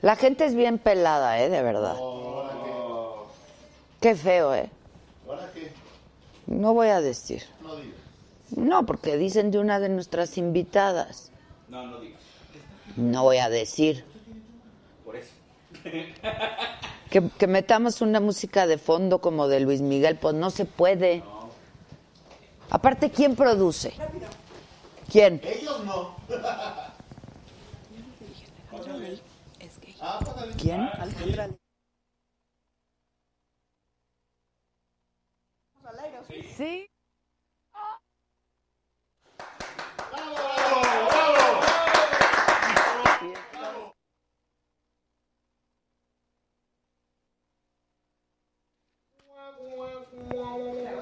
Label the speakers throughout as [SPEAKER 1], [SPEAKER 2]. [SPEAKER 1] La gente es bien pelada, ¿eh? De verdad. Qué feo, ¿eh? No voy a decir. No, porque dicen de una de nuestras invitadas.
[SPEAKER 2] No, no digas.
[SPEAKER 1] No voy a decir.
[SPEAKER 2] Por eso.
[SPEAKER 1] Que, que metamos una música de fondo como de Luis Miguel, pues no se puede. Aparte, ¿quién produce? ¿Quién?
[SPEAKER 3] Ellos no.
[SPEAKER 1] ¿Quién? Sí.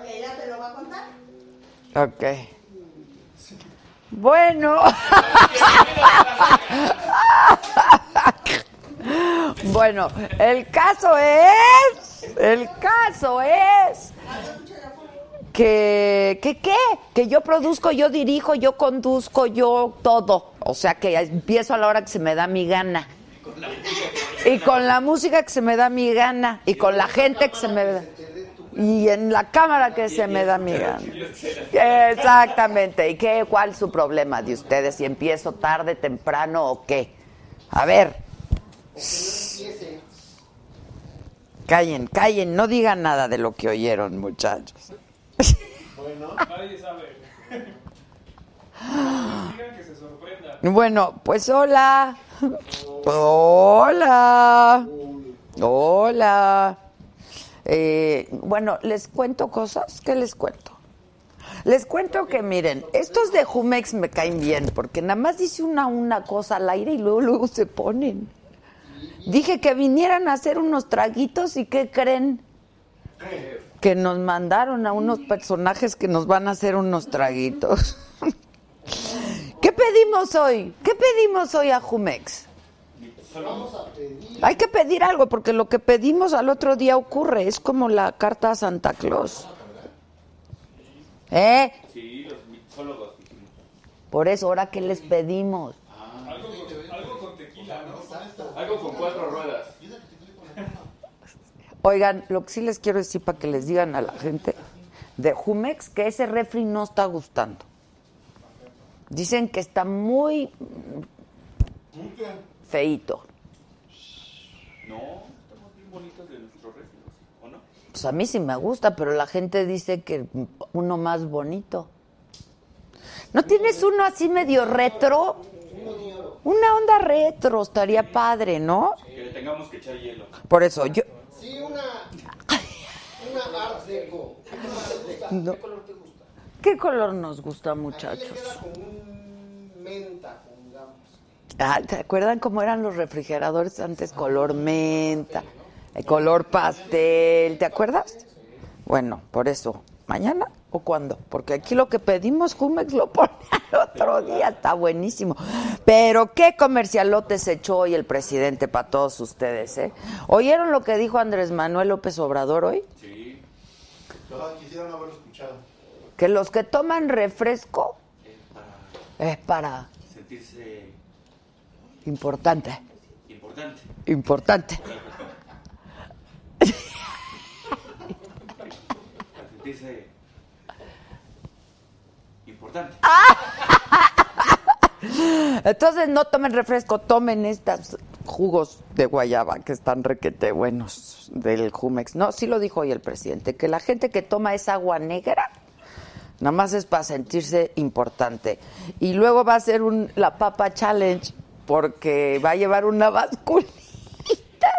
[SPEAKER 3] ¿Ella te lo va a contar?
[SPEAKER 1] Ok. Bueno. bueno, el caso es. El caso es. Que, que qué, que yo produzco, yo dirijo, yo conduzco, yo todo. O sea que empiezo a la hora que se me da mi gana. Y con la música que se me da mi gana. Y con la gente que se me da. Y en la cámara que se me da mi gana. Exactamente. ¿Y qué, cuál es su problema de ustedes? ¿Si empiezo tarde, temprano o qué? A ver. Callen, callen, no digan nada de lo que oyeron, muchachos.
[SPEAKER 2] Nadie sabe. Digan que se sorprenda.
[SPEAKER 1] Bueno, pues hola. Hola. Hola. Eh, bueno, les cuento cosas. ¿Qué les cuento? Les cuento que miren, estos de Jumex me caen bien porque nada más dice una una cosa al aire y luego luego se ponen. Dije que vinieran a hacer unos traguitos y ¿qué creen? Que nos mandaron a unos personajes que nos van a hacer unos traguitos. ¿Qué pedimos hoy? ¿Qué pedimos hoy a Jumex? Hay que pedir algo porque lo que pedimos al otro día ocurre. Es como la carta a Santa Claus. ¿Eh?
[SPEAKER 2] Sí, los mixólogos.
[SPEAKER 1] Por eso, ahora qué les pedimos.
[SPEAKER 2] Algo con, algo con tequila, ¿no? Algo con cuatro ruedas.
[SPEAKER 1] Oigan, lo que sí les quiero decir para que les digan a la gente de Jumex que ese refri no está gustando. Dicen que está muy feito.
[SPEAKER 2] No, estamos bien bonitos de nuestros refugio, ¿o no?
[SPEAKER 1] Pues a mí sí me gusta, pero la gente dice que uno más bonito. ¿No tienes uno así medio retro? Una onda retro estaría padre, ¿no?
[SPEAKER 2] Que le tengamos que echar hielo.
[SPEAKER 1] Por eso yo
[SPEAKER 3] Sí, una. Una Art Deco.
[SPEAKER 1] No.
[SPEAKER 3] ¿Qué color te gusta?
[SPEAKER 1] ¿Qué color nos gusta,
[SPEAKER 3] Aquí le queda
[SPEAKER 1] muchachos?
[SPEAKER 3] como un menta, pongamos.
[SPEAKER 1] Ah, ¿Te acuerdan cómo eran los refrigeradores antes?
[SPEAKER 3] Ah,
[SPEAKER 1] Color menta, eh, color pastel, ¿te acuerdas? Bueno, por eso, mañana o cuándo? Porque aquí lo que pedimos, Jumex lo pone al otro día, está buenísimo. Pero qué comercialote se echó hoy el presidente para todos ustedes, ¿eh? ¿Oyeron lo que dijo Andrés Manuel López Obrador hoy?
[SPEAKER 2] Sí.
[SPEAKER 3] Todas quisieran haberlo escuchado.
[SPEAKER 1] Que los que toman refresco es para
[SPEAKER 2] Sentirse
[SPEAKER 1] importante,
[SPEAKER 2] importante.
[SPEAKER 1] importante.
[SPEAKER 2] Para sentirse importante.
[SPEAKER 1] Entonces no tomen refresco, tomen estos jugos de guayaba que están requete buenos del Jumex. No, sí lo dijo hoy el presidente, que la gente que toma esa agua negra nada más es para sentirse importante. Y luego va a ser un, la papa challenge porque va a llevar una basculita.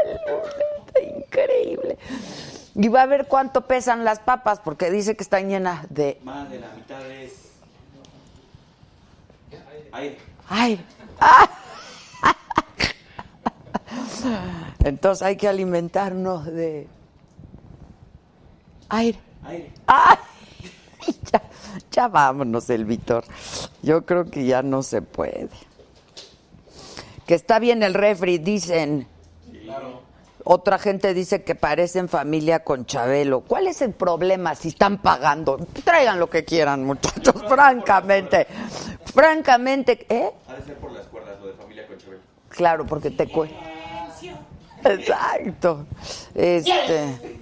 [SPEAKER 1] el lunes, Increíble. Y va a ver cuánto pesan las papas porque dice que están llenas de
[SPEAKER 2] Más de la mitad es aire.
[SPEAKER 1] ¡Ay! ¡Ah! Entonces hay que alimentarnos de aire.
[SPEAKER 2] Aire.
[SPEAKER 1] ¡Ay! Ya, ya vámonos, el Víctor. Yo creo que ya no se puede. Que está bien el refri, dicen. Otra gente dice que parecen familia con Chabelo. ¿Cuál es el problema si están pagando? Traigan lo que quieran, muchachos, francamente. Francamente, ¿eh?
[SPEAKER 2] Ha de ser por las cuerdas lo de familia con Chabelo.
[SPEAKER 1] Claro, porque te cuesta. Exacto. Este.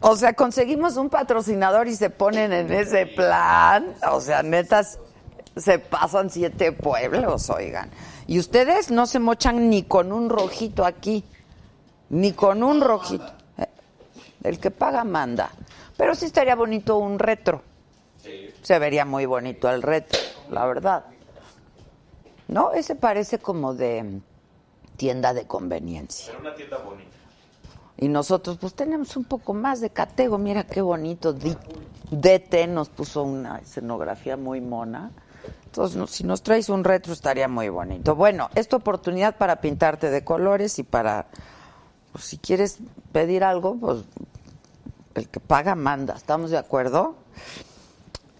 [SPEAKER 1] O sea, conseguimos un patrocinador y se ponen en ese plan. O sea, netas, se pasan siete pueblos, oigan. Y ustedes no se mochan ni con un rojito aquí, ni con un rojito. Eh, El que paga manda. Pero sí estaría bonito un retro. Se vería muy bonito el retro, la verdad. No, ese parece como de mm, tienda de conveniencia.
[SPEAKER 2] Pero una tienda bonita.
[SPEAKER 1] Y nosotros pues tenemos un poco más de catego. Mira qué bonito. Di- DT nos puso una escenografía muy mona. Entonces, no- si nos traes un retro estaría muy bonito. Bueno, es tu oportunidad para pintarte de colores y para, pues, si quieres pedir algo, pues el que paga manda. ¿Estamos de acuerdo?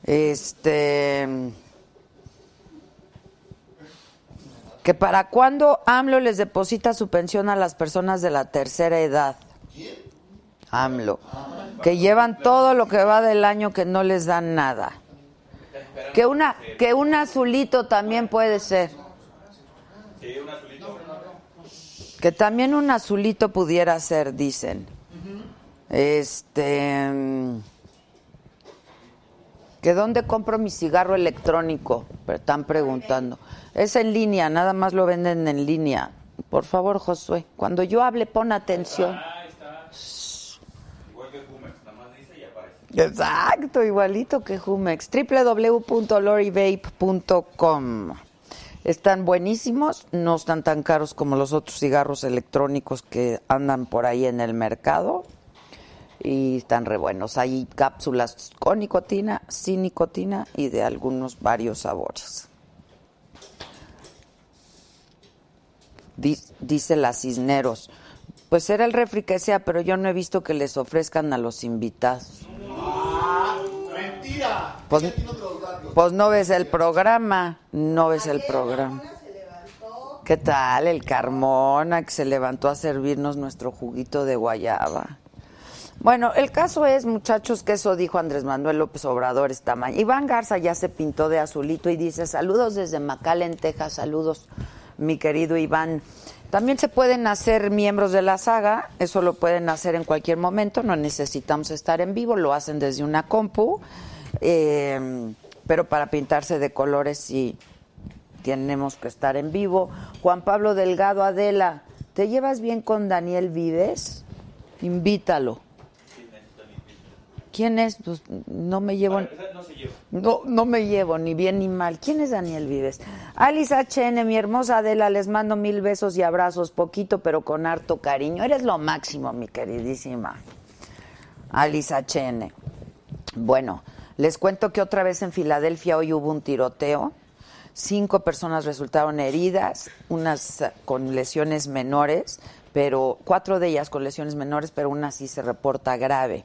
[SPEAKER 1] Este... que para cuándo AMLO les deposita su pensión a las personas de la tercera edad. AMLO. Que llevan todo lo que va del año que no les dan nada. Que una que un azulito también puede ser. Que también un azulito pudiera ser, dicen. Este mm, que dónde compro mi cigarro electrónico, pero están preguntando. Es en línea, nada más lo venden en línea. Por favor, Josué, cuando yo hable pon atención.
[SPEAKER 2] Ah, Igual que Humex, nada más dice y aparece.
[SPEAKER 1] Exacto, igualito que Jumex. www.lorivape.com. Están buenísimos, no están tan caros como los otros cigarros electrónicos que andan por ahí en el mercado. Y están re buenos. Hay cápsulas con nicotina, sin nicotina y de algunos varios sabores. Di- dice la Cisneros. Pues era el refri que sea, pero yo no he visto que les ofrezcan a los invitados.
[SPEAKER 3] ¡Mentira!
[SPEAKER 1] Pues-
[SPEAKER 3] Ella tiene otros datos.
[SPEAKER 1] Pues no ves el programa, no ves el programa. ¿Qué tal el Carmona que se levantó a servirnos nuestro juguito de guayaba? Bueno, el caso es, muchachos, que eso dijo Andrés Manuel López Obrador esta mañana. Iván Garza ya se pintó de azulito y dice, saludos desde McAllen, Texas, saludos, mi querido Iván. También se pueden hacer miembros de la saga, eso lo pueden hacer en cualquier momento, no necesitamos estar en vivo, lo hacen desde una compu, eh, pero para pintarse de colores sí tenemos que estar en vivo. Juan Pablo Delgado, Adela, ¿te llevas bien con Daniel Vives? Invítalo. ¿Quién es? Pues no me llevo.
[SPEAKER 2] Esa no se lleva.
[SPEAKER 1] No, no me llevo ni bien ni mal. ¿Quién es Daniel Vives? Alice HN, mi hermosa Adela, les mando mil besos y abrazos, poquito pero con harto cariño. Eres lo máximo, mi queridísima. Alice HN. Bueno, les cuento que otra vez en Filadelfia hoy hubo un tiroteo. Cinco personas resultaron heridas, unas eh, con lesiones menores, pero cuatro de ellas con lesiones menores, pero una sí se reporta grave.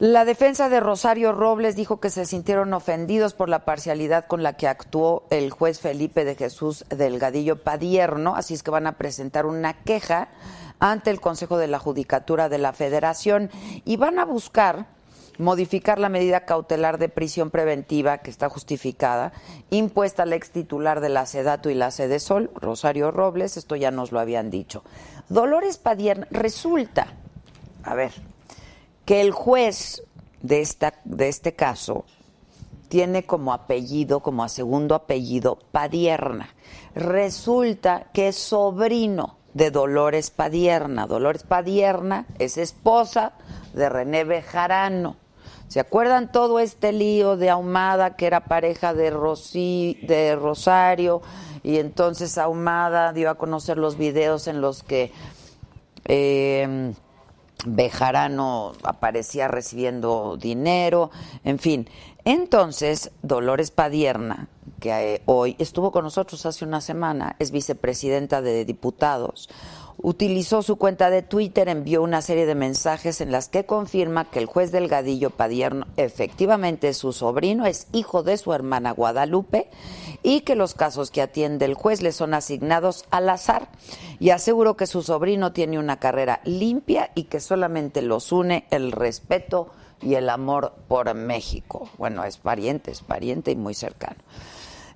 [SPEAKER 1] La defensa de Rosario Robles dijo que se sintieron ofendidos por la parcialidad con la que actuó el juez Felipe de Jesús Delgadillo Padierno, así es que van a presentar una queja ante el Consejo de la Judicatura de la Federación y van a buscar modificar la medida cautelar de prisión preventiva que está justificada, impuesta al ex titular de la Sedatu y la Sol, Rosario Robles, esto ya nos lo habían dicho. Dolores Padierno, resulta, a ver, que el juez de, esta, de este caso tiene como apellido, como a segundo apellido, Padierna. Resulta que es sobrino de Dolores Padierna. Dolores Padierna es esposa de René Bejarano. ¿Se acuerdan todo este lío de Ahumada, que era pareja de, Rosí, de Rosario? Y entonces Ahumada dio a conocer los videos en los que eh, Bejarano aparecía recibiendo dinero, en fin. Entonces, Dolores Padierna, que eh, hoy estuvo con nosotros hace una semana, es vicepresidenta de diputados, utilizó su cuenta de Twitter, envió una serie de mensajes en las que confirma que el juez Delgadillo Padierno efectivamente es su sobrino, es hijo de su hermana Guadalupe y que los casos que atiende el juez le son asignados al azar y aseguró que su sobrino tiene una carrera limpia y que solamente los une el respeto y el amor por México. Bueno, es pariente, es pariente y muy cercano.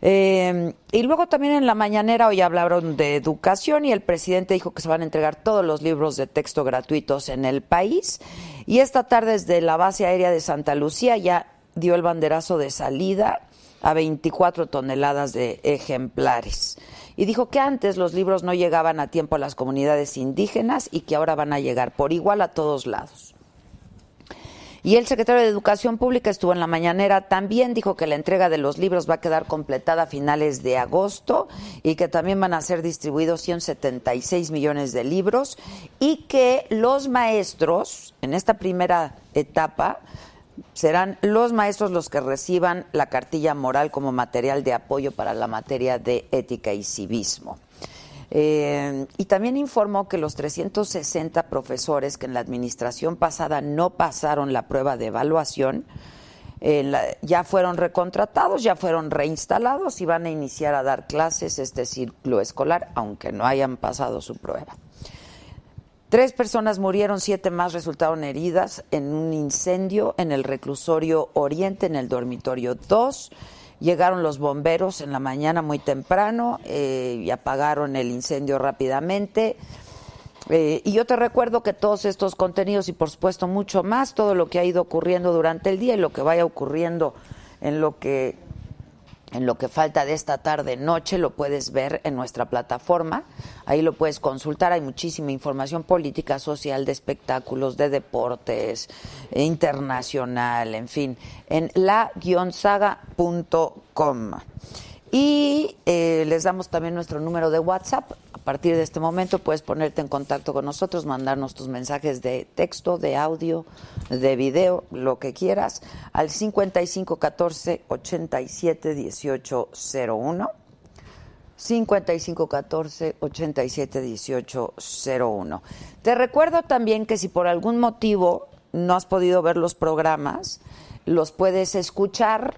[SPEAKER 1] Eh, y luego también en la mañanera hoy hablaron de educación y el presidente dijo que se van a entregar todos los libros de texto gratuitos en el país. Y esta tarde desde la base aérea de Santa Lucía ya dio el banderazo de salida a 24 toneladas de ejemplares. Y dijo que antes los libros no llegaban a tiempo a las comunidades indígenas y que ahora van a llegar por igual a todos lados. Y el secretario de Educación Pública estuvo en la mañanera, también dijo que la entrega de los libros va a quedar completada a finales de agosto y que también van a ser distribuidos 176 millones de libros y que los maestros, en esta primera etapa, serán los maestros los que reciban la cartilla moral como material de apoyo para la materia de ética y civismo. Eh, y también informó que los 360 profesores que en la administración pasada no pasaron la prueba de evaluación eh, la, ya fueron recontratados, ya fueron reinstalados y van a iniciar a dar clases este ciclo escolar, aunque no hayan pasado su prueba. Tres personas murieron, siete más resultaron heridas en un incendio en el reclusorio Oriente, en el dormitorio 2. Llegaron los bomberos en la mañana muy temprano eh, y apagaron el incendio rápidamente. Eh, y yo te recuerdo que todos estos contenidos y por supuesto mucho más, todo lo que ha ido ocurriendo durante el día y lo que vaya ocurriendo en lo que en lo que falta de esta tarde noche lo puedes ver en nuestra plataforma. Ahí lo puedes consultar. Hay muchísima información política, social, de espectáculos, de deportes, internacional, en fin, en la-saga.com. Y eh, les damos también nuestro número de WhatsApp. A partir de este momento puedes ponerte en contacto con nosotros, mandarnos tus mensajes de texto, de audio, de video, lo que quieras, al 5514 87 1801. 5514 87 1801. Te recuerdo también que si por algún motivo no has podido ver los programas, los puedes escuchar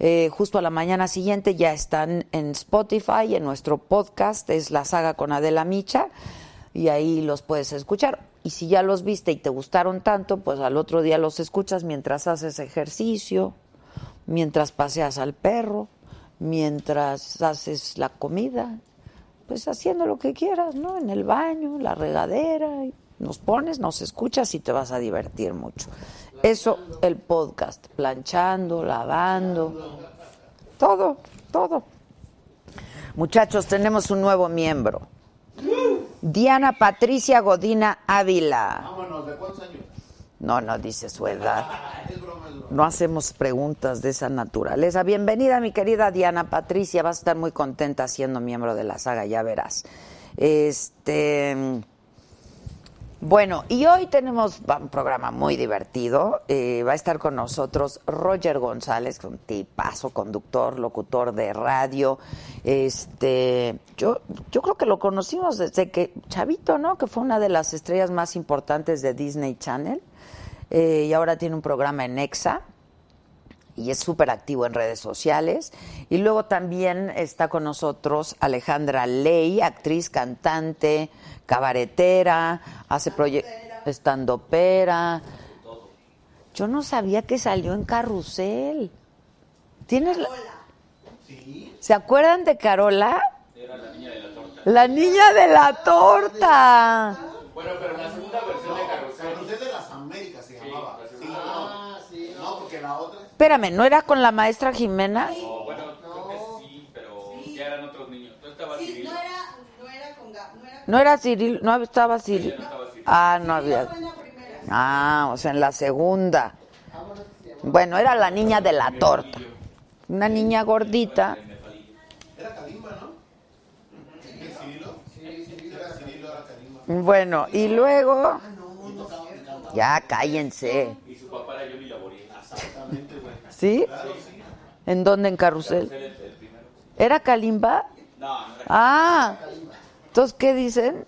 [SPEAKER 1] eh, justo a la mañana siguiente ya están en Spotify, en nuestro podcast, es La Saga con Adela Micha, y ahí los puedes escuchar. Y si ya los viste y te gustaron tanto, pues al otro día los escuchas mientras haces ejercicio, mientras paseas al perro, mientras haces la comida, pues haciendo lo que quieras, ¿no? En el baño, la regadera, y nos pones, nos escuchas y te vas a divertir mucho. Eso, el podcast, planchando, lavando, todo, todo. Muchachos, tenemos un nuevo miembro. Diana Patricia Godina Ávila.
[SPEAKER 3] Vámonos, ¿de cuántos años?
[SPEAKER 1] No, no dice su edad. No hacemos preguntas de esa naturaleza. Bienvenida, mi querida Diana Patricia. Vas a estar muy contenta siendo miembro de la saga, ya verás. Este. Bueno, y hoy tenemos un programa muy divertido. Eh, va a estar con nosotros Roger González, un tipazo, conductor, locutor de radio. Este, yo, yo creo que lo conocimos desde que Chavito, ¿no? Que fue una de las estrellas más importantes de Disney Channel. eh, y ahora tiene un programa en EXA y es súper activo en redes sociales. Y luego también está con nosotros Alejandra Ley, actriz, cantante, cabaretera, hace proyectos, estandopera. Yo no sabía que salió en Carrusel. ¿Tienes la- ¿Se acuerdan de Carola? la niña de la torta.
[SPEAKER 3] Carrusel de las Américas se llamaba. Sí, no. No, porque la otra es
[SPEAKER 1] Espérame, ¿no era con la maestra Jimena?
[SPEAKER 2] O bueno, creo que sí, pero ya eran otros niños. Tú estabas
[SPEAKER 4] Sí,
[SPEAKER 2] civil.
[SPEAKER 4] no era, no era con ga- no era
[SPEAKER 1] ¿No era Ciril? ¿No estaba Ciril? Ah, no había.
[SPEAKER 4] con la primera.
[SPEAKER 1] Ah, o sea, en la segunda. Bueno, era la niña de la torta. Una niña gordita. Bueno, y luego... Ya, cállense.
[SPEAKER 2] Y su papá era Johnny Laborie.
[SPEAKER 1] ¿Sí? ¿En dónde? ¿En Carrusel? ¿Era Kalimba?
[SPEAKER 2] No, no era.
[SPEAKER 1] Ah, entonces, ¿qué dicen?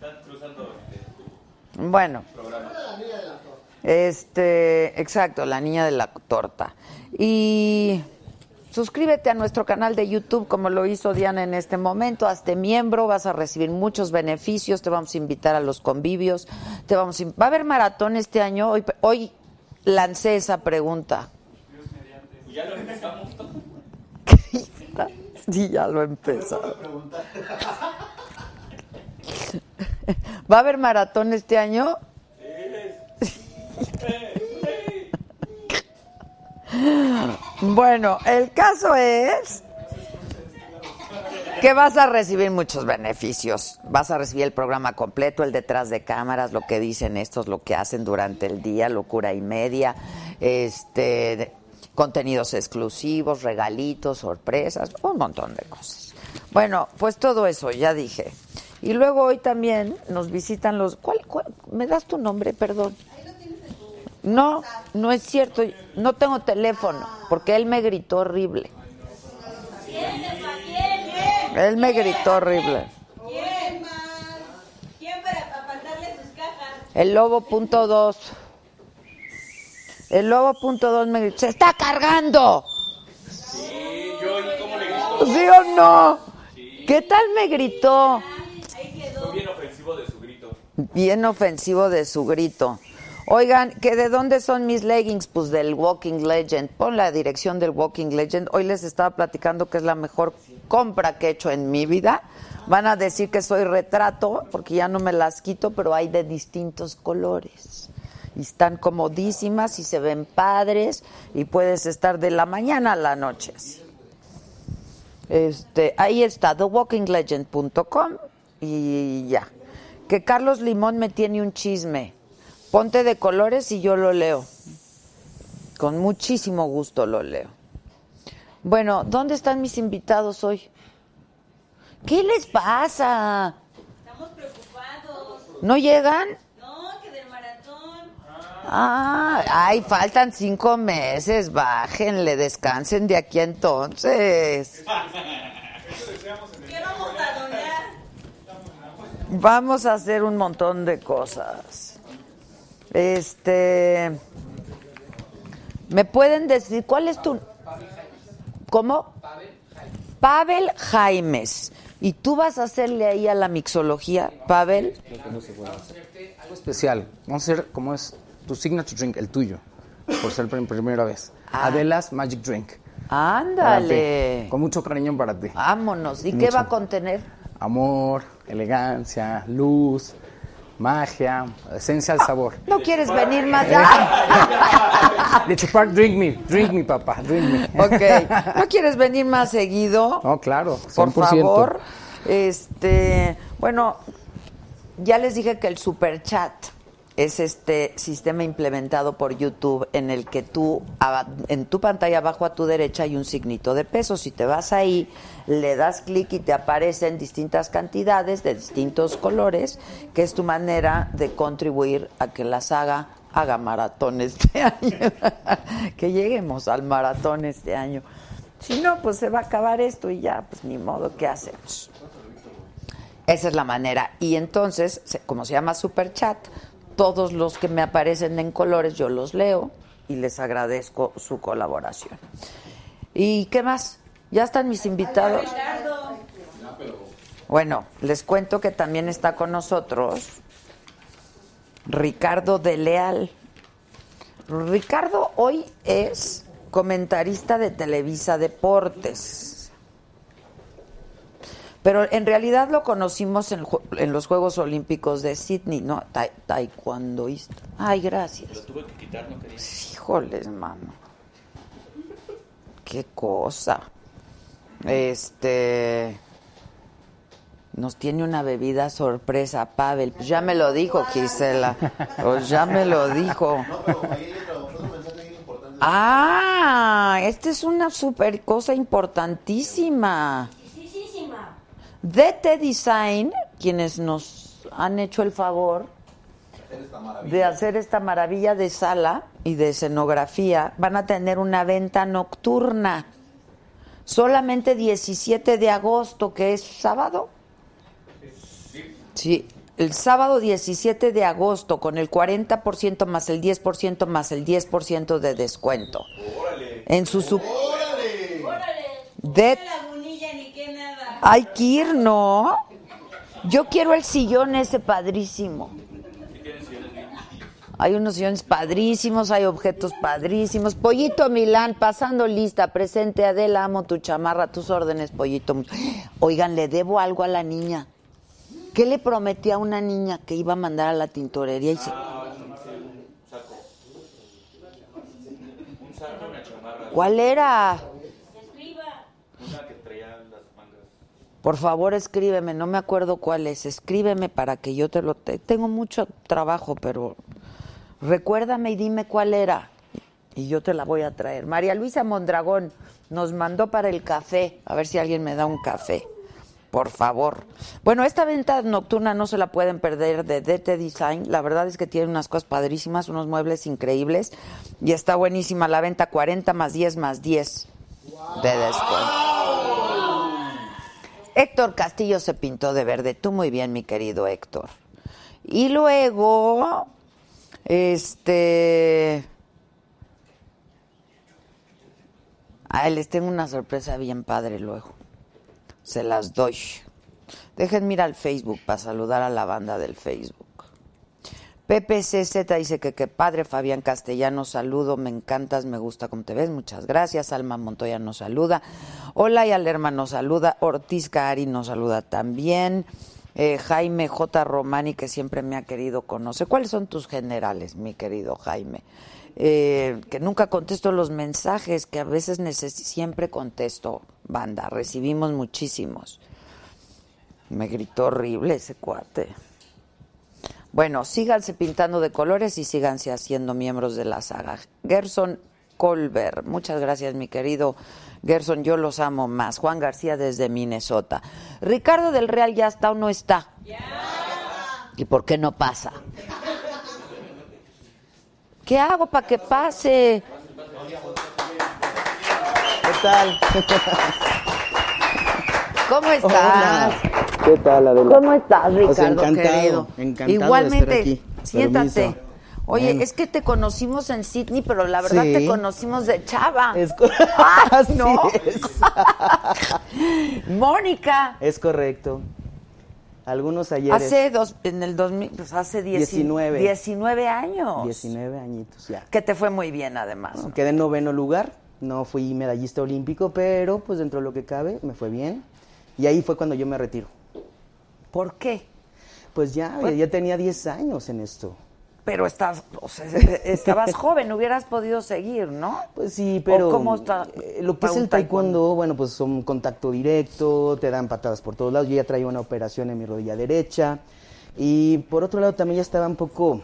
[SPEAKER 2] Están cruzando este,
[SPEAKER 1] Bueno. Este, exacto, la niña de la torta. Y suscríbete a nuestro canal de YouTube como lo hizo Diana en este momento, hazte miembro, vas a recibir muchos beneficios, te vamos a invitar a los convivios, te vamos a in- va a haber maratón este año, hoy, hoy lancé esa pregunta. Sí, ya lo empezamos. ¿Va a haber maratón este año? Bueno, el caso es que vas a recibir muchos beneficios. Vas a recibir el programa completo, el detrás de cámaras, lo que dicen estos, lo que hacen durante el día, locura y media, este de- contenidos exclusivos, regalitos, sorpresas, un montón de cosas. Bueno, pues todo eso, ya dije. Y luego hoy también nos visitan los... ¿Cuál, cuál? me das tu nombre? Perdón. No, no es cierto. No tengo teléfono porque él me gritó horrible. Él me gritó horrible.
[SPEAKER 4] ¿Quién más? ¿Quién para apartarle sus cajas?
[SPEAKER 1] El lobo punto dos. El lobo punto dos me gritó. ¡Se está cargando! ¿Sí o no? ¿Qué tal me gritó?
[SPEAKER 2] bien ofensivo de su grito.
[SPEAKER 1] Bien ofensivo de su grito. Oigan, ¿que de dónde son mis leggings? Pues del Walking Legend. Pon la dirección del Walking Legend. Hoy les estaba platicando que es la mejor compra que he hecho en mi vida. Van a decir que soy retrato porque ya no me las quito, pero hay de distintos colores. Y están comodísimas y se ven padres y puedes estar de la mañana a la noche. así. Este, ahí está, thewalkinglegend.com y ya. Que Carlos Limón me tiene un chisme. Ponte de colores y yo lo leo. Con muchísimo gusto lo leo. Bueno, ¿dónde están mis invitados hoy? ¿Qué les pasa?
[SPEAKER 4] Estamos preocupados.
[SPEAKER 1] ¿No llegan?
[SPEAKER 4] No, que del maratón.
[SPEAKER 1] Ah, ay, faltan cinco meses. Bájenle, descansen de aquí a entonces.
[SPEAKER 4] ¿Qué vamos a donar?
[SPEAKER 1] Vamos a hacer un montón de cosas. Este. ¿Me pueden decir cuál es tu. ¿Cómo? Pavel Jaimes. ¿Y tú vas a hacerle ahí a la mixología, Pavel?
[SPEAKER 5] Creo que no se puede hacer. Algo especial. Vamos a hacer como es tu signature drink, el tuyo, por ser prim- primera vez.
[SPEAKER 1] Ah.
[SPEAKER 5] Adela's Magic Drink. para ti.
[SPEAKER 1] Ándale.
[SPEAKER 5] Con mucho cariño para ti.
[SPEAKER 1] Vámonos. ¿Y qué
[SPEAKER 5] Mucho.
[SPEAKER 1] va a contener?
[SPEAKER 5] Amor, elegancia, luz, magia, esencia al sabor.
[SPEAKER 1] ¿No quieres venir más ya?
[SPEAKER 5] De chupar, drink me, drink me, papá, drink me.
[SPEAKER 1] ok. ¿No quieres venir más seguido?
[SPEAKER 5] No, claro,
[SPEAKER 1] por
[SPEAKER 5] 100%.
[SPEAKER 1] favor. Este, bueno, ya les dije que el super chat es este sistema implementado por YouTube en el que tú a- en tu pantalla abajo a tu derecha hay un signito de pesos. Si te vas ahí, le das clic y te aparecen distintas cantidades de distintos colores, que es tu manera de contribuir a que la saga haga maratón este año, que lleguemos al maratón este año. Si no, pues se va a acabar esto y ya, pues ni modo, ¿qué hacemos? Esa es la manera. Y entonces, se- como se llama Super Chat, todos los que me aparecen en colores yo los leo y les agradezco su colaboración. ¿Y qué más? Ya están mis invitados.
[SPEAKER 4] Ricardo.
[SPEAKER 1] Bueno, les cuento que también está con nosotros Ricardo de Leal. Ricardo hoy es comentarista de Televisa Deportes. Pero en realidad lo conocimos en, ju- en los Juegos Olímpicos de Sydney, ¿no? Tai- taekwondoísta. Ay, gracias.
[SPEAKER 2] Lo tuve que quitar, no quería.
[SPEAKER 1] Híjoles, mano. Qué cosa. Este. Nos tiene una bebida sorpresa, Pavel. Pues ya me lo dijo, Gisela. Pues ya me lo dijo.
[SPEAKER 3] No, pero ahí le tradujo un mensaje bien importante.
[SPEAKER 1] Ah, esta es una super cosa importantísima.
[SPEAKER 4] Muchísima.
[SPEAKER 1] DT Design, quienes nos han hecho el favor de hacer esta maravilla de sala y de escenografía, van a tener una venta nocturna. Solamente 17 de agosto, que es sábado. Sí, el sábado 17 de agosto con el 40% más el 10% más el 10% de descuento. En su su-
[SPEAKER 4] Órale.
[SPEAKER 1] De-
[SPEAKER 4] Una lagunilla ni qué nada.
[SPEAKER 1] hay que ir, ¿no? Yo quiero el sillón ese padrísimo. Hay unos sillones padrísimos, hay objetos padrísimos. Pollito Milán, pasando lista, presente Adela, amo tu chamarra, tus órdenes, Pollito. Oigan, le debo algo a la niña. ¿Qué le prometí a una niña que iba a mandar a la tintorería? Y se-
[SPEAKER 2] Ah, Un saco, una chamarra,
[SPEAKER 1] ¿Cuál era?
[SPEAKER 4] Escriba.
[SPEAKER 2] una que traía las mangas.
[SPEAKER 1] Por favor, escríbeme, no me acuerdo cuál es. Escríbeme para que yo te lo. te- tengo mucho trabajo, pero recuérdame y dime cuál era. Y yo te la voy a traer. María Luisa Mondragón nos mandó para el café. A ver si alguien me da un café. Por favor. Bueno, esta venta nocturna no se la pueden perder de DT Design. La verdad es que tiene unas cosas padrísimas, unos muebles increíbles. Y está buenísima la venta 40 más 10 más 10 de descuento. Héctor Castillo se pintó de verde. Tú muy bien, mi querido Héctor. Y luego, este... Ah, les tengo una sorpresa bien padre luego. Se las doy. Dejen mirar al Facebook para saludar a la banda del Facebook. Pepe CZ dice que qué padre, Fabián Castellano, saludo, me encantas, me gusta como te ves, muchas gracias. Alma Montoya nos saluda. Hola y Alerma nos saluda. Ortiz Cari nos saluda también. Eh, Jaime J. Romani, que siempre me ha querido conocer. ¿Cuáles son tus generales, mi querido Jaime? Eh, que nunca contesto los mensajes, que a veces neces- siempre contesto, banda. Recibimos muchísimos. Me gritó horrible ese cuate. Bueno, síganse pintando de colores y síganse haciendo miembros de la saga. Gerson Colbert, muchas gracias mi querido Gerson, yo los amo más. Juan García desde Minnesota. Ricardo del Real ya está o no está. ¿Y por qué no pasa? ¿Qué hago para que pase?
[SPEAKER 6] ¿Qué tal?
[SPEAKER 1] ¿Cómo estás?
[SPEAKER 6] ¿Qué tal, Adela?
[SPEAKER 1] ¿Cómo estás, Ricardo?
[SPEAKER 6] O sea, Pues encantado,
[SPEAKER 1] querido?
[SPEAKER 6] encantado de
[SPEAKER 1] Igualmente,
[SPEAKER 6] estar aquí.
[SPEAKER 1] siéntate.
[SPEAKER 6] Permiso.
[SPEAKER 1] Oye,
[SPEAKER 6] Bueno.
[SPEAKER 1] es que te conocimos en Sydney, pero la verdad
[SPEAKER 6] Sí.
[SPEAKER 1] te conocimos de chava.
[SPEAKER 6] Es co-
[SPEAKER 1] Ah,
[SPEAKER 6] Así
[SPEAKER 1] ¿no?
[SPEAKER 6] es.
[SPEAKER 1] Mónica,
[SPEAKER 6] Es correcto. Algunos ayeres.
[SPEAKER 1] hace dos, en el 2000, pues hace 19,
[SPEAKER 6] Diecinueve.
[SPEAKER 1] 19 años.
[SPEAKER 6] 19 añitos ya.
[SPEAKER 1] Que te fue muy bien, además. ¿no?
[SPEAKER 6] Quedé en noveno lugar. No fui medallista olímpico, pero pues dentro de lo que cabe me fue bien. Y ahí fue cuando yo me retiro.
[SPEAKER 1] ¿Por qué?
[SPEAKER 6] Pues ya,
[SPEAKER 1] Pues-
[SPEAKER 6] ya tenía 10 años en esto.
[SPEAKER 1] Pero estás, o sea, estabas joven, hubieras podido seguir, ¿no?
[SPEAKER 6] Pues sí, pero.
[SPEAKER 1] ¿O cómo está?
[SPEAKER 6] eh, lo que es
[SPEAKER 1] para
[SPEAKER 6] el
[SPEAKER 1] un
[SPEAKER 6] taekwondo, bueno, pues son contacto directo, te dan patadas por todos lados. Yo ya traía una operación en mi rodilla derecha. Y por otro lado, también ya estaba un poco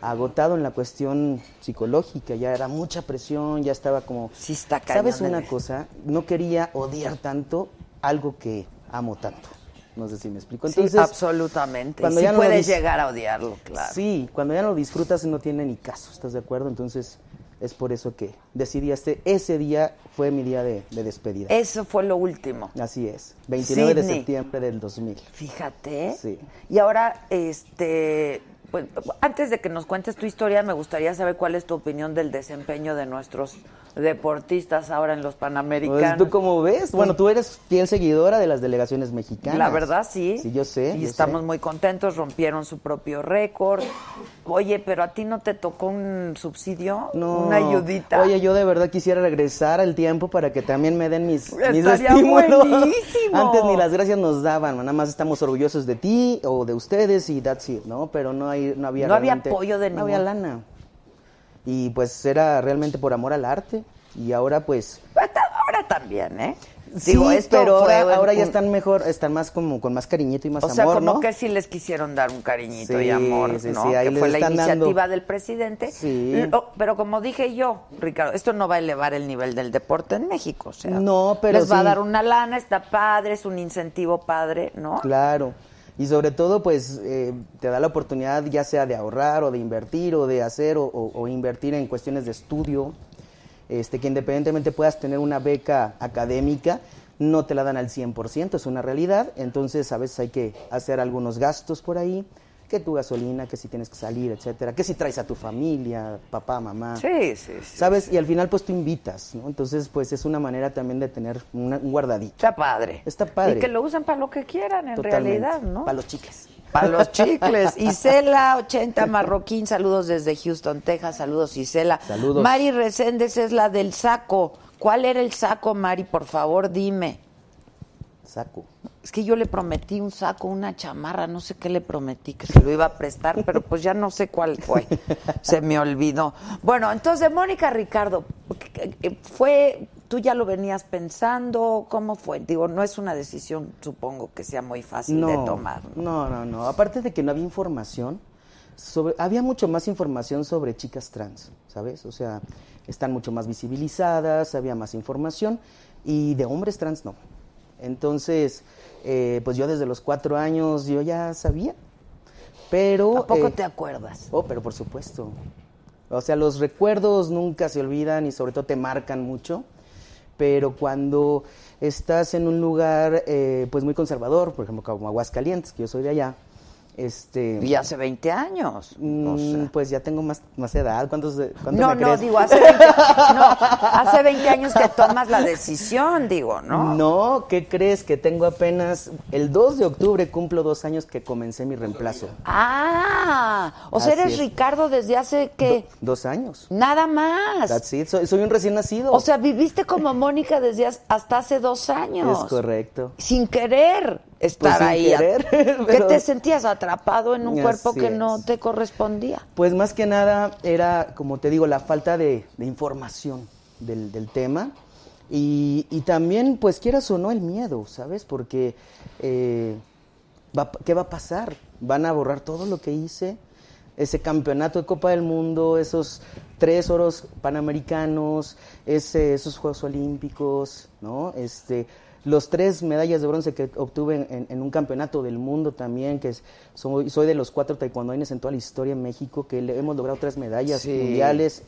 [SPEAKER 6] agotado en la cuestión psicológica, ya era mucha presión, ya estaba como.
[SPEAKER 1] Sí está cañón
[SPEAKER 6] ¿Sabes una
[SPEAKER 1] el-
[SPEAKER 6] cosa? No quería odiar tanto algo que amo tanto. No sé si me explico.
[SPEAKER 1] Sí,
[SPEAKER 6] Entonces,
[SPEAKER 1] absolutamente. Cuando
[SPEAKER 6] cuando
[SPEAKER 1] sí
[SPEAKER 6] ya no lo
[SPEAKER 1] puedes
[SPEAKER 6] dis-
[SPEAKER 1] llegar a odiarlo, claro.
[SPEAKER 6] Sí, cuando ya no lo disfrutas no tiene ni caso, ¿estás de acuerdo? Entonces es por eso que decidí este, ese día fue mi día de, de despedida.
[SPEAKER 1] Eso fue lo último.
[SPEAKER 6] Así es, 29 de
[SPEAKER 1] Sydney.
[SPEAKER 6] septiembre del 2000.
[SPEAKER 1] Fíjate.
[SPEAKER 6] Sí.
[SPEAKER 1] Y ahora, este, Pues antes de que nos cuentes tu historia, me gustaría saber cuál es tu opinión del desempeño de nuestros deportistas ahora en los
[SPEAKER 6] Pues,
[SPEAKER 1] Panamericanos.
[SPEAKER 6] ¿Tú cómo ves? Bueno, tú eres fiel seguidora de las delegaciones mexicanas.
[SPEAKER 1] La verdad, sí.
[SPEAKER 6] Sí, yo sé.
[SPEAKER 1] Y
[SPEAKER 6] yo
[SPEAKER 1] estamos
[SPEAKER 6] sé.
[SPEAKER 1] muy contentos, rompieron su propio récord. Oye, pero a ti no te tocó un subsidio,
[SPEAKER 6] No.
[SPEAKER 1] una ayudita.
[SPEAKER 6] Oye, yo de verdad quisiera regresar al tiempo para que también me den mis, mis
[SPEAKER 1] Estaría
[SPEAKER 6] estímulos.
[SPEAKER 1] buenísimo.
[SPEAKER 6] Antes ni las gracias nos daban, nada más estamos orgullosos de ti o de ustedes y that's it, ¿no? Pero no, hay, no había
[SPEAKER 1] No había
[SPEAKER 6] realmente-
[SPEAKER 1] apoyo de
[SPEAKER 6] No había
[SPEAKER 1] ningún-
[SPEAKER 6] lana. Y pues era realmente por amor al arte y ahora pues...
[SPEAKER 1] Ahora también, ¿eh?
[SPEAKER 6] Sí,
[SPEAKER 1] Digo, esto
[SPEAKER 6] pero
[SPEAKER 1] fue
[SPEAKER 6] ahora,
[SPEAKER 1] un-
[SPEAKER 6] ahora ya
[SPEAKER 1] un-
[SPEAKER 6] están mejor, están más como con más cariñito y más
[SPEAKER 1] O sea,
[SPEAKER 6] amor,
[SPEAKER 1] como
[SPEAKER 6] ¿no?
[SPEAKER 1] que sí les quisieron dar un cariñito
[SPEAKER 6] Sí,
[SPEAKER 1] y amor,
[SPEAKER 6] sí,
[SPEAKER 1] ¿no?
[SPEAKER 6] sí, ahí
[SPEAKER 1] que
[SPEAKER 6] les
[SPEAKER 1] fue la
[SPEAKER 6] están
[SPEAKER 1] iniciativa
[SPEAKER 6] dando-
[SPEAKER 1] del presidente.
[SPEAKER 6] Sí.
[SPEAKER 1] Lo- pero como dije yo, Ricardo, esto no va a elevar el nivel del deporte en México, o sea.
[SPEAKER 6] No, pero
[SPEAKER 1] Les va a
[SPEAKER 6] sí.
[SPEAKER 1] dar una lana, está padre, es un incentivo padre, ¿no?
[SPEAKER 6] Claro. Y sobre todo, pues, eh, te da la oportunidad ya sea de ahorrar o de invertir o de hacer o, o- o invertir en cuestiones de estudio, este, que independientemente puedas tener una beca académica, no te la dan al 100%, es una realidad. Entonces, a veces hay que hacer algunos gastos por ahí, que tu gasolina, que si tienes que salir, etcétera, que si traes a tu familia, papá, mamá.
[SPEAKER 1] Sí, sí, sí.
[SPEAKER 6] ¿Sabes? Y al final, pues, tú invitas, ¿no? Entonces, pues, es una manera también de tener una- un guardadito.
[SPEAKER 1] Está padre.
[SPEAKER 6] Está padre.
[SPEAKER 1] Y que lo usan para lo que quieran, en
[SPEAKER 6] Totalmente.
[SPEAKER 1] realidad, ¿no?
[SPEAKER 6] Para los chicles.
[SPEAKER 1] Para los chicles. Isela 80 Marroquín, saludos desde Houston, Texas. Saludos, Isela.
[SPEAKER 6] Saludos.
[SPEAKER 1] Mari Reséndez es la del saco. ¿Cuál era el saco, Mari? Por favor, dime.
[SPEAKER 6] Saco.
[SPEAKER 1] Es que yo le prometí un saco, una chamarra, no sé qué le prometí, que se lo iba a prestar, pero pues ya no sé cuál fue. Se me olvidó. Bueno, entonces, Mónica Ricardo, fue, tú ya lo venías pensando, ¿cómo fue? Digo, no es una decisión, supongo, que sea muy fácil de tomar. ¿no?
[SPEAKER 6] No, no, no. Aparte de que no había información, sobre, había mucho más información sobre chicas trans, ¿sabes? O sea, están mucho más visibilizadas, había más información, y de hombres trans no. Entonces, eh, pues yo desde los cuatro años yo ya sabía, pero...
[SPEAKER 1] Tampoco
[SPEAKER 6] eh,
[SPEAKER 1] te acuerdas.
[SPEAKER 6] Oh, pero por supuesto. O sea, los recuerdos nunca se olvidan y sobre todo te marcan mucho. Pero cuando estás en un lugar eh, pues muy conservador, por ejemplo como Aguascalientes, que yo soy de allá, este
[SPEAKER 1] Y hace 20 años. o
[SPEAKER 6] mm,
[SPEAKER 1] sea.
[SPEAKER 6] pues ya tengo más, más edad. ¿Cuántos, cuántos
[SPEAKER 1] No,
[SPEAKER 6] me
[SPEAKER 1] no,
[SPEAKER 6] crees?
[SPEAKER 1] digo, hace 20, no, hace 20 años que tomas la decisión, digo, ¿no?
[SPEAKER 6] No, ¿qué crees? Que tengo apenas el 2 de octubre cumplo dos años que comencé mi reemplazo.
[SPEAKER 1] Ah, o sea,
[SPEAKER 6] Así
[SPEAKER 1] eres
[SPEAKER 6] es.
[SPEAKER 1] Ricardo desde hace que...
[SPEAKER 6] Dos años.
[SPEAKER 1] Nada más.
[SPEAKER 6] That's it. Soy, soy un recién nacido.
[SPEAKER 1] O sea, viviste como Mónica desde has- hasta hace dos años.
[SPEAKER 6] es correcto. Pues
[SPEAKER 1] Sin querer estar
[SPEAKER 6] sin
[SPEAKER 1] ahí.
[SPEAKER 6] querer,
[SPEAKER 1] ¿Qué
[SPEAKER 6] pero-
[SPEAKER 1] te sentías atrapado en un
[SPEAKER 6] Así
[SPEAKER 1] cuerpo que no
[SPEAKER 6] es.
[SPEAKER 1] te correspondía?
[SPEAKER 6] Pues más que nada era, como te digo, la falta de, de información del, del tema. Y, y también, pues quieras o no, el miedo, ¿sabes? Porque, eh, va- ¿qué va a pasar? ¿Van a borrar todo lo que hice? Ese campeonato de Copa del Mundo, esos tres oros panamericanos, ese- esos Juegos Olímpicos, ¿no? Este, los tres medallas de bronce que obtuve en, en- en un campeonato del mundo también, que es- soy, soy de los cuatro taekwondoines en toda la historia en México, que le- hemos logrado tres medallas
[SPEAKER 1] Sí.
[SPEAKER 6] mundiales.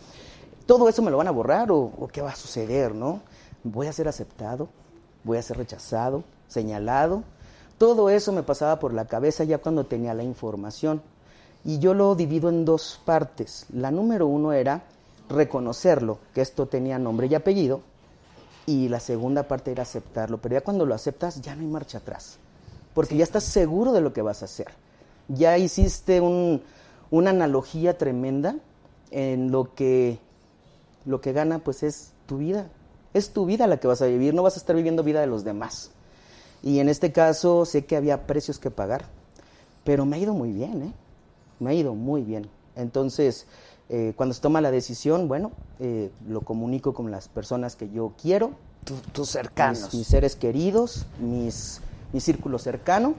[SPEAKER 6] ¿Todo eso me lo van a borrar o, o qué va a suceder, no? ¿Voy a ser aceptado? ¿Voy a ser rechazado? ¿Señalado? Todo eso me pasaba por la cabeza ya cuando tenía la información. Y yo lo divido en dos partes. La número uno era reconocerlo, que esto tenía nombre y apellido, y la segunda parte era aceptarlo. Pero ya cuando lo aceptas, ya no hay marcha atrás. Porque ya estás seguro de lo que vas a hacer. Ya hiciste un- una analogía tremenda en lo que lo que gana pues es tu vida. Es tu vida la que vas a vivir, no vas a estar viviendo vida de los demás. Y en este caso sé que había precios que pagar, pero me ha ido muy bien, ¿eh? Me ha ido muy bien. Entonces, eh, cuando se toma la decisión, bueno, eh, lo comunico con las personas que yo quiero,
[SPEAKER 1] Tu- tus
[SPEAKER 6] mis,
[SPEAKER 1] cercanos.
[SPEAKER 6] mis seres queridos, mis, mi círculo cercano,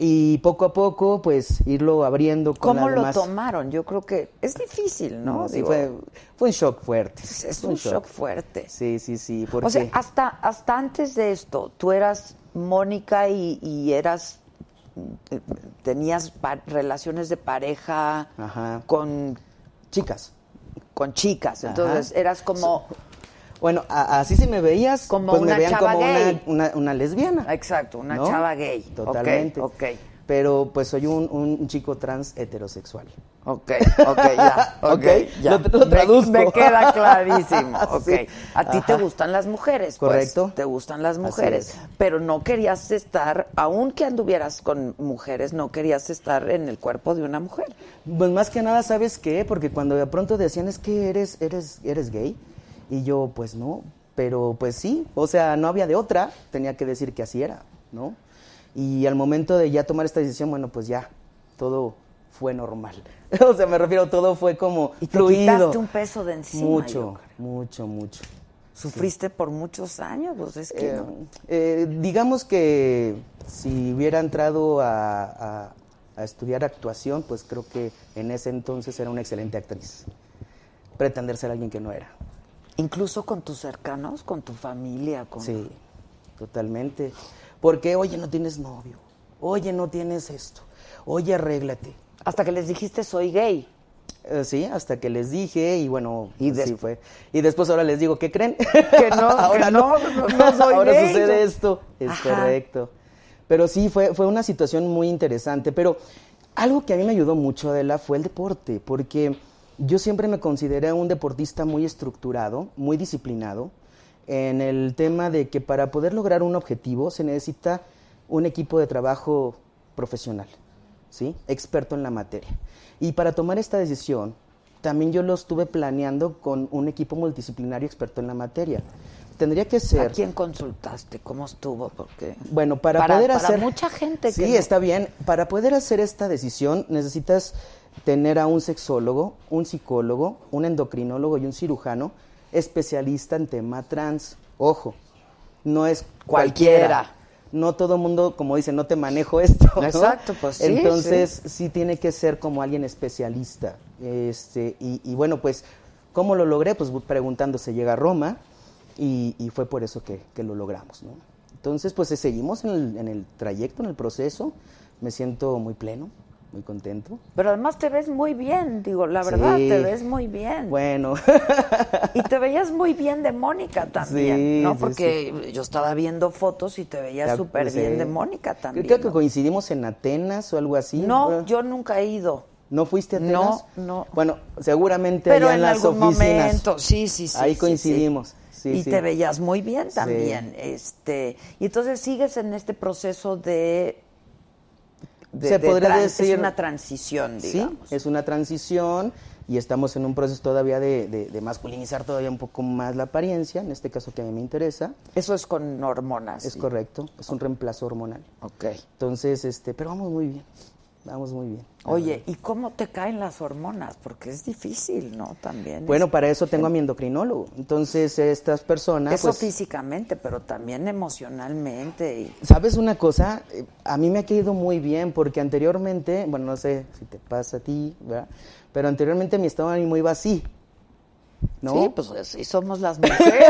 [SPEAKER 6] y poco a poco, pues, irlo abriendo con
[SPEAKER 1] ¿Cómo
[SPEAKER 6] las
[SPEAKER 1] lo
[SPEAKER 6] demás-
[SPEAKER 1] tomaron? Yo creo que es difícil, ¿no?
[SPEAKER 6] Sí,
[SPEAKER 1] Digo,
[SPEAKER 6] fue, fue un shock fuerte.
[SPEAKER 1] es, es
[SPEAKER 6] fue
[SPEAKER 1] un shock fuerte.
[SPEAKER 6] Sí, sí, sí. Porque...
[SPEAKER 1] O sea, hasta, hasta antes de esto, tú eras Mónica y, y eras. eh, tenías pa- relaciones de pareja
[SPEAKER 6] Ajá.
[SPEAKER 1] con,
[SPEAKER 6] Chicas.
[SPEAKER 1] con chicas.
[SPEAKER 6] Ajá.
[SPEAKER 1] Entonces eras como.
[SPEAKER 6] Bueno, a- así si me veías,
[SPEAKER 1] Como
[SPEAKER 6] pues
[SPEAKER 1] una
[SPEAKER 6] me veían
[SPEAKER 1] chava
[SPEAKER 6] como una-
[SPEAKER 1] gay.
[SPEAKER 6] Una, una lesbiana.
[SPEAKER 1] Exacto, una
[SPEAKER 6] ¿No?
[SPEAKER 1] chava gay.
[SPEAKER 6] Totalmente.
[SPEAKER 1] Ok, ok.
[SPEAKER 6] pero pues soy un, un chico trans heterosexual.
[SPEAKER 1] Ok, ok, ya, ok, ya.
[SPEAKER 6] Lo,
[SPEAKER 1] Me-
[SPEAKER 6] lo traduzco.
[SPEAKER 1] Me, queda clarísimo, ok.
[SPEAKER 6] Sí.
[SPEAKER 1] A ti te
[SPEAKER 6] Ajá.
[SPEAKER 1] gustan las mujeres, pues.
[SPEAKER 6] Correcto.
[SPEAKER 1] Te gustan las
[SPEAKER 6] Así
[SPEAKER 1] mujeres,
[SPEAKER 6] es.
[SPEAKER 1] pero no querías estar, aun que anduvieras con mujeres, no querías estar en el cuerpo de una mujer.
[SPEAKER 6] Pues más que nada, ¿sabes qué? Porque cuando de pronto decían, es que eres, eres, eres gay, y yo, pues no, pero pues sí, o sea, no había de otra, tenía que decir que así era, ¿no? Y al momento de ya tomar esta decisión, bueno, pues ya, todo fue normal. o sea, me refiero, todo fue como
[SPEAKER 1] Y te
[SPEAKER 6] fluido.
[SPEAKER 1] quitaste un peso de encima, yo creo.
[SPEAKER 6] Mucho, mucho, mucho.
[SPEAKER 1] Sufriste por muchos años, pues es que
[SPEAKER 6] Eh,
[SPEAKER 1] no.
[SPEAKER 6] eh, digamos que si hubiera entrado a, a- a estudiar actuación, pues creo que en ese entonces era una excelente actriz. Pretender ser alguien que no era.
[SPEAKER 1] Incluso con tus cercanos, con tu familia, con...
[SPEAKER 6] Sí, totalmente. Porque, oye, no tienes novio. Oye, no tienes esto. Oye, arréglate.
[SPEAKER 1] Hasta que les dijiste soy gay.
[SPEAKER 6] Eh, sí, hasta que les dije y bueno,
[SPEAKER 1] Y
[SPEAKER 6] y
[SPEAKER 1] des-
[SPEAKER 6] así fue. Y después ahora les digo, ¿qué creen?
[SPEAKER 1] Que no, que no, no soy
[SPEAKER 6] ahora
[SPEAKER 1] gay.
[SPEAKER 6] sucede esto. Es
[SPEAKER 1] Ajá.
[SPEAKER 6] correcto. Pero sí, fue, fue una situación muy interesante. Pero algo que a mí me ayudó mucho, Adela, fue el deporte. Porque yo siempre me consideré un deportista muy estructurado, muy disciplinado, en el tema de que para poder lograr un objetivo se necesita un equipo de trabajo profesional, ¿sí? Experto en la materia. Y para tomar esta decisión, también yo lo estuve planeando con un equipo multidisciplinario experto en la materia. Tendría que ser...
[SPEAKER 1] ¿A quién consultaste? ¿Cómo estuvo? Porque
[SPEAKER 6] Bueno, para,
[SPEAKER 1] Para-
[SPEAKER 6] poder
[SPEAKER 1] para
[SPEAKER 6] hacer.
[SPEAKER 1] mucha gente
[SPEAKER 6] Sí,
[SPEAKER 1] que no-
[SPEAKER 6] está bien. Para poder hacer esta decisión necesitas tener a un sexólogo, un psicólogo, un endocrinólogo y un cirujano especialista en tema trans. Ojo, no es
[SPEAKER 1] Cualquiera.
[SPEAKER 6] cualquiera. No todo mundo, como dicen, no te manejo esto. ¿no?
[SPEAKER 1] Exacto, pues sí,
[SPEAKER 6] Entonces, sí. tiene que ser como alguien especialista. Este, y, y bueno, pues, ¿cómo lo logré? Pues preguntando, se llega a Roma y, y fue por eso que, que lo logramos, ¿no? Entonces, pues eh, seguimos en el, en el trayecto, en el proceso. Me siento muy pleno, muy contento.
[SPEAKER 1] Pero además te ves muy bien, digo, la verdad,
[SPEAKER 6] Sí.
[SPEAKER 1] te ves muy bien.
[SPEAKER 6] Bueno,
[SPEAKER 1] Y te veías muy bien de Mónica también,
[SPEAKER 6] Sí,
[SPEAKER 1] ¿no?
[SPEAKER 6] sí,
[SPEAKER 1] Porque yo estaba viendo fotos y te veías
[SPEAKER 6] ya,
[SPEAKER 1] súper
[SPEAKER 6] pues, eh,
[SPEAKER 1] bien de Mónica
[SPEAKER 6] creo-
[SPEAKER 1] también.
[SPEAKER 6] Creo que
[SPEAKER 1] ¿no?
[SPEAKER 6] coincidimos en Atenas o algo así.
[SPEAKER 1] No,
[SPEAKER 6] Bueno,
[SPEAKER 1] yo nunca he ido.
[SPEAKER 6] ¿No fuiste a
[SPEAKER 1] No,
[SPEAKER 6] Atenas?
[SPEAKER 1] no.
[SPEAKER 6] Bueno, seguramente
[SPEAKER 1] Pero
[SPEAKER 6] allá
[SPEAKER 1] en
[SPEAKER 6] en, las
[SPEAKER 1] algún
[SPEAKER 6] oficinas.
[SPEAKER 1] momento, sí, sí, sí.
[SPEAKER 6] Ahí
[SPEAKER 1] sí,
[SPEAKER 6] coincidimos.
[SPEAKER 1] sí.
[SPEAKER 6] Sí,
[SPEAKER 1] y
[SPEAKER 6] sí.
[SPEAKER 1] te veías muy bien
[SPEAKER 6] Sí.
[SPEAKER 1] también. Este, y entonces sigues en este proceso de, de-
[SPEAKER 6] Se
[SPEAKER 1] de
[SPEAKER 6] podría
[SPEAKER 1] tran-
[SPEAKER 6] decir-
[SPEAKER 1] es una transición, digamos.
[SPEAKER 6] Sí, es una transición y estamos en un proceso todavía de, de- de masculinizar todavía un poco más la apariencia, en este caso que a mí me interesa.
[SPEAKER 1] Eso es con hormonas.
[SPEAKER 6] Es
[SPEAKER 1] sí.
[SPEAKER 6] correcto, es un reemplazo hormonal.
[SPEAKER 1] Ok.
[SPEAKER 6] Entonces, este, pero vamos muy bien, vamos muy bien.
[SPEAKER 1] Oye, ¿y cómo te caen las hormonas? Porque es difícil, ¿no? También.
[SPEAKER 6] Bueno,
[SPEAKER 1] es-
[SPEAKER 6] para eso tengo a mi endocrinólogo. Entonces, estas personas...
[SPEAKER 1] eso
[SPEAKER 6] pues,
[SPEAKER 1] físicamente, pero también emocionalmente. y-
[SPEAKER 6] ¿Sabes una cosa? Eh, A mí me ha caído muy bien porque anteriormente, bueno, no sé si te pasa a ti, ¿verdad? Pero anteriormente mi estado de ánimo iba así. ¿No?
[SPEAKER 1] Sí, pues así somos las mujeres.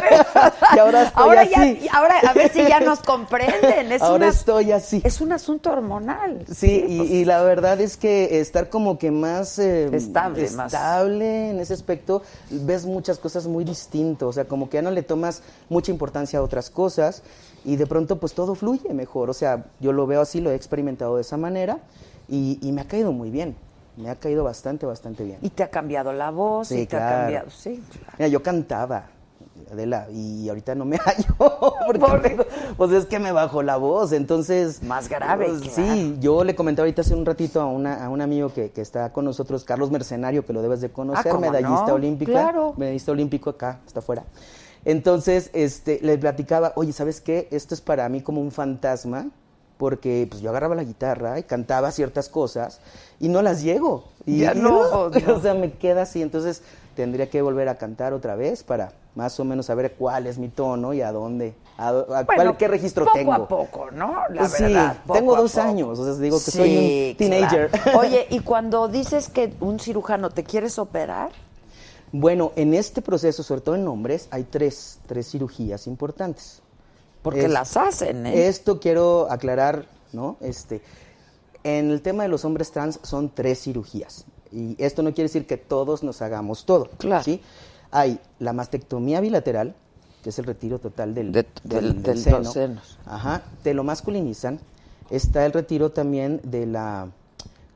[SPEAKER 6] Y ahora estoy
[SPEAKER 1] ahora
[SPEAKER 6] así.
[SPEAKER 1] Ya, ahora a ver si ya nos comprenden. Es
[SPEAKER 6] Ahora
[SPEAKER 1] una-
[SPEAKER 6] estoy así.
[SPEAKER 1] Es un asunto hormonal.
[SPEAKER 6] Sí, y, y la verdad es que estar como que más eh,
[SPEAKER 1] Estable, más.
[SPEAKER 6] estable en ese aspecto, ves muchas cosas muy distintas, o sea, como que ya no le tomas mucha importancia a otras cosas y de pronto pues todo fluye mejor, o sea, yo lo veo así, lo he experimentado de esa manera y, y me ha caído muy bien, me ha caído bastante, bastante bien.
[SPEAKER 1] Y te ha cambiado la voz,
[SPEAKER 6] Sí,
[SPEAKER 1] y te ha
[SPEAKER 6] claro.
[SPEAKER 1] cambiado. Sí, claro.
[SPEAKER 6] Mira, yo cantaba, Adela, y ahorita no me hallo, porque tengo- pues es que me bajó la voz, entonces...
[SPEAKER 1] Más grave,
[SPEAKER 6] pues,
[SPEAKER 1] claro.
[SPEAKER 6] sí, yo le comentaba ahorita hace un ratito a, una- a un amigo que, que está con nosotros, Carlos Mercenario, que lo debes de conocer,
[SPEAKER 1] Ah, ¿cómo
[SPEAKER 6] medallista
[SPEAKER 1] no?
[SPEAKER 6] olímpica,
[SPEAKER 1] Claro.
[SPEAKER 6] medallista olímpico acá, está afuera. Entonces, este, le platicaba, oye, ¿sabes qué? Esto es para mí como un fantasma, porque pues yo agarraba la guitarra y cantaba ciertas cosas y no las llego. Y,
[SPEAKER 1] Ya
[SPEAKER 6] y-
[SPEAKER 1] no, no.
[SPEAKER 6] o sea, me queda así, entonces tendría que volver a cantar otra vez para más o menos saber cuál es mi tono y a dónde, a, a cuál, qué registro
[SPEAKER 1] poco
[SPEAKER 6] tengo.
[SPEAKER 1] a poco, ¿no? La
[SPEAKER 6] Sí,
[SPEAKER 1] verdad. poco
[SPEAKER 6] tengo
[SPEAKER 1] a
[SPEAKER 6] dos
[SPEAKER 1] poco.
[SPEAKER 6] años, o sea, digo que soy un
[SPEAKER 1] Sí,
[SPEAKER 6] teenager.
[SPEAKER 1] claro. Oye, y cuando dices que un cirujano te quieres operar,
[SPEAKER 6] Bueno, en este proceso, sobre todo en hombres, hay tres, tres cirugías importantes.
[SPEAKER 1] porque
[SPEAKER 6] Es-
[SPEAKER 1] las hacen, ¿eh?
[SPEAKER 6] Esto quiero aclarar, ¿no? Este, en el tema de los hombres trans son tres cirugías. Y esto no quiere decir que todos nos hagamos todo.
[SPEAKER 1] Claro.
[SPEAKER 6] ¿sí? Hay la mastectomía bilateral, que es el retiro total del,
[SPEAKER 1] De- del- del- los senos.
[SPEAKER 6] Ajá. Te lo masculinizan, está el retiro también de la,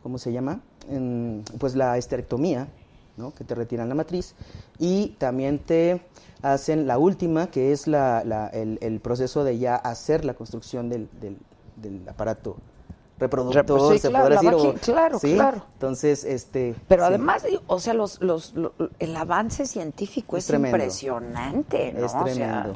[SPEAKER 6] ¿cómo se llama? En, pues la esterectomía, ¿no? que te retiran la matriz, y también te hacen la última, que es la, la- el, el proceso de ya hacer la construcción del, del- del aparato reproductor,
[SPEAKER 1] Pues Sí,
[SPEAKER 6] se
[SPEAKER 1] claro,
[SPEAKER 6] podrá
[SPEAKER 1] la
[SPEAKER 6] decir. o-
[SPEAKER 1] vagina, claro,
[SPEAKER 6] ¿sí?
[SPEAKER 1] claro.
[SPEAKER 6] Entonces, este...
[SPEAKER 1] Pero
[SPEAKER 6] sí,
[SPEAKER 1] además, o sea, los, los, lo- el avance científico es,
[SPEAKER 6] tremendo.
[SPEAKER 1] impresionante, ¿no?
[SPEAKER 6] Es
[SPEAKER 1] O sea,
[SPEAKER 6] tremendo.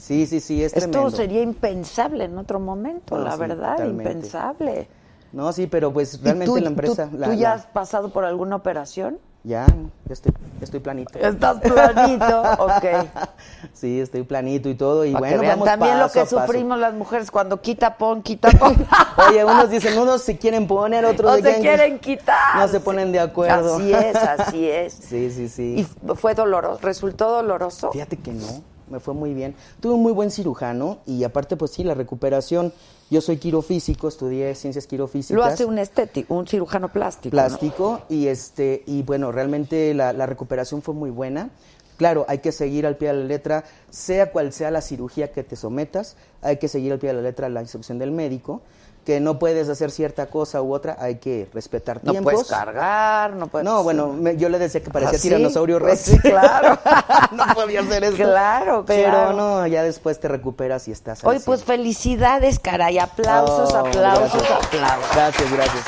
[SPEAKER 6] sí, sí, sí, es tremendo.
[SPEAKER 1] esto sería impensable en otro momento,
[SPEAKER 6] Ah,
[SPEAKER 1] la
[SPEAKER 6] sí,
[SPEAKER 1] verdad,
[SPEAKER 6] totalmente.
[SPEAKER 1] impensable.
[SPEAKER 6] No, sí, pero pues realmente
[SPEAKER 1] ¿Y tú-
[SPEAKER 6] la empresa...
[SPEAKER 1] ¿Tú,
[SPEAKER 6] la-
[SPEAKER 1] tú
[SPEAKER 6] la-
[SPEAKER 1] ya has pasado por alguna operación?
[SPEAKER 6] Ya, ya estoy, ya estoy planito.
[SPEAKER 1] Estás planito, ok.
[SPEAKER 6] Sí, estoy planito y todo. Y
[SPEAKER 1] Para que
[SPEAKER 6] bueno,
[SPEAKER 1] vean
[SPEAKER 6] vamos
[SPEAKER 1] pues, también
[SPEAKER 6] paso
[SPEAKER 1] lo
[SPEAKER 6] a
[SPEAKER 1] que
[SPEAKER 6] paso.
[SPEAKER 1] sufrimos las mujeres cuando quita pon, quita pon.
[SPEAKER 6] Oye, unos dicen, unos se quieren poner, otros
[SPEAKER 1] no
[SPEAKER 6] se
[SPEAKER 1] se quieren quitar.
[SPEAKER 6] No se ponen de acuerdo.
[SPEAKER 1] Así es, así es.
[SPEAKER 6] Sí, sí, sí.
[SPEAKER 1] ¿Y f- fue doloroso? ¿Resultó doloroso?
[SPEAKER 6] Fíjate que no, me fue muy bien. Tuve un muy buen cirujano y aparte, pues sí, la recuperación. Yo soy quirofísico, estudié ciencias quirofísicas.
[SPEAKER 1] Lo hace un estético, un cirujano plástico. ¿no?
[SPEAKER 6] plástico y este y bueno realmente la, la recuperación fue muy buena claro hay que seguir al pie de la letra sea cual sea la cirugía que te sometas hay que seguir al pie de la letra la instrucción del médico que no puedes hacer cierta cosa u otra hay que respetar
[SPEAKER 1] No
[SPEAKER 6] tiempos
[SPEAKER 1] puedes cargar, no puedes.
[SPEAKER 6] no bueno me- yo le decía que parecía
[SPEAKER 1] ¿Ah, sí?
[SPEAKER 6] tiranosaurio
[SPEAKER 1] Pues
[SPEAKER 6] rex
[SPEAKER 1] sí, claro.
[SPEAKER 6] no podía hacer eso
[SPEAKER 1] Claro,
[SPEAKER 6] pero
[SPEAKER 1] claro.
[SPEAKER 6] no ya después te recuperas y estás al
[SPEAKER 1] Hoy,
[SPEAKER 6] cien.
[SPEAKER 1] pues felicidades, caray. Aplausos,
[SPEAKER 6] Oh,
[SPEAKER 1] aplausos,
[SPEAKER 6] gracias.
[SPEAKER 1] aplausos.
[SPEAKER 6] gracias gracias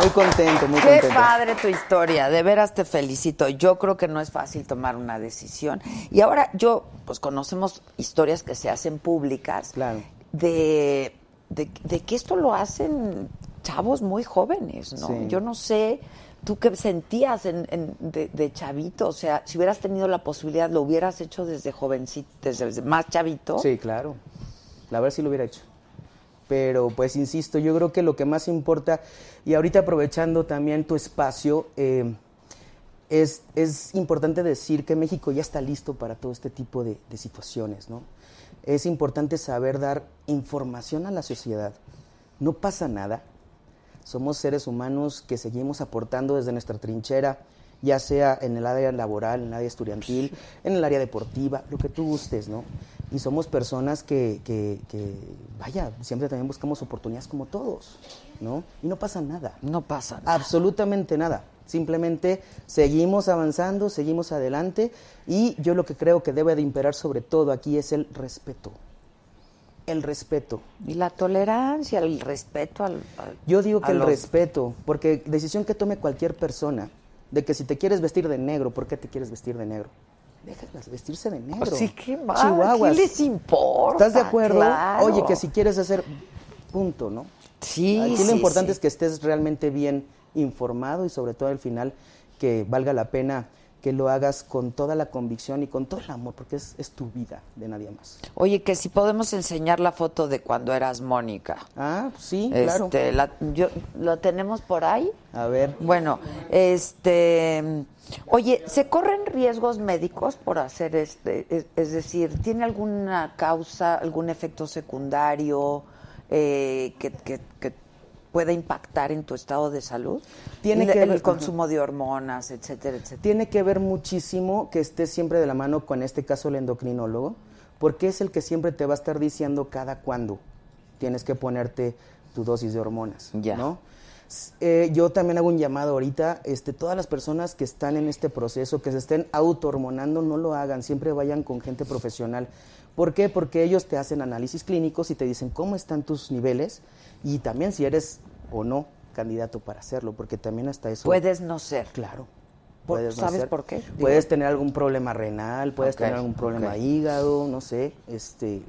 [SPEAKER 6] muy contento muy
[SPEAKER 1] Qué
[SPEAKER 6] contento
[SPEAKER 1] padre tu historia, de veras te felicito. Yo creo que no es fácil tomar una decisión. Y ahora yo, pues conocemos historias que se hacen públicas
[SPEAKER 6] Claro.
[SPEAKER 1] de, de, de que esto lo hacen chavos muy jóvenes, ¿no?
[SPEAKER 6] Sí.
[SPEAKER 1] Yo no sé, tú qué sentías en- en- de, de chavito, o sea, si hubieras tenido la posibilidad, lo hubieras hecho desde jovencito, desde más chavito.
[SPEAKER 6] Sí, claro. La verdad sí lo hubiera hecho. Pero pues insisto, yo creo que lo que más importa, y ahorita aprovechando también tu espacio, eh, es, es importante decir que México ya está listo para todo este tipo de, de situaciones, ¿no? Es importante saber dar información a la sociedad. No pasa nada. Somos seres humanos que seguimos aportando desde nuestra trinchera, ya sea en el área laboral, en el área estudiantil, en el área deportiva, lo que tú gustes, ¿no? Y somos personas que, que- que, vaya, siempre también buscamos oportunidades como todos, ¿no? Y no pasa nada.
[SPEAKER 1] No pasa nada.
[SPEAKER 6] Absolutamente nada. Simplemente seguimos avanzando, seguimos adelante y yo lo que creo que debe de imperar sobre todo aquí es el respeto. El respeto.
[SPEAKER 1] Y la tolerancia, el respeto al. al-
[SPEAKER 6] Yo digo
[SPEAKER 1] a
[SPEAKER 6] que el
[SPEAKER 1] los-
[SPEAKER 6] respeto, porque decisión que tome cualquier persona, de que si te quieres vestir de negro, ¿por qué te quieres vestir de negro? Déjalas vestirse de negro.
[SPEAKER 1] Pues sí, qué mal,
[SPEAKER 6] Chihuahuas.
[SPEAKER 1] ¿qué les importa?
[SPEAKER 6] ¿Estás de acuerdo?
[SPEAKER 1] Claro.
[SPEAKER 6] Oye, que si quieres hacer punto, ¿no?
[SPEAKER 1] Sí,
[SPEAKER 6] Aquí lo
[SPEAKER 1] sí,
[SPEAKER 6] importante
[SPEAKER 1] sí.
[SPEAKER 6] es que estés realmente bien informado y sobre todo al final que valga la pena que lo hagas con toda la convicción y con todo el amor, porque es, es tu vida de nadie más.
[SPEAKER 1] Oye, que si podemos enseñar la foto de cuando eras Mónica.
[SPEAKER 6] Ah, sí, claro.
[SPEAKER 1] Este, la, yo, ¿Lo tenemos por ahí?
[SPEAKER 6] A ver.
[SPEAKER 1] Bueno, este. Oye, ¿se corren riesgos médicos por hacer este? Es, es decir, ¿tiene alguna causa, algún efecto secundario eh, que, que- que pueda impactar en tu estado de salud?
[SPEAKER 6] Tiene
[SPEAKER 1] Le-
[SPEAKER 6] que
[SPEAKER 1] el,
[SPEAKER 6] ver-
[SPEAKER 1] consumo de hormonas, etcétera, etcétera.
[SPEAKER 6] Tiene que ver muchísimo que estés siempre de la mano con este caso el endocrinólogo, porque es el que siempre te va a estar diciendo cada cuándo tienes que ponerte tu dosis de hormonas,
[SPEAKER 1] Ya.
[SPEAKER 6] ¿no? S- eh, yo también hago un llamado ahorita, este, todas las personas que están en este proceso, que se estén autohormonando, no lo hagan, siempre vayan con gente profesional. ¿Por qué? Porque ellos te hacen análisis clínicos y te dicen cómo están tus niveles y también si eres o no candidato para hacerlo, porque también hasta eso...
[SPEAKER 1] Puedes no ser.
[SPEAKER 6] Claro.
[SPEAKER 1] Por-
[SPEAKER 6] Puedes
[SPEAKER 1] ¿sabes
[SPEAKER 6] nacer.
[SPEAKER 1] por qué?
[SPEAKER 6] Puedes tener algún problema renal, puedes
[SPEAKER 1] Ok,
[SPEAKER 6] tener algún problema
[SPEAKER 1] ok.
[SPEAKER 6] hígado, no sé, este,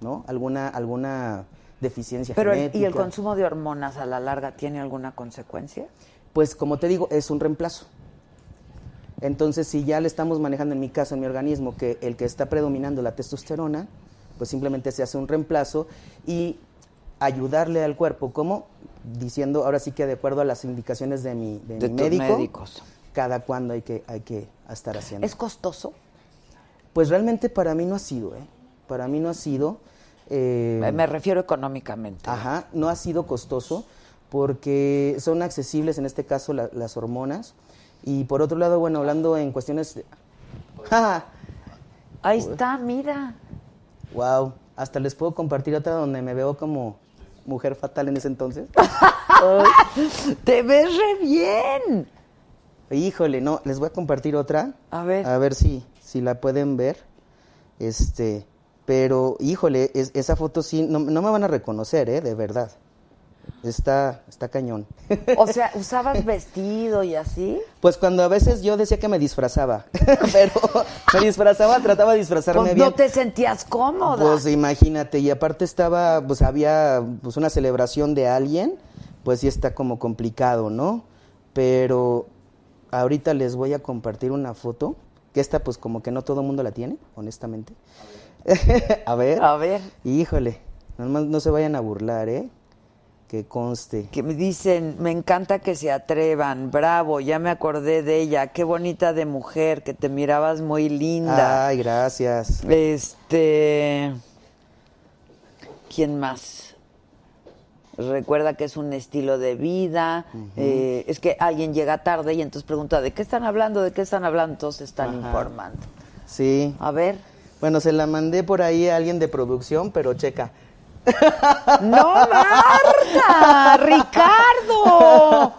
[SPEAKER 6] ¿no? Alguna, alguna deficiencia
[SPEAKER 1] Pero el,
[SPEAKER 6] genética.
[SPEAKER 1] ¿y el consumo de hormonas a la larga tiene alguna consecuencia?
[SPEAKER 6] Pues como te digo, es un reemplazo. Entonces, si ya le estamos manejando en mi caso, en mi organismo, que el que está predominando la testosterona, pues simplemente se hace un reemplazo y ayudarle al cuerpo, como diciendo, ahora sí que de acuerdo a las indicaciones de mi, de
[SPEAKER 1] De
[SPEAKER 6] mi
[SPEAKER 1] tus
[SPEAKER 6] médico,
[SPEAKER 1] médicos.
[SPEAKER 6] cada cuándo hay que, hay que estar haciendo.
[SPEAKER 1] ¿Es costoso?
[SPEAKER 6] Pues realmente para mí no ha sido, ¿eh? Para mí no ha sido. eh,
[SPEAKER 1] Me- Me refiero económicamente.
[SPEAKER 6] Ajá, no ha sido costoso porque son accesibles en este caso la- las hormonas. Y por otro lado, bueno, hablando en cuestiones. ¡Ja! Pues.
[SPEAKER 1] Ahí está, mira.
[SPEAKER 6] ¡Wow! Hasta les puedo compartir otra donde me veo como mujer fatal en ese entonces.
[SPEAKER 1] Te ves re bien.
[SPEAKER 6] Híjole, no, les voy a compartir otra.
[SPEAKER 1] A ver.
[SPEAKER 6] A ver si, si la pueden ver. Este, pero híjole, es- esa foto sí, no, no me van a reconocer, ¿eh? De verdad. Está, está cañón.
[SPEAKER 1] O sea, usabas vestido y así.
[SPEAKER 6] Pues cuando a veces yo decía que me disfrazaba, pero me disfrazaba, trataba de disfrazarme
[SPEAKER 1] Pues
[SPEAKER 6] bien.
[SPEAKER 1] no te sentías cómoda.
[SPEAKER 6] Pues imagínate, y aparte estaba, pues había pues una celebración de alguien, pues sí está como complicado, ¿no? Pero ahorita les voy a compartir una foto, que esta pues como que no todo el mundo la tiene, honestamente. A ver.
[SPEAKER 1] A ver.
[SPEAKER 6] Híjole, nomás no se vayan a burlar, ¿eh? Que conste.
[SPEAKER 1] que me dicen, me encanta que se atrevan, bravo, ya me acordé de ella, qué bonita de mujer, que te mirabas muy linda.
[SPEAKER 6] Ay, gracias.
[SPEAKER 1] Este, ¿quién más? Recuerda que es un estilo de vida, eh, es que alguien llega tarde y entonces pregunta, ¿de qué están hablando? ¿De qué están hablando? Entonces están
[SPEAKER 6] Ajá.
[SPEAKER 1] informando.
[SPEAKER 6] Sí.
[SPEAKER 1] A ver,
[SPEAKER 6] Bueno, se la mandé por ahí a alguien de producción, pero checa.
[SPEAKER 1] ¡No, Marta! ¡Ricardo!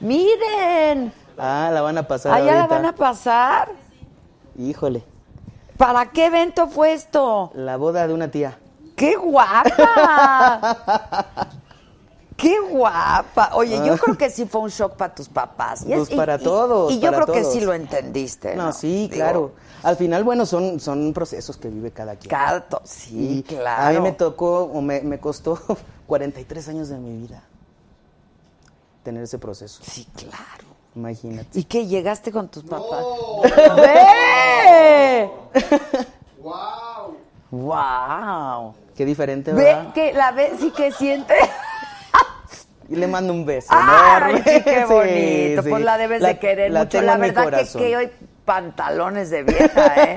[SPEAKER 1] ¡Miren!
[SPEAKER 6] Ah, la van a pasar
[SPEAKER 1] ¿Allá la
[SPEAKER 6] ahorita.
[SPEAKER 1] van a pasar?
[SPEAKER 6] Híjole,
[SPEAKER 1] ¿Para qué evento fue esto?
[SPEAKER 6] la boda de una tía.
[SPEAKER 1] ¡Qué guapa! ¡Qué guapa! Oye, yo creo que sí fue un shock para tus papás. es-
[SPEAKER 6] Pues para todos,
[SPEAKER 1] Y yo
[SPEAKER 6] para
[SPEAKER 1] creo que
[SPEAKER 6] todos.
[SPEAKER 1] sí lo entendiste. No,
[SPEAKER 6] No, sí,
[SPEAKER 1] Digo,
[SPEAKER 6] claro. Al final, bueno, son, son procesos que vive cada quien.
[SPEAKER 1] cada to- sí,
[SPEAKER 6] Y
[SPEAKER 1] claro.
[SPEAKER 6] A mí me tocó, o me, me costó 43 años de mi vida tener ese proceso.
[SPEAKER 1] Sí, claro.
[SPEAKER 6] Imagínate.
[SPEAKER 1] ¿Y qué? ¿Llegaste con tus papás? ¡Ve! ¡Wow!
[SPEAKER 6] Qué diferente,
[SPEAKER 1] ¿Ve
[SPEAKER 6] ¿verdad?
[SPEAKER 1] que la ve sí que siente?
[SPEAKER 6] Y le mando un beso.
[SPEAKER 1] ¡Ay,
[SPEAKER 6] enorme.
[SPEAKER 1] sí, qué
[SPEAKER 6] Sí,
[SPEAKER 1] bonito!
[SPEAKER 6] sí.
[SPEAKER 1] Pues la debes de querer mucho.
[SPEAKER 6] tengo
[SPEAKER 1] La
[SPEAKER 6] en mi
[SPEAKER 1] verdad que,
[SPEAKER 6] corazón.
[SPEAKER 1] que hoy pantalones de vieja, ¿eh?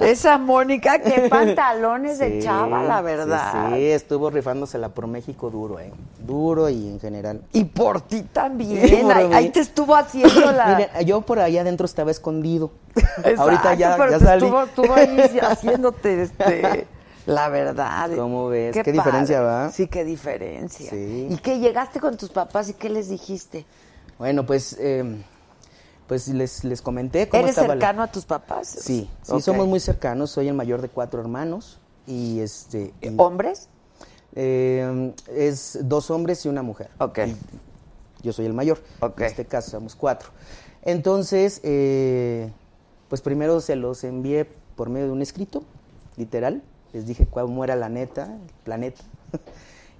[SPEAKER 1] Esa Mónica, qué pantalones de
[SPEAKER 6] Sí,
[SPEAKER 1] chava, la
[SPEAKER 6] sí,
[SPEAKER 1] verdad.
[SPEAKER 6] Sí, estuvo rifándosela por México duro, ¿eh? Duro y en general.
[SPEAKER 1] Y por ti también.
[SPEAKER 6] Sí, por
[SPEAKER 1] ahí,
[SPEAKER 6] mí.
[SPEAKER 1] ahí te estuvo haciendo la...
[SPEAKER 6] Miren, yo por allá adentro estaba escondido.
[SPEAKER 1] Exacto,
[SPEAKER 6] Ahorita ya,
[SPEAKER 1] pero
[SPEAKER 6] ya
[SPEAKER 1] te
[SPEAKER 6] salí.
[SPEAKER 1] Estuvo, estuvo ahí haciéndote este, la verdad.
[SPEAKER 6] ¿Cómo ves? Qué
[SPEAKER 1] padre.
[SPEAKER 6] diferencia, ¿va?
[SPEAKER 1] Sí, qué diferencia.
[SPEAKER 6] Sí.
[SPEAKER 1] ¿Y qué llegaste con tus papás y qué les dijiste?
[SPEAKER 6] Bueno, pues, eh, pues les, les comenté cómo
[SPEAKER 1] ¿Eres
[SPEAKER 6] estaba la-
[SPEAKER 1] cercano a tus papás?
[SPEAKER 6] Sí, sí,
[SPEAKER 1] Ok.
[SPEAKER 6] somos muy cercanos. Soy el mayor de cuatro hermanos y este... y,
[SPEAKER 1] ¿Hombres?
[SPEAKER 6] eh, es dos hombres y una mujer.
[SPEAKER 1] Ok.
[SPEAKER 6] Y yo soy el mayor.
[SPEAKER 1] Ok.
[SPEAKER 6] En este caso somos cuatro. Entonces, eh, pues primero se los envié por medio de un escrito, literal. Les dije cómo era la neta, el planeta.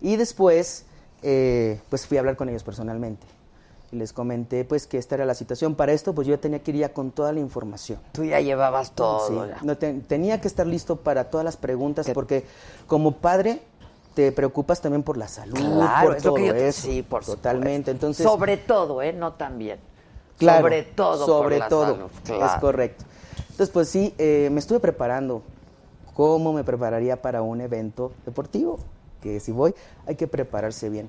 [SPEAKER 6] Y después, eh, pues fui a hablar con ellos personalmente. Y les comenté, pues, que esta era la situación. Para esto, pues yo ya tenía que ir ya con toda la información.
[SPEAKER 1] Tú ya llevabas todo.
[SPEAKER 6] Sí,
[SPEAKER 1] ya.
[SPEAKER 6] no te- tenía que estar listo para todas las preguntas
[SPEAKER 1] Que-
[SPEAKER 6] porque como padre te preocupas también por la salud,
[SPEAKER 1] Claro,
[SPEAKER 6] por
[SPEAKER 1] es lo que
[SPEAKER 6] todo
[SPEAKER 1] yo te-
[SPEAKER 6] eso,
[SPEAKER 1] sí, por
[SPEAKER 6] totalmente.
[SPEAKER 1] supuesto.
[SPEAKER 6] Entonces,
[SPEAKER 1] sobre todo, ¿eh? No también.
[SPEAKER 6] claro,
[SPEAKER 1] sobre todo. por
[SPEAKER 6] sobre
[SPEAKER 1] la
[SPEAKER 6] todo,
[SPEAKER 1] salud, claro.
[SPEAKER 6] es correcto. Entonces, pues sí, eh, me estuve preparando. ¿Cómo me prepararía para un evento deportivo? Que si voy, hay que prepararse bien.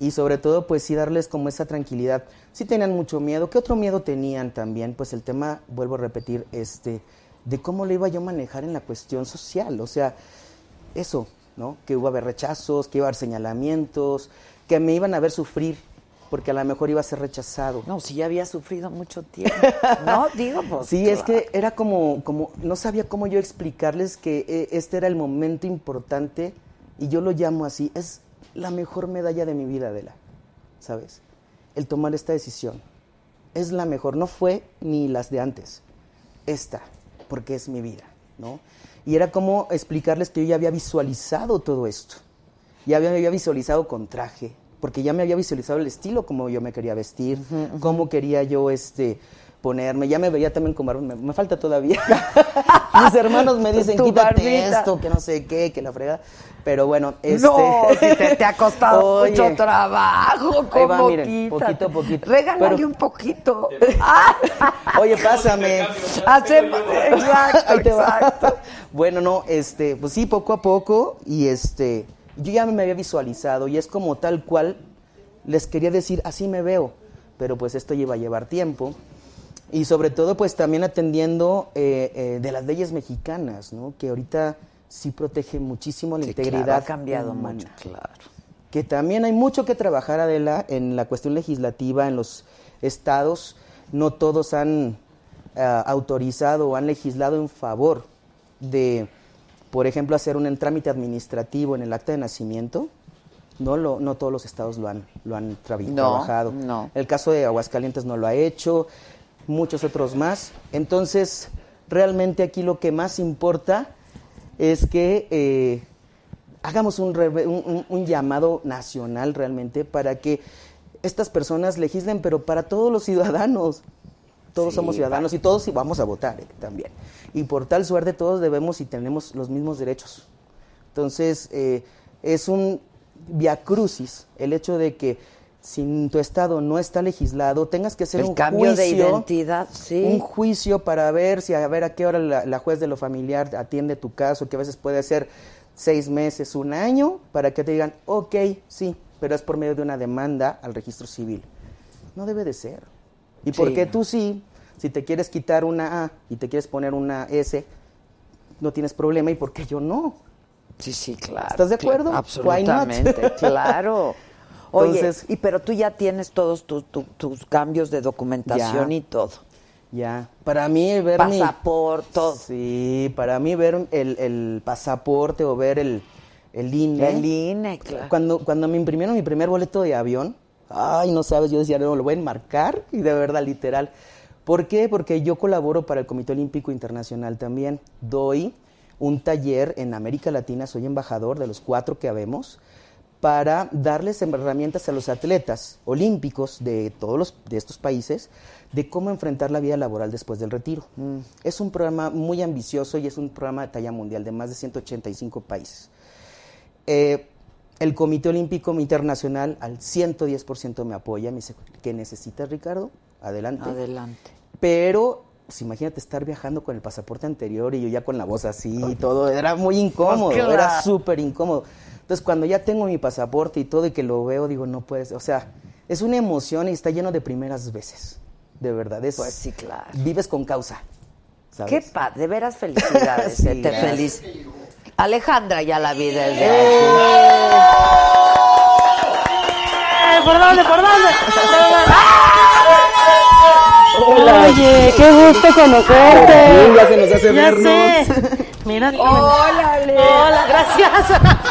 [SPEAKER 6] Y sobre todo, pues sí, darles como esa tranquilidad. Sí tenían mucho miedo. ¿Qué otro miedo tenían también? Pues el tema, vuelvo a repetir, este, de cómo lo iba yo a manejar en la cuestión social. O sea, eso, ¿no? Que iba a haber rechazos, que iba a haber señalamientos, que me iban a ver sufrir, porque a lo mejor iba a ser rechazado.
[SPEAKER 1] No, si ya había sufrido mucho tiempo. No, digo, pues.
[SPEAKER 6] Sí, es
[SPEAKER 1] claro.
[SPEAKER 6] que era como, como, no sabía cómo yo explicarles que eh, este era el momento importante y yo lo llamo así, es la mejor medalla de mi vida, Adela, ¿sabes? El tomar esta decisión. Es la mejor, no fue ni las de antes, esta, porque es mi vida, ¿no? Y era como explicarles que yo ya había visualizado todo esto, ya había- me había visualizado con traje, porque ya me había visualizado el estilo, como yo me quería vestir, cómo quería yo este ponerme, ya me veía también con barba, me, me falta todavía. Mis hermanos me dicen,
[SPEAKER 1] Tu
[SPEAKER 6] quítate
[SPEAKER 1] barbita".
[SPEAKER 6] esto, que no sé qué, que la fregada. Pero bueno, este...
[SPEAKER 1] No, si te, te ha costado
[SPEAKER 6] Oye,
[SPEAKER 1] mucho trabajo.
[SPEAKER 6] Ahí
[SPEAKER 1] ¿Cómo
[SPEAKER 6] va, miren, poquito a poquito.
[SPEAKER 1] Regálale
[SPEAKER 6] Pero-
[SPEAKER 1] un poquito. Ah,
[SPEAKER 6] Oye, pásame.
[SPEAKER 1] hacemos- exacto,
[SPEAKER 6] Ahí te va.
[SPEAKER 1] exacto.
[SPEAKER 6] Bueno, no, este, pues sí, poco a poco. Y este, yo ya me había visualizado y es como tal cual les quería decir, así me veo. Pero pues esto lleva a llevar tiempo. Y sobre todo, pues también atendiendo eh, eh, de las leyes mexicanas, ¿no? Que ahorita sí protege muchísimo la
[SPEAKER 1] Sí, claro,
[SPEAKER 6] integridad
[SPEAKER 1] ha cambiado
[SPEAKER 6] humana.
[SPEAKER 1] mucho, claro.
[SPEAKER 6] Que también hay mucho que trabajar, Adela, en la cuestión legislativa, en los estados. No todos han ah, autorizado o han legislado en favor de, por ejemplo, hacer un trámite administrativo en el acta de nacimiento. No, lo, no todos los estados lo han, lo han trabi-
[SPEAKER 1] No,
[SPEAKER 6] trabajado.
[SPEAKER 1] no.
[SPEAKER 6] El caso de Aguascalientes no lo ha hecho, muchos otros más. Entonces, realmente aquí lo que más importa es que eh, hagamos un, reve- un- un- un llamado nacional realmente para que estas personas legislen, pero para todos los ciudadanos. Todos
[SPEAKER 1] Sí,
[SPEAKER 6] somos ciudadanos
[SPEAKER 1] va.
[SPEAKER 6] y todos sí vamos a votar eh, también. Y por tal suerte todos debemos y tenemos los mismos derechos. Entonces, eh, es un via crucis el hecho de que si tu estado no está legislado, tengas que hacer
[SPEAKER 1] El
[SPEAKER 6] un
[SPEAKER 1] cambio de
[SPEAKER 6] juicio,
[SPEAKER 1] identidad, sí.
[SPEAKER 6] un juicio para ver si a ver a qué hora la, la juez de lo familiar atiende tu caso, que a veces puede ser seis meses, un año, para que te digan, ok, sí, pero es por medio de una demanda al registro civil. No debe de ser. ¿Y
[SPEAKER 1] Sí.
[SPEAKER 6] por qué tú sí? Si te quieres quitar una A y te quieres poner una S, no tienes problema. ¿Y por qué yo no?
[SPEAKER 1] Sí, sí, claro.
[SPEAKER 6] ¿Estás de
[SPEAKER 1] claro,
[SPEAKER 6] acuerdo? Why not?
[SPEAKER 1] Absolutamente, claro. Oye,
[SPEAKER 6] Entonces-
[SPEAKER 1] y pero tú ya tienes todos tus, tu- tus cambios de documentación
[SPEAKER 6] Ya.
[SPEAKER 1] y todo.
[SPEAKER 6] Ya. Para mí ver mi-
[SPEAKER 1] Pasaporte, todo.
[SPEAKER 6] Sí, para mí ver el, el pasaporte o ver el, el E, INE.
[SPEAKER 1] El E, INE, claro.
[SPEAKER 6] Cuando, cuando me imprimieron mi primer boleto de avión, ay, no sabes, yo decía, no, lo voy a enmarcar, y de verdad, literal. ¿Por qué? Porque yo colaboro para el Comité Olímpico Internacional también. Doy un taller en América Latina, soy embajador de los cuatro que habemos, para darles herramientas a los atletas olímpicos de todos los, de estos países de cómo enfrentar la vida laboral después del retiro. Es un programa muy ambicioso y es un programa de talla mundial de más de 185 países eh, el Comité Olímpico Internacional al 110% me apoya, me dice, ¿qué necesitas, Ricardo? Adelante.
[SPEAKER 1] Adelante.
[SPEAKER 6] Pero, pues imagínate estar viajando con el pasaporte anterior y yo ya con la voz así y todo, era muy incómodo,
[SPEAKER 1] Pues claro.
[SPEAKER 6] era súper incómodo. Entonces, cuando ya tengo mi pasaporte y todo y que lo veo, digo, no puedes, o sea, es una emoción y está lleno de primeras veces, de verdad. Es,
[SPEAKER 1] Pues sí, claro.
[SPEAKER 6] Vives con causa, ¿sabes?
[SPEAKER 1] Qué padre, de veras felicidades,
[SPEAKER 6] Sí,
[SPEAKER 1] eh, te
[SPEAKER 6] gracias. ¡Eh!
[SPEAKER 1] feliz. Alejandra ya la vi desde ¿Por dónde, por dónde?
[SPEAKER 6] ¡Eh!
[SPEAKER 7] Oye, qué gusto conocerte.
[SPEAKER 6] Sí, ya se nos hace
[SPEAKER 7] Ya
[SPEAKER 6] vernos.
[SPEAKER 7] sé. Mira,
[SPEAKER 1] Hola, Ale.
[SPEAKER 7] Hola, gracias.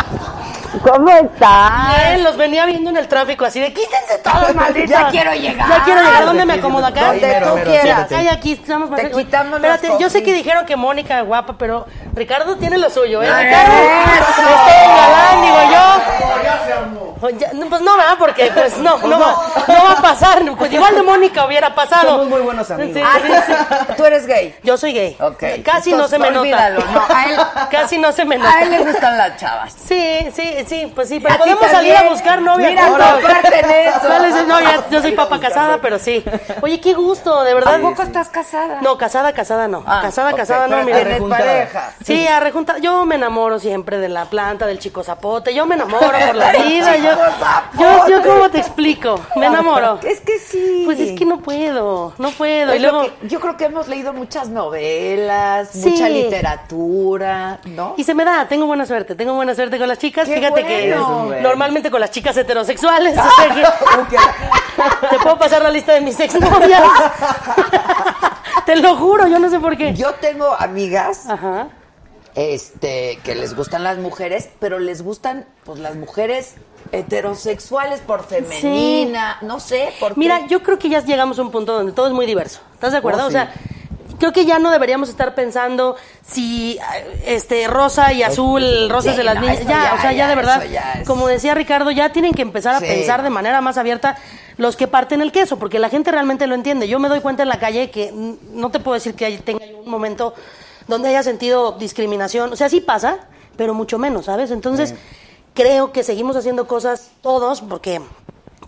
[SPEAKER 1] ¿Cómo estás?
[SPEAKER 7] Ay, los venía viendo en el tráfico así de quítense todos, malditos.
[SPEAKER 1] Ya quiero llegar.
[SPEAKER 7] Ya quiero llegar. ¿Dónde me acomodo acá?
[SPEAKER 1] Donde tú quieras.
[SPEAKER 7] Ay, aquí estamos. más
[SPEAKER 1] Te
[SPEAKER 7] cerca.
[SPEAKER 1] quitamos los
[SPEAKER 7] Espérate, yo sé
[SPEAKER 1] cojines.
[SPEAKER 7] que dijeron que Mónica es guapa, pero Ricardo tiene lo suyo, ¿eh?
[SPEAKER 1] ¡Eso!
[SPEAKER 7] Ricardo, este galán, digo yo. Pues ya- no, Pues no, ¿verdad? Porque pues no, no, va, no va a pasar. Pues igual de Mónica hubiera pasado.
[SPEAKER 6] Somos muy buenos amigos.
[SPEAKER 7] Sí,
[SPEAKER 1] Ah,
[SPEAKER 7] sí, sí.
[SPEAKER 1] Tú eres gay.
[SPEAKER 7] Yo soy gay.
[SPEAKER 1] Ok.
[SPEAKER 7] Casi no
[SPEAKER 1] Entonces,
[SPEAKER 7] se me
[SPEAKER 1] olvídalo,
[SPEAKER 7] nota.
[SPEAKER 1] no, a él-
[SPEAKER 7] Casi no se me nota.
[SPEAKER 1] A él le gustan las chavas.
[SPEAKER 7] Sí, sí, sí, pues sí, pero
[SPEAKER 1] A ti
[SPEAKER 7] podemos salir a
[SPEAKER 1] también.
[SPEAKER 7] buscar novia.
[SPEAKER 1] Mira,
[SPEAKER 7] juntos.
[SPEAKER 1] comparten eso.
[SPEAKER 7] ¿Cuál es el- No, ya, yo soy papa casada, pero sí. Oye, qué gusto, de verdad.
[SPEAKER 1] ¿Tampoco estás casada?
[SPEAKER 7] No, casada, casada no.
[SPEAKER 1] Ah,
[SPEAKER 7] casada,
[SPEAKER 1] ok,
[SPEAKER 7] casada no,
[SPEAKER 1] pero
[SPEAKER 7] mira.
[SPEAKER 1] ¿Tienes
[SPEAKER 6] Rejuntada.
[SPEAKER 1] pareja?
[SPEAKER 7] Sí, a rejunta. Yo me enamoro siempre de la planta, del chico zapote. Yo me enamoro por la vida. Yo, yo, yo ¿cómo te explico? Me enamoro.
[SPEAKER 1] Es que sí.
[SPEAKER 7] Pues es que no puedo, no puedo. Y
[SPEAKER 1] Es lo
[SPEAKER 7] luego.
[SPEAKER 1] que- yo creo que hemos leído muchas novelas,
[SPEAKER 7] Sí.
[SPEAKER 1] mucha literatura, ¿no?
[SPEAKER 7] Y se me da, tengo buena suerte, tengo buena suerte con las chicas.
[SPEAKER 1] ¡Qué
[SPEAKER 7] Fíjate
[SPEAKER 1] bueno!
[SPEAKER 7] que normalmente con las chicas heterosexuales. o sea que- te puedo pasar la lista de mis exnovias. te lo juro, yo no sé por qué.
[SPEAKER 1] Yo tengo amigas
[SPEAKER 7] Ajá.
[SPEAKER 1] este que les gustan las mujeres, pero les gustan pues las mujeres heterosexuales por femenina, no sé, por qué.
[SPEAKER 7] Mira, yo creo que ya llegamos a un punto donde todo es muy diverso. ¿Estás de acuerdo?
[SPEAKER 1] Oh,
[SPEAKER 7] O sea, creo que ya no deberíamos estar pensando si ah, este rosa y azul, rosa es de
[SPEAKER 1] sí,
[SPEAKER 7] las
[SPEAKER 1] no,
[SPEAKER 7] niñas.
[SPEAKER 1] eso
[SPEAKER 7] Ya,
[SPEAKER 1] ya,
[SPEAKER 7] o sea, ya,
[SPEAKER 1] ya,
[SPEAKER 7] de verdad,
[SPEAKER 1] eso ya es-
[SPEAKER 7] como decía Ricardo, ya tienen que empezar a
[SPEAKER 1] Sí.
[SPEAKER 7] pensar de manera más abierta los que parten el queso, porque la gente realmente lo entiende. Yo me doy cuenta en la calle que mm, no te puedo decir que hay- tenga yo un momento donde haya sentido discriminación. O sea, sí pasa, pero mucho menos, ¿sabes? Entonces, creo que seguimos haciendo cosas todos, porque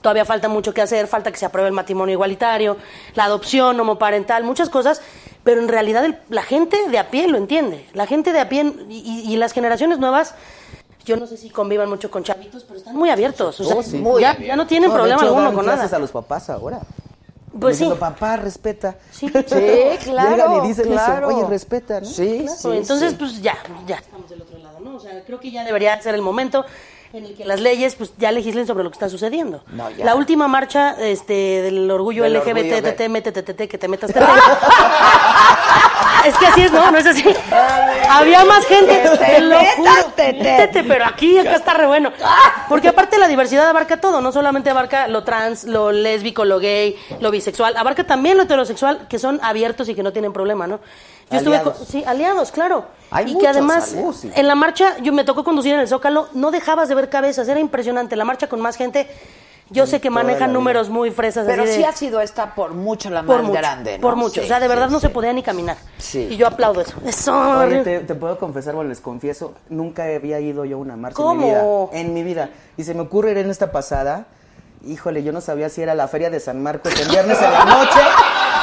[SPEAKER 7] todavía falta mucho que hacer, falta que se apruebe el matrimonio igualitario, la adopción homoparental, muchas cosas, pero en realidad el- la gente de a pie lo entiende. La gente de a pie y- y- y las generaciones nuevas yo no sé si convivan mucho con chavitos, pero están muy abiertos. O sea,
[SPEAKER 6] Oh, sí.
[SPEAKER 7] muy ya, ya no tienen
[SPEAKER 6] No, de
[SPEAKER 7] problema
[SPEAKER 6] hecho,
[SPEAKER 7] alguno
[SPEAKER 6] dan
[SPEAKER 7] con nada.
[SPEAKER 6] clases a los papás ahora.
[SPEAKER 7] Pues sí.
[SPEAKER 6] Diciendo, papá, respeta.
[SPEAKER 7] Sí.
[SPEAKER 1] Sí, claro,
[SPEAKER 6] Llegan y dicen eso,
[SPEAKER 1] claro.
[SPEAKER 6] Oye, respeta, ¿no?
[SPEAKER 1] Sí,
[SPEAKER 6] Claro.
[SPEAKER 1] sí,
[SPEAKER 7] Entonces,
[SPEAKER 1] sí.
[SPEAKER 7] pues ya, ya. Estamos del otro lado. sea, creo que ya debería ser el momento en el que las leyes pues ya legislen sobre lo que está sucediendo.
[SPEAKER 1] No, ya.
[SPEAKER 7] La última marcha este del orgullo
[SPEAKER 1] Del orgullo
[SPEAKER 7] LGBT,
[SPEAKER 1] gay.
[SPEAKER 7] TT, métete, tete, que te metas tete. es que así es, ¿no? No es así. Había más gente,
[SPEAKER 1] Que te
[SPEAKER 7] te lo
[SPEAKER 1] metas,
[SPEAKER 7] juro.
[SPEAKER 1] tete.
[SPEAKER 7] Métete, pero aquí acá está re bueno. Porque aparte la diversidad abarca todo, no solamente abarca lo trans, lo lésbico, lo gay, lo bisexual, abarca también lo heterosexual, que son abiertos y que no tienen problema, ¿no? Yo estuve
[SPEAKER 1] Aliados.
[SPEAKER 7] con- sí, aliados, claro.
[SPEAKER 1] Hay
[SPEAKER 7] y que
[SPEAKER 1] muchos
[SPEAKER 7] además
[SPEAKER 1] aliados, sí.
[SPEAKER 7] en la marcha, yo me tocó conducir en el Zócalo, no dejabas de ver cabezas, era impresionante. La marcha con más gente, yo sé que
[SPEAKER 1] toda la
[SPEAKER 7] manejan
[SPEAKER 1] vida.
[SPEAKER 7] números muy fresas.
[SPEAKER 1] Pero
[SPEAKER 7] así de-
[SPEAKER 1] sí ha sido esta por mucho la
[SPEAKER 7] por
[SPEAKER 1] más
[SPEAKER 7] mucho,
[SPEAKER 1] grande. ¿no?
[SPEAKER 7] por mucho.
[SPEAKER 1] Sí,
[SPEAKER 7] o sea, de
[SPEAKER 1] sí,
[SPEAKER 7] verdad no
[SPEAKER 1] sí.
[SPEAKER 7] se podía ni caminar.
[SPEAKER 1] Sí.
[SPEAKER 7] Y yo aplaudo eso. Eso.
[SPEAKER 6] Oye, te, te puedo confesar, bueno, les confieso, nunca había ido yo a una marcha en mi vida.
[SPEAKER 7] ¿Cómo?
[SPEAKER 6] En mi vida. Y se me ocurre ir en esta pasada. Híjole, yo no sabía si era la feria de San Marcos el viernes a la noche.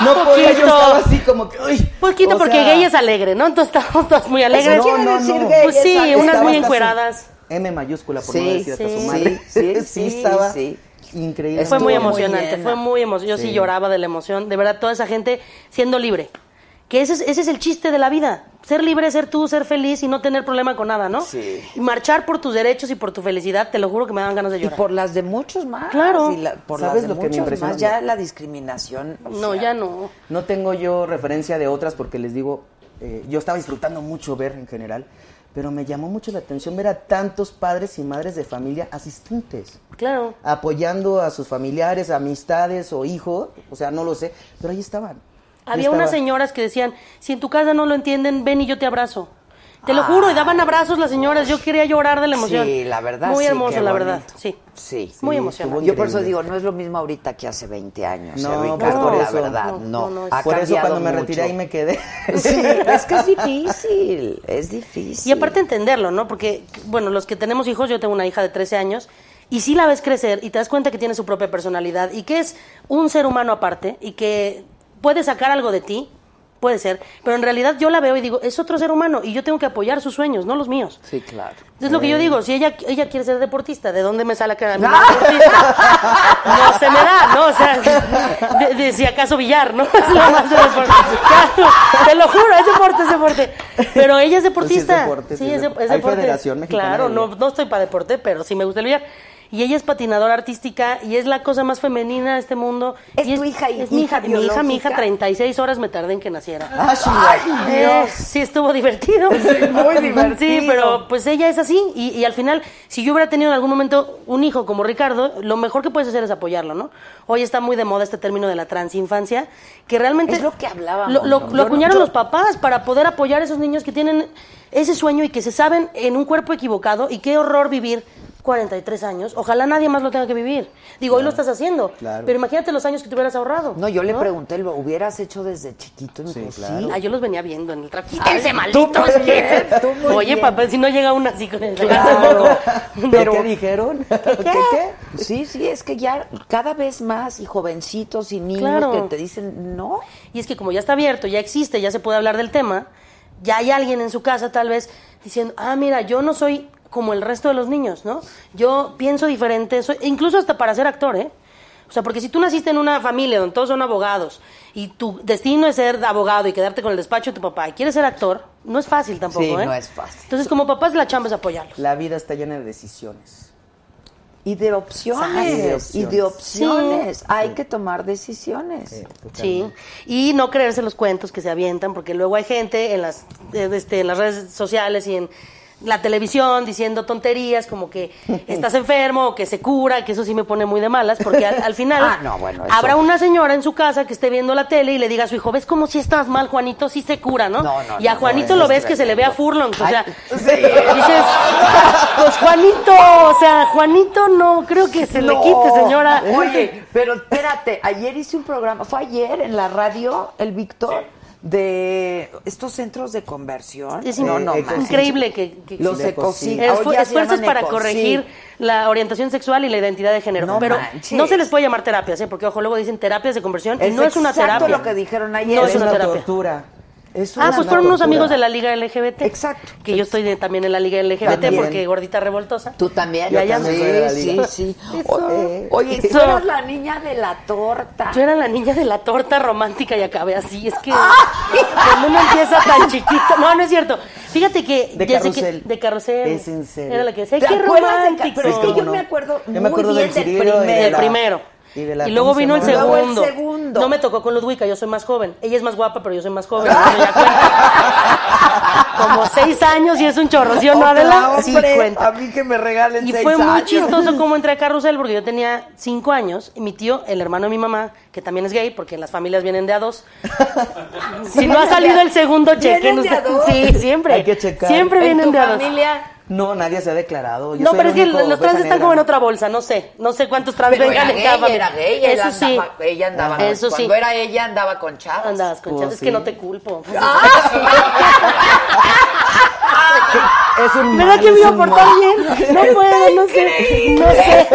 [SPEAKER 6] No podía, yo
[SPEAKER 7] Poquito.
[SPEAKER 6] estaba así como que, uy.
[SPEAKER 7] Poquito
[SPEAKER 6] o
[SPEAKER 7] porque
[SPEAKER 6] sea,
[SPEAKER 7] gay es alegre, ¿no? Entonces estamos todas muy alegres.
[SPEAKER 6] no,
[SPEAKER 1] quiere
[SPEAKER 6] no,
[SPEAKER 1] decir
[SPEAKER 6] no.
[SPEAKER 1] gay,
[SPEAKER 7] Pues sí,
[SPEAKER 1] exacto.
[SPEAKER 7] unas
[SPEAKER 6] Estaba
[SPEAKER 7] muy
[SPEAKER 6] hasta su-
[SPEAKER 7] encueradas.
[SPEAKER 6] M mayúscula, por
[SPEAKER 1] Sí,
[SPEAKER 6] no decir hasta
[SPEAKER 7] sí.
[SPEAKER 6] su madre.
[SPEAKER 1] Sí, sí, sí,
[SPEAKER 6] estaba
[SPEAKER 1] sí.
[SPEAKER 6] increíble.
[SPEAKER 7] Fue muy
[SPEAKER 1] Estuvo muy
[SPEAKER 7] emocionante,
[SPEAKER 1] llena.
[SPEAKER 7] fue muy emocionante. Yo sí. lloraba de la emoción. De verdad, toda esa gente siendo libre. Que ese es, ese es el chiste de la vida. Ser libre, ser tú, ser feliz y no tener problema con nada, ¿no?
[SPEAKER 1] Sí.
[SPEAKER 7] Y marchar por tus derechos y por tu felicidad, te lo juro que me dan ganas de
[SPEAKER 1] Y
[SPEAKER 7] llorar.
[SPEAKER 1] por las de muchos más.
[SPEAKER 7] Claro.
[SPEAKER 1] Y la- por las
[SPEAKER 6] ¿Sabes
[SPEAKER 1] de
[SPEAKER 6] lo que me
[SPEAKER 1] muchos
[SPEAKER 6] impresiona?
[SPEAKER 1] más. Ya la discriminación. o
[SPEAKER 7] No,
[SPEAKER 1] sea,
[SPEAKER 7] ya no.
[SPEAKER 6] No tengo yo referencia de otras porque les digo, eh, yo estaba disfrutando mucho ver en general, pero me llamó mucho la atención ver a tantos padres y madres de familia asistentes,
[SPEAKER 7] Claro.
[SPEAKER 6] apoyando a sus familiares, amistades o hijos, o sea, no lo sé, pero ahí estaban. Ahí
[SPEAKER 7] Había unas
[SPEAKER 6] estaba.
[SPEAKER 7] señoras que decían, si en tu casa no lo entienden, ven y yo te abrazo. Te lo juro, y daban abrazos las señoras. Yo quería llorar de la emoción.
[SPEAKER 1] Ah, Sí, la verdad,
[SPEAKER 7] Muy
[SPEAKER 1] sí,
[SPEAKER 7] hermoso,
[SPEAKER 1] qué
[SPEAKER 7] la
[SPEAKER 1] bonito.
[SPEAKER 7] verdad. Sí.
[SPEAKER 1] Sí.
[SPEAKER 7] Muy
[SPEAKER 6] Sí,
[SPEAKER 7] emocionante.
[SPEAKER 6] estuvo
[SPEAKER 1] Yo por eso
[SPEAKER 6] increíble.
[SPEAKER 1] digo, no es lo mismo ahorita que hace 20 años,
[SPEAKER 6] No,
[SPEAKER 1] eh,
[SPEAKER 6] pues
[SPEAKER 1] Ricardo,
[SPEAKER 6] por
[SPEAKER 1] la
[SPEAKER 6] eso. Ah,
[SPEAKER 1] verdad,
[SPEAKER 7] No,
[SPEAKER 1] no.
[SPEAKER 7] no, no,
[SPEAKER 1] Ha
[SPEAKER 6] Por eso
[SPEAKER 1] cambiado
[SPEAKER 6] cuando me
[SPEAKER 1] mucho.
[SPEAKER 6] retiré ahí me quedé.
[SPEAKER 1] Sí, es que es difícil, es difícil.
[SPEAKER 7] Y aparte entenderlo, ¿no? Porque, bueno, los que tenemos hijos, yo tengo una hija de 13 años, y sí la ves crecer y te das cuenta que tiene su propia personalidad y que es un ser humano aparte y que puede sacar algo de ti, puede ser, pero en realidad yo la veo y digo, es otro ser humano y yo tengo que apoyar sus sueños, no los míos.
[SPEAKER 1] Sí, claro.
[SPEAKER 7] Es lo que yo digo, si ella, ella quiere ser deportista, ¿de dónde me sale que era mi deportista? No se me da, Ah, ¿no? O sea, de, de si acaso billar, ¿no? Es lo más de deporte. Claro, te lo juro, es deporte, es deporte. Pero ella es deportista.
[SPEAKER 6] Pues deporte, sí
[SPEAKER 7] Sí,
[SPEAKER 6] es
[SPEAKER 7] es, de-
[SPEAKER 6] deporte.
[SPEAKER 7] es
[SPEAKER 6] Hay
[SPEAKER 7] deporte.
[SPEAKER 6] Federación Mexicana
[SPEAKER 7] Claro,
[SPEAKER 6] de
[SPEAKER 7] no,
[SPEAKER 6] Billar.
[SPEAKER 7] no estoy para deporte, pero sí me gusta el billar. Y ella es patinadora artística y es la cosa más femenina de este mundo.
[SPEAKER 1] ¿Es
[SPEAKER 7] Y
[SPEAKER 1] tu hija y-
[SPEAKER 7] es mi hija,
[SPEAKER 1] hija
[SPEAKER 7] mi hija, mi hija,
[SPEAKER 1] biológica?
[SPEAKER 7] 36 horas me tardé en que naciera.
[SPEAKER 1] ¡Ay,
[SPEAKER 7] Eh,
[SPEAKER 1] Dios!
[SPEAKER 7] Sí, estuvo divertido.
[SPEAKER 1] muy divertido.
[SPEAKER 7] Sí, pero pues ella es así. Y, y al final, si yo hubiera tenido en algún momento un hijo como Ricardo, lo mejor que puedes hacer es apoyarlo, ¿no? Hoy está muy de moda este término de la transinfancia, que realmente.
[SPEAKER 1] Es lo que hablábamos,
[SPEAKER 7] Lo, lo-
[SPEAKER 1] ¿no?
[SPEAKER 7] lo
[SPEAKER 1] Yo no-
[SPEAKER 7] acuñaron
[SPEAKER 1] yo-
[SPEAKER 7] los papás para poder apoyar a esos niños que tienen ese sueño y que se saben en un cuerpo equivocado. Y qué horror vivir. 43 años, ojalá nadie más lo tenga que vivir. Digo, hoy lo estás haciendo,
[SPEAKER 6] claro.
[SPEAKER 7] pero imagínate los años que te hubieras ahorrado.
[SPEAKER 1] No, yo le pregunté, ¿lo hubieras hecho desde chiquito? Sí,
[SPEAKER 7] Ah, yo los venía viendo en el trabajo. ¡Quítense, malditos! Oye, papá, si no llega una así con el
[SPEAKER 6] ¿Pero qué dijeron? ¿Qué? eh? qué?
[SPEAKER 1] Sí, sí, es que ya cada vez más y jovencitos y niños
[SPEAKER 7] Claro.
[SPEAKER 1] que te dicen no.
[SPEAKER 7] Y es que como ya está abierto, ya existe, ya se puede hablar del tema, ya hay alguien en su casa tal vez diciendo, ah, mira, yo no soy como el resto de los niños, ¿no? Yo pienso diferente, soy, incluso hasta para ser actor, ¿eh? O sea, porque si tú naciste en una familia donde todos son abogados y tu destino es ser abogado y quedarte con el despacho de tu papá y quieres ser actor, no es fácil tampoco,
[SPEAKER 1] Sí,
[SPEAKER 7] ¿eh?
[SPEAKER 1] no es fácil.
[SPEAKER 7] Entonces, como papás, la chamba es apoyarlos.
[SPEAKER 6] La vida está llena de decisiones.
[SPEAKER 1] Y de opciones.
[SPEAKER 6] Sas.
[SPEAKER 1] Y de opciones. Hay que tomar decisiones.
[SPEAKER 7] Sí, y no creerse los cuentos que se avientan, porque luego hay gente en las, eh, este, en las redes sociales y en la televisión diciendo tonterías como que estás enfermo o que se cura, que eso sí me pone muy de malas, porque al, al final
[SPEAKER 1] Ah, no, bueno, eso-
[SPEAKER 7] habrá una señora en su casa que esté viendo la tele y le diga a su hijo, ves cómo si estás mal, Juanito sí se cura, ¿no?
[SPEAKER 1] No, no,
[SPEAKER 7] y a
[SPEAKER 1] no,
[SPEAKER 7] Juanito
[SPEAKER 1] eso
[SPEAKER 7] lo
[SPEAKER 1] es
[SPEAKER 7] ves que se le ve a
[SPEAKER 1] tremendo.
[SPEAKER 7] furlongs, o sea,
[SPEAKER 1] Ay, sí.
[SPEAKER 7] dices, pues Juanito, o sea, Juanito no creo que se le
[SPEAKER 1] No.
[SPEAKER 7] quite, señora.
[SPEAKER 1] Oye, pero espérate, ayer hice un programa, fue ayer en la radio, el Víctor, de estos centros de conversión.
[SPEAKER 7] Es
[SPEAKER 1] no,
[SPEAKER 7] in-
[SPEAKER 1] no,
[SPEAKER 6] Ecos-
[SPEAKER 1] más.
[SPEAKER 7] increíble que, que
[SPEAKER 1] Los
[SPEAKER 7] que-
[SPEAKER 1] ecocid-
[SPEAKER 7] Esfu-
[SPEAKER 1] ahora ya se
[SPEAKER 7] esfuerzos
[SPEAKER 1] llaman
[SPEAKER 7] para
[SPEAKER 1] ecocid.
[SPEAKER 7] corregir la orientación sexual y la identidad de género.
[SPEAKER 1] No
[SPEAKER 7] pero
[SPEAKER 1] manches.
[SPEAKER 7] no se les puede llamar terapias, ¿eh? porque ojo, luego dicen terapias de conversión y
[SPEAKER 1] Es
[SPEAKER 7] no es una
[SPEAKER 1] exacto
[SPEAKER 7] terapia.
[SPEAKER 1] lo que dijeron ayer.
[SPEAKER 7] No
[SPEAKER 1] Es
[SPEAKER 7] es
[SPEAKER 1] una
[SPEAKER 7] una terapia.
[SPEAKER 6] tortura. Es
[SPEAKER 7] Ah,
[SPEAKER 6] una
[SPEAKER 7] pues fueron unos
[SPEAKER 6] tortura.
[SPEAKER 7] amigos de la Liga LGBT.
[SPEAKER 1] Exacto.
[SPEAKER 7] Que yo estoy de- también en la Liga LGBT
[SPEAKER 6] También.
[SPEAKER 7] porque gordita revoltosa.
[SPEAKER 1] Tú también.
[SPEAKER 7] Yo Ya, ya. también
[SPEAKER 6] soy de la
[SPEAKER 1] sí, sí,
[SPEAKER 6] liga.
[SPEAKER 1] sí.
[SPEAKER 7] Eso.
[SPEAKER 1] Oye, Oye,
[SPEAKER 7] Eso.
[SPEAKER 1] tú eras la niña de la torta.
[SPEAKER 7] Yo era la niña de la
[SPEAKER 1] Ah.
[SPEAKER 7] torta romántica y acabé así. Es que cuando uno empieza tan chiquito. No, no es cierto. Fíjate que
[SPEAKER 1] De
[SPEAKER 7] Jessica-
[SPEAKER 1] carrusel.
[SPEAKER 7] de carrusel.
[SPEAKER 1] Es en serio.
[SPEAKER 7] Era la que decía,
[SPEAKER 1] ¿Te
[SPEAKER 7] qué
[SPEAKER 1] acuerdas de Ca-
[SPEAKER 7] romántico.
[SPEAKER 1] pero es que yo me acuerdo
[SPEAKER 7] Yo
[SPEAKER 1] muy bien del
[SPEAKER 7] Cirilo y de
[SPEAKER 1] primero.
[SPEAKER 7] la- primero.
[SPEAKER 6] Y, de la-
[SPEAKER 7] Y luego
[SPEAKER 6] ¿cómo se
[SPEAKER 7] vino el
[SPEAKER 6] llama?
[SPEAKER 7] segundo.
[SPEAKER 6] Luego el
[SPEAKER 7] No me tocó con Ludwika, yo soy más joven. Ella es más guapa, pero yo soy más joven. no me doy cuenta. Como
[SPEAKER 1] Ah.
[SPEAKER 7] seis años y es un chorro, ¿sí o no,
[SPEAKER 1] Otra,
[SPEAKER 7] Adela? Sí,
[SPEAKER 1] hombre,
[SPEAKER 7] cuenta.
[SPEAKER 1] A mí que me regalen
[SPEAKER 7] Y
[SPEAKER 1] seis
[SPEAKER 7] fue muy
[SPEAKER 1] años.
[SPEAKER 7] chistoso cómo entré a Carrusel, porque yo tenía cinco años, y mi tío, el hermano de mi mamá, que también es gay, porque las familias vienen de a dos. si no ha salido el segundo, chequen
[SPEAKER 6] ¿Vienen de a
[SPEAKER 7] ustedes.
[SPEAKER 6] dos?
[SPEAKER 7] Sí, siempre.
[SPEAKER 6] Hay que checar.
[SPEAKER 7] Siempre
[SPEAKER 6] ¿En
[SPEAKER 7] vienen
[SPEAKER 6] tu
[SPEAKER 7] de a dos.
[SPEAKER 6] familia? No, nadie se ha declarado. Yo
[SPEAKER 7] No,
[SPEAKER 6] soy
[SPEAKER 7] pero es
[SPEAKER 6] el
[SPEAKER 7] que
[SPEAKER 6] único
[SPEAKER 7] los
[SPEAKER 6] oveja
[SPEAKER 7] trans están
[SPEAKER 6] negra.
[SPEAKER 7] como en otra bolsa, no sé. No sé cuántos trans
[SPEAKER 1] Pero
[SPEAKER 7] vengan
[SPEAKER 1] era
[SPEAKER 7] en cada
[SPEAKER 1] gay,
[SPEAKER 7] familia.
[SPEAKER 1] era gay, ella
[SPEAKER 7] Eso sí.
[SPEAKER 1] andaba- ella andaba-
[SPEAKER 7] Eso sí. Eh.
[SPEAKER 1] cuando era ella andaba con chavas.
[SPEAKER 7] Andabas con
[SPEAKER 1] Pues
[SPEAKER 7] chavas, es que
[SPEAKER 1] sí.
[SPEAKER 7] no te culpo.
[SPEAKER 6] Es un
[SPEAKER 7] ¿Verdad
[SPEAKER 6] mal,
[SPEAKER 7] que me
[SPEAKER 6] es
[SPEAKER 7] iba a
[SPEAKER 6] un
[SPEAKER 7] portar
[SPEAKER 6] mal.
[SPEAKER 7] bien? No puedo, no sé. No sé.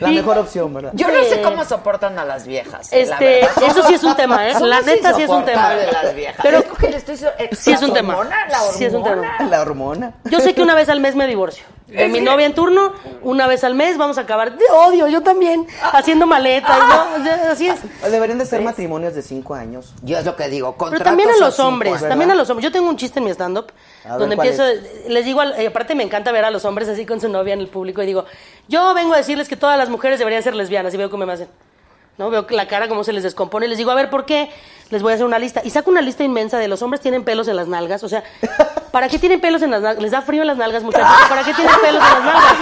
[SPEAKER 6] La mejor opción, ¿verdad?
[SPEAKER 1] Yo no
[SPEAKER 7] Sí.
[SPEAKER 1] sé cómo soportan a las viejas. eh, la
[SPEAKER 7] Este,
[SPEAKER 1] verdad.
[SPEAKER 7] eso sí es un tema, ¿eh?
[SPEAKER 1] Son
[SPEAKER 7] La neta sí es un tema.
[SPEAKER 1] insoportables las viejas.
[SPEAKER 7] Pero-
[SPEAKER 1] Es que le estoy so- eh,
[SPEAKER 7] Sí es
[SPEAKER 1] la
[SPEAKER 7] un tema.
[SPEAKER 1] hormona, la
[SPEAKER 7] Sí es un tema.
[SPEAKER 1] hormona.
[SPEAKER 6] La hormona.
[SPEAKER 7] Yo sé que una vez al mes me divorcio. De mi novia en turno, una vez al mes vamos a acabar. ¡Te odio! Yo también.
[SPEAKER 1] Ah.
[SPEAKER 7] Haciendo maletas, ¿no? O sea, Así es.
[SPEAKER 6] Deberían de ser matrimonios de cinco años.
[SPEAKER 1] Yo es lo que digo.
[SPEAKER 7] Pero también a los hombres,
[SPEAKER 6] ¿verdad?
[SPEAKER 7] también a los hombres. Yo tengo un chiste en mi stand-up
[SPEAKER 6] A ver,
[SPEAKER 7] donde
[SPEAKER 6] ¿cuál
[SPEAKER 7] empiezo, les digo, al- eh, aparte me encanta ver a los hombres así con su novia en el público y digo, yo vengo a decirles que todas las mujeres deberían ser lesbianas y veo cómo me hacen. ¿no? Veo que la cara como se les descompone y les digo, a ver, ¿por qué? Les voy a hacer una lista. Y saco una lista inmensa de los hombres tienen pelos en las nalgas. O sea, ¿para qué tienen pelos en las nalgas? ¿Les da frío en las nalgas, muchachos? ¿Para qué tienen pelos en las nalgas?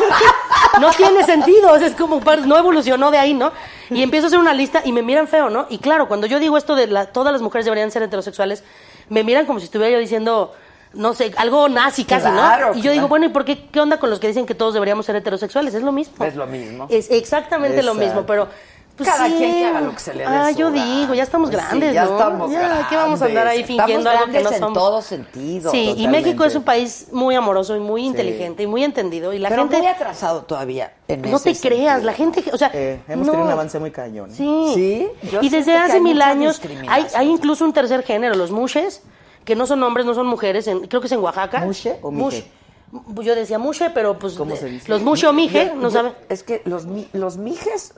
[SPEAKER 7] No tiene sentido. o sea, es como, par- no evolucionó de ahí, ¿no? Y empiezo a hacer una lista y me miran feo, ¿no? Y claro, cuando yo digo esto de la- todas las mujeres deberían ser heterosexuales, me miran como si estuviera yo diciendo... No sé, algo nazi casi,
[SPEAKER 1] Claro,
[SPEAKER 7] ¿no? Y yo digo,
[SPEAKER 1] claro.
[SPEAKER 7] bueno, ¿y por qué? ¿Qué onda con los que dicen que todos deberíamos ser heterosexuales? Es lo mismo.
[SPEAKER 1] Es lo mismo.
[SPEAKER 7] Es exactamente lo mismo,
[SPEAKER 1] Exacto.
[SPEAKER 7] pero pues
[SPEAKER 1] Cada
[SPEAKER 7] sí.
[SPEAKER 1] quien que haga lo que se le dé
[SPEAKER 7] Ah, yo
[SPEAKER 1] su gana.
[SPEAKER 7] digo, ya estamos
[SPEAKER 1] Pues sí,
[SPEAKER 7] grandes,
[SPEAKER 1] ya
[SPEAKER 7] ¿no?
[SPEAKER 1] estamos
[SPEAKER 7] Ya, ¿qué vamos a andar ahí
[SPEAKER 1] grandes.
[SPEAKER 7] fingiendo
[SPEAKER 1] Estamos
[SPEAKER 7] algo que no
[SPEAKER 1] grandes en
[SPEAKER 7] somos?
[SPEAKER 1] todo sentido,
[SPEAKER 7] Sí, y
[SPEAKER 1] totalmente.
[SPEAKER 7] México es un país muy amoroso y muy inteligente y muy entendido y la
[SPEAKER 1] Pero
[SPEAKER 7] gente
[SPEAKER 1] muy atrasado todavía. en
[SPEAKER 7] no
[SPEAKER 1] ese
[SPEAKER 7] te creas, la gente, o sea,
[SPEAKER 6] Eh, hemos
[SPEAKER 7] no.
[SPEAKER 6] tenido un avance muy cañón. ¿eh?
[SPEAKER 7] Sí.
[SPEAKER 1] Sí, yo
[SPEAKER 7] y
[SPEAKER 1] siento
[SPEAKER 7] desde
[SPEAKER 1] que
[SPEAKER 7] hace
[SPEAKER 1] hay
[SPEAKER 7] mil
[SPEAKER 1] mucha
[SPEAKER 7] años hay,
[SPEAKER 1] discriminación.
[SPEAKER 7] hay incluso un tercer género, los mushes, que no son hombres, no son mujeres, en- creo que es en Oaxaca.
[SPEAKER 6] ¿Mushe o mije?
[SPEAKER 7] Mush. Yo decía mushe, pero pues
[SPEAKER 6] ¿Cómo
[SPEAKER 7] de-
[SPEAKER 6] se dice?
[SPEAKER 7] los mushe o mije,
[SPEAKER 1] Yo-
[SPEAKER 7] no
[SPEAKER 1] yo-
[SPEAKER 7] sabe.
[SPEAKER 1] Es que los, mi- los mijes.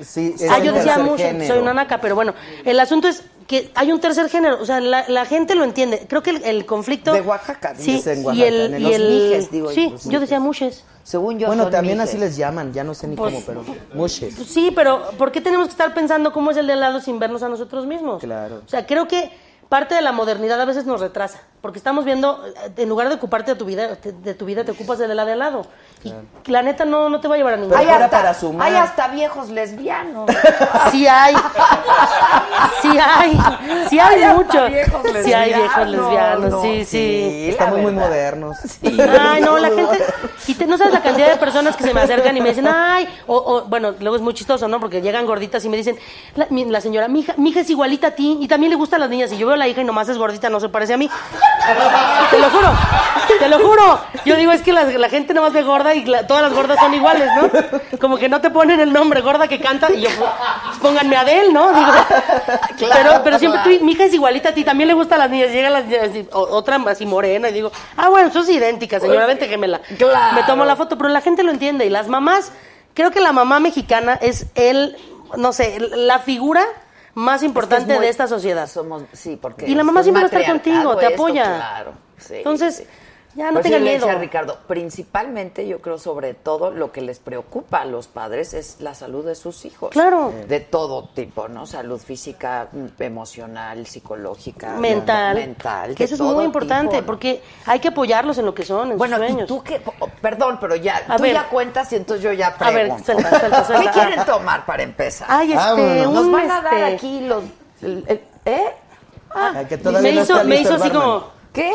[SPEAKER 6] Sí, es
[SPEAKER 7] Ah,
[SPEAKER 6] un
[SPEAKER 7] yo decía
[SPEAKER 6] tercer
[SPEAKER 7] mucho,
[SPEAKER 6] género.
[SPEAKER 7] soy una naca, pero bueno, el asunto es que hay un tercer género, o sea, la, la gente lo entiende. Creo que el, el conflicto...
[SPEAKER 1] De Oaxaca,
[SPEAKER 7] sí,
[SPEAKER 6] dices, en
[SPEAKER 7] y
[SPEAKER 6] Oaxaca,
[SPEAKER 7] el,
[SPEAKER 6] en
[SPEAKER 7] y
[SPEAKER 6] los
[SPEAKER 7] el-
[SPEAKER 1] mijes, digo,
[SPEAKER 7] Sí,
[SPEAKER 1] los
[SPEAKER 7] yo decía muches.
[SPEAKER 1] Según yo,
[SPEAKER 6] Bueno,
[SPEAKER 1] son
[SPEAKER 6] también
[SPEAKER 1] mijes.
[SPEAKER 6] así les llaman, ya no sé ni
[SPEAKER 7] Pues-
[SPEAKER 6] cómo, pero mushes.
[SPEAKER 7] Pues sí, pero ¿por qué tenemos que estar pensando cómo es el de al lado sin vernos a nosotros mismos?
[SPEAKER 6] Claro.
[SPEAKER 7] O sea, creo que parte de la modernidad a veces nos retrasa, porque estamos viendo, eh, en lugar de ocuparte de tu vida, te- de tu vida te ocupas del de la de al lado. Y la neta no, no te va a llevar a ningún
[SPEAKER 1] Hay
[SPEAKER 6] Pero
[SPEAKER 7] lado.
[SPEAKER 6] fuera
[SPEAKER 1] hasta,
[SPEAKER 6] para sumar.
[SPEAKER 1] hay hasta viejos lesbianos.
[SPEAKER 7] Sí hay. Sí hay. Sí hay,
[SPEAKER 1] Hay
[SPEAKER 7] mucho.
[SPEAKER 1] hasta viejos
[SPEAKER 7] Sí hay viejos
[SPEAKER 1] lesbianos,
[SPEAKER 7] lesbianos,
[SPEAKER 1] no,
[SPEAKER 7] sí, sí.
[SPEAKER 6] Estamos muy modernos.
[SPEAKER 7] Ay, no, la gente. Y te- no sabes la cantidad de personas que se me acercan y me dicen, ay, o, o, bueno, luego es muy chistoso, ¿no? Porque llegan gorditas y me dicen, la, mi- la señora, mi hija, mi hija es igualita a ti y también le gustan las niñas. Y yo veo a la hija y nomás es gordita, no se parece a mí. Te lo juro, te lo juro. Yo digo, es que la, la gente nomás ve gorda y la- todas las gordas son iguales, ¿no? Como que no te ponen el nombre gorda que canta y yo, pues, pónganme a Adele, ¿no? Digo, pero, pero siempre tú, mi hija es igualita a ti, también le gustan las niñas. Llegan las niñas, y- o- otra así morena y digo, ah, bueno, sos idéntica, señora, vente gemela.
[SPEAKER 1] Claro.
[SPEAKER 7] Me tomo la foto, pero la gente lo entiende. Y las mamás, creo que la mamá mexicana es el, no sé, el- la figura más importante
[SPEAKER 1] Es muy-
[SPEAKER 7] de esta sociedad.
[SPEAKER 1] Somos, sí, porque
[SPEAKER 7] Y la mamá
[SPEAKER 1] es
[SPEAKER 7] siempre va a estar
[SPEAKER 1] matriarcado
[SPEAKER 7] contigo, te
[SPEAKER 1] esto,
[SPEAKER 7] apoya.
[SPEAKER 1] Claro, sí,
[SPEAKER 7] Entonces,
[SPEAKER 1] sí.
[SPEAKER 7] ya no
[SPEAKER 1] Por eso
[SPEAKER 7] tengan
[SPEAKER 1] yo le
[SPEAKER 7] miedo.
[SPEAKER 1] decía a Ricardo, principalmente yo creo sobre todo lo que les preocupa a los padres es la salud de sus hijos.
[SPEAKER 7] Claro.
[SPEAKER 1] De todo tipo, ¿no? Salud física, mm, emocional, psicológica,
[SPEAKER 7] mental.
[SPEAKER 1] mental.
[SPEAKER 7] Que
[SPEAKER 1] de
[SPEAKER 7] eso es
[SPEAKER 1] todo
[SPEAKER 7] muy importante,
[SPEAKER 1] tipo, ¿no?
[SPEAKER 7] porque hay que apoyarlos en lo que son, en
[SPEAKER 1] Bueno,
[SPEAKER 7] sus
[SPEAKER 1] ¿y
[SPEAKER 7] sueños.
[SPEAKER 1] tú qué? Oh, Perdón, pero ya,
[SPEAKER 7] A
[SPEAKER 1] tú
[SPEAKER 7] ver.
[SPEAKER 1] ya cuentas y entonces yo ya
[SPEAKER 7] A ver,
[SPEAKER 1] pregunto.
[SPEAKER 7] suelta, suelta, suelta.
[SPEAKER 1] ¿Qué quieren tomar para empezar?
[SPEAKER 7] Ay, este,
[SPEAKER 6] Vámonos.
[SPEAKER 1] Nos
[SPEAKER 7] un,
[SPEAKER 1] van a dar
[SPEAKER 7] este,
[SPEAKER 1] aquí los... el- el- ¿Eh?
[SPEAKER 6] Ah, que todavía
[SPEAKER 7] Me
[SPEAKER 6] no está
[SPEAKER 7] hizo, me hizo
[SPEAKER 6] listo el
[SPEAKER 7] así
[SPEAKER 6] barman.
[SPEAKER 7] como,
[SPEAKER 1] ¿Qué?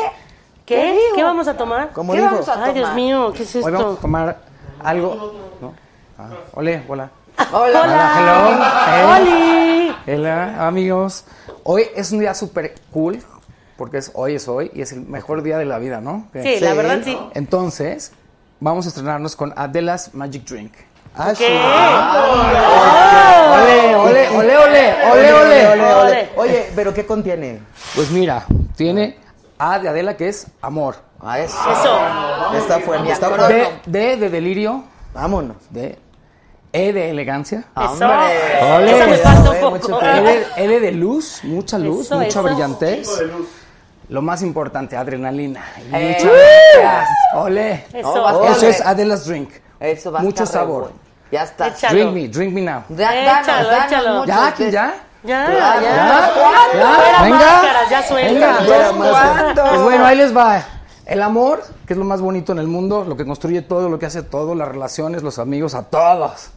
[SPEAKER 7] ¿qué?
[SPEAKER 1] digo?
[SPEAKER 7] ¿Qué vamos a tomar?
[SPEAKER 6] ¿Cómo
[SPEAKER 1] ¿Qué
[SPEAKER 6] dijo?
[SPEAKER 1] vamos a
[SPEAKER 7] Ay, Dios
[SPEAKER 1] tomar?
[SPEAKER 7] mío, ¿qué es
[SPEAKER 5] Hoy vamos a
[SPEAKER 7] esto?
[SPEAKER 5] tomar algo. ¿no? Ah, ole, hola.
[SPEAKER 1] Hola.
[SPEAKER 5] Hola, hello.
[SPEAKER 7] ¡Oli!
[SPEAKER 5] Hola, amigos. Hoy es un día súper cool, porque es hoy es hoy y es el mejor día de la vida, ¿no? Que-
[SPEAKER 7] Sí, la verdad sí.
[SPEAKER 5] Entonces, vamos a estrenarnos con Adela's Magic Drink.
[SPEAKER 6] Ah, sí.
[SPEAKER 7] ¿Qué?
[SPEAKER 5] Ole, ole, ole, ole, ole, ole.
[SPEAKER 6] Ah, Ole,
[SPEAKER 7] Oh. Ole.
[SPEAKER 6] ole. Oye, pero ¿qué contiene?
[SPEAKER 5] Pues mira, tiene A de Adela que es amor.
[SPEAKER 6] Ah, eso.
[SPEAKER 7] Eso.
[SPEAKER 6] Está fuerte, está
[SPEAKER 1] acordé.
[SPEAKER 6] fuerte.
[SPEAKER 5] D, D de delirio.
[SPEAKER 6] Vámonos.
[SPEAKER 5] D. E de elegancia.
[SPEAKER 7] Eso.
[SPEAKER 5] Ole.
[SPEAKER 7] Esa me falta
[SPEAKER 6] Eh,
[SPEAKER 7] un
[SPEAKER 6] mucho
[SPEAKER 7] poco.
[SPEAKER 5] L, L de luz, mucha luz,
[SPEAKER 7] Eso,
[SPEAKER 5] mucha
[SPEAKER 7] eso.
[SPEAKER 5] brillantez. Lo más importante, adrenalina. Y
[SPEAKER 1] Eh.
[SPEAKER 5] muchas gracias. ¡Ole!
[SPEAKER 1] Eso. No, vas a
[SPEAKER 5] Eso es
[SPEAKER 1] ver.
[SPEAKER 5] Adela's Drink.
[SPEAKER 1] Eso va a
[SPEAKER 5] Mucho
[SPEAKER 1] estar re
[SPEAKER 5] sabor.
[SPEAKER 1] bueno. Ya está.
[SPEAKER 5] Drink me, drink me now.
[SPEAKER 1] Ya, danos,
[SPEAKER 7] Échalo,
[SPEAKER 1] danos
[SPEAKER 7] échalo.
[SPEAKER 1] muchos
[SPEAKER 5] Ya,
[SPEAKER 1] de-
[SPEAKER 5] ya.
[SPEAKER 7] Ya,
[SPEAKER 1] Claro,
[SPEAKER 7] ya.
[SPEAKER 1] ¿más cuándo?
[SPEAKER 5] Ya,
[SPEAKER 1] Fuera
[SPEAKER 5] venga.
[SPEAKER 1] máscaras,
[SPEAKER 7] ya suelta.
[SPEAKER 5] Venga,
[SPEAKER 7] Ya,
[SPEAKER 5] ya,
[SPEAKER 7] máscaras.
[SPEAKER 5] ¿cuándo? Pues bueno, ahí les va. El amor, que es lo más bonito en el mundo, lo que construye todo, lo que hace todo, las relaciones, los amigos, a todos.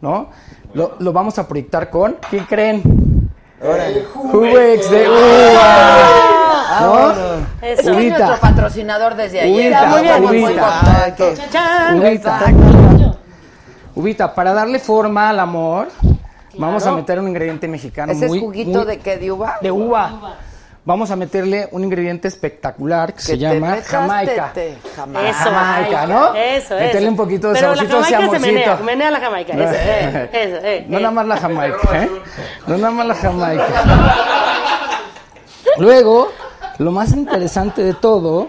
[SPEAKER 5] ¿No? Lo, lo vamos a proyectar con. ¿Qué creen? El Jumex de uva. ¿No?
[SPEAKER 1] Es nuestro
[SPEAKER 5] Uvita.
[SPEAKER 1] patrocinador desde ayer.
[SPEAKER 5] Ubita,
[SPEAKER 1] Estamos
[SPEAKER 5] ubita.
[SPEAKER 1] muy contentos.
[SPEAKER 5] Ubita. Ubita, para darle forma al amor, vamos a meter un ingrediente mexicano
[SPEAKER 1] ¿Ese
[SPEAKER 5] muy.
[SPEAKER 1] es juguito
[SPEAKER 5] muy-
[SPEAKER 1] de qué? ¿De uva?
[SPEAKER 5] de uva. Vamos a meterle un ingrediente espectacular que, se
[SPEAKER 1] te
[SPEAKER 5] llama
[SPEAKER 1] metas,
[SPEAKER 5] Jamaica.
[SPEAKER 1] te- te- Jamaica.
[SPEAKER 7] Eso,
[SPEAKER 5] Jamaica, ¿no?
[SPEAKER 7] Eso,
[SPEAKER 5] Métele
[SPEAKER 7] eso.
[SPEAKER 5] un poquito de
[SPEAKER 7] Pero
[SPEAKER 5] saborcito,
[SPEAKER 7] la Jamaica se
[SPEAKER 5] saborcito.
[SPEAKER 7] menea, menea la Jamaica.
[SPEAKER 5] Ah.
[SPEAKER 7] Eso, eh, eso, eh,
[SPEAKER 5] No
[SPEAKER 7] eh.
[SPEAKER 5] nada más la Jamaica, ¿eh? No nada más la Jamaica. Luego, lo más interesante de todo,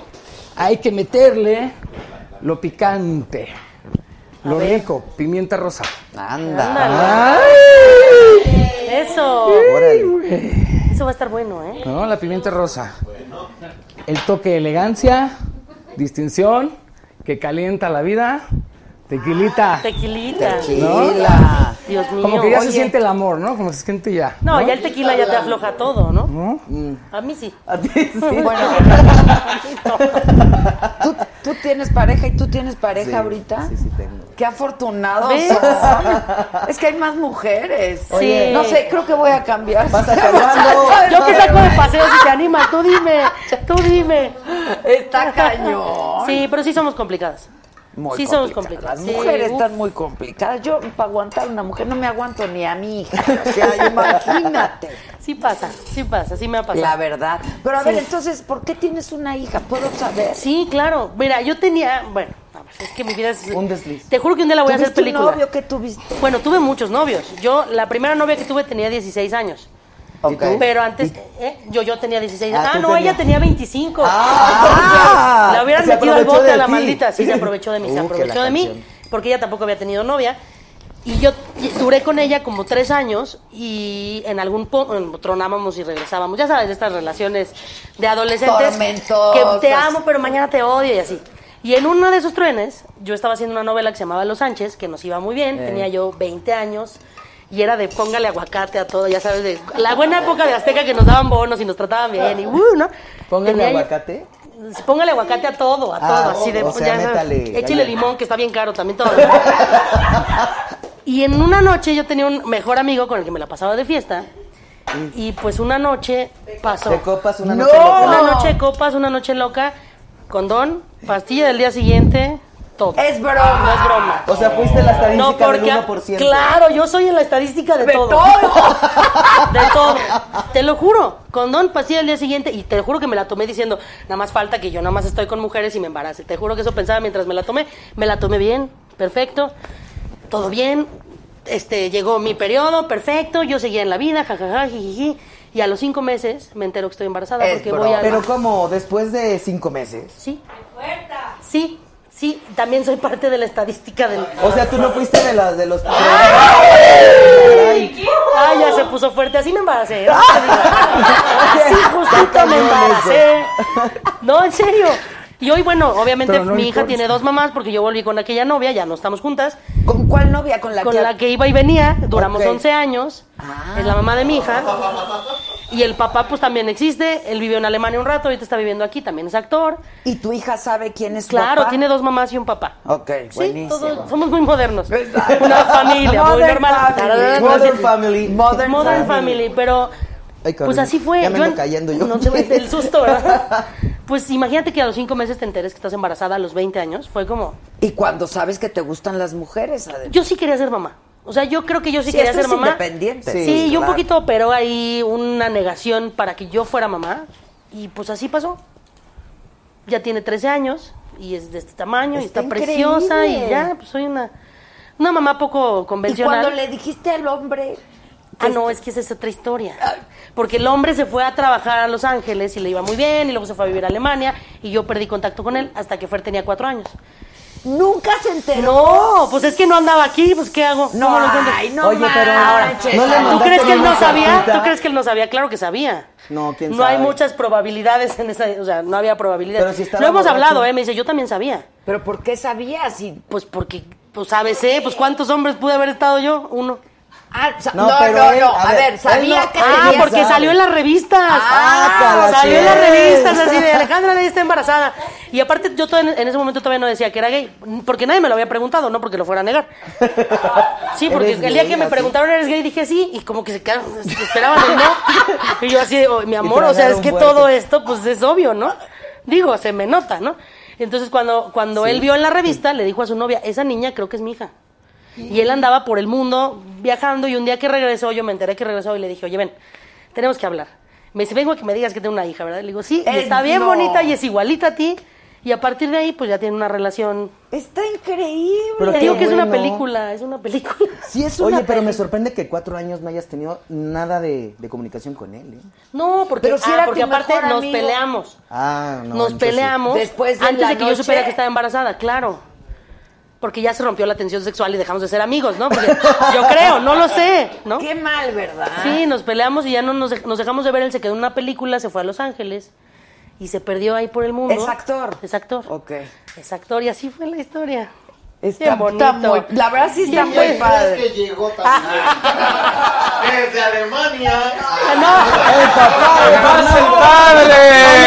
[SPEAKER 5] hay que meterle lo picante, lo rico, pimienta rosa. Ah.
[SPEAKER 1] Anda.
[SPEAKER 5] ¡Ay!
[SPEAKER 7] Eso.
[SPEAKER 5] Órale, güey.
[SPEAKER 7] Eso va a estar bueno, ¿eh?
[SPEAKER 5] No, la pimienta rosa. El toque de elegancia, distinción, que calienta la vida,
[SPEAKER 8] Ah,
[SPEAKER 5] tequilita.
[SPEAKER 7] Tequilita.
[SPEAKER 1] Tequila.
[SPEAKER 7] Dios mío.
[SPEAKER 5] Como que ya se
[SPEAKER 7] Oye,
[SPEAKER 5] siente el amor, ¿no? Como se siente ya.
[SPEAKER 7] No, ya el tequila ya te afloja todo, ¿no?
[SPEAKER 5] ¿No?
[SPEAKER 7] A mí sí.
[SPEAKER 1] Bueno, ¿tú, tú tienes pareja y tú tienes pareja ahorita.
[SPEAKER 6] Sí, sí, tengo.
[SPEAKER 1] Qué afortunados
[SPEAKER 7] ¿Ves?
[SPEAKER 1] son. Es que hay más mujeres.
[SPEAKER 7] Oye.
[SPEAKER 1] No sé, creo que voy a cambiar.
[SPEAKER 7] Yo que saco de paseo si te animas, tú dime, tú dime.
[SPEAKER 1] Está cañón.
[SPEAKER 7] Sí, pero sí somos complicadas.
[SPEAKER 1] Muy
[SPEAKER 7] sí somos
[SPEAKER 1] complicadas.
[SPEAKER 7] complicadas.
[SPEAKER 1] Las
[SPEAKER 7] Sí,
[SPEAKER 1] mujeres
[SPEAKER 7] uf.
[SPEAKER 1] están muy complicadas. Yo, para aguantar una mujer, no me aguanto ni a mi hija. O sea, imagínate.
[SPEAKER 7] Sí pasa, sí pasa, sí me ha pasado.
[SPEAKER 1] La verdad. Pero a ver,
[SPEAKER 7] Sí.
[SPEAKER 1] entonces, ¿por qué tienes una hija? ¿Puedo saber?
[SPEAKER 7] Sí, claro. Mira, yo tenía, bueno, a ver, es que mi vida es
[SPEAKER 1] Un desliz.
[SPEAKER 7] Te juro que un día la voy a hacer
[SPEAKER 1] ¿Tuviste un
[SPEAKER 7] película.
[SPEAKER 1] novio que tuviste?
[SPEAKER 7] Bueno, tuve muchos novios. Yo la primera novia que tuve tenía 16 años.
[SPEAKER 1] Ok.
[SPEAKER 7] Pero antes, ¿eh? yo yo tenía 16 años.
[SPEAKER 6] Ah,
[SPEAKER 7] Ah,
[SPEAKER 6] tú
[SPEAKER 7] no,
[SPEAKER 6] tenías.
[SPEAKER 7] ella tenía 25.
[SPEAKER 1] Ah,
[SPEAKER 7] la hubieran
[SPEAKER 6] se
[SPEAKER 7] metido al
[SPEAKER 6] aprovechó
[SPEAKER 7] bote
[SPEAKER 6] de
[SPEAKER 7] a la
[SPEAKER 6] ti.
[SPEAKER 7] maldita. Sí, se aprovechó de mí, se
[SPEAKER 6] Uh, que la
[SPEAKER 7] aprovechó de mí.
[SPEAKER 6] canción.
[SPEAKER 7] Porque ella tampoco había tenido novia. Y yo y- duré con ella como tres años y en algún po- en- tronábamos y regresábamos. Ya sabes, de estas relaciones de adolescentes.
[SPEAKER 1] Tormentosas.
[SPEAKER 7] Que te amo, pero mañana te odio y así. Y en uno de esos truenes, yo estaba haciendo una novela que se llamaba Los Sánchez, que nos iba muy bien, tenía yo 20 años, y era de póngale aguacate a todo, ya sabes, de la buena época de Azteca que nos daban bonos y nos trataban bien, y uh, ¿no?
[SPEAKER 6] Pónganle
[SPEAKER 7] Tenía yo-
[SPEAKER 6] aguacate.
[SPEAKER 7] Póngale aguacate a todo, a
[SPEAKER 6] Ah,
[SPEAKER 7] todo, así de,
[SPEAKER 6] o sea,
[SPEAKER 7] sabes,
[SPEAKER 6] métale.
[SPEAKER 7] échale limón, que está bien caro también todo. y en una noche yo tenía un mejor amigo con el que me la pasaba de fiesta, y pues una noche pasó.
[SPEAKER 6] Mm. De copas una
[SPEAKER 1] No.
[SPEAKER 6] noche loca.
[SPEAKER 7] Una noche de copas, una noche loca, condón, pastilla del día siguiente, todo.
[SPEAKER 1] Es broma.
[SPEAKER 7] No es broma.
[SPEAKER 6] O sea, fuiste la estadística
[SPEAKER 7] No, porque.
[SPEAKER 6] del 1%.
[SPEAKER 7] Claro, yo soy en la estadística de,
[SPEAKER 1] De
[SPEAKER 7] todo.
[SPEAKER 1] todo.
[SPEAKER 7] De todo. Te lo juro. Condón, pastilla del día siguiente. Y te lo juro que me la tomé diciendo, nada más falta que yo nada más estoy con mujeres y me embarace. Te juro que eso pensaba mientras me la tomé. Me la tomé bien, perfecto. Todo bien. Este, llegó mi periodo, perfecto. Yo seguía en la vida, jajaja, jijiji. Y a los cinco meses me entero que estoy embarazada
[SPEAKER 1] Es
[SPEAKER 7] porque
[SPEAKER 1] broma.
[SPEAKER 7] voy a.
[SPEAKER 6] Pero como después de cinco meses.
[SPEAKER 7] Sí,
[SPEAKER 4] ¡Puerta!
[SPEAKER 7] sí, sí, también soy parte de la estadística del...
[SPEAKER 6] O sea, tú no fuiste de las de los.
[SPEAKER 7] Ay, ya se puso fuerte, así me embaracé. ¿no? Así justito me embaracé. No, en serio. Y hoy, bueno, obviamente
[SPEAKER 5] Pero no
[SPEAKER 7] mi hija
[SPEAKER 5] importa.
[SPEAKER 7] tiene dos mamás porque yo volví con aquella novia, ya no estamos juntas,
[SPEAKER 1] ¿Con cuál novia? Con la
[SPEAKER 7] con
[SPEAKER 1] que...
[SPEAKER 7] la que iba y venía, duramos
[SPEAKER 1] Ok. Ah.
[SPEAKER 7] 11 años, es la mamá de mi hija, y el papá pues también existe, él vivió en Alemania un rato, ahorita está viviendo aquí, también es actor,
[SPEAKER 1] ¿Y tu hija sabe quién es su
[SPEAKER 7] claro,
[SPEAKER 1] papá?
[SPEAKER 7] tiene dos mamás y un papá.
[SPEAKER 1] Ok,
[SPEAKER 7] Sí,
[SPEAKER 1] buenísimo.
[SPEAKER 7] todos somos muy modernos.
[SPEAKER 1] Exacto.
[SPEAKER 7] Una familia muy
[SPEAKER 1] Modern
[SPEAKER 7] normal.
[SPEAKER 1] family.
[SPEAKER 6] Modern Family.
[SPEAKER 7] Modern, family. pero
[SPEAKER 6] Ay, cabrón,
[SPEAKER 7] pues así fue.
[SPEAKER 6] ya me
[SPEAKER 7] Yo-
[SPEAKER 6] ando cayendo yo.
[SPEAKER 7] No te voy- el susto, ¿verdad? Pues imagínate que a los cinco meses te enteres que estás embarazada a los 20 años. Fue como,
[SPEAKER 1] Y cuando sabes que te gustan las mujeres, además.
[SPEAKER 7] yo sí quería ser mamá. O sea, yo creo que yo sí,
[SPEAKER 1] Sí,
[SPEAKER 7] quería
[SPEAKER 1] esto
[SPEAKER 7] ser
[SPEAKER 1] es
[SPEAKER 7] mamá.
[SPEAKER 1] independiente.
[SPEAKER 7] Sí,
[SPEAKER 1] Sí,
[SPEAKER 7] yo un
[SPEAKER 1] claro.
[SPEAKER 7] poquito operó ahí una negación para que yo fuera mamá. Y pues así pasó. Ya tiene 13 años y es de este tamaño y
[SPEAKER 1] Está
[SPEAKER 7] está preciosa y
[SPEAKER 1] increíble.
[SPEAKER 7] ya, pues soy una, una mamá poco
[SPEAKER 1] Y
[SPEAKER 7] convencional.
[SPEAKER 1] cuando le dijiste al hombre...
[SPEAKER 7] Ah, no, es que esa es otra historia. Porque el hombre se fue a trabajar a Los Ángeles y le iba muy bien, y luego se fue a vivir a Alemania, y yo perdí contacto con él hasta que Fer tenía cuatro años.
[SPEAKER 1] Nunca se enteró.
[SPEAKER 7] No, pues es que no andaba aquí, pues ¿qué hago?
[SPEAKER 1] No,
[SPEAKER 7] ¿Cómo lo encuentro?
[SPEAKER 1] ay, no Oye, pero manches, ¿no le
[SPEAKER 7] ¿tú
[SPEAKER 1] mandaste
[SPEAKER 7] crees que él no
[SPEAKER 1] una
[SPEAKER 7] sabía?
[SPEAKER 1] cartita?
[SPEAKER 7] ¿Tú crees que él no sabía? Claro que sabía.
[SPEAKER 6] No, quién
[SPEAKER 7] No hay
[SPEAKER 6] sabe.
[SPEAKER 7] muchas probabilidades en esa, o sea, no había probabilidades.
[SPEAKER 6] Pero si estaba
[SPEAKER 7] Lo hemos
[SPEAKER 6] borracho.
[SPEAKER 7] hablado, eh, me dice, yo también sabía.
[SPEAKER 1] ¿Pero por qué sabía si
[SPEAKER 7] Pues porque, pues ABC, pues ¿cuántos hombres pude haber estado yo? Uno.
[SPEAKER 1] Ah, sa-
[SPEAKER 6] No,
[SPEAKER 1] no, no,
[SPEAKER 6] pero él-
[SPEAKER 1] no. A
[SPEAKER 6] a
[SPEAKER 1] ver,
[SPEAKER 6] ver,
[SPEAKER 1] sabía
[SPEAKER 6] él no-
[SPEAKER 1] que
[SPEAKER 7] Ah,
[SPEAKER 1] tenía-
[SPEAKER 7] porque salió en las revistas.
[SPEAKER 1] Ah,
[SPEAKER 7] salió en las
[SPEAKER 6] caraché.
[SPEAKER 7] revistas así de Alejandra Ley está embarazada. Y aparte yo todavía en en ese momento todavía no decía que era gay, porque nadie me lo había preguntado, no porque lo fuera a negar. Sí, porque el
[SPEAKER 6] Eres
[SPEAKER 7] día
[SPEAKER 6] gay,
[SPEAKER 7] que me
[SPEAKER 6] así.
[SPEAKER 7] preguntaron eres gay dije sí y como que se quedaron, se esperaban el no. Y yo así, de, "Oh, mi amor, o sea, es
[SPEAKER 6] tragaron
[SPEAKER 7] que
[SPEAKER 6] fuerte.
[SPEAKER 7] todo esto pues es obvio, ¿no? Digo, se me nota, ¿no? Entonces cuando cuando él vio en la revista le dijo a su novia, "Esa niña creo que es mi hija." Y él andaba por el mundo viajando y un día que regresó, yo me enteré que regresó y le dije, oye, ven, tenemos que hablar. Me dice, vengo a que me digas que tengo una hija, ¿verdad? Le digo, sí, y
[SPEAKER 1] Es-
[SPEAKER 7] está bien
[SPEAKER 1] no.
[SPEAKER 7] bonita y es igualita a ti. Y a partir de ahí, pues ya tienen una relación.
[SPEAKER 1] Está increíble.
[SPEAKER 6] Pero
[SPEAKER 7] te
[SPEAKER 6] qué
[SPEAKER 7] digo que es una
[SPEAKER 6] bueno.
[SPEAKER 7] película, es una película.
[SPEAKER 1] Sí, es una
[SPEAKER 6] Oye, pero
[SPEAKER 1] peli-
[SPEAKER 6] me sorprende que cuatro años no hayas tenido nada de, de comunicación con él. ¿eh?
[SPEAKER 7] No, porque,
[SPEAKER 1] Pero si
[SPEAKER 7] ah,
[SPEAKER 1] era tu
[SPEAKER 7] porque aparte
[SPEAKER 1] mejor
[SPEAKER 7] nos
[SPEAKER 1] amigo.
[SPEAKER 7] peleamos.
[SPEAKER 6] Ah, no.
[SPEAKER 7] nos
[SPEAKER 6] entonces-
[SPEAKER 7] peleamos
[SPEAKER 1] Después de
[SPEAKER 7] antes
[SPEAKER 1] la
[SPEAKER 7] de que yo
[SPEAKER 1] noche.
[SPEAKER 7] supiera que estaba embarazada, claro. Porque ya se rompió la tensión sexual y dejamos de ser amigos, ¿no? Porque yo creo, no lo sé, ¿no?
[SPEAKER 1] Qué mal, ¿verdad?
[SPEAKER 7] Sí, nos peleamos y ya no nos, dej- nos dejamos de ver. Él se quedó en una película, se fue a Los Ángeles y se perdió ahí por el mundo.
[SPEAKER 1] Es actor.
[SPEAKER 7] Es actor.
[SPEAKER 1] Ok.
[SPEAKER 7] Es actor y así fue la historia.
[SPEAKER 1] Está,
[SPEAKER 7] Bien bonito.
[SPEAKER 1] está muy, la verdad sí está
[SPEAKER 7] Bien
[SPEAKER 1] muy
[SPEAKER 7] bonito.
[SPEAKER 3] Es que
[SPEAKER 1] padre.
[SPEAKER 3] llegó también. Desde Alemania.
[SPEAKER 7] Ah,
[SPEAKER 5] ¡El papá de Fernando!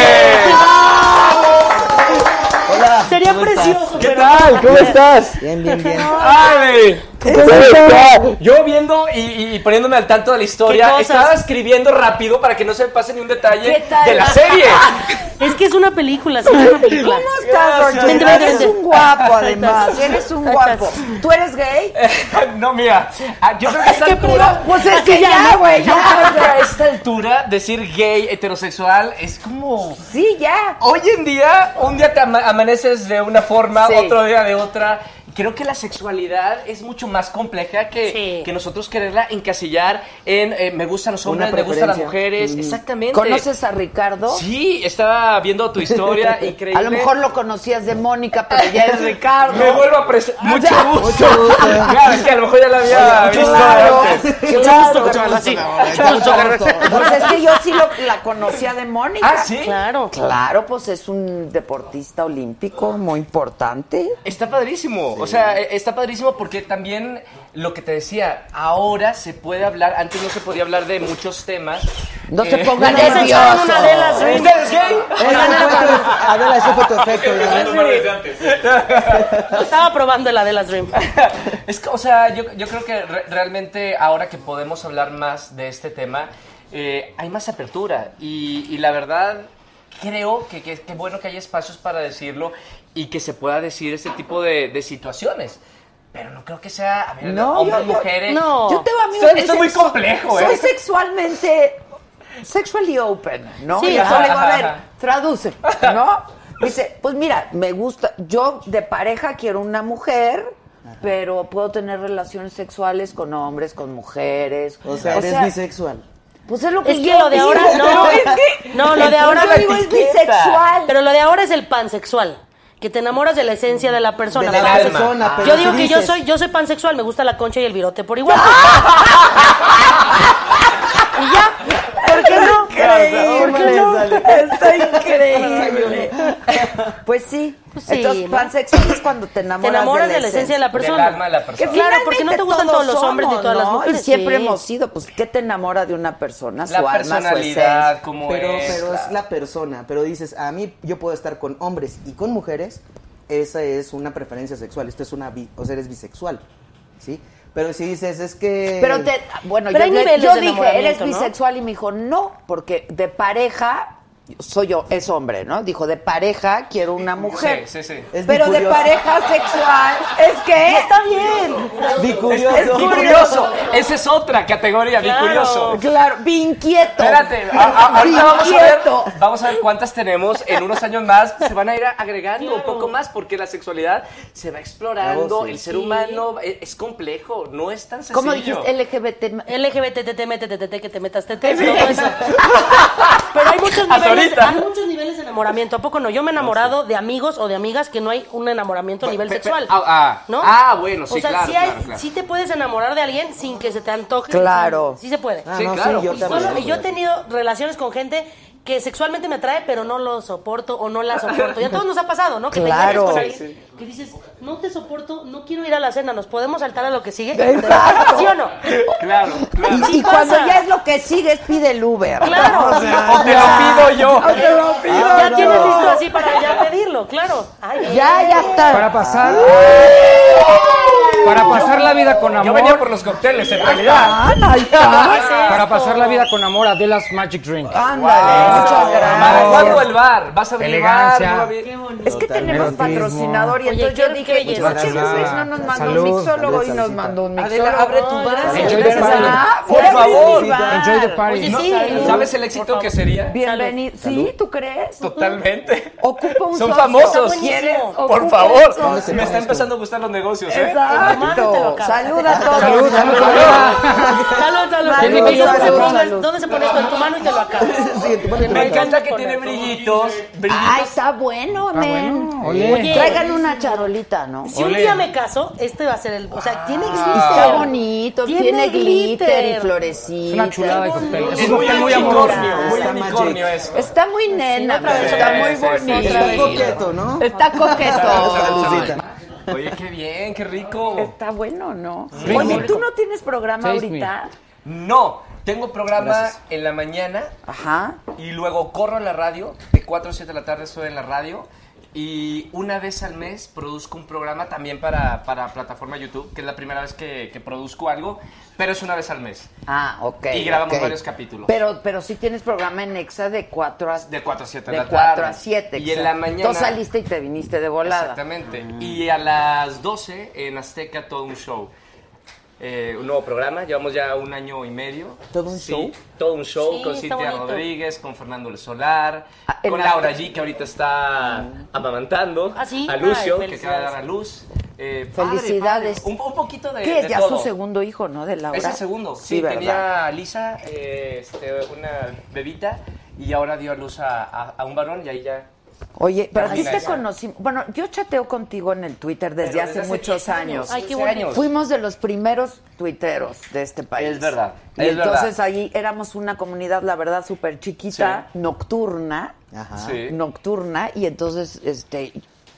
[SPEAKER 6] Hola.
[SPEAKER 7] no, sería
[SPEAKER 6] ¿cómo estás?
[SPEAKER 7] precioso.
[SPEAKER 5] ¿Qué
[SPEAKER 7] pero-
[SPEAKER 5] tal? ¿Cómo estás?
[SPEAKER 6] Bien, bien, bien.
[SPEAKER 8] ¡Ay!
[SPEAKER 5] ¿Cómo estás?
[SPEAKER 8] Yo viendo y, y- y poniéndome al tanto de la
[SPEAKER 7] ¿Qué
[SPEAKER 8] historia,
[SPEAKER 7] cosas?
[SPEAKER 8] estaba escribiendo rápido para que no se me pase ni un
[SPEAKER 1] ¿Qué
[SPEAKER 8] detalle
[SPEAKER 1] tal?
[SPEAKER 8] de la serie.
[SPEAKER 7] Es que es una película, sí, es una película.
[SPEAKER 1] ¿Cómo estás,
[SPEAKER 8] Gracias.
[SPEAKER 1] Roger?
[SPEAKER 7] Vente, vente,
[SPEAKER 1] Eres
[SPEAKER 7] vente.
[SPEAKER 1] un guapo, además. Eres un
[SPEAKER 7] Ahí
[SPEAKER 1] guapo.
[SPEAKER 7] estás.
[SPEAKER 1] ¿Tú eres gay?
[SPEAKER 8] no, mira, ah, yo creo que a esta
[SPEAKER 1] No,
[SPEAKER 8] altura,
[SPEAKER 1] pues es que ya, güey. Ya,
[SPEAKER 8] a esta altura, decir gay, heterosexual, es como...
[SPEAKER 1] Sí, ya.
[SPEAKER 8] Hoy en día, un día te ama- amaneces de una forma,
[SPEAKER 1] Sí.
[SPEAKER 8] otro día de otra. Creo que la sexualidad es mucho más compleja que,
[SPEAKER 7] Sí.
[SPEAKER 8] que nosotros quererla encasillar en eh, me gustan los
[SPEAKER 6] Una
[SPEAKER 8] hombres, me gustan las
[SPEAKER 6] preferencia.
[SPEAKER 8] mujeres. Exactamente.
[SPEAKER 7] Este,
[SPEAKER 1] ¿Conoces a Ricardo?
[SPEAKER 8] Sí, estaba viendo tu historia, increíble.
[SPEAKER 1] A lo mejor lo conocías de Mónica, pero ya es Ricardo.
[SPEAKER 8] Me vuelvo a
[SPEAKER 1] Ah,
[SPEAKER 8] presentar. Mucho gusto.
[SPEAKER 6] Mucho gusto.
[SPEAKER 8] Claro, es que a lo mejor ya la había visto
[SPEAKER 1] Claro,
[SPEAKER 8] antes.
[SPEAKER 1] claro.
[SPEAKER 8] carnal, sí.
[SPEAKER 1] Pues es que yo sí lo- la conocía de Mónica.
[SPEAKER 8] Ah, sí.
[SPEAKER 7] Claro.
[SPEAKER 1] Claro, pues es un deportista olímpico muy importante.
[SPEAKER 8] Está padrísimo, o sea, e- está padrísimo porque también lo que te decía, ahora se puede hablar, antes no se podía hablar de muchos temas.
[SPEAKER 1] No
[SPEAKER 8] Eh,
[SPEAKER 1] se ponga
[SPEAKER 7] Ya se echaron
[SPEAKER 1] nervioso.
[SPEAKER 7] una de las
[SPEAKER 8] ¿Usted es gay? Ah,
[SPEAKER 6] Ese fue tu- Adela, ese fue tu efecto. ¿verdad?
[SPEAKER 7] Estaba probando la de las Dream.
[SPEAKER 8] Es que, o sea, yo, yo creo que re- realmente ahora que podemos hablar más de este tema, eh, hay más apertura. Y, y la verdad, creo que es bueno que haya espacios para decirlo y que se pueda decir este tipo de, de situaciones. Pero no creo que sea, a ver,
[SPEAKER 1] No,
[SPEAKER 8] hombres,
[SPEAKER 1] yo- yo-
[SPEAKER 8] mujeres.
[SPEAKER 7] no.
[SPEAKER 1] Yo tengo amigos
[SPEAKER 8] Esto-
[SPEAKER 1] que
[SPEAKER 8] esto es muy
[SPEAKER 1] sexu-
[SPEAKER 8] complejo,
[SPEAKER 1] Soy
[SPEAKER 8] ¿eh?
[SPEAKER 1] sexualmente. Sexually open, ¿no?
[SPEAKER 7] Sí,
[SPEAKER 1] y yo
[SPEAKER 7] ajá,
[SPEAKER 1] le digo, a
[SPEAKER 8] ajá,
[SPEAKER 1] ver,
[SPEAKER 8] ajá.
[SPEAKER 1] traduce, ¿no? Dice, pues mira, me gusta. Yo de pareja quiero una mujer. Pero puedo tener relaciones sexuales con hombres, con mujeres.
[SPEAKER 6] O sea, eres bisexual.
[SPEAKER 1] Pues es lo que
[SPEAKER 7] Es que
[SPEAKER 1] yo
[SPEAKER 7] lo de
[SPEAKER 1] digo,
[SPEAKER 7] ahora
[SPEAKER 1] pero
[SPEAKER 7] no.
[SPEAKER 1] es que-
[SPEAKER 7] No, lo de ahora
[SPEAKER 1] yo digo es bisexual.
[SPEAKER 7] Pero lo de ahora es el pansexual. Que te enamoras de la esencia de la persona.
[SPEAKER 6] De la
[SPEAKER 7] Pansex-
[SPEAKER 6] persona, pero
[SPEAKER 7] yo
[SPEAKER 6] si
[SPEAKER 7] digo que yo
[SPEAKER 6] dices-
[SPEAKER 7] soy, yo soy pansexual, me gusta la concha y el virote por igual. y ya, ¿por qué no?
[SPEAKER 1] Increíble.
[SPEAKER 6] ¿Por qué no?
[SPEAKER 1] Está increíble. Pues sí.
[SPEAKER 7] Pues sí,
[SPEAKER 1] Entonces,
[SPEAKER 7] ¿no?
[SPEAKER 1] pansexual es cuando te enamoras,
[SPEAKER 7] Te enamoras de la esencia de la persona.
[SPEAKER 8] Del alma de la persona.
[SPEAKER 1] Que
[SPEAKER 8] Claro,
[SPEAKER 7] Claro, porque no
[SPEAKER 1] finalmente
[SPEAKER 7] te gustan todos los hombres ni
[SPEAKER 1] somos,
[SPEAKER 7] todas las
[SPEAKER 1] ¿no?
[SPEAKER 7] mujeres.
[SPEAKER 1] Y siempre
[SPEAKER 7] sí.
[SPEAKER 1] hemos sido, pues, ¿qué te enamora de una persona? Su
[SPEAKER 8] La
[SPEAKER 1] alma, su
[SPEAKER 8] personalidad,
[SPEAKER 1] esencia.
[SPEAKER 8] cómo
[SPEAKER 6] Pero,
[SPEAKER 8] es.
[SPEAKER 6] pero
[SPEAKER 8] la-
[SPEAKER 6] es la persona. Pero dices, a mí yo puedo estar con hombres y con mujeres. Esa es una preferencia sexual. Esto es una bi- o sea, eres bisexual. ¿Sí? Pero si dices, es que.
[SPEAKER 1] Pero te, bueno,
[SPEAKER 7] Pero hay
[SPEAKER 1] yo, le-
[SPEAKER 7] niveles
[SPEAKER 1] yo
[SPEAKER 7] de
[SPEAKER 1] dije,
[SPEAKER 7] enamoramiento,
[SPEAKER 1] eres
[SPEAKER 7] ¿no?
[SPEAKER 1] bisexual y me dijo, no, porque de pareja soy yo, es hombre, ¿no? Dijo, de pareja quiero una mujer.
[SPEAKER 8] Sí, sí, sí.
[SPEAKER 6] Es
[SPEAKER 1] Pero de
[SPEAKER 6] bicurioso.
[SPEAKER 1] pareja sexual, es que
[SPEAKER 7] Está bien.
[SPEAKER 6] Bicurioso.
[SPEAKER 8] Es bicurioso. Esa es otra categoría,
[SPEAKER 7] Claro.
[SPEAKER 8] bicurioso.
[SPEAKER 1] Claro, inquieto.
[SPEAKER 8] Espérate, a- a- ahorita vamos a, ver,
[SPEAKER 1] Inquieto.
[SPEAKER 8] vamos a ver cuántas tenemos en unos años más. Se van a ir agregando un poco más porque la sexualidad se va explorando.
[SPEAKER 6] Claro, sí.
[SPEAKER 8] El ser humano e- es, complejo, no es tan sencillo.
[SPEAKER 1] ¿Cómo dijiste? LGBT.
[SPEAKER 7] LGBT, te, te, mete, te, te, te, que te metas, te, te, todo eso. Pero hay muchos
[SPEAKER 8] Hasta
[SPEAKER 7] niveles,
[SPEAKER 8] ahorita.
[SPEAKER 7] hay muchos niveles de enamoramiento. ¿A poco no? Yo me he enamorado de amigos o de amigas que no hay un enamoramiento a nivel
[SPEAKER 8] pe- pe-
[SPEAKER 7] sexual.
[SPEAKER 8] ah, ah.
[SPEAKER 7] ¿no?
[SPEAKER 8] Ah, bueno, sí,
[SPEAKER 7] O sea,
[SPEAKER 8] claro,
[SPEAKER 7] sí, hay-
[SPEAKER 8] claro, claro.
[SPEAKER 7] sí te puedes enamorar de alguien sin que se te antoje.
[SPEAKER 1] Claro.
[SPEAKER 7] Sí, se puede.
[SPEAKER 1] Ah, Sí, no, sí, claro. yo
[SPEAKER 7] y,
[SPEAKER 1] también.
[SPEAKER 7] solo- y yo he tenido relaciones con gente que sexualmente me atrae, pero no lo soporto o no la soporto. Y a todos nos ha pasado, ¿no? Que te engañas
[SPEAKER 1] Claro.
[SPEAKER 7] con alguien
[SPEAKER 1] Sí,
[SPEAKER 7] que dices, no te soporto, no quiero ir a la cena, ¿nos podemos saltar a lo que sigue?
[SPEAKER 1] Exacto.
[SPEAKER 7] ¿Sí o no?
[SPEAKER 8] Claro,
[SPEAKER 1] Y,
[SPEAKER 7] Sí
[SPEAKER 1] y cuando
[SPEAKER 7] pasa.
[SPEAKER 1] ya es lo que sigues, pide el Uber.
[SPEAKER 7] Claro.
[SPEAKER 1] O sea,
[SPEAKER 7] O te lo
[SPEAKER 8] pido yo.
[SPEAKER 1] O te lo pido
[SPEAKER 7] Ya
[SPEAKER 1] yo.
[SPEAKER 7] tienes listo así para ya pedirlo, claro. Ay, bien.
[SPEAKER 1] Ya, ya está.
[SPEAKER 5] Para pasar. Para pasar la vida con amor. Ah,
[SPEAKER 8] Yo venía por los cócteles, en
[SPEAKER 1] Ah,
[SPEAKER 8] realidad.
[SPEAKER 5] Para pasar la vida con amor, Adela's Magic Drink.
[SPEAKER 8] Ah,
[SPEAKER 5] Ah,
[SPEAKER 1] Ándale, muchas
[SPEAKER 8] ¿Para cuándo
[SPEAKER 1] gracias.
[SPEAKER 8] el bar? ¿Vas a abrir
[SPEAKER 5] Elegancia.
[SPEAKER 8] bar? ¿No va a abrir?
[SPEAKER 1] Es que tenemos
[SPEAKER 5] Erotismo.
[SPEAKER 1] patrocinador y
[SPEAKER 7] Oye,
[SPEAKER 1] entonces
[SPEAKER 7] qué-
[SPEAKER 1] yo
[SPEAKER 7] qué
[SPEAKER 1] dije,
[SPEAKER 7] belleza.
[SPEAKER 1] "Pues,
[SPEAKER 5] Muchas
[SPEAKER 1] Chevy Luis
[SPEAKER 5] gracias.
[SPEAKER 1] no nos mandó un
[SPEAKER 5] Salud.
[SPEAKER 1] mixólogo y
[SPEAKER 6] Salud,
[SPEAKER 1] nos
[SPEAKER 6] Salicita.
[SPEAKER 1] mandó un mixólogo.
[SPEAKER 8] Adela, abre tu bar.
[SPEAKER 1] Ay,
[SPEAKER 5] Enjoy
[SPEAKER 1] gracias,
[SPEAKER 5] the party.
[SPEAKER 1] Ana. Ah,
[SPEAKER 8] Por
[SPEAKER 1] Abre
[SPEAKER 8] favor.
[SPEAKER 1] mi bar.
[SPEAKER 5] Enjoy the party.
[SPEAKER 7] Oye,
[SPEAKER 5] No,
[SPEAKER 7] sí.
[SPEAKER 8] ¿Sabes el éxito que sería?
[SPEAKER 1] Bienvenido. Sí, ¿tú crees?
[SPEAKER 8] Totalmente.
[SPEAKER 1] Ocupa un
[SPEAKER 8] Son
[SPEAKER 1] socio.
[SPEAKER 8] famosos.
[SPEAKER 7] ¿Quieres?
[SPEAKER 8] Por
[SPEAKER 1] Ocupa un
[SPEAKER 8] favor.
[SPEAKER 1] socio.
[SPEAKER 8] Me está empezando a gustar los negocios, ¿eh?
[SPEAKER 7] Mándetelo,
[SPEAKER 1] Exacto.
[SPEAKER 7] cabrón.
[SPEAKER 1] Saluda a todos.
[SPEAKER 5] Salud, salud, salud.
[SPEAKER 7] Salud, salud.
[SPEAKER 1] Salud,
[SPEAKER 7] Dime, ¿dónde se
[SPEAKER 1] salud,
[SPEAKER 7] pone-
[SPEAKER 1] salud.
[SPEAKER 7] ¿Dónde se pone esto? En tu mano y te lo acabas.
[SPEAKER 8] Me encanta que tiene brillitos.
[SPEAKER 1] Ay,
[SPEAKER 8] brillitos.
[SPEAKER 1] está bueno,
[SPEAKER 5] Ah,
[SPEAKER 1] men.
[SPEAKER 5] bueno, oye.
[SPEAKER 1] Traigan una charolita, ¿no? Ah.
[SPEAKER 7] Si un día me caso, este va a ser el. O sea, tiene glitter.
[SPEAKER 1] Está bonito, tiene, glitter. y
[SPEAKER 5] Es una
[SPEAKER 1] florecitas.
[SPEAKER 5] chulada de cóctel. Es
[SPEAKER 8] Es
[SPEAKER 5] un
[SPEAKER 8] muy
[SPEAKER 5] cóctel muy
[SPEAKER 8] unicornio,
[SPEAKER 5] amoroso.
[SPEAKER 8] muy
[SPEAKER 6] Está
[SPEAKER 8] unicornio
[SPEAKER 6] magic.
[SPEAKER 8] eso.
[SPEAKER 1] Está muy nena,
[SPEAKER 7] otra vez,
[SPEAKER 1] pero
[SPEAKER 7] otra
[SPEAKER 1] está muy
[SPEAKER 8] vez, sí, sí,
[SPEAKER 1] bonito.
[SPEAKER 8] otra
[SPEAKER 6] Está coqueto, ¿no?
[SPEAKER 1] Está coqueto.
[SPEAKER 8] Oye, qué bien, qué rico.
[SPEAKER 1] Está bueno, ¿no?
[SPEAKER 8] Sí.
[SPEAKER 1] Oye, ¿tú no tienes programa
[SPEAKER 5] Taste
[SPEAKER 1] ahorita?
[SPEAKER 8] No, tengo programa en la mañana
[SPEAKER 1] Ajá.
[SPEAKER 8] y luego corro a la radio. De 4 a 7 de la tarde estoy en la radio. Y una vez al mes produzco un programa también para, para plataforma YouTube, que es la primera vez que, que produzco algo, pero es una vez al mes.
[SPEAKER 1] Ah, ok.
[SPEAKER 8] Y grabamos
[SPEAKER 1] ok.
[SPEAKER 8] varios capítulos.
[SPEAKER 1] Pero, pero sí tienes programa en Exa de 4 a
[SPEAKER 8] De 4 a 7 de
[SPEAKER 1] de
[SPEAKER 8] la tarde.
[SPEAKER 1] 4 a 7.
[SPEAKER 8] Y en la mañana.
[SPEAKER 1] Tú saliste y te viniste de volada.
[SPEAKER 8] Exactamente. Y a las 12 en Azteca todo un show. Eh, un nuevo programa, llevamos ya un año y medio.
[SPEAKER 6] ¿Todo un
[SPEAKER 8] Sí,
[SPEAKER 6] show?
[SPEAKER 8] Todo un show
[SPEAKER 7] Sí,
[SPEAKER 8] con
[SPEAKER 7] está
[SPEAKER 8] Cintia
[SPEAKER 7] bonito.
[SPEAKER 8] Rodríguez, con Fernando El Solar,
[SPEAKER 1] Ah, en
[SPEAKER 8] con
[SPEAKER 1] Azteca.
[SPEAKER 8] Laura G, que ahorita está
[SPEAKER 6] Mm.
[SPEAKER 8] amamantando,
[SPEAKER 7] Ah, sí.
[SPEAKER 8] a Lucio,
[SPEAKER 7] Ay,
[SPEAKER 8] que acaba de dar a
[SPEAKER 7] felicidades.
[SPEAKER 8] luz. Eh, padre,
[SPEAKER 1] Felicidades.
[SPEAKER 8] padre, Un, un poquito de,
[SPEAKER 1] ¿Qué es
[SPEAKER 8] de
[SPEAKER 1] ya
[SPEAKER 8] todo.
[SPEAKER 1] su segundo hijo, no? De Laura.
[SPEAKER 8] Es el segundo. Sí,
[SPEAKER 1] Sí, ¿verdad?
[SPEAKER 8] tenía a Lisa, eh, este, una bebita, y ahora dio a luz a, a- a un varón y ahí ya...
[SPEAKER 1] Oye, pero a
[SPEAKER 8] Ay,
[SPEAKER 1] ti te
[SPEAKER 8] gracias.
[SPEAKER 1] conocimos. Bueno, yo chateo contigo en el Twitter desde,
[SPEAKER 8] Pero
[SPEAKER 1] hace,
[SPEAKER 8] desde hace
[SPEAKER 1] muchos
[SPEAKER 8] 10
[SPEAKER 1] años.
[SPEAKER 8] años.
[SPEAKER 7] Ay, qué
[SPEAKER 8] 15
[SPEAKER 7] bonito.
[SPEAKER 8] años.
[SPEAKER 1] Fuimos de los primeros tuiteros de este país.
[SPEAKER 8] Es verdad,
[SPEAKER 1] Y
[SPEAKER 8] es
[SPEAKER 1] entonces
[SPEAKER 8] verdad.
[SPEAKER 1] ahí éramos una comunidad, la verdad, súper chiquita, nocturna.
[SPEAKER 6] Ajá.
[SPEAKER 8] Sí.
[SPEAKER 1] Nocturna. Y entonces, este.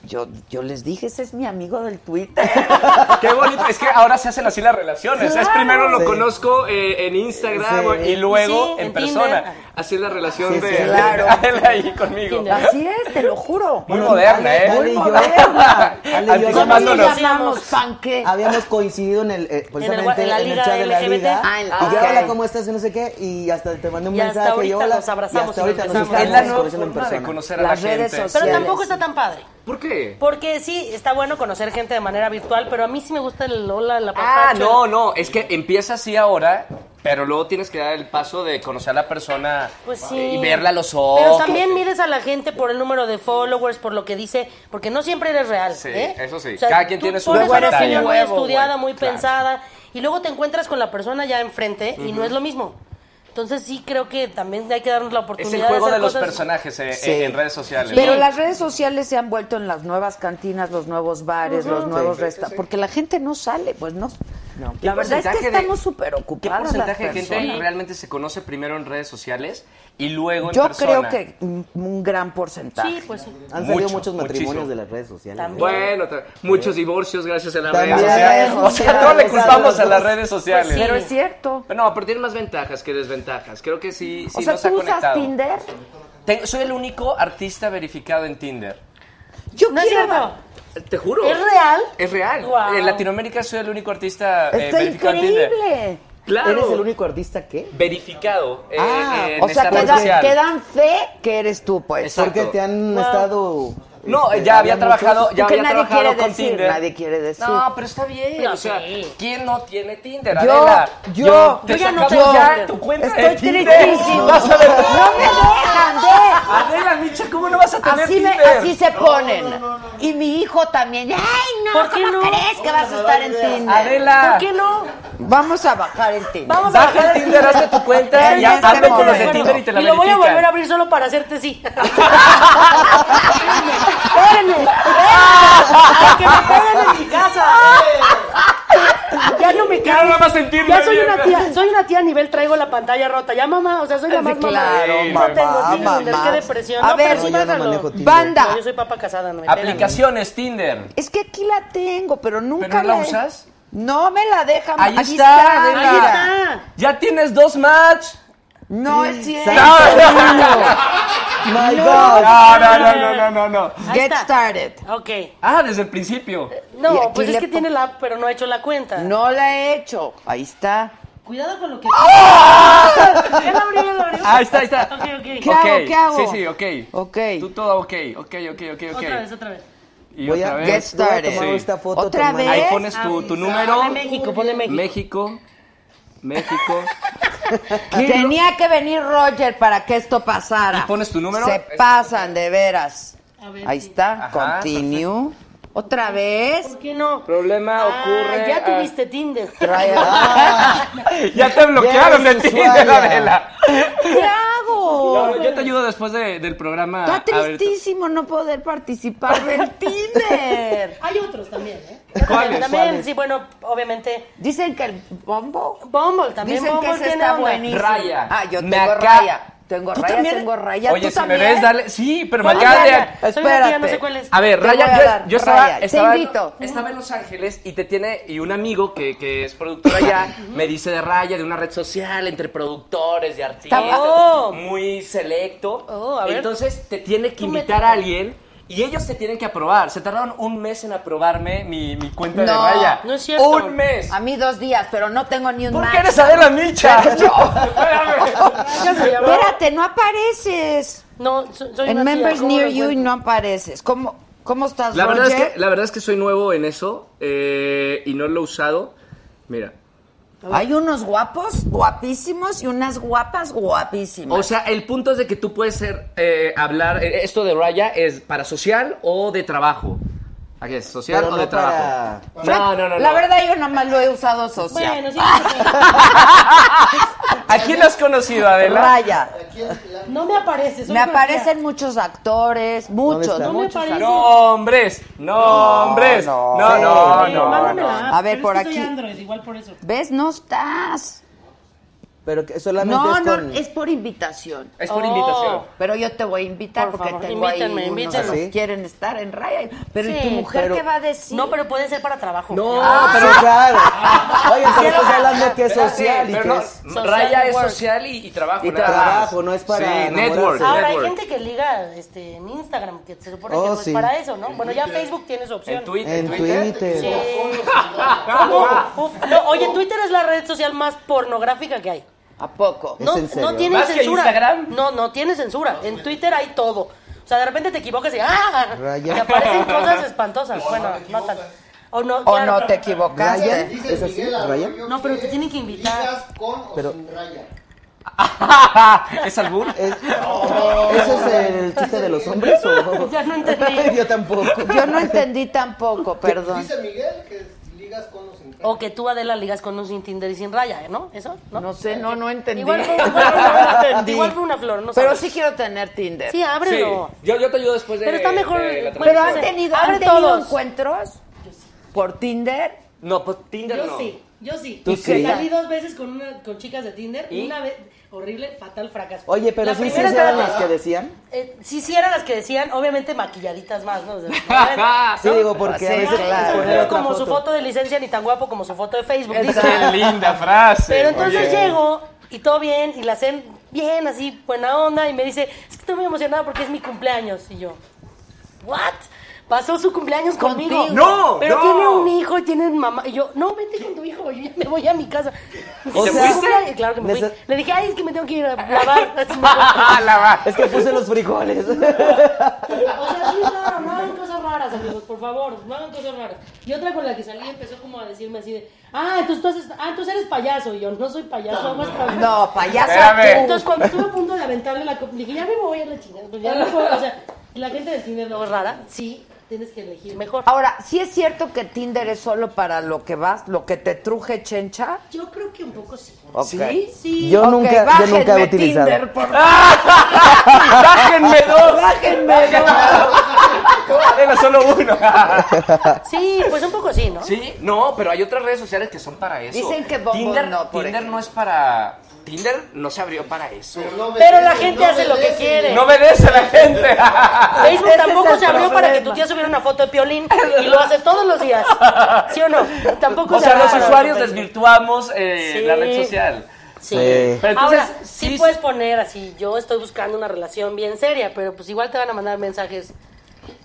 [SPEAKER 1] Yo, yo les dije, ese es mi amigo del Twitter.
[SPEAKER 8] Qué bonito, es que ahora se hacen así las relaciones.
[SPEAKER 1] Claro.
[SPEAKER 8] Es primero lo
[SPEAKER 6] Sí.
[SPEAKER 8] conozco eh, en Instagram
[SPEAKER 6] Sí.
[SPEAKER 8] y luego
[SPEAKER 7] Sí,
[SPEAKER 8] en,
[SPEAKER 7] en
[SPEAKER 8] persona.
[SPEAKER 7] Tinder.
[SPEAKER 8] Así es la relación
[SPEAKER 6] Sí,
[SPEAKER 8] de,
[SPEAKER 6] sí.
[SPEAKER 1] Claro.
[SPEAKER 8] de Adela ahí conmigo.
[SPEAKER 7] Tinder.
[SPEAKER 1] Así es, te lo juro.
[SPEAKER 8] Muy moderna, ¿eh?
[SPEAKER 6] Ale
[SPEAKER 1] Muy
[SPEAKER 6] y yo-
[SPEAKER 1] moderna.
[SPEAKER 6] Ale y yo
[SPEAKER 1] ¿Cómo
[SPEAKER 6] habíamos-
[SPEAKER 1] le
[SPEAKER 8] Tomándonos.
[SPEAKER 1] llamamos panque?
[SPEAKER 6] Habíamos coincidido en el, eh, precisamente
[SPEAKER 7] en la
[SPEAKER 6] en el
[SPEAKER 7] liga
[SPEAKER 6] chat de la
[SPEAKER 7] LGBT.
[SPEAKER 6] liga.
[SPEAKER 1] Ah, en la-
[SPEAKER 6] Y yo,
[SPEAKER 1] ok.
[SPEAKER 6] hola, ¿cómo estás? Y no sé qué. Y hasta te mandé un
[SPEAKER 7] Y hasta
[SPEAKER 6] mensaje. y
[SPEAKER 7] ahorita
[SPEAKER 6] hola.
[SPEAKER 7] nos abrazamos
[SPEAKER 6] Y hasta
[SPEAKER 7] y nos
[SPEAKER 6] ahorita nos
[SPEAKER 7] besamos.
[SPEAKER 6] estamos
[SPEAKER 8] Es la nueva
[SPEAKER 6] conociendo en
[SPEAKER 8] forma de
[SPEAKER 6] persona.
[SPEAKER 8] conocer a
[SPEAKER 1] Las
[SPEAKER 8] la
[SPEAKER 1] redes
[SPEAKER 8] gente.
[SPEAKER 1] sociales.
[SPEAKER 7] Pero tampoco está tan padre.
[SPEAKER 8] ¿Por qué?
[SPEAKER 7] Porque sí, está bueno conocer gente de manera virtual, pero a mí sí me gusta el hola, la papá.
[SPEAKER 8] Ah, no, no, es que empieza así ahora, pero luego tienes que dar el paso de conocer a la persona
[SPEAKER 7] Pues sí.
[SPEAKER 8] eh, y verla a los ojos.
[SPEAKER 7] Pero también mides a la gente por el número de followers, por lo que dice, porque no siempre eres real.
[SPEAKER 8] Sí,
[SPEAKER 7] ¿eh?
[SPEAKER 8] eso sí.
[SPEAKER 7] O sea,
[SPEAKER 8] Cada quien
[SPEAKER 7] tú
[SPEAKER 8] tiene su
[SPEAKER 7] pones una
[SPEAKER 8] pantalla.
[SPEAKER 7] opinión muy
[SPEAKER 8] Huevo, güey.
[SPEAKER 7] estudiada, muy
[SPEAKER 8] Claro.
[SPEAKER 7] pensada, y luego te encuentras con la persona ya enfrente y no es lo mismo. Entonces sí creo que también hay que darnos la
[SPEAKER 8] Es
[SPEAKER 7] oportunidad
[SPEAKER 8] el juego
[SPEAKER 7] hacer
[SPEAKER 8] de los
[SPEAKER 7] cosas-
[SPEAKER 8] personajes eh,
[SPEAKER 6] Sí.
[SPEAKER 8] en redes sociales.
[SPEAKER 1] Pero
[SPEAKER 7] Sí.
[SPEAKER 1] las redes sociales se han vuelto en las nuevas cantinas, los nuevos bares, los nuevos restaurantes, porque la gente no sale, pues no.
[SPEAKER 8] ¿Qué
[SPEAKER 1] La verdad es que
[SPEAKER 8] porcentaje de-
[SPEAKER 1] estamos súper
[SPEAKER 8] ¿Qué
[SPEAKER 1] ocupados. las
[SPEAKER 8] porcentaje de gente
[SPEAKER 1] personas.
[SPEAKER 8] realmente se conoce primero en redes sociales y luego en
[SPEAKER 1] Yo
[SPEAKER 8] persona?
[SPEAKER 1] creo que un un gran porcentaje.
[SPEAKER 7] Sí, pues sí.
[SPEAKER 6] Han salido
[SPEAKER 8] Mucho,
[SPEAKER 6] muchos matrimonios
[SPEAKER 8] muchísimo.
[SPEAKER 6] de las redes sociales.
[SPEAKER 7] También.
[SPEAKER 8] Bueno, tra- muchos divorcios gracias a las
[SPEAKER 6] También
[SPEAKER 8] redes
[SPEAKER 6] las
[SPEAKER 8] sociales.
[SPEAKER 6] redes
[SPEAKER 8] O sea, no le
[SPEAKER 6] sociales,
[SPEAKER 8] culpamos
[SPEAKER 6] claro.
[SPEAKER 8] a las redes sociales.
[SPEAKER 7] Pues
[SPEAKER 1] Pero es cierto.
[SPEAKER 8] Pero no, pero tiene más ventajas que desventajas. Creo que sí, sí
[SPEAKER 1] o sea,
[SPEAKER 8] nos ha
[SPEAKER 1] ¿tú usas
[SPEAKER 8] conectado.
[SPEAKER 1] Tinder?
[SPEAKER 8] Tengo- soy el único artista verificado en Tinder.
[SPEAKER 1] Yo
[SPEAKER 7] No es
[SPEAKER 1] quiero-
[SPEAKER 7] cierto.
[SPEAKER 8] Te juro.
[SPEAKER 7] ¿Es real?
[SPEAKER 8] Es real.
[SPEAKER 7] Guau.
[SPEAKER 8] En Latinoamérica soy el único artista eh,
[SPEAKER 1] Está
[SPEAKER 8] verificado en Tinder.
[SPEAKER 1] increíble.
[SPEAKER 8] Claro.
[SPEAKER 6] ¿Eres el único artista que?
[SPEAKER 8] verificado eh,
[SPEAKER 6] Ah,
[SPEAKER 8] en
[SPEAKER 1] O sea,
[SPEAKER 8] esta
[SPEAKER 1] que
[SPEAKER 8] red
[SPEAKER 1] dan,
[SPEAKER 8] social.
[SPEAKER 1] que dan fe que eres tú, pues.
[SPEAKER 8] Exacto.
[SPEAKER 6] Porque te han
[SPEAKER 7] Wow.
[SPEAKER 6] estado
[SPEAKER 8] No,
[SPEAKER 1] Este,
[SPEAKER 8] ya había
[SPEAKER 1] habla mucho.
[SPEAKER 8] trabajado, ya
[SPEAKER 1] Porque
[SPEAKER 8] había
[SPEAKER 1] nadie
[SPEAKER 8] trabajado
[SPEAKER 1] quiere
[SPEAKER 8] con
[SPEAKER 1] decir,
[SPEAKER 8] Tinder.
[SPEAKER 1] nadie quiere decir.
[SPEAKER 8] No, pero está bien.
[SPEAKER 1] Pero
[SPEAKER 8] o sea, ¿quién no tiene Tinder?
[SPEAKER 1] Yo,
[SPEAKER 8] Adela?
[SPEAKER 1] yo,
[SPEAKER 8] te
[SPEAKER 1] yo ya no
[SPEAKER 8] sacamos
[SPEAKER 1] tengo
[SPEAKER 8] ya
[SPEAKER 1] Tinder.
[SPEAKER 8] tu cuenta
[SPEAKER 1] Estoy
[SPEAKER 8] de Tinder.
[SPEAKER 1] tristísima.
[SPEAKER 8] Vas a ver.
[SPEAKER 1] No me dejan, ve.
[SPEAKER 8] Adela, Micha, ¿cómo no vas a tener
[SPEAKER 1] Así, me-
[SPEAKER 8] Tinder?
[SPEAKER 1] así se ponen. Y mi hijo también. ¡Ay, no! ¿Cómo crees que vas a estar en Tinder?
[SPEAKER 8] Adela.
[SPEAKER 1] ¿Por qué no? Vamos a bajar el Tinder.
[SPEAKER 7] Vamos a
[SPEAKER 8] Baja el Tinder, hazte tu cuenta
[SPEAKER 7] Estoy
[SPEAKER 8] y
[SPEAKER 7] en este
[SPEAKER 8] habla con los de
[SPEAKER 7] momento.
[SPEAKER 8] Tinder y te la
[SPEAKER 7] Y lo voy a
[SPEAKER 8] verifican.
[SPEAKER 7] volver a abrir solo para hacerte sí.
[SPEAKER 9] ¡Que me peguen en mi casa!
[SPEAKER 7] Ya no me
[SPEAKER 9] Ya
[SPEAKER 7] cabe.
[SPEAKER 9] no vas a sentir
[SPEAKER 7] Ya
[SPEAKER 9] la
[SPEAKER 7] soy una
[SPEAKER 9] mierda.
[SPEAKER 7] tía, soy una tía a nivel traigo la pantalla rota. Ya mamá, o sea, soy la más mamá.
[SPEAKER 1] Claro,
[SPEAKER 7] no
[SPEAKER 1] mamá,
[SPEAKER 7] tengo Tinder,
[SPEAKER 1] mamá.
[SPEAKER 7] qué depresión.
[SPEAKER 1] A
[SPEAKER 7] No, pero
[SPEAKER 1] ver,
[SPEAKER 7] sí
[SPEAKER 1] No, yo no
[SPEAKER 7] bájalo.
[SPEAKER 1] manejo Tinder. banda.
[SPEAKER 7] No, yo soy papa casada, no me pegan.
[SPEAKER 8] Aplicaciones Tinder.
[SPEAKER 1] Es que aquí la tengo, pero nunca
[SPEAKER 8] ¿Pero no la
[SPEAKER 1] he-
[SPEAKER 8] usas?
[SPEAKER 1] No me la dejan.
[SPEAKER 8] Ahí
[SPEAKER 1] Aquí
[SPEAKER 8] está,
[SPEAKER 1] mira.
[SPEAKER 8] Adela. Ya tienes dos match.
[SPEAKER 1] No es cierto.
[SPEAKER 8] No.
[SPEAKER 1] My God.
[SPEAKER 8] No, no, no, no, no, no, no.
[SPEAKER 7] Ahí está.
[SPEAKER 1] started.
[SPEAKER 7] Ok.
[SPEAKER 8] Ah, desde el principio.
[SPEAKER 1] Y
[SPEAKER 7] No,
[SPEAKER 1] aquí
[SPEAKER 7] pues es
[SPEAKER 1] le
[SPEAKER 7] que
[SPEAKER 1] po-
[SPEAKER 7] tiene la app, pero no ha hecho la cuenta.
[SPEAKER 1] No la he hecho. Ahí está.
[SPEAKER 7] Cuidado con lo que.
[SPEAKER 8] Ya
[SPEAKER 7] la abrió, ya la abrió.
[SPEAKER 8] Ah, Ahí está, ahí está.
[SPEAKER 7] Ok, ok.
[SPEAKER 1] ¡Ah! ¿Qué hago?
[SPEAKER 8] Ok,
[SPEAKER 1] ¿Qué hago?
[SPEAKER 8] Sí, sí, ok.
[SPEAKER 1] Ok.
[SPEAKER 8] Tú todo ok, ok, ok, ok, ok.
[SPEAKER 7] Otra vez, otra vez.
[SPEAKER 8] Y
[SPEAKER 6] Voy
[SPEAKER 8] otra
[SPEAKER 6] a-
[SPEAKER 8] vez.
[SPEAKER 6] get started. Voy a tomar esta foto, ¿Otra tomar- vez?
[SPEAKER 8] Ahí pones tu, tu
[SPEAKER 7] Ah,
[SPEAKER 8] número.
[SPEAKER 7] ponle México, ponle México.
[SPEAKER 8] México. México.
[SPEAKER 1] Tenía que venir Roger para que esto pasara.
[SPEAKER 8] ¿Y pones tu número?
[SPEAKER 1] Se pasan, de veras.
[SPEAKER 7] A ver,
[SPEAKER 1] Ahí está.
[SPEAKER 8] Ajá,
[SPEAKER 1] Continue. ¿Otra vez?
[SPEAKER 7] ¿Por qué no?
[SPEAKER 8] Problema
[SPEAKER 7] Ah,
[SPEAKER 8] ocurre.
[SPEAKER 7] ya
[SPEAKER 8] ah,
[SPEAKER 7] tuviste Tinder.
[SPEAKER 1] Trae-
[SPEAKER 8] ya te bloquearon de
[SPEAKER 1] eres
[SPEAKER 8] Tinder,
[SPEAKER 1] usuaria.
[SPEAKER 8] Adela.
[SPEAKER 1] ¿Qué hago?
[SPEAKER 8] No, yo te ayudo después de- del programa.
[SPEAKER 1] Está
[SPEAKER 8] Ah, a ver,
[SPEAKER 1] tristísimo no poder participar del Tinder.
[SPEAKER 7] Hay otros también, ¿eh?
[SPEAKER 8] ¿Cuáles?
[SPEAKER 7] También, sí, bueno, obviamente.
[SPEAKER 1] Dicen que el bombo.
[SPEAKER 7] Bumble también.
[SPEAKER 1] Dicen que
[SPEAKER 7] Bumble
[SPEAKER 1] ese
[SPEAKER 7] tiene
[SPEAKER 1] está
[SPEAKER 7] onda.
[SPEAKER 1] buenísimo.
[SPEAKER 8] Raya.
[SPEAKER 1] Ah, yo
[SPEAKER 8] Me
[SPEAKER 1] tengo
[SPEAKER 8] acá-
[SPEAKER 1] raya. Tengo
[SPEAKER 8] ¿Tú
[SPEAKER 1] raya,
[SPEAKER 8] también?
[SPEAKER 1] tengo raya.
[SPEAKER 8] Oye,
[SPEAKER 1] ¿Tú
[SPEAKER 8] si
[SPEAKER 1] también?
[SPEAKER 8] me ves, dale. Sí, pero me
[SPEAKER 7] ¿Cuál
[SPEAKER 8] acabas de.
[SPEAKER 7] Raya? Soy una tía, no sé cuál es.
[SPEAKER 8] A ver,
[SPEAKER 1] Te
[SPEAKER 8] Raya,
[SPEAKER 1] voy a
[SPEAKER 8] yo,
[SPEAKER 1] dar,
[SPEAKER 8] yo estaba,
[SPEAKER 1] Raya, te
[SPEAKER 8] estaba-
[SPEAKER 1] invito.
[SPEAKER 8] estaba en Los Ángeles y te tiene y un amigo que, que es productor allá me dice de Raya de una red social entre productores y artistas
[SPEAKER 7] Oh.
[SPEAKER 8] muy selecto.
[SPEAKER 7] Oh, a ver.
[SPEAKER 8] Entonces te tiene que
[SPEAKER 7] Tú métete.
[SPEAKER 8] invitar a alguien y ellos te tienen que aprobar. Se tardaron un mes en aprobarme mi, mi cuenta de
[SPEAKER 1] No,
[SPEAKER 8] Raya.
[SPEAKER 7] no es cierto.
[SPEAKER 8] Un mes.
[SPEAKER 1] A mí dos días, pero no tengo ni un
[SPEAKER 8] ¿Por
[SPEAKER 1] match.
[SPEAKER 8] qué eres Adela Micha?
[SPEAKER 7] Ya se llamaba.
[SPEAKER 1] Espérate, no apareces.
[SPEAKER 7] No, so- soy
[SPEAKER 1] En
[SPEAKER 7] una tía,
[SPEAKER 1] Members
[SPEAKER 7] ¿cómo
[SPEAKER 1] Near
[SPEAKER 7] lo
[SPEAKER 1] You
[SPEAKER 7] encuentro?
[SPEAKER 1] no apareces. ¿Cómo, cómo estás,
[SPEAKER 8] La verdad,
[SPEAKER 1] Roger?
[SPEAKER 8] es que, la verdad es que soy nuevo en eso eh, y no lo he usado. Mira.
[SPEAKER 1] Hay unos guapos guapísimos y unas guapas guapísimas.
[SPEAKER 8] O sea, el punto es de que tú puedes ser, eh, hablar, eh, esto de Raya es para social o de trabajo. Aquí es, social
[SPEAKER 6] Pero
[SPEAKER 8] o
[SPEAKER 6] no
[SPEAKER 8] de trabajo. No, no, no.
[SPEAKER 1] La
[SPEAKER 8] no.
[SPEAKER 1] verdad, yo nada más lo he usado social.
[SPEAKER 7] Bueno, sí, no sé cuál
[SPEAKER 8] ¿A quién lo has conocido, Adela?
[SPEAKER 1] Raya.
[SPEAKER 7] es. no me aparece. soy
[SPEAKER 1] Me
[SPEAKER 7] una tía.
[SPEAKER 1] aparecen muchos actores, muchos,
[SPEAKER 6] está? No
[SPEAKER 7] me
[SPEAKER 1] muchos
[SPEAKER 7] parece.
[SPEAKER 1] actores.
[SPEAKER 8] Nombres, nombres. No, no, no,
[SPEAKER 7] Eh, mándamela.
[SPEAKER 8] no.
[SPEAKER 1] A
[SPEAKER 7] Pero
[SPEAKER 1] ver,
[SPEAKER 7] es
[SPEAKER 1] por
[SPEAKER 7] que soy
[SPEAKER 1] aquí.
[SPEAKER 7] Android, igual por eso.
[SPEAKER 1] ¿Ves? No estás.
[SPEAKER 6] Pero que solamente
[SPEAKER 1] No,
[SPEAKER 6] es
[SPEAKER 1] no,
[SPEAKER 6] con...
[SPEAKER 1] es por invitación.
[SPEAKER 8] Es por
[SPEAKER 7] Oh.
[SPEAKER 8] invitación.
[SPEAKER 1] Pero yo te voy a invitar
[SPEAKER 7] Por
[SPEAKER 1] porque
[SPEAKER 7] favor,
[SPEAKER 1] tengo ahí
[SPEAKER 7] invítenme,
[SPEAKER 1] unos
[SPEAKER 7] invítenme.
[SPEAKER 1] que
[SPEAKER 6] ¿Ah, ¿Sí?
[SPEAKER 1] quieren estar en raya. Pero ¿y tu
[SPEAKER 7] Sí,
[SPEAKER 1] mujer
[SPEAKER 6] pero-
[SPEAKER 1] qué va a decir?
[SPEAKER 7] No, pero puede ser para trabajo.
[SPEAKER 8] No,
[SPEAKER 6] Ah,
[SPEAKER 8] pero...
[SPEAKER 6] sí, claro. Oye, pero estás hablando que es
[SPEAKER 8] Ah. Espérate,
[SPEAKER 6] social y
[SPEAKER 8] pero
[SPEAKER 6] que
[SPEAKER 8] no,
[SPEAKER 6] es...
[SPEAKER 7] Social
[SPEAKER 8] Raya es
[SPEAKER 7] work.
[SPEAKER 8] social y, y trabajo.
[SPEAKER 6] Y
[SPEAKER 8] nada
[SPEAKER 6] trabajo,
[SPEAKER 8] más.
[SPEAKER 6] no es para
[SPEAKER 8] Sí,
[SPEAKER 6] enamorarse.
[SPEAKER 8] network.
[SPEAKER 7] Ahora hay
[SPEAKER 8] network.
[SPEAKER 7] gente que liga este, en Instagram, que se supone
[SPEAKER 6] Oh,
[SPEAKER 7] que no
[SPEAKER 6] sí.
[SPEAKER 7] es para eso, ¿no? Bueno, ya Facebook tiene su opción.
[SPEAKER 8] pues, En Twitter.
[SPEAKER 6] En Twitter.
[SPEAKER 7] Sí. ¿Cómo? Uf, no, oye, Twitter es la red social más pornográfica que hay.
[SPEAKER 1] ¿A poco?
[SPEAKER 6] ¿Es
[SPEAKER 7] No,
[SPEAKER 6] en serio?
[SPEAKER 7] no tiene
[SPEAKER 8] ¿Más que
[SPEAKER 7] censura.
[SPEAKER 8] Instagram?
[SPEAKER 7] No, no tiene censura. En Twitter hay todo. O sea, de repente te equivocas y ¡ah!
[SPEAKER 6] Raya.
[SPEAKER 7] Te aparecen cosas espantosas. bueno, no tan. O no,
[SPEAKER 1] ¿O
[SPEAKER 7] claro.
[SPEAKER 1] no te
[SPEAKER 6] ¿Raya?
[SPEAKER 1] equivocaste?
[SPEAKER 6] ¿Es así? ¿Raya?
[SPEAKER 7] No, pero te tienen que invitar.
[SPEAKER 3] con o
[SPEAKER 6] Pero-
[SPEAKER 3] sin raya.
[SPEAKER 8] ¿Es albur?
[SPEAKER 6] Es-
[SPEAKER 1] Oh.
[SPEAKER 6] ¿Eso es el chiste de los hombres o...?
[SPEAKER 7] Ya no entendí.
[SPEAKER 6] Yo tampoco.
[SPEAKER 1] Yo no entendí tampoco, perdón.
[SPEAKER 3] Dice Miguel que ligas con o sin raya.
[SPEAKER 7] O que tú, Adela, ligas con un sin Tinder y sin raya, ¿eh? ¿no? ¿Eso? ¿No?
[SPEAKER 1] No sé, no, no entendí.
[SPEAKER 7] Igual fue, igual fue una, igual fue una flor, no sé.
[SPEAKER 1] Pero sí quiero tener Tinder.
[SPEAKER 7] Sí, ábrelo.
[SPEAKER 8] Yo, yo te ayudo después de.
[SPEAKER 7] Pero está mejor-
[SPEAKER 8] de la
[SPEAKER 7] bueno,
[SPEAKER 1] Pero
[SPEAKER 8] transmisión.
[SPEAKER 1] han tenido,
[SPEAKER 7] Abre
[SPEAKER 1] ¿han tenido
[SPEAKER 7] todos.
[SPEAKER 1] encuentros por Tinder.
[SPEAKER 8] No, pues Tinder no.
[SPEAKER 7] yo sí.
[SPEAKER 6] ¿Tú sí?
[SPEAKER 7] Salí dos veces con, una, con chicas de Tinder,
[SPEAKER 8] ¿Y?
[SPEAKER 7] una vez horrible, fatal fracaso.
[SPEAKER 6] Oye, pero
[SPEAKER 7] La
[SPEAKER 6] sí, sí
[SPEAKER 7] primera
[SPEAKER 6] eran
[SPEAKER 7] etapa-
[SPEAKER 6] las que decían.
[SPEAKER 7] Eh, sí, sí eran las que decían, obviamente maquilladitas más, ¿no? De- ¿no?
[SPEAKER 6] Sí, digo, porque a
[SPEAKER 1] Ah, Sí,
[SPEAKER 6] veces
[SPEAKER 1] claro.
[SPEAKER 6] quieres poner
[SPEAKER 7] Pero
[SPEAKER 6] otra
[SPEAKER 7] como su
[SPEAKER 6] foto.
[SPEAKER 7] foto de licencia ni tan guapo como su foto de Facebook. dice.
[SPEAKER 8] Qué linda frase.
[SPEAKER 7] Pero entonces
[SPEAKER 8] Oye.
[SPEAKER 7] llego y todo bien, y la hacen bien, así, buena onda, y me dice, es que estoy muy emocionada porque es mi cumpleaños. Y yo, ¿what? Pasó su cumpleaños conmigo.
[SPEAKER 10] Contigo. No,
[SPEAKER 7] Pero
[SPEAKER 10] no.
[SPEAKER 7] tiene un hijo y tiene mamá. Y yo, no, vente con tu hijo, yo ya me voy a mi casa.
[SPEAKER 6] O
[SPEAKER 7] Sí,
[SPEAKER 6] sea,
[SPEAKER 7] su cumpleaños- Claro que me fui.
[SPEAKER 6] Nece-
[SPEAKER 7] Le dije, ay, es que me tengo que ir a lavar. Así me fui.
[SPEAKER 6] Es que puse los frijoles.
[SPEAKER 7] O sea, sí, claro, no hagan cosas raras, amigos, por favor, no hagan cosas raras. Y otra con la que salí empezó como a decirme así de, ah, entonces tú, haces- ah, entonces eres payaso. Y yo, no soy payaso, hago hasta-
[SPEAKER 1] No, payaso
[SPEAKER 7] Espérame.
[SPEAKER 1] tú.
[SPEAKER 7] Entonces, cuando estuve a punto de aventarle la copa, dije, ya me voy a la chingada. pues ya no puedo, o sea, la gente del Tinder no es rara, sí, tienes que elegir mejor.
[SPEAKER 1] Ahora, ¿sí es cierto que Tinder es solo para lo que vas, lo que te truje, chencha?
[SPEAKER 7] Yo creo que un poco sí.
[SPEAKER 1] Ok.
[SPEAKER 7] Sí, sí.
[SPEAKER 6] Yo
[SPEAKER 1] Ok,
[SPEAKER 6] nunca, yo
[SPEAKER 1] bájenme
[SPEAKER 6] nunca he utilizado.
[SPEAKER 1] Tinder, por
[SPEAKER 8] ¡Bájenme dos!
[SPEAKER 1] ¡Bájenme
[SPEAKER 8] Era solo uno.
[SPEAKER 7] Sí, pues un poco sí, ¿no?
[SPEAKER 8] Sí, no, pero hay otras redes sociales que son para eso.
[SPEAKER 7] Dicen que Bumble
[SPEAKER 8] Tinder,
[SPEAKER 7] no, por
[SPEAKER 8] Tinder no es para... Tinder no se abrió para eso.
[SPEAKER 7] Pero la gente hace lo que quiere.
[SPEAKER 8] No obedece a la gente.
[SPEAKER 5] Ah,
[SPEAKER 7] Facebook
[SPEAKER 8] Ese es
[SPEAKER 7] tampoco
[SPEAKER 8] el
[SPEAKER 7] se abrió para que
[SPEAKER 8] problema.
[SPEAKER 7] tu tía subiera una foto de Piolín y lo hace todos los días. ¿Sí o no? Tampoco
[SPEAKER 8] O sea,
[SPEAKER 7] abrió
[SPEAKER 8] los
[SPEAKER 7] para
[SPEAKER 8] usuarios
[SPEAKER 7] Facebook.
[SPEAKER 8] desvirtuamos eh,
[SPEAKER 7] Sí.
[SPEAKER 8] la red social.
[SPEAKER 7] Sí.
[SPEAKER 8] Pero entonces,
[SPEAKER 7] Ahora, sí, puedes poner así, yo estoy buscando una relación bien seria, pero pues igual te van a mandar mensajes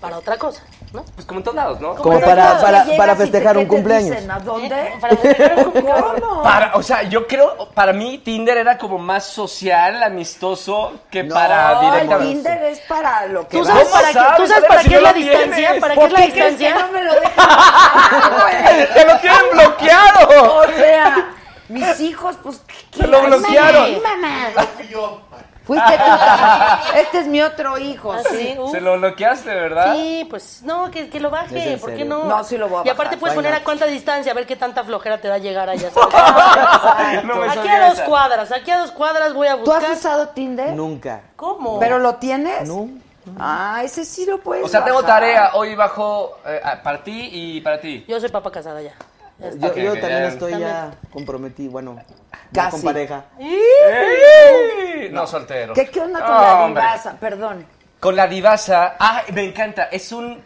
[SPEAKER 7] para otra cosa, ¿no?
[SPEAKER 8] Pues como en todos lados, ¿no?
[SPEAKER 6] Como para- para- para festejar un cumpleaños.
[SPEAKER 1] ¿A dónde?
[SPEAKER 7] Para festejar un cumpleaños.
[SPEAKER 8] Para, o sea, yo creo, para mí Tinder era como más social, amistoso, que para
[SPEAKER 1] No, el
[SPEAKER 8] directamente.
[SPEAKER 1] Tinder es para lo que
[SPEAKER 8] ¿Tú
[SPEAKER 1] vas.
[SPEAKER 8] sabes para qué- tú sabes para
[SPEAKER 1] si
[SPEAKER 8] qué
[SPEAKER 1] no
[SPEAKER 8] es la
[SPEAKER 1] lo
[SPEAKER 8] distancia?
[SPEAKER 1] tienes?
[SPEAKER 8] ¿Para
[SPEAKER 1] ¿Por
[SPEAKER 8] qué es la
[SPEAKER 1] crees que
[SPEAKER 8] distancia?
[SPEAKER 1] no me lo dejan?
[SPEAKER 8] ¡Te lo tienen bloqueado!
[SPEAKER 1] O sea, mis hijos, pues... ¿qué-
[SPEAKER 8] Te lo
[SPEAKER 1] qué-
[SPEAKER 8] bloquearon.
[SPEAKER 1] Ay, mamá. Fuiste tú también. Este es mi otro hijo.
[SPEAKER 7] Ah, sí, uf.
[SPEAKER 8] Se lo bloqueaste, ¿verdad?
[SPEAKER 7] Sí, pues no, que, que lo
[SPEAKER 8] ¿Es
[SPEAKER 7] baje,
[SPEAKER 8] en
[SPEAKER 7] ¿por qué
[SPEAKER 8] serio?
[SPEAKER 7] no?
[SPEAKER 8] No, sí lo voy a
[SPEAKER 7] Y aparte
[SPEAKER 8] bajar,
[SPEAKER 7] puedes
[SPEAKER 8] why
[SPEAKER 7] poner
[SPEAKER 8] not?
[SPEAKER 7] a cuánta distancia, a ver qué tanta flojera te va a llegar allá. ¿sabes?
[SPEAKER 8] No me
[SPEAKER 7] aquí
[SPEAKER 8] sabía
[SPEAKER 7] a dos
[SPEAKER 8] esa.
[SPEAKER 7] cuadras, aquí a dos cuadras voy a
[SPEAKER 1] ¿Tú
[SPEAKER 7] buscar.
[SPEAKER 1] has usado Tinder?
[SPEAKER 6] Nunca.
[SPEAKER 7] ¿Cómo?
[SPEAKER 1] ¿Pero lo tienes? No. Ah, ese sí lo puedes
[SPEAKER 8] O sea, tengo
[SPEAKER 1] bajar.
[SPEAKER 8] tarea, hoy bajo eh, ah, para ti y para ti.
[SPEAKER 7] Yo soy papá casada ya. Ya
[SPEAKER 6] Yo,
[SPEAKER 7] está.
[SPEAKER 8] Ok,
[SPEAKER 6] yo
[SPEAKER 8] ok,
[SPEAKER 6] también
[SPEAKER 8] ya.
[SPEAKER 6] estoy ya comprometido, bueno, ya con
[SPEAKER 1] Casi.
[SPEAKER 6] pareja.
[SPEAKER 8] ¡Eh! No, soltero.
[SPEAKER 1] ¿Qué, qué onda con la
[SPEAKER 8] Hombre.
[SPEAKER 1] divasa? Perdón.
[SPEAKER 8] Con la divasa. Ah, me encanta. Es un.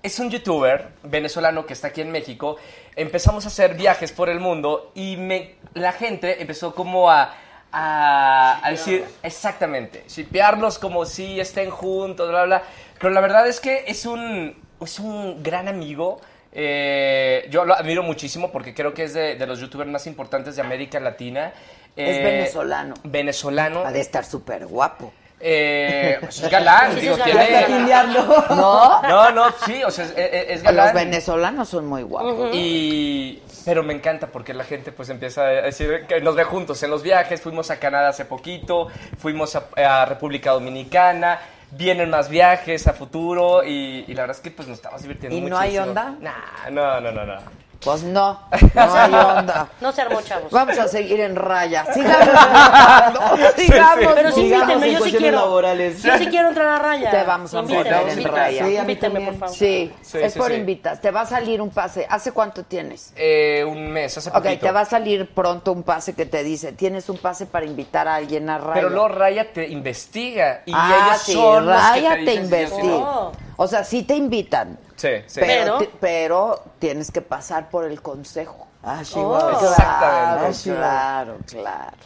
[SPEAKER 8] Es un youtuber venezolano que está aquí en México. Empezamos a hacer viajes por el mundo y me, la gente empezó como a, a, a decir, exactamente, shipearlos como si estén juntos, bla, bla. Pero la verdad es que es un, es un gran amigo. Eh, yo lo admiro muchísimo porque creo que es de, de los youtubers más importantes de América Latina.
[SPEAKER 1] Es
[SPEAKER 8] Eh,
[SPEAKER 1] venezolano.
[SPEAKER 8] Venezolano.
[SPEAKER 1] Ha de estar súper guapo.
[SPEAKER 8] Eh, pues es galán,
[SPEAKER 1] Sí,
[SPEAKER 8] digo,
[SPEAKER 1] es
[SPEAKER 8] tiene-
[SPEAKER 1] galán. ¿No?
[SPEAKER 8] No, no, sí, o sea, es, es- es galán.
[SPEAKER 1] Los venezolanos son muy guapos.
[SPEAKER 8] Y pero me encanta porque la gente pues empieza a decir que nos ve juntos en los viajes, fuimos a Canadá hace poquito, fuimos a, a República Dominicana, vienen más viajes a futuro y, y la verdad es que pues nos estamos divirtiendo
[SPEAKER 1] ¿Y no hay
[SPEAKER 8] muchísimo.
[SPEAKER 1] onda?
[SPEAKER 8] Nah, no, no, no, no.
[SPEAKER 1] Pues no, no hay onda.
[SPEAKER 7] No se armó, chavos.
[SPEAKER 1] Vamos a seguir en raya. Sigamos. buscando,
[SPEAKER 8] Ah,
[SPEAKER 1] sigamos.
[SPEAKER 7] Pero sí
[SPEAKER 1] buscando.
[SPEAKER 7] invítenme, yo sí
[SPEAKER 6] cuestiones
[SPEAKER 7] quiero.
[SPEAKER 6] laborales.
[SPEAKER 7] Yo sí quiero entrar a raya.
[SPEAKER 1] Te vamos a
[SPEAKER 7] Invítenme,
[SPEAKER 1] poner en
[SPEAKER 7] invítenme,
[SPEAKER 1] raya. Sí, a mí
[SPEAKER 7] Invítenme, por favor.
[SPEAKER 1] Sí,
[SPEAKER 8] Sí,
[SPEAKER 1] es
[SPEAKER 8] sí,
[SPEAKER 1] por
[SPEAKER 8] sí.
[SPEAKER 1] invitas. Te va a salir un pase. ¿Hace cuánto tienes?
[SPEAKER 8] Eh, un mes, hace
[SPEAKER 1] Ok,
[SPEAKER 8] poquito.
[SPEAKER 1] te va a salir pronto un pase que te dice, tienes un pase para invitar a alguien a raya.
[SPEAKER 8] Pero luego Raya te investiga y
[SPEAKER 1] ah,
[SPEAKER 8] ellos
[SPEAKER 1] sí,
[SPEAKER 8] son los que
[SPEAKER 1] raya te
[SPEAKER 8] dicen sí o sí,
[SPEAKER 1] investiga.
[SPEAKER 8] no.
[SPEAKER 1] O sea, sí te invitan.
[SPEAKER 8] Sí, sí.
[SPEAKER 1] Pero, ti- pero tienes que pasar por el consejo.
[SPEAKER 6] Ah,
[SPEAKER 7] Oh.
[SPEAKER 1] Claro,
[SPEAKER 6] chihuahua.
[SPEAKER 1] claro,
[SPEAKER 8] Exactamente.
[SPEAKER 1] claro, claro.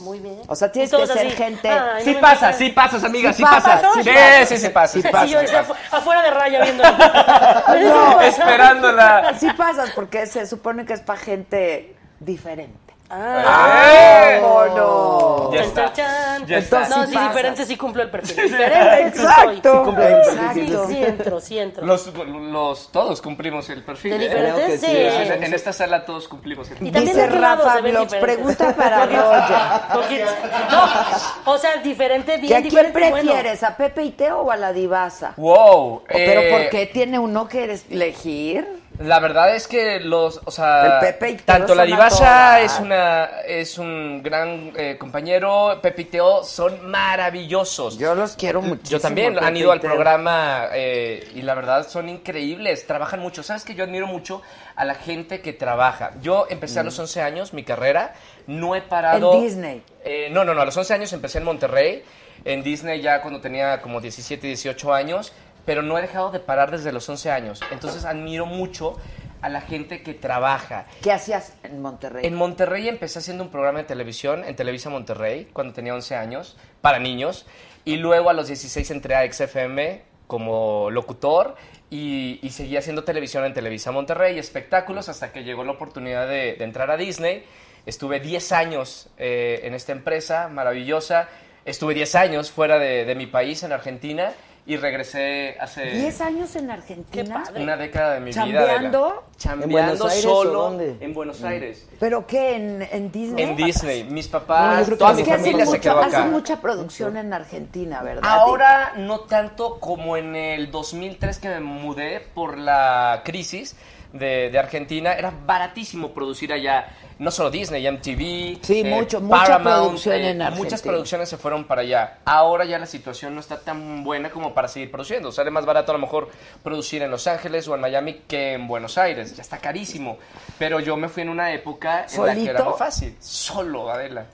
[SPEAKER 7] Muy bien.
[SPEAKER 1] O sea, tienes
[SPEAKER 7] Y todos
[SPEAKER 1] que ser
[SPEAKER 7] así,
[SPEAKER 1] gente-
[SPEAKER 7] "Ay,
[SPEAKER 8] Sí
[SPEAKER 7] no me
[SPEAKER 8] pasa,
[SPEAKER 7] pasa".
[SPEAKER 8] sí pasas, amiga,
[SPEAKER 7] Sí
[SPEAKER 8] sí
[SPEAKER 7] pasa,
[SPEAKER 8] pasa.
[SPEAKER 7] ¿no?
[SPEAKER 8] Sí,
[SPEAKER 7] Sí pasa.
[SPEAKER 8] sí, sí pasa. sí
[SPEAKER 7] Sí,
[SPEAKER 8] pasa,
[SPEAKER 7] yo
[SPEAKER 8] sí
[SPEAKER 7] decía,
[SPEAKER 8] pasa.
[SPEAKER 7] "Afu- afuera de raya viendo.
[SPEAKER 1] No.
[SPEAKER 8] Esperándola.
[SPEAKER 1] Así pasas porque se supone que es para gente diferente.
[SPEAKER 7] Ah.
[SPEAKER 8] ¡Eh!
[SPEAKER 1] ¡Vámonos!
[SPEAKER 8] Ya
[SPEAKER 7] Chan,
[SPEAKER 8] está.
[SPEAKER 7] chan, chan.
[SPEAKER 8] Ya está.
[SPEAKER 7] no,
[SPEAKER 1] Entonces
[SPEAKER 7] sí,
[SPEAKER 1] pasa.
[SPEAKER 7] diferente sí cumplo el perfil. Diferente sí soy.
[SPEAKER 1] Exacto. Sí cumple el perfil,
[SPEAKER 7] Sí,
[SPEAKER 1] sí, sí.
[SPEAKER 7] sí entro, sí entro.
[SPEAKER 8] Los, los- todos cumplimos el perfil.
[SPEAKER 7] De
[SPEAKER 8] ¿eh?
[SPEAKER 7] diferentes,
[SPEAKER 8] Creo que
[SPEAKER 7] sí.
[SPEAKER 8] O sea, En esta sala todos cumplimos el
[SPEAKER 7] Y
[SPEAKER 8] perfil.
[SPEAKER 7] también
[SPEAKER 1] Dice
[SPEAKER 7] de qué lado
[SPEAKER 1] Rafa
[SPEAKER 7] se ven
[SPEAKER 1] Blogs,
[SPEAKER 7] diferentes.
[SPEAKER 1] pregunta para
[SPEAKER 7] Porque-
[SPEAKER 1] Roger.
[SPEAKER 7] porque- no, o sea, diferente,
[SPEAKER 1] ¿Y
[SPEAKER 7] bien
[SPEAKER 1] a quién
[SPEAKER 7] diferente. bueno.
[SPEAKER 1] prefieres? ¿A Pepe y Teo o a la divasa?
[SPEAKER 8] Wow. eh,
[SPEAKER 1] ¿Pero por qué tiene uno que eres- elegir?
[SPEAKER 8] La verdad es que los, o sea,
[SPEAKER 1] El Pepe y Teo
[SPEAKER 8] tanto la
[SPEAKER 1] son a
[SPEAKER 8] Divasa
[SPEAKER 1] todas.
[SPEAKER 8] es una es un gran eh, compañero, Pepe y Teo son maravillosos.
[SPEAKER 1] Yo los quiero muchísimo.
[SPEAKER 8] Yo también han
[SPEAKER 1] Pepe
[SPEAKER 8] ido
[SPEAKER 1] y
[SPEAKER 8] al
[SPEAKER 1] Teo.
[SPEAKER 8] programa eh, y la verdad son increíbles, trabajan mucho. ¿Sabes que Yo admiro mucho a la gente que trabaja. Yo empecé a los 11 años mi carrera, no he parado.
[SPEAKER 1] Mm. En Disney.
[SPEAKER 8] Eh, no, no, no, a los 11 años empecé en Monterrey, en Disney ya cuando tenía como 17, 18 años, pero no he dejado de parar desde los 11 años. Entonces admiro mucho a la gente que trabaja.
[SPEAKER 1] ¿Qué hacías en Monterrey?
[SPEAKER 8] En Monterrey empecé haciendo un programa de televisión en Televisa Monterrey cuando tenía 11 años, para niños, y luego a los 16 entré a XFM como locutor y, y seguí haciendo televisión en Televisa Monterrey, espectáculos, hasta que llegó la oportunidad de, de entrar a Disney. Estuve 10 años eh, en esta empresa maravillosa. Estuve 10 años fuera de, de mi país, en Argentina, y regresé hace...
[SPEAKER 10] 10 años en Argentina.
[SPEAKER 8] eh, Una década de mi vida. Adela.
[SPEAKER 10] ¿Chambeando?
[SPEAKER 8] Chambeando
[SPEAKER 10] ¿En Buenos Aires
[SPEAKER 8] solo
[SPEAKER 10] o dónde? Mm.
[SPEAKER 8] en Buenos Aires.
[SPEAKER 1] ¿Pero qué? ¿En, en Disney?
[SPEAKER 8] En Disney. Mis
[SPEAKER 1] Ah,
[SPEAKER 8] papás,
[SPEAKER 1] es
[SPEAKER 8] toda mi
[SPEAKER 1] que assim, hacen
[SPEAKER 8] familia se
[SPEAKER 1] mucha,
[SPEAKER 8] quedó acá.
[SPEAKER 1] hacen mucha producción en Argentina, ¿verdad?
[SPEAKER 8] Ahora no tanto como en el 2003 que me mudé por la crisis de, de Argentina. Era baratísimo producir allá, no solo Disney, MTV,
[SPEAKER 1] Sí, mucho, mucha producción en
[SPEAKER 8] eh, Muchas
[SPEAKER 1] Argentina.
[SPEAKER 8] producciones se fueron para allá. Ahora ya la situación no está tan buena como para seguir produciendo. Sale más barato a lo mejor producir en Los Ángeles o en Miami que en Buenos Aires. Ya está carísimo. Pero yo me fui en una época en la que era
[SPEAKER 1] ¿Solito?
[SPEAKER 8] muy fácil. Solo, Adela.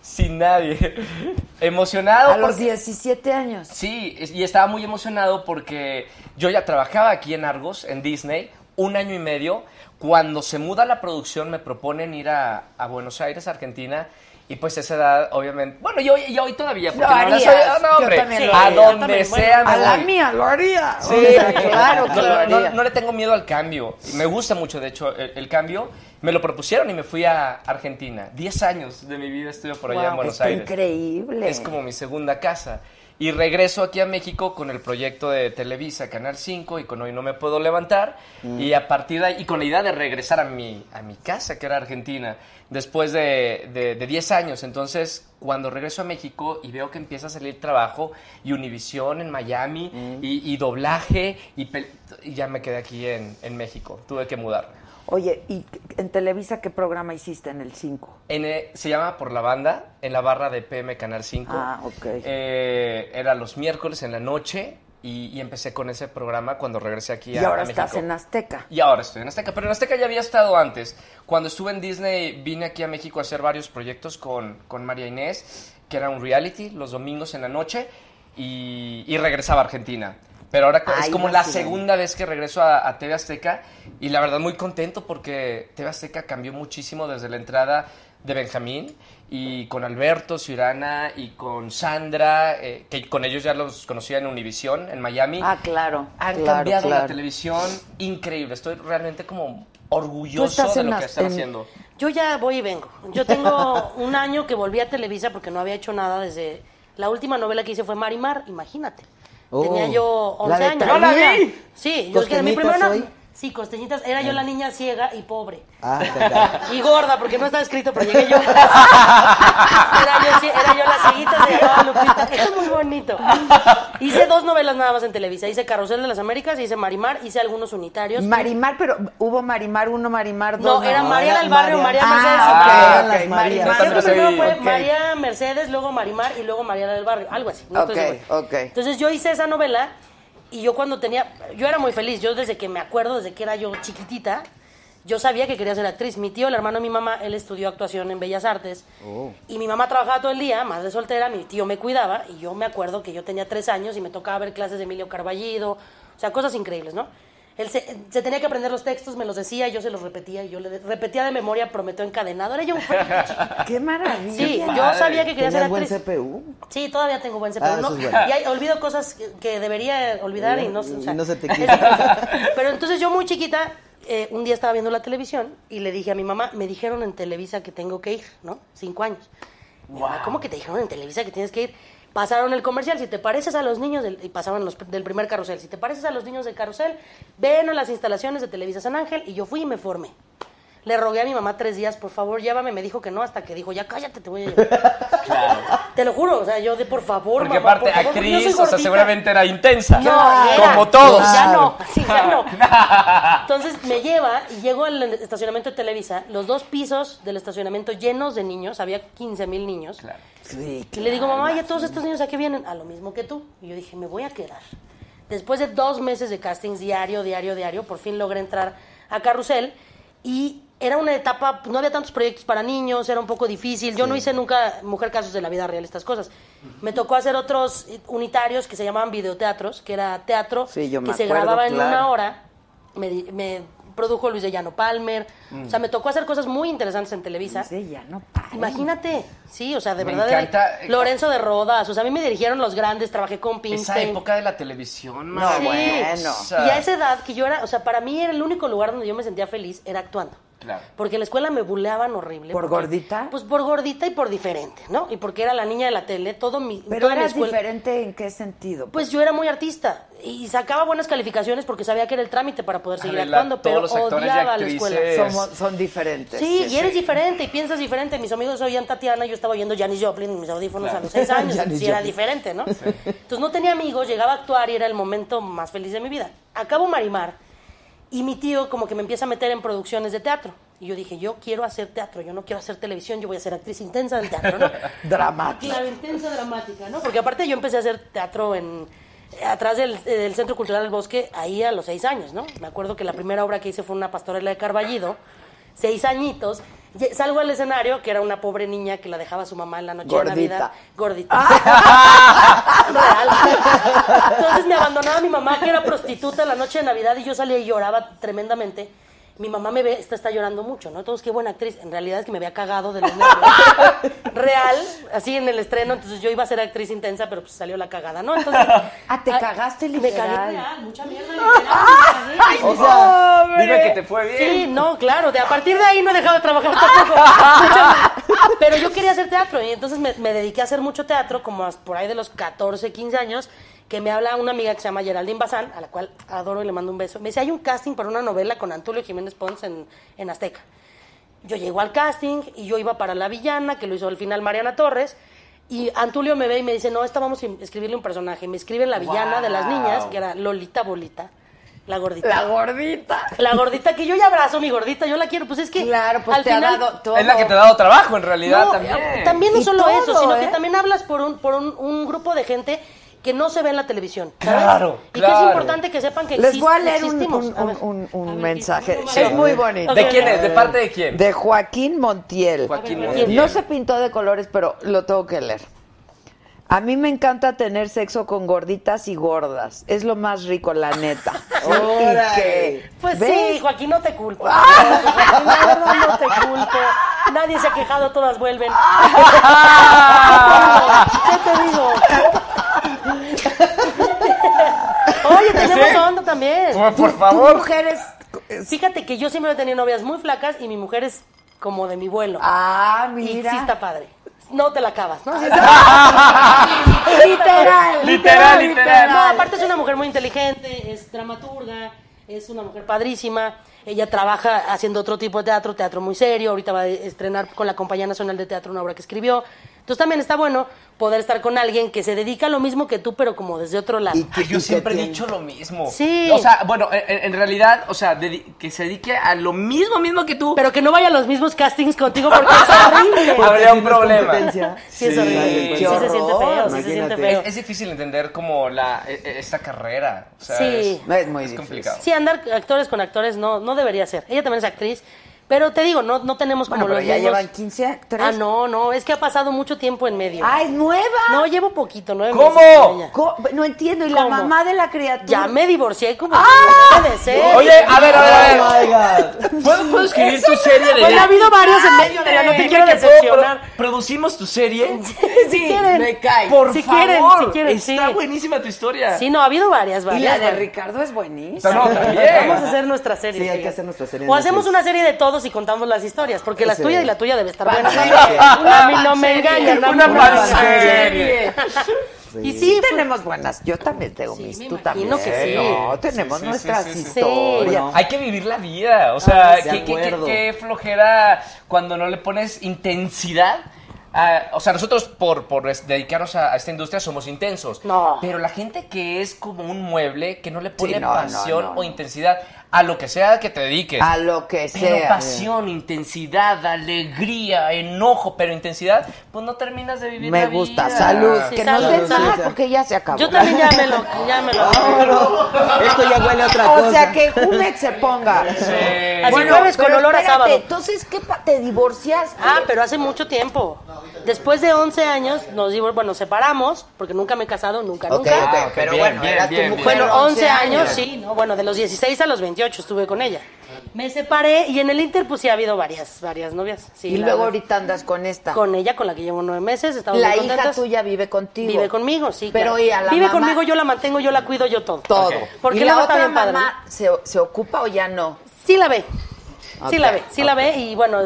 [SPEAKER 8] Sin nadie. Emocionado.
[SPEAKER 1] A los
[SPEAKER 8] porque-
[SPEAKER 1] 17 años.
[SPEAKER 8] Sí, es- y estaba muy emocionado porque yo ya trabajaba aquí en Argos, en Disney, un año y medio. Cuando se muda la producción me proponen ir a, a Buenos Aires, Argentina, y pues a esa edad, obviamente... Bueno, yo, yo hoy todavía, porque
[SPEAKER 1] Lo
[SPEAKER 8] no, la
[SPEAKER 1] harías.
[SPEAKER 8] soy- ah, no,
[SPEAKER 1] Yo
[SPEAKER 8] hombre,
[SPEAKER 1] también lo
[SPEAKER 8] a
[SPEAKER 1] haría. Yo
[SPEAKER 8] donde
[SPEAKER 1] también, bueno,
[SPEAKER 8] sea
[SPEAKER 1] a
[SPEAKER 8] me
[SPEAKER 1] la
[SPEAKER 8] voy.
[SPEAKER 1] mía lo haría.
[SPEAKER 8] Sí,
[SPEAKER 1] O sea, claro
[SPEAKER 8] No,
[SPEAKER 1] que lo
[SPEAKER 8] no,
[SPEAKER 1] haría.
[SPEAKER 8] no le tengo miedo al cambio. Me gusta mucho, de hecho, el, el cambio. Me lo propusieron y me fui a Argentina. Diez años de mi vida estuve por allá
[SPEAKER 1] Wow,
[SPEAKER 8] en Buenos
[SPEAKER 1] está
[SPEAKER 8] Aires.
[SPEAKER 1] increíble.
[SPEAKER 8] Es como mi segunda casa. Y regreso aquí a México con el proyecto de Televisa, Canal 5, y con Hoy No Me Puedo Levantar. Y a partir de ahí, y con la idea de regresar a mi, a mi casa, que era Argentina, después de, de, de 10 años. Entonces, cuando regreso a México y veo que empieza a salir trabajo, y Univisión en Miami, y, y doblaje, y, pel- y ya me quedé aquí en, en México. Tuve que mudarme.
[SPEAKER 1] Oye, ¿y en Televisa qué programa hiciste en el 5?
[SPEAKER 8] En, eh, se llama Por la Banda, en la barra de PM Canal 5.
[SPEAKER 1] Ah, ok.
[SPEAKER 8] Eh, era los miércoles en la noche y, y empecé con ese programa cuando regresé aquí
[SPEAKER 1] Y
[SPEAKER 8] a,
[SPEAKER 1] ahora
[SPEAKER 8] a México.
[SPEAKER 1] estás en Azteca.
[SPEAKER 8] Y ahora estoy en Azteca, pero en Azteca ya había estado antes. Cuando estuve en Disney vine aquí a México a hacer varios proyectos con, con María Inés, que era un reality los domingos en la noche y, y regresaba a Argentina. Pero ahora
[SPEAKER 1] Ay,
[SPEAKER 8] es como
[SPEAKER 1] no,
[SPEAKER 8] la
[SPEAKER 1] sí.
[SPEAKER 8] segunda vez que regreso a, a TV Azteca y la verdad muy contento porque TV Azteca cambió muchísimo desde la entrada de Benjamín y con Alberto Ciurana y con Sandra, eh, que con ellos ya los conocía en Univisión, en Miami.
[SPEAKER 1] Ah, claro.
[SPEAKER 8] Han
[SPEAKER 1] claro,
[SPEAKER 8] cambiado
[SPEAKER 1] claro.
[SPEAKER 8] la televisión increíble. Estoy realmente como orgulloso
[SPEAKER 7] Tú estás
[SPEAKER 8] de
[SPEAKER 7] en
[SPEAKER 8] lo
[SPEAKER 7] la-
[SPEAKER 8] que están
[SPEAKER 7] en-
[SPEAKER 8] haciendo.
[SPEAKER 7] Yo ya voy y vengo. Yo tengo un año que volví a Televisa porque no había hecho nada desde... La última novela que hice fue Marimar, imagínate.
[SPEAKER 8] Oh,
[SPEAKER 7] Tenía yo
[SPEAKER 8] la
[SPEAKER 7] 11
[SPEAKER 8] de
[SPEAKER 7] años.
[SPEAKER 8] Talía. ¡No la vi!
[SPEAKER 7] Sí, yo es que de mi
[SPEAKER 8] ¿Costeñitas
[SPEAKER 7] primera...
[SPEAKER 8] hoy? Ah.
[SPEAKER 7] Sí, costeñitas. Era yo la niña ciega y pobre.
[SPEAKER 6] Ah, caray.
[SPEAKER 7] Y gorda, porque no estaba escrito, pero llegué yo. Era yo, sí, era yo la cieguita, se llamaba Lupita. Esto es muy bonito. Hice dos novelas nada más en Televisa. Hice Carrusel de las Américas, hice Marimar, hice algunos unitarios.
[SPEAKER 1] Marimar, pero hubo Marimar 1, Marimar 2.
[SPEAKER 7] No, era María del Barrio, María Mercedes.
[SPEAKER 1] Ah, ok,
[SPEAKER 7] María-
[SPEAKER 1] ok,
[SPEAKER 7] María-
[SPEAKER 1] Marimar.
[SPEAKER 7] Creo que primero fue
[SPEAKER 1] Ok.
[SPEAKER 7] María Mercedes, luego Marimar y luego María del Barrio. Algo así. no estoy
[SPEAKER 1] Ok,
[SPEAKER 7] segura.
[SPEAKER 1] ok.
[SPEAKER 7] Entonces yo hice esa novela y yo cuando tenía, yo era muy feliz, yo desde que me acuerdo, desde que era yo chiquitita, yo sabía que quería ser actriz. Mi tío, el hermano de mi mamá, él estudió actuación en Bellas Artes
[SPEAKER 1] Oh.
[SPEAKER 7] y mi mamá trabajaba todo el día, más de soltera, mi tío me cuidaba y yo me acuerdo que yo tenía tres años y me tocaba ver clases de Emilio Carballido, o sea, cosas increíbles, ¿no? Él se, se tenía que aprender los textos, me los decía, y yo se los repetía, y yo le de- repetía de memoria Prometeo Encadenado. Era yo un freak, chiquita.
[SPEAKER 1] Qué maravilla.
[SPEAKER 7] Sí, yo sabía que quería ser
[SPEAKER 6] ¿Tenías buen
[SPEAKER 7] actriz.
[SPEAKER 6] CPU?
[SPEAKER 7] Sí, todavía tengo buen CPU.
[SPEAKER 6] Ah,
[SPEAKER 7] ¿no?
[SPEAKER 6] eso es bueno.
[SPEAKER 7] Y hay- olvido cosas que, que debería olvidar y no sé. o sea,
[SPEAKER 6] se te
[SPEAKER 7] es
[SPEAKER 6] quita.
[SPEAKER 7] difícil. Pero entonces yo muy chiquita, eh, un día estaba viendo la televisión y le dije a mi mamá, me dijeron en Televisa que tengo que ir, ¿no? Cinco años. Mi mamá, ¿Cómo que te dijeron en Televisa que tienes que ir? Pasaron el comercial, si te pareces a los niños, del, y pasaron los pr- del primer carrusel, si te pareces a los niños del carrusel, ven a las instalaciones de Televisa San Ángel y yo fui y me formé. Le rogué a mi mamá tres días, por favor, llévame. Me dijo que no, hasta que dijo, ya cállate, te voy a llevar. Te lo juro, o sea, yo de por favor,
[SPEAKER 8] Porque
[SPEAKER 7] mamá,
[SPEAKER 8] aparte,
[SPEAKER 7] por favor, porque yo soy
[SPEAKER 8] actriz, o sea,
[SPEAKER 7] gordita.
[SPEAKER 8] seguramente era intensa.
[SPEAKER 7] No, era.
[SPEAKER 8] como todos.
[SPEAKER 7] Ya no, sí, ya no. Entonces me lleva y llego al estacionamiento de Televisa, los dos pisos del estacionamiento llenos de niños, había 15 mil niños.
[SPEAKER 1] Sí,
[SPEAKER 7] Y le digo,
[SPEAKER 1] claro.
[SPEAKER 7] mamá, ¿ya todos estos niños a qué vienen? A lo mismo que tú. Y yo dije, me voy a quedar. Después de dos meses de castings diario, diario, diario, por fin logré entrar a Carrusel y era una etapa, no había tantos proyectos para niños, era un poco difícil. Yo no hice nunca Mujer Casos de la Vida Real, estas cosas. Me tocó hacer otros eh, unitarios que se llamaban videoteatros, que era teatro
[SPEAKER 1] Sí, yo me
[SPEAKER 7] que se
[SPEAKER 1] acuerdo,
[SPEAKER 7] grababa en
[SPEAKER 1] claro.
[SPEAKER 7] una hora. Me, di- me produjo Luis de Llano Palmer.
[SPEAKER 8] Mm.
[SPEAKER 7] O sea, me tocó hacer cosas muy interesantes en Televisa. Luis
[SPEAKER 10] de Llano Palmer.
[SPEAKER 7] Imagínate. Sí, o sea, de
[SPEAKER 8] Me
[SPEAKER 7] verdad. era
[SPEAKER 8] encanta-
[SPEAKER 7] Lorenzo de Rodas. O sea, a mí me dirigieron los grandes, trabajé con
[SPEAKER 8] Esa
[SPEAKER 7] Pinstein.
[SPEAKER 8] época de la televisión,
[SPEAKER 7] No,
[SPEAKER 8] man.
[SPEAKER 7] bueno.
[SPEAKER 8] O
[SPEAKER 7] Y
[SPEAKER 8] sea,
[SPEAKER 7] a esa edad que yo era, o sea, para mí era el único lugar donde yo me sentía feliz era actuando.
[SPEAKER 8] Claro.
[SPEAKER 7] Porque en la escuela me buleaban horrible.
[SPEAKER 1] ¿Por
[SPEAKER 7] porque-
[SPEAKER 1] gordita?
[SPEAKER 7] Pues por gordita y por diferente, ¿no? Y porque era la niña de la tele, todo mi.
[SPEAKER 1] Pero
[SPEAKER 7] toda mi
[SPEAKER 1] eras
[SPEAKER 7] escuela-
[SPEAKER 1] diferente en qué sentido.
[SPEAKER 7] Pues yo era muy artista y sacaba buenas calificaciones porque sabía que era el trámite para poder seguir
[SPEAKER 1] Adela,
[SPEAKER 7] actuando, pero
[SPEAKER 1] todos los actores y
[SPEAKER 7] odiaba la
[SPEAKER 1] actrices-
[SPEAKER 7] escuela.
[SPEAKER 1] Somos- son diferentes.
[SPEAKER 7] Sí,
[SPEAKER 1] Sí,
[SPEAKER 7] y eres
[SPEAKER 1] sí.
[SPEAKER 7] diferente y piensas diferente. Mis amigos oían Tatiana, yo estaba oyendo Janis Joplin en mis audífonos
[SPEAKER 1] Claro.
[SPEAKER 7] a los seis años,
[SPEAKER 1] Janis
[SPEAKER 7] sí era
[SPEAKER 1] Joplin.
[SPEAKER 7] diferente, ¿no? Entonces no tenía amigos, llegaba a actuar y era el momento más feliz de mi vida. Acabo Marimar y mi tío como que me empieza a meter en producciones de teatro. Y yo dije, yo quiero hacer teatro, yo no quiero hacer televisión, yo voy a ser actriz intensa del teatro, ¿no?
[SPEAKER 1] Dramática.
[SPEAKER 7] Claro, intensa, dramática, ¿no? Porque aparte yo empecé a hacer teatro en atrás del, eh, del Centro Cultural del Bosque, ahí a los seis años, ¿no? Me acuerdo que la primera obra que hice fue una pastorela de Carballido, seis añitos. Ye- Salgo al escenario, que era una pobre niña que la dejaba su mamá en la noche
[SPEAKER 1] Gordita.
[SPEAKER 7] de Navidad. Gordita. Real. Entonces me abandonaba mi mamá, que era prostituta, la noche de Navidad, y yo salía y lloraba tremendamente. Mi mamá me ve, esta está llorando mucho, ¿no? Entonces, qué buena actriz. En realidad es que me había cagado de lo real, así en el estreno. Entonces, yo iba a ser actriz intensa, pero pues salió la cagada, ¿no? Entonces,
[SPEAKER 10] Ah, te cagaste
[SPEAKER 7] me
[SPEAKER 10] literal.
[SPEAKER 7] cagué real, mucha mierda literal. me cagué.
[SPEAKER 10] O sea,
[SPEAKER 7] ¡Pobre!
[SPEAKER 10] dime que te fue bien.
[SPEAKER 7] Sí, no, claro. De, a partir de ahí no he dejado de trabajar tampoco. Mucho- Pero yo quería hacer teatro y entonces me, me dediqué a hacer mucho teatro, como as- por ahí de los 14, 15 años, que me habla una amiga que se llama Geraldine Bazán, a la cual adoro y le mando un beso. Me dice, hay un casting para una novela con Antulio Jiménez Pons en, en Azteca. Yo llego al casting y yo iba para La Villana, que lo hizo al final Mariana Torres. Y Antulio me ve y me dice, no, esta vamos a escribirle un personaje. Me escribe La Villana de las
[SPEAKER 1] Wow.
[SPEAKER 7] Niñas, que era Lolita Bolita. La gordita.
[SPEAKER 1] La gordita.
[SPEAKER 7] La gordita, que yo ya abrazo mi gordita, yo la quiero. Pues es que. Claro,
[SPEAKER 1] pues te ha dado todo.
[SPEAKER 8] es la que te ha dado trabajo, en realidad,
[SPEAKER 7] no, eh,
[SPEAKER 8] también.
[SPEAKER 7] no
[SPEAKER 8] Y
[SPEAKER 7] solo
[SPEAKER 8] todo,
[SPEAKER 7] eso, sino que
[SPEAKER 8] ¿eh?
[SPEAKER 7] también hablas por un, por un, un grupo de gente que no se ve en la televisión. ¿sabes?
[SPEAKER 8] Claro,
[SPEAKER 7] Y que
[SPEAKER 8] claro.
[SPEAKER 7] es importante que sepan que
[SPEAKER 1] Les voy a
[SPEAKER 7] exist-
[SPEAKER 1] leer un,
[SPEAKER 7] existimos.
[SPEAKER 1] un-
[SPEAKER 7] A ver.
[SPEAKER 1] un- un mensaje.
[SPEAKER 7] número.
[SPEAKER 1] Sí,
[SPEAKER 7] A
[SPEAKER 1] es
[SPEAKER 7] ver.
[SPEAKER 1] muy bonito.
[SPEAKER 7] ¿De quién es? ¿De parte
[SPEAKER 8] de quién?
[SPEAKER 1] De Joaquín Montiel.
[SPEAKER 8] Joaquín
[SPEAKER 1] No
[SPEAKER 8] Montiel.
[SPEAKER 1] se pintó de colores, pero lo tengo que leer. A mí me encanta tener sexo con gorditas y gordas. Es lo más rico, la neta.
[SPEAKER 7] Órale. Pues sí, Joaquín, no te culpo. Joaquín, la verdad, no te culpo. Nadie se ha quejado, todas vuelven. ¿Qué te digo? Oye, tenemos
[SPEAKER 1] Sí.
[SPEAKER 7] onda también.
[SPEAKER 1] Por- por favor.
[SPEAKER 7] mujeres. Fíjate que yo siempre he tenido novias muy flacas y mi mujer es como de mi vuelo.
[SPEAKER 1] Ah,
[SPEAKER 7] mira. Y sí está padre. No te la acabas, ¿no? Sí
[SPEAKER 1] está-
[SPEAKER 7] literal,
[SPEAKER 1] Literal, literal, literal.
[SPEAKER 7] No, aparte es una mujer muy inteligente, es dramaturga, es una mujer padrísima. Ella trabaja haciendo otro tipo de teatro, teatro muy serio. Ahorita va a estrenar con la Compañía Nacional de Teatro una obra que escribió. Entonces también está bueno poder estar con alguien que se dedica a lo mismo que tú, pero como desde otro lado.
[SPEAKER 8] Ay, yo siempre he dicho lo mismo.
[SPEAKER 7] Sí.
[SPEAKER 8] O sea, bueno, en, en realidad, o sea, dedi- que se dedique a lo mismo, mismo que tú.
[SPEAKER 7] Pero que no vaya a los mismos castings contigo porque es horrible.
[SPEAKER 8] Habría un problema.
[SPEAKER 7] Sí, es horrible. Sí, se siente feo, sí se siente feo.
[SPEAKER 8] Es, es difícil entender como la, e- e- esta carrera. O sea,
[SPEAKER 7] Sí.
[SPEAKER 8] es, es muy complicado.
[SPEAKER 7] Sí, andar actores con actores no, no debería ser. Ella también es actriz, pero te digo, no, no tenemos como
[SPEAKER 1] Bueno, pero
[SPEAKER 7] los
[SPEAKER 1] ya
[SPEAKER 7] mismos-
[SPEAKER 1] llevan 15 actores.
[SPEAKER 7] Ah, no, no, es que ha pasado mucho tiempo en medio.
[SPEAKER 1] Ah, es nueva.
[SPEAKER 7] No, llevo poquito, nueve
[SPEAKER 1] ¿Cómo?
[SPEAKER 7] meses con ella.
[SPEAKER 1] Co- No entiendo. Y la
[SPEAKER 7] ¿Cómo?
[SPEAKER 1] mamá de la criatura.
[SPEAKER 7] Ya me divorcié como
[SPEAKER 1] ¡Ah!
[SPEAKER 7] no puede ser.
[SPEAKER 8] Oye, a ver, a ver, a ver. ¿Puedo, puedo escribir
[SPEAKER 7] Eso
[SPEAKER 8] tu
[SPEAKER 7] no-
[SPEAKER 8] serie de
[SPEAKER 7] Bueno, ha habido varios en medio, Adela, no te
[SPEAKER 8] Dime
[SPEAKER 7] quiero
[SPEAKER 8] que puedo
[SPEAKER 7] decepcionar.
[SPEAKER 8] pro- ¿Producimos tu serie? Sí,
[SPEAKER 7] si quieren.
[SPEAKER 8] Me cae. Por
[SPEAKER 7] Si
[SPEAKER 8] favor. Este,
[SPEAKER 7] quieren, si quieren,
[SPEAKER 8] Está buenísima tu historia.
[SPEAKER 7] Sí, no, ha habido varias, varias.
[SPEAKER 1] Y la de
[SPEAKER 7] varias.
[SPEAKER 1] Ricardo es buenísima.
[SPEAKER 8] No, no, también.
[SPEAKER 7] Vamos a hacer nuestra serie.
[SPEAKER 6] Sí, hay
[SPEAKER 7] sí.
[SPEAKER 6] que hacer nuestra serie.
[SPEAKER 7] O hacemos una serie de todos y contamos las historias, porque las
[SPEAKER 6] Sí.
[SPEAKER 7] tuyas y la tuya debe estar
[SPEAKER 6] Pan-
[SPEAKER 7] buena.
[SPEAKER 6] serie.
[SPEAKER 7] A mí no me
[SPEAKER 1] Serie.
[SPEAKER 7] engañan. no,
[SPEAKER 1] Una
[SPEAKER 7] no, no.
[SPEAKER 1] panserie.
[SPEAKER 7] Y
[SPEAKER 1] Y
[SPEAKER 7] sí,
[SPEAKER 1] sí,
[SPEAKER 7] pues-
[SPEAKER 1] tenemos buenas. Yo también tengo mis, tú también.
[SPEAKER 7] imagino que sí.
[SPEAKER 1] No, tenemos
[SPEAKER 8] Sí, sí,
[SPEAKER 1] nuestras
[SPEAKER 8] sí, sí, sí.
[SPEAKER 1] historias.
[SPEAKER 8] Hay que vivir la vida. O sea,
[SPEAKER 1] Ah, de
[SPEAKER 8] qué, qué- qué-
[SPEAKER 1] acuerdo.
[SPEAKER 8] qué flojera cuando no le pones intensidad. a- o sea, nosotros por, por es- dedicarnos a, a esta industria somos intensos. Pero la gente que es como un mueble, que no le pone
[SPEAKER 1] no, no,
[SPEAKER 8] pasión
[SPEAKER 1] no,
[SPEAKER 8] o intensidad a lo que sea que te dediques.
[SPEAKER 1] A lo que
[SPEAKER 8] Pero
[SPEAKER 1] sea. eh.
[SPEAKER 8] pasión, intensidad, alegría, enojo, pero intensidad, pues no terminas de vivir
[SPEAKER 1] Me
[SPEAKER 8] la
[SPEAKER 1] gusta.
[SPEAKER 8] vida.
[SPEAKER 1] Salud.
[SPEAKER 7] Ah,
[SPEAKER 8] Sí,
[SPEAKER 1] que
[SPEAKER 8] salud.
[SPEAKER 1] no den más porque ya se acabó.
[SPEAKER 7] Yo también ya me lo, ya me lo.
[SPEAKER 6] Esto ya huele a otra
[SPEAKER 1] O
[SPEAKER 6] cosa.
[SPEAKER 1] sea, que Jumex se ponga.
[SPEAKER 7] Así jueves con
[SPEAKER 1] pero
[SPEAKER 7] olor a
[SPEAKER 1] espérate,
[SPEAKER 7] sábado.
[SPEAKER 1] Entonces, ¿qué pa- te divorciaste?
[SPEAKER 7] Ah, pero hace mucho tiempo. Después de 11 años nos divor- bueno, nos separamos, porque nunca me he casado, nunca,
[SPEAKER 1] Ok,
[SPEAKER 7] nunca.
[SPEAKER 1] ok, pero bueno, era tu mujer.
[SPEAKER 7] Bueno, 11 años,
[SPEAKER 1] sí.
[SPEAKER 7] sí, ¿no? Bueno, de los 16 a los 28 estuve con ella. Me separé y en el Inter pues sí ha habido varias, varias novias. Sí,
[SPEAKER 1] Y
[SPEAKER 7] la
[SPEAKER 1] luego
[SPEAKER 7] verdad.
[SPEAKER 1] ahorita andas con esta.
[SPEAKER 7] Con ella, con la que llevo nueve meses. estamos
[SPEAKER 1] la
[SPEAKER 7] muy
[SPEAKER 1] hija
[SPEAKER 7] contentas.
[SPEAKER 1] tuya vive contigo.
[SPEAKER 7] Vive conmigo, sí.
[SPEAKER 1] Pero
[SPEAKER 7] claro.
[SPEAKER 1] y a la
[SPEAKER 7] Vive
[SPEAKER 1] mamá-
[SPEAKER 7] conmigo, yo la mantengo, yo la cuido, yo todo.
[SPEAKER 1] Todo.
[SPEAKER 7] Porque
[SPEAKER 1] ¿Y la
[SPEAKER 7] luego está
[SPEAKER 1] otra
[SPEAKER 7] bien padre,
[SPEAKER 1] mamá se, se ocupa o ya no?
[SPEAKER 7] Sí la ve. Sí
[SPEAKER 1] Ok,
[SPEAKER 7] la ve, sí la
[SPEAKER 1] ok.
[SPEAKER 7] ve y bueno,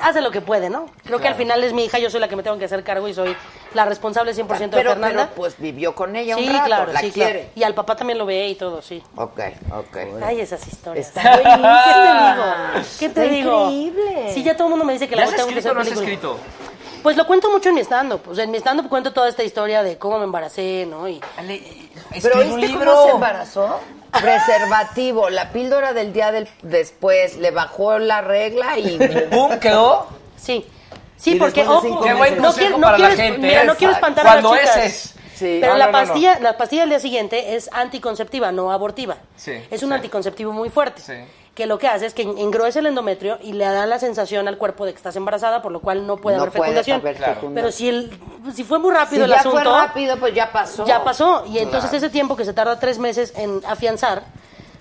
[SPEAKER 7] hace lo que puede, ¿no? Creo que
[SPEAKER 1] Claro.
[SPEAKER 7] al final es mi hija, yo soy la que me tengo que hacer cargo y soy la responsable 100% de
[SPEAKER 1] Pero,
[SPEAKER 7] Fernanda.
[SPEAKER 1] pero, pues vivió con ella
[SPEAKER 7] sí,
[SPEAKER 1] un rato,
[SPEAKER 7] claro,
[SPEAKER 1] la
[SPEAKER 7] sí, claro.
[SPEAKER 1] quiere.
[SPEAKER 7] Y al papá también lo ve y todo, sí.
[SPEAKER 1] Ok, ok.
[SPEAKER 7] Ay, esas historias.
[SPEAKER 1] Está
[SPEAKER 7] buenísimo. ¿Qué te
[SPEAKER 1] Está
[SPEAKER 7] digo?
[SPEAKER 1] increíble.
[SPEAKER 7] Sí, ya todo el mundo me dice que
[SPEAKER 8] ¿Ya
[SPEAKER 7] la
[SPEAKER 8] has
[SPEAKER 7] voy tengo que
[SPEAKER 8] escrito o no has
[SPEAKER 7] hacer película.
[SPEAKER 8] escrito?
[SPEAKER 7] Pues lo cuento mucho en mi stand-up. O sea, en mi stand-up cuento toda esta historia de cómo me embaracé, ¿no? Y...
[SPEAKER 1] Pero ¿viste cómo se embarazó? Preservativo, la píldora del día del, después, le bajó la regla y...
[SPEAKER 8] ¡Pum! ¿Quedó?
[SPEAKER 7] Sí. Sí,
[SPEAKER 1] Y
[SPEAKER 7] porque,
[SPEAKER 1] después de
[SPEAKER 7] ojo,
[SPEAKER 1] cinco Qué buen meses.
[SPEAKER 7] no,
[SPEAKER 1] consejo
[SPEAKER 7] quiero- no
[SPEAKER 1] para la
[SPEAKER 7] quieres,
[SPEAKER 1] gente,
[SPEAKER 7] mira, no quiero
[SPEAKER 1] exacto.
[SPEAKER 7] espantar a las
[SPEAKER 8] Cuando
[SPEAKER 7] chicas.
[SPEAKER 8] ese. Sí.
[SPEAKER 7] Pero
[SPEAKER 8] No,
[SPEAKER 7] la,
[SPEAKER 8] no, no, no.
[SPEAKER 7] pastilla, la pastilla del día siguiente es anticonceptiva, no abortiva.
[SPEAKER 8] Sí,
[SPEAKER 7] es un
[SPEAKER 8] sí.
[SPEAKER 7] anticonceptivo muy fuerte. Que lo que hace es que engruesa el endometrio y le da la sensación al cuerpo de que estás embarazada, por lo cual no puede
[SPEAKER 1] No
[SPEAKER 7] haber
[SPEAKER 1] puede
[SPEAKER 7] fecundación.
[SPEAKER 1] haber Claro. fecundación.
[SPEAKER 7] Pero si, el, si fue muy rápido
[SPEAKER 1] si
[SPEAKER 7] el
[SPEAKER 1] ya
[SPEAKER 7] asunto.
[SPEAKER 1] fue rápido, pues ya pasó.
[SPEAKER 7] Ya pasó. Y entonces
[SPEAKER 1] Claro.
[SPEAKER 7] ese tiempo que se tarda tres meses en afianzar,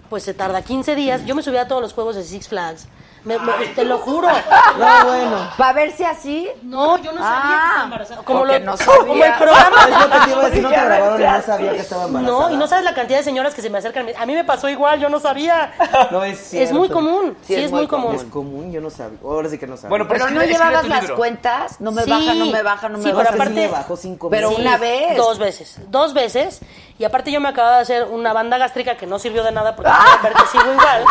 [SPEAKER 7] pues se tarda 15 días. Yo me subía a todos los juegos de Six Flags. Me- me- te lo juro.
[SPEAKER 1] No, bueno. ¿Para ver si así? Ah.
[SPEAKER 7] No, yo no sabía que estaba embarazada. Como, lo-
[SPEAKER 1] Porque no
[SPEAKER 7] como
[SPEAKER 1] sabía.
[SPEAKER 7] el programa.
[SPEAKER 1] Es lo que te iba a decir, no te grabaron y no
[SPEAKER 6] sabía que estaba embarazada.
[SPEAKER 7] No, y no sabes la cantidad de señoras que se me acercan. A mí me pasó igual, yo no sabía.
[SPEAKER 6] No es cierto.
[SPEAKER 7] muy común, sí, es muy común.
[SPEAKER 6] Es común, yo no sabía. Ahora sí que no sabía.
[SPEAKER 1] Bueno, pero Pero escribe- no escribe llevabas tu las libro. cuentas, no me baja, no me baja, no me baja.
[SPEAKER 7] Pero aparte,
[SPEAKER 1] Sí me bajó cinco Pero meses. una vez.
[SPEAKER 7] Dos veces. Dos veces. Y aparte yo me acababa de hacer una banda gástrica que no sirvió de nada porque
[SPEAKER 1] Ah.
[SPEAKER 7] tenía vértigo igual.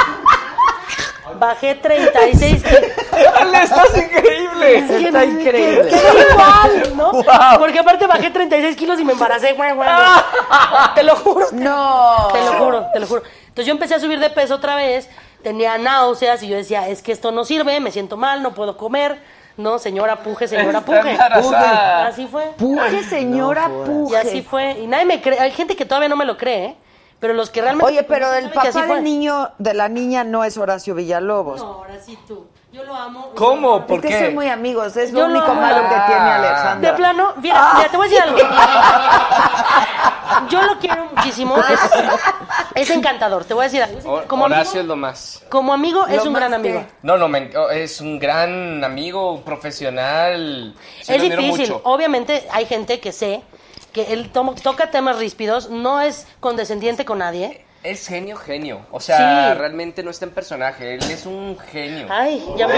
[SPEAKER 7] Bajé 36
[SPEAKER 10] ¡Estás increíble!
[SPEAKER 7] Es que
[SPEAKER 10] Está
[SPEAKER 7] me-
[SPEAKER 10] increíble.
[SPEAKER 7] que- que igual, ¿no?
[SPEAKER 10] Guau.
[SPEAKER 7] Porque aparte bajé 36 kilos y me embaracé, güey, güey.
[SPEAKER 1] Ah.
[SPEAKER 7] Te lo juro.
[SPEAKER 1] No.
[SPEAKER 7] Te lo juro, te lo juro. Entonces yo empecé a subir de peso otra vez, tenía náuseas y yo decía, es que esto no sirve, me siento mal, no puedo comer. No, señora puje, señora
[SPEAKER 1] Está
[SPEAKER 7] puje.
[SPEAKER 1] embarazada.
[SPEAKER 7] Así fue.
[SPEAKER 1] Puje, señora No jodas. puje.
[SPEAKER 7] Y así fue. Y nadie me cree. Hay gente que todavía no me lo cree, ¿eh? Pero los que realmente. pues,
[SPEAKER 1] Oye, pero
[SPEAKER 7] saben
[SPEAKER 1] el
[SPEAKER 7] que así
[SPEAKER 1] papá
[SPEAKER 7] fue.
[SPEAKER 1] del niño, de la niña, no es Horacio Villalobos.
[SPEAKER 7] No, ahora sí tú. Yo lo amo.
[SPEAKER 1] Pues, ¿Cómo? ¿Por
[SPEAKER 7] Porque
[SPEAKER 1] qué? Ah. son muy amigos, es lo
[SPEAKER 7] Yo
[SPEAKER 1] único
[SPEAKER 7] amo.
[SPEAKER 1] malo que tiene Alejandra.
[SPEAKER 7] De plano, mira, mira, te voy a decir algo. Yo lo quiero muchísimo. Es, es encantador, te voy a decir algo. Como
[SPEAKER 8] Horacio
[SPEAKER 7] amigo,
[SPEAKER 8] es lo más.
[SPEAKER 7] como amigo es
[SPEAKER 8] Lo
[SPEAKER 7] un
[SPEAKER 8] más
[SPEAKER 7] gran
[SPEAKER 8] que-
[SPEAKER 7] amigo.
[SPEAKER 8] No, no, me- oh, es un gran amigo, profesional. Sí,
[SPEAKER 7] es
[SPEAKER 8] lo admiro
[SPEAKER 7] difícil.
[SPEAKER 8] mucho.
[SPEAKER 7] Obviamente hay gente que sé que él tomo- toca temas ríspidos, no es condescendiente con nadie.
[SPEAKER 8] Es genio, genio. O sea,
[SPEAKER 7] Sí.
[SPEAKER 8] realmente no está en personaje, él es un genio.
[SPEAKER 7] Ay, ya me...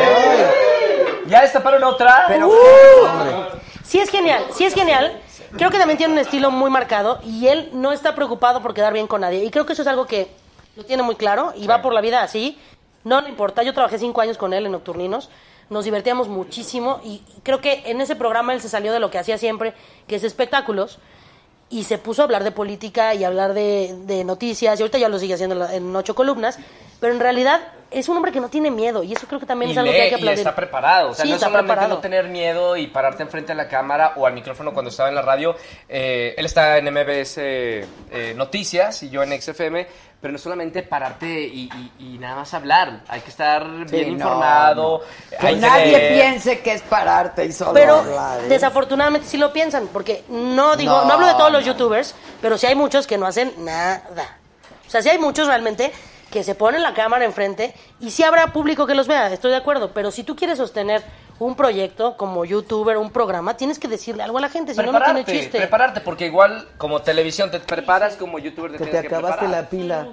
[SPEAKER 8] ¿Ya destaparon otra? Uh.
[SPEAKER 7] Pero- Sí es genial, sí es genial. Creo que también tiene un estilo muy marcado y él no está preocupado por quedar bien con nadie. Y creo que eso es algo que lo tiene muy claro y va por la vida así. No le importa, yo trabajé cinco años con él en Nocturninos, nos divertíamos muchísimo y creo que en ese programa él se salió de lo que hacía siempre, que es espectáculos, y se puso a hablar de política y a hablar de, de noticias, y ahorita ya lo sigue haciendo en la- en ocho columnas, pero en realidad es un hombre que no tiene miedo y eso creo que también
[SPEAKER 8] Y,
[SPEAKER 7] es algo
[SPEAKER 8] lee
[SPEAKER 7] que hay que
[SPEAKER 8] y
[SPEAKER 7] aplaudir.
[SPEAKER 8] está preparado. O sea,
[SPEAKER 7] Sí,
[SPEAKER 8] no
[SPEAKER 7] está
[SPEAKER 8] solamente
[SPEAKER 7] preparado.
[SPEAKER 8] no tener miedo y pararte enfrente a la cámara o al micrófono cuando estaba en la radio. Eh, él está en MBS eh, Noticias y yo en XFM. Pero no solamente pararte y, y- y nada más hablar. Hay que estar
[SPEAKER 1] Sí,
[SPEAKER 8] bien
[SPEAKER 1] no,
[SPEAKER 8] informado.
[SPEAKER 1] no.
[SPEAKER 8] hay
[SPEAKER 1] Que nadie
[SPEAKER 8] leer.
[SPEAKER 1] piense que es pararte y solo
[SPEAKER 7] Pero
[SPEAKER 1] hablar, ¿eh?
[SPEAKER 7] desafortunadamente sí lo piensan, porque no digo, no,
[SPEAKER 1] No,
[SPEAKER 7] hablo de todos los youtubers, pero sí hay muchos que no hacen nada. O sea, sí hay muchos realmente que se ponen la cámara enfrente y sí habrá público que los vea, estoy de acuerdo, pero si tú quieres sostener un proyecto como youtuber, un programa, tienes que decirle algo a la gente, si no, no
[SPEAKER 8] Prepararte,
[SPEAKER 7] tiene chiste.
[SPEAKER 8] prepararte, porque igual como televisión te preparas, como youtuber te
[SPEAKER 6] Que te
[SPEAKER 8] tienes que
[SPEAKER 6] acabaste
[SPEAKER 8] preparar.
[SPEAKER 6] la pila.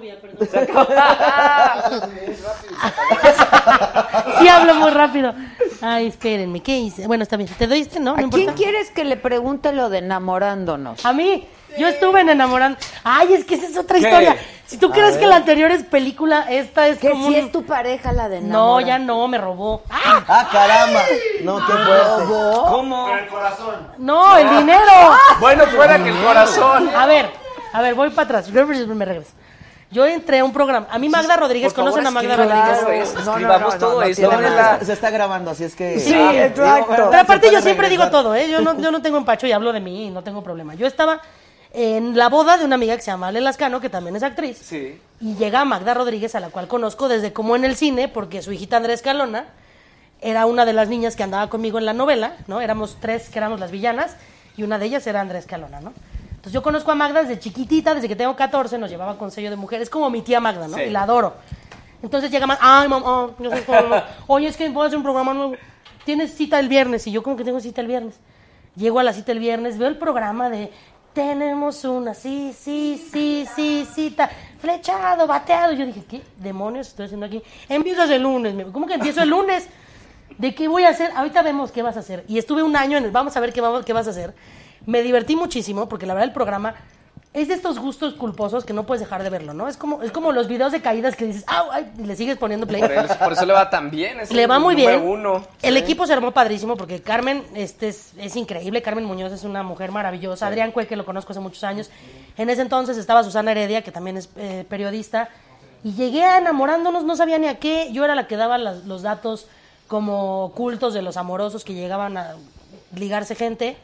[SPEAKER 7] Sí hablo muy rápido. Ay, espérenme, ¿qué hice? Bueno, está bien. ¿Te doy este? No, no
[SPEAKER 1] ¿A
[SPEAKER 7] importa.
[SPEAKER 1] quién quieres que le pregunte lo de enamorándonos?
[SPEAKER 7] A mí. Yo estuve en Enamorando. Ay, es que esa es otra
[SPEAKER 1] ¿Qué?
[SPEAKER 7] historia. Si tú
[SPEAKER 1] A
[SPEAKER 7] crees
[SPEAKER 1] ver.
[SPEAKER 7] que la anterior es película, esta es
[SPEAKER 1] Que
[SPEAKER 7] como
[SPEAKER 1] si
[SPEAKER 7] un-
[SPEAKER 1] es tu pareja la de
[SPEAKER 7] No,
[SPEAKER 1] enamora.
[SPEAKER 7] ya no, me robó.
[SPEAKER 6] ¡Ah! caramba! No, qué fuerte.
[SPEAKER 1] ¿Robó?
[SPEAKER 8] ¿Cómo?
[SPEAKER 3] el corazón.
[SPEAKER 7] No,
[SPEAKER 1] Ah.
[SPEAKER 7] el dinero.
[SPEAKER 8] Bueno, fuera que el corazón.
[SPEAKER 7] A ver, a ver, voy para atrás. Me regreso. Yo entré a un programa. A mí Magda Rodríguez,
[SPEAKER 6] Por favor,
[SPEAKER 7] ¿conocen a Magda
[SPEAKER 6] escriban
[SPEAKER 7] Rodríguez?
[SPEAKER 6] todo esto, escribamos todo esto. tiene Ahora nada.
[SPEAKER 7] la-
[SPEAKER 6] Se está grabando, así es que...
[SPEAKER 7] Sí,
[SPEAKER 6] Ah,
[SPEAKER 7] exacto.
[SPEAKER 6] digo,
[SPEAKER 7] Pero
[SPEAKER 6] se
[SPEAKER 7] aparte
[SPEAKER 6] puede
[SPEAKER 7] yo siempre digo
[SPEAKER 6] regresar.
[SPEAKER 7] todo, ¿eh? Yo no, yo no tengo empacho y hablo de mí, no tengo problema. Yo estaba en la boda de una amiga que se llama Ale Lascano, que también es actriz. Y llega Magda Rodríguez, a la cual conozco desde como en el cine, porque su hijita Andrés Calona era una de las niñas que andaba conmigo en la novela, ¿no? Éramos tres que éramos las villanas y una de ellas era Andrés Calona, ¿no? Entonces yo conozco a Magda desde chiquitita, desde que tengo 14, nos llevaba con sello de mujer. Es como mi tía Magda, ¿no?
[SPEAKER 10] Sí.
[SPEAKER 7] Y la adoro. Entonces llega más, ay, mamá, oh, yo soy como mamá. Oye, es que puedo hacer un programa nuevo. Tienes cita el viernes. Y yo, como que tengo cita el viernes. Llego a la cita el viernes, veo el programa de tenemos una, sí, sí, sí, sí, cita, flechado, bateado. Yo dije, ¿qué demonios estoy haciendo aquí? Empiezas el lunes. me- ¿Cómo que empiezo el lunes? ¿De qué voy a hacer? Ahorita vemos qué vas a hacer. Y estuve un año en el, vamos a ver qué, vamos, qué vas a hacer. Me divertí muchísimo, porque la verdad el programa es de estos gustos culposos que no puedes dejar de verlo, ¿no? Es como, es como los videos de caídas que dices, ¡au! ay", y le sigues poniendo play.
[SPEAKER 8] Por eso, por eso le va tan bien. es
[SPEAKER 7] Le
[SPEAKER 8] el
[SPEAKER 7] va muy
[SPEAKER 8] número
[SPEAKER 7] bien.
[SPEAKER 8] Uno.
[SPEAKER 7] El
[SPEAKER 8] Sí.
[SPEAKER 7] equipo se armó padrísimo porque Carmen este es, es increíble. Carmen Muñoz es una mujer maravillosa. Adrián Cue, que lo conozco hace muchos años. En ese entonces estaba Susana Heredia, que también es eh, periodista. Y llegué a enamorándonos, no sabía ni a qué. Yo era la que daba las- los datos como ocultos de los amorosos que llegaban a ligarse gente.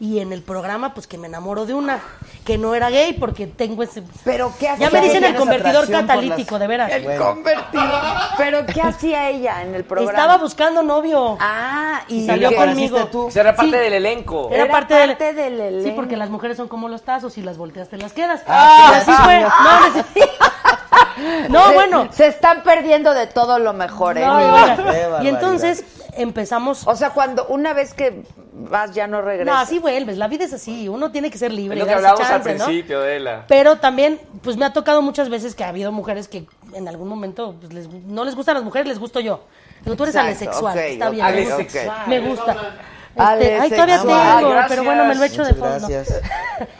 [SPEAKER 7] Y en el programa, pues que me enamoro de una, que no era gay porque tengo ese...
[SPEAKER 1] Pero ¿qué
[SPEAKER 7] Ya me dicen el convertidor catalítico,
[SPEAKER 1] catalítico,
[SPEAKER 7] de veras.
[SPEAKER 1] El convertidor. Pero ¿qué hacía ella en el programa?
[SPEAKER 7] Estaba buscando novio.
[SPEAKER 1] Ah, y,
[SPEAKER 7] salió
[SPEAKER 1] ¿qué?
[SPEAKER 7] conmigo.
[SPEAKER 8] Se era parte
[SPEAKER 7] Sí.
[SPEAKER 8] del elenco.
[SPEAKER 7] Era, parte, del-
[SPEAKER 1] del
[SPEAKER 7] Sí, porque las mujeres son como los tazos, si las volteas te las quedas.
[SPEAKER 1] Ah,
[SPEAKER 7] Y así
[SPEAKER 1] ah,
[SPEAKER 7] fue.
[SPEAKER 1] ah.
[SPEAKER 7] No, no es- No,
[SPEAKER 1] Se-
[SPEAKER 7] bueno.
[SPEAKER 1] Se están perdiendo de todo lo mejor, ¿eh?
[SPEAKER 7] No, y bueno, Qué
[SPEAKER 1] Mira.
[SPEAKER 7] y entonces empezamos.
[SPEAKER 1] O sea, cuando una vez que vas ya no
[SPEAKER 7] no,
[SPEAKER 1] regresas.
[SPEAKER 7] así vuelves, la vida es así, uno tiene que ser libre.
[SPEAKER 8] Es lo que
[SPEAKER 7] darse
[SPEAKER 8] hablábamos al
[SPEAKER 7] chance, ¿no?
[SPEAKER 8] principio, Adela.
[SPEAKER 7] Pero también, pues me ha tocado muchas veces que ha habido mujeres que en algún momento pues, les- no les gustan las mujeres, les gusto yo. Pero tú eres
[SPEAKER 1] Exacto,
[SPEAKER 7] alesexual,
[SPEAKER 1] ok,
[SPEAKER 7] está bien.
[SPEAKER 1] ok,
[SPEAKER 7] me gusta.
[SPEAKER 1] ok.
[SPEAKER 7] Me gusta. Este, ay,
[SPEAKER 1] Alesexual.
[SPEAKER 7] todavía tengo,
[SPEAKER 1] Ah,
[SPEAKER 7] pero
[SPEAKER 1] gracias.
[SPEAKER 7] bueno, me lo echo de
[SPEAKER 1] Muchas
[SPEAKER 7] fondo.
[SPEAKER 6] Gracias.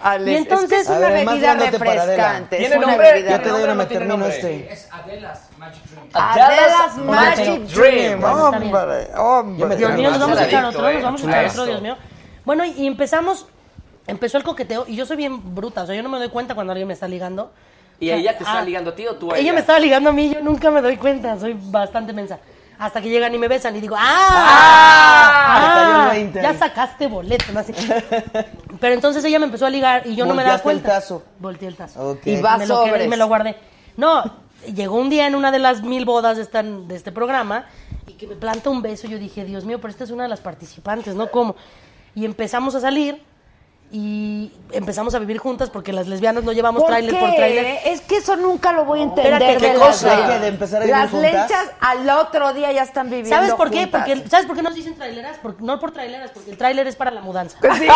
[SPEAKER 1] Alex,
[SPEAKER 7] y entonces-
[SPEAKER 1] es, que es
[SPEAKER 7] A
[SPEAKER 1] una
[SPEAKER 7] ver, más
[SPEAKER 1] bebida
[SPEAKER 6] grande para Adela.
[SPEAKER 1] refrescante.
[SPEAKER 6] ¿Tiene
[SPEAKER 1] es una
[SPEAKER 6] nombre?
[SPEAKER 1] bebida
[SPEAKER 6] Ya te doy
[SPEAKER 1] refrescante.
[SPEAKER 6] una me termino este.
[SPEAKER 11] Es Adela's Magic Dream.
[SPEAKER 1] Adela's
[SPEAKER 6] Adela's
[SPEAKER 1] Magic
[SPEAKER 6] Magic
[SPEAKER 1] Dream.
[SPEAKER 6] Dream. Bueno, está bien.
[SPEAKER 1] Hombre, hombre.
[SPEAKER 7] Dios mío, nos vamos a echar otro,
[SPEAKER 1] Adicto,
[SPEAKER 7] nos vamos a
[SPEAKER 1] ¿eh?
[SPEAKER 7] echar otro, Dios mío. Bueno, y- y empezamos, empezó el coqueteo y yo soy bien bruta, o sea, yo no me doy cuenta cuando alguien me está ligando. O
[SPEAKER 8] ¿Y
[SPEAKER 7] sea,
[SPEAKER 8] ella te está
[SPEAKER 7] ah,
[SPEAKER 8] ligando a ti o tú a
[SPEAKER 7] Ella
[SPEAKER 8] ella?
[SPEAKER 7] me estaba ligando a mí, yo nunca me doy cuenta, soy bastante mensa. Hasta que llegan y me besan y digo, ¡ah!
[SPEAKER 6] Me cayó el
[SPEAKER 7] ¡Ah!
[SPEAKER 6] 20.
[SPEAKER 7] ya sacaste boleto, no sé. Pero entonces ella me empezó a ligar y yo no me daba
[SPEAKER 6] Volteaste el
[SPEAKER 7] cuenta.
[SPEAKER 6] tazo.
[SPEAKER 7] Volteé el tazo.
[SPEAKER 6] Ok.
[SPEAKER 1] Y va
[SPEAKER 7] me lo, quedé,
[SPEAKER 1] sobres.
[SPEAKER 7] me lo guardé. No, llegó un día en una de las mil bodas de, esta- de este programa y que me planta un beso. Yo dije, Dios mío, pero esta es una de las participantes, ¿no? ¿Cómo? Y empezamos a salir y empezamos a vivir juntas porque las lesbianas no llevamos
[SPEAKER 1] ¿Por
[SPEAKER 7] tráiler
[SPEAKER 1] qué?
[SPEAKER 7] por tráiler.
[SPEAKER 1] Es que eso nunca lo voy a entender.
[SPEAKER 7] Espérate, ¿qué
[SPEAKER 1] de
[SPEAKER 7] cosa?
[SPEAKER 1] las-
[SPEAKER 7] ¿Hay que de empezar a vivir
[SPEAKER 1] Las
[SPEAKER 7] juntas?
[SPEAKER 1] lenchas al otro día ya están viviendo.
[SPEAKER 7] ¿Sabes por qué?
[SPEAKER 1] juntas.
[SPEAKER 7] Porque, ¿Sabes por qué nos dicen traileras? Por- no por traileras, porque el trailer es para la mudanza.
[SPEAKER 1] Sí. De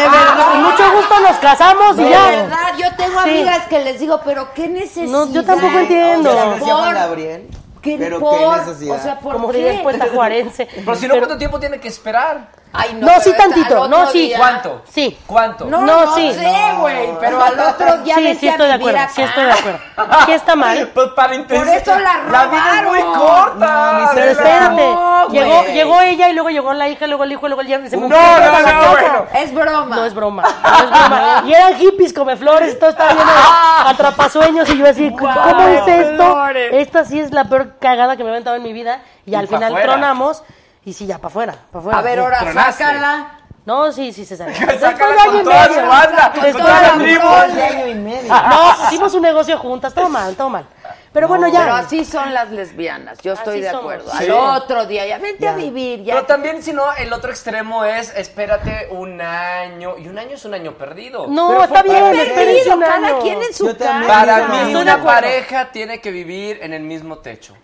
[SPEAKER 1] verdad.
[SPEAKER 7] Con mucho gusto nos casamos y
[SPEAKER 1] De
[SPEAKER 7] ya.
[SPEAKER 1] verdad, yo tengo
[SPEAKER 7] Sí.
[SPEAKER 1] amigas que les digo, pero qué necesidad.
[SPEAKER 7] No, yo tampoco entiendo.
[SPEAKER 1] O sea,
[SPEAKER 7] Gracias, Juan
[SPEAKER 1] por-
[SPEAKER 6] Gabriel.
[SPEAKER 1] ¿Qué
[SPEAKER 6] Pero
[SPEAKER 1] por?
[SPEAKER 6] qué necesidad.
[SPEAKER 1] O sea, ¿por
[SPEAKER 7] Como
[SPEAKER 1] qué?
[SPEAKER 7] diría el poeta juarense.
[SPEAKER 8] Pero si no, ¿cuánto tiempo tiene que esperar?
[SPEAKER 1] Ay,
[SPEAKER 7] No, sí
[SPEAKER 1] pero al
[SPEAKER 7] tantito,
[SPEAKER 1] otro
[SPEAKER 7] no, sí.
[SPEAKER 1] día-
[SPEAKER 8] ¿Cuánto?
[SPEAKER 7] Sí.
[SPEAKER 8] ¿Cuánto?
[SPEAKER 1] No,
[SPEAKER 7] No,
[SPEAKER 1] no
[SPEAKER 7] sí.
[SPEAKER 1] sé, güey, pero al otro día
[SPEAKER 7] Sí,
[SPEAKER 1] vete
[SPEAKER 7] sí
[SPEAKER 1] a
[SPEAKER 7] estoy de
[SPEAKER 1] vivir
[SPEAKER 7] acuerdo,
[SPEAKER 1] acá.
[SPEAKER 7] sí estoy de acuerdo. ¿Qué está mal?
[SPEAKER 8] Pues para
[SPEAKER 1] Por
[SPEAKER 8] intensificar-
[SPEAKER 1] eso la
[SPEAKER 8] La vida es
[SPEAKER 1] robaron.
[SPEAKER 8] muy corta.
[SPEAKER 1] No, mi
[SPEAKER 7] Pero
[SPEAKER 8] Adela.
[SPEAKER 7] espérate,
[SPEAKER 1] No, güey.
[SPEAKER 7] llegó, llegó ella y luego llegó la hija, luego el hijo, luego el yerno. y se me
[SPEAKER 8] No,
[SPEAKER 7] ocurrió
[SPEAKER 8] no,
[SPEAKER 7] toda la
[SPEAKER 8] no,
[SPEAKER 7] casa.
[SPEAKER 8] bueno.
[SPEAKER 1] Es broma.
[SPEAKER 7] No es broma, no es broma. Y eran hippies, come flores, todo estaba lleno de atrapasueños y yo así, ¿cómo es esto?
[SPEAKER 1] flores.
[SPEAKER 7] Esta sí es la peor cagada que me he aventado en mi vida y, al
[SPEAKER 8] pa'
[SPEAKER 7] final
[SPEAKER 8] fuera.
[SPEAKER 7] tronamos y sí, ya, para afuera, para afuera.
[SPEAKER 1] A ver, ahora
[SPEAKER 8] Tronaste.
[SPEAKER 1] sácala.
[SPEAKER 7] No, sí, sí se salió. Después
[SPEAKER 8] Sácala
[SPEAKER 7] de año y
[SPEAKER 8] con toda su
[SPEAKER 7] medio.
[SPEAKER 8] banda,
[SPEAKER 7] Después
[SPEAKER 8] con
[SPEAKER 7] de
[SPEAKER 8] toda la
[SPEAKER 7] año y
[SPEAKER 8] tribu.
[SPEAKER 6] Un año y medio.
[SPEAKER 7] No, hicimos un negocio juntas, todo mal, todo mal. Pero bueno, ya.
[SPEAKER 1] Pero así son las lesbianas, yo estoy
[SPEAKER 7] Así
[SPEAKER 1] de
[SPEAKER 7] somos.
[SPEAKER 1] acuerdo.
[SPEAKER 8] Sí.
[SPEAKER 1] Al otro día ya vente a vivir, ya.
[SPEAKER 8] Pero también, si no, el otro extremo es espérate un año. Y un año es un año perdido.
[SPEAKER 7] No,
[SPEAKER 6] Pero
[SPEAKER 7] está
[SPEAKER 6] fue
[SPEAKER 7] bien,
[SPEAKER 6] para-
[SPEAKER 7] espérense un
[SPEAKER 1] cada
[SPEAKER 7] año.
[SPEAKER 1] quien en su
[SPEAKER 6] Yo también.
[SPEAKER 1] casa.
[SPEAKER 8] Para
[SPEAKER 6] no,
[SPEAKER 8] mí,
[SPEAKER 7] estoy de
[SPEAKER 8] una
[SPEAKER 7] acuerdo.
[SPEAKER 8] pareja tiene que vivir en el mismo techo.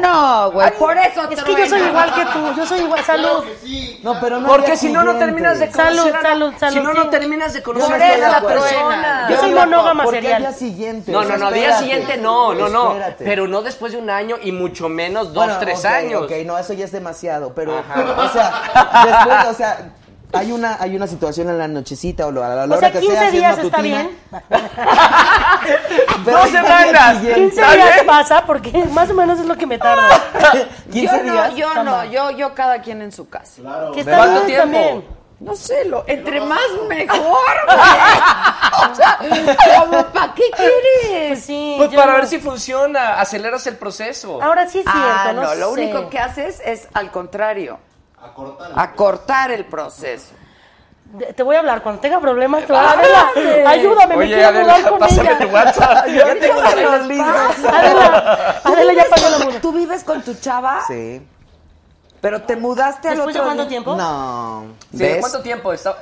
[SPEAKER 1] No, güey, por eso
[SPEAKER 7] Es que yo soy
[SPEAKER 1] truena.
[SPEAKER 7] igual que tú, yo soy igual. Salud.
[SPEAKER 6] No, pero no
[SPEAKER 8] Porque
[SPEAKER 6] había
[SPEAKER 8] si no, no
[SPEAKER 6] accidentes.
[SPEAKER 8] terminas de conocer.
[SPEAKER 7] Salud,
[SPEAKER 8] a la-
[SPEAKER 7] salud,
[SPEAKER 8] Si
[SPEAKER 7] salud,
[SPEAKER 8] no, no
[SPEAKER 7] sí.
[SPEAKER 8] terminas de
[SPEAKER 6] Yo no
[SPEAKER 8] conocer
[SPEAKER 6] estoy
[SPEAKER 8] a
[SPEAKER 6] de
[SPEAKER 8] la
[SPEAKER 6] acuerdo.
[SPEAKER 8] persona.
[SPEAKER 7] Yo soy
[SPEAKER 6] no-
[SPEAKER 7] monógama
[SPEAKER 6] porque
[SPEAKER 7] serial.
[SPEAKER 6] al día siguiente.
[SPEAKER 8] No, no, no, día
[SPEAKER 6] espérate.
[SPEAKER 8] siguiente no, no, no.
[SPEAKER 6] Espérate.
[SPEAKER 8] Pero no después de un año y mucho menos dos,
[SPEAKER 6] Bueno,
[SPEAKER 8] tres
[SPEAKER 6] ok,
[SPEAKER 8] años.
[SPEAKER 6] Ok, no, eso ya es demasiado, pero,
[SPEAKER 8] Ajá.
[SPEAKER 6] o sea, después, o sea, hay una, hay una situación en la nochecita o lo- a la, a la
[SPEAKER 7] O
[SPEAKER 6] hora
[SPEAKER 7] sea,
[SPEAKER 6] que
[SPEAKER 7] 15
[SPEAKER 6] sea, si es
[SPEAKER 7] días está
[SPEAKER 6] matutina,
[SPEAKER 7] bien.
[SPEAKER 6] pero
[SPEAKER 8] Dos
[SPEAKER 6] al día
[SPEAKER 8] semanas.
[SPEAKER 6] siguiente-
[SPEAKER 7] 15 días pasa porque más o menos es lo que me tarda.
[SPEAKER 8] Ah,
[SPEAKER 6] 15
[SPEAKER 1] yo
[SPEAKER 6] días.
[SPEAKER 1] no, yo no, yo, yo cada quien en su casa.
[SPEAKER 7] Que
[SPEAKER 8] ¿De
[SPEAKER 7] está
[SPEAKER 8] cuánto
[SPEAKER 7] bien
[SPEAKER 8] tiempo?
[SPEAKER 7] también.
[SPEAKER 1] No sé, lo, entre más mejor, güey. O sea, como, ¿pa' qué quieres?
[SPEAKER 7] Pues sí.
[SPEAKER 8] Pues
[SPEAKER 7] yo
[SPEAKER 8] para
[SPEAKER 7] no-
[SPEAKER 8] ver si funciona, aceleras el proceso.
[SPEAKER 7] Ahora sí es cierto,
[SPEAKER 1] Ah,
[SPEAKER 7] no,
[SPEAKER 1] no, lo
[SPEAKER 7] sé.
[SPEAKER 1] único que haces es al contrario,
[SPEAKER 3] Acortar.
[SPEAKER 1] acortar el proceso.
[SPEAKER 7] De- Te voy a hablar cuando tenga problemas. Te voy a Adela, ayúdame, me
[SPEAKER 8] Oye,
[SPEAKER 7] quiero mudar
[SPEAKER 8] Adela,
[SPEAKER 7] con
[SPEAKER 8] pásame
[SPEAKER 7] ella.
[SPEAKER 8] tu WhatsApp. Ya tengo
[SPEAKER 1] Déjame
[SPEAKER 8] los
[SPEAKER 1] en
[SPEAKER 8] libros.
[SPEAKER 1] paz.
[SPEAKER 7] Adela,
[SPEAKER 1] ¿Tú
[SPEAKER 7] Adela ya
[SPEAKER 1] vives
[SPEAKER 7] pagó
[SPEAKER 1] con-
[SPEAKER 7] la muda.
[SPEAKER 1] ¿Tú vives con tu chava?
[SPEAKER 6] Sí.
[SPEAKER 1] Pero te mudaste al
[SPEAKER 7] ¿Después de
[SPEAKER 1] otro
[SPEAKER 7] cuánto
[SPEAKER 1] día.
[SPEAKER 7] tiempo?
[SPEAKER 6] No.
[SPEAKER 8] Sí,
[SPEAKER 6] ¿Ves?
[SPEAKER 8] ¿Cuánto tiempo? Está-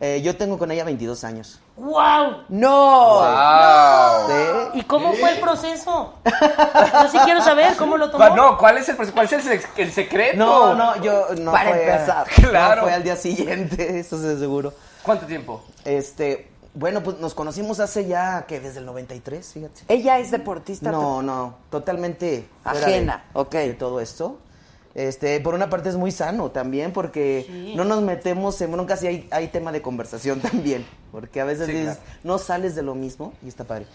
[SPEAKER 6] Eh, yo tengo con ella 22 años.
[SPEAKER 7] ¡Wow!
[SPEAKER 1] ¡No!
[SPEAKER 6] Wow.
[SPEAKER 7] Sí. ¿Y cómo fue el proceso? Yo sí quiero saber cómo lo tomó.
[SPEAKER 8] ¿Cuál- No, ¿cuál es el, proceso? ¿Cuál es el, se- el secreto?
[SPEAKER 6] No, no, yo no
[SPEAKER 8] Para
[SPEAKER 6] fue,
[SPEAKER 8] empezar.
[SPEAKER 6] no
[SPEAKER 8] Claro.
[SPEAKER 6] fue al día siguiente, eso es seguro.
[SPEAKER 8] ¿Cuánto tiempo?
[SPEAKER 6] Este, bueno, pues nos conocimos hace ya que desde el 93, fíjate.
[SPEAKER 1] ¿Ella es deportista?
[SPEAKER 6] No, no, totalmente fuera
[SPEAKER 1] Ajena,
[SPEAKER 6] de, de todo esto. Este, por una parte es muy sano también porque no nos metemos en broncas y hay, hay tema de conversación también, porque a veces
[SPEAKER 8] Sí,
[SPEAKER 6] dices,
[SPEAKER 8] claro.
[SPEAKER 6] no sales de lo mismo y está padre.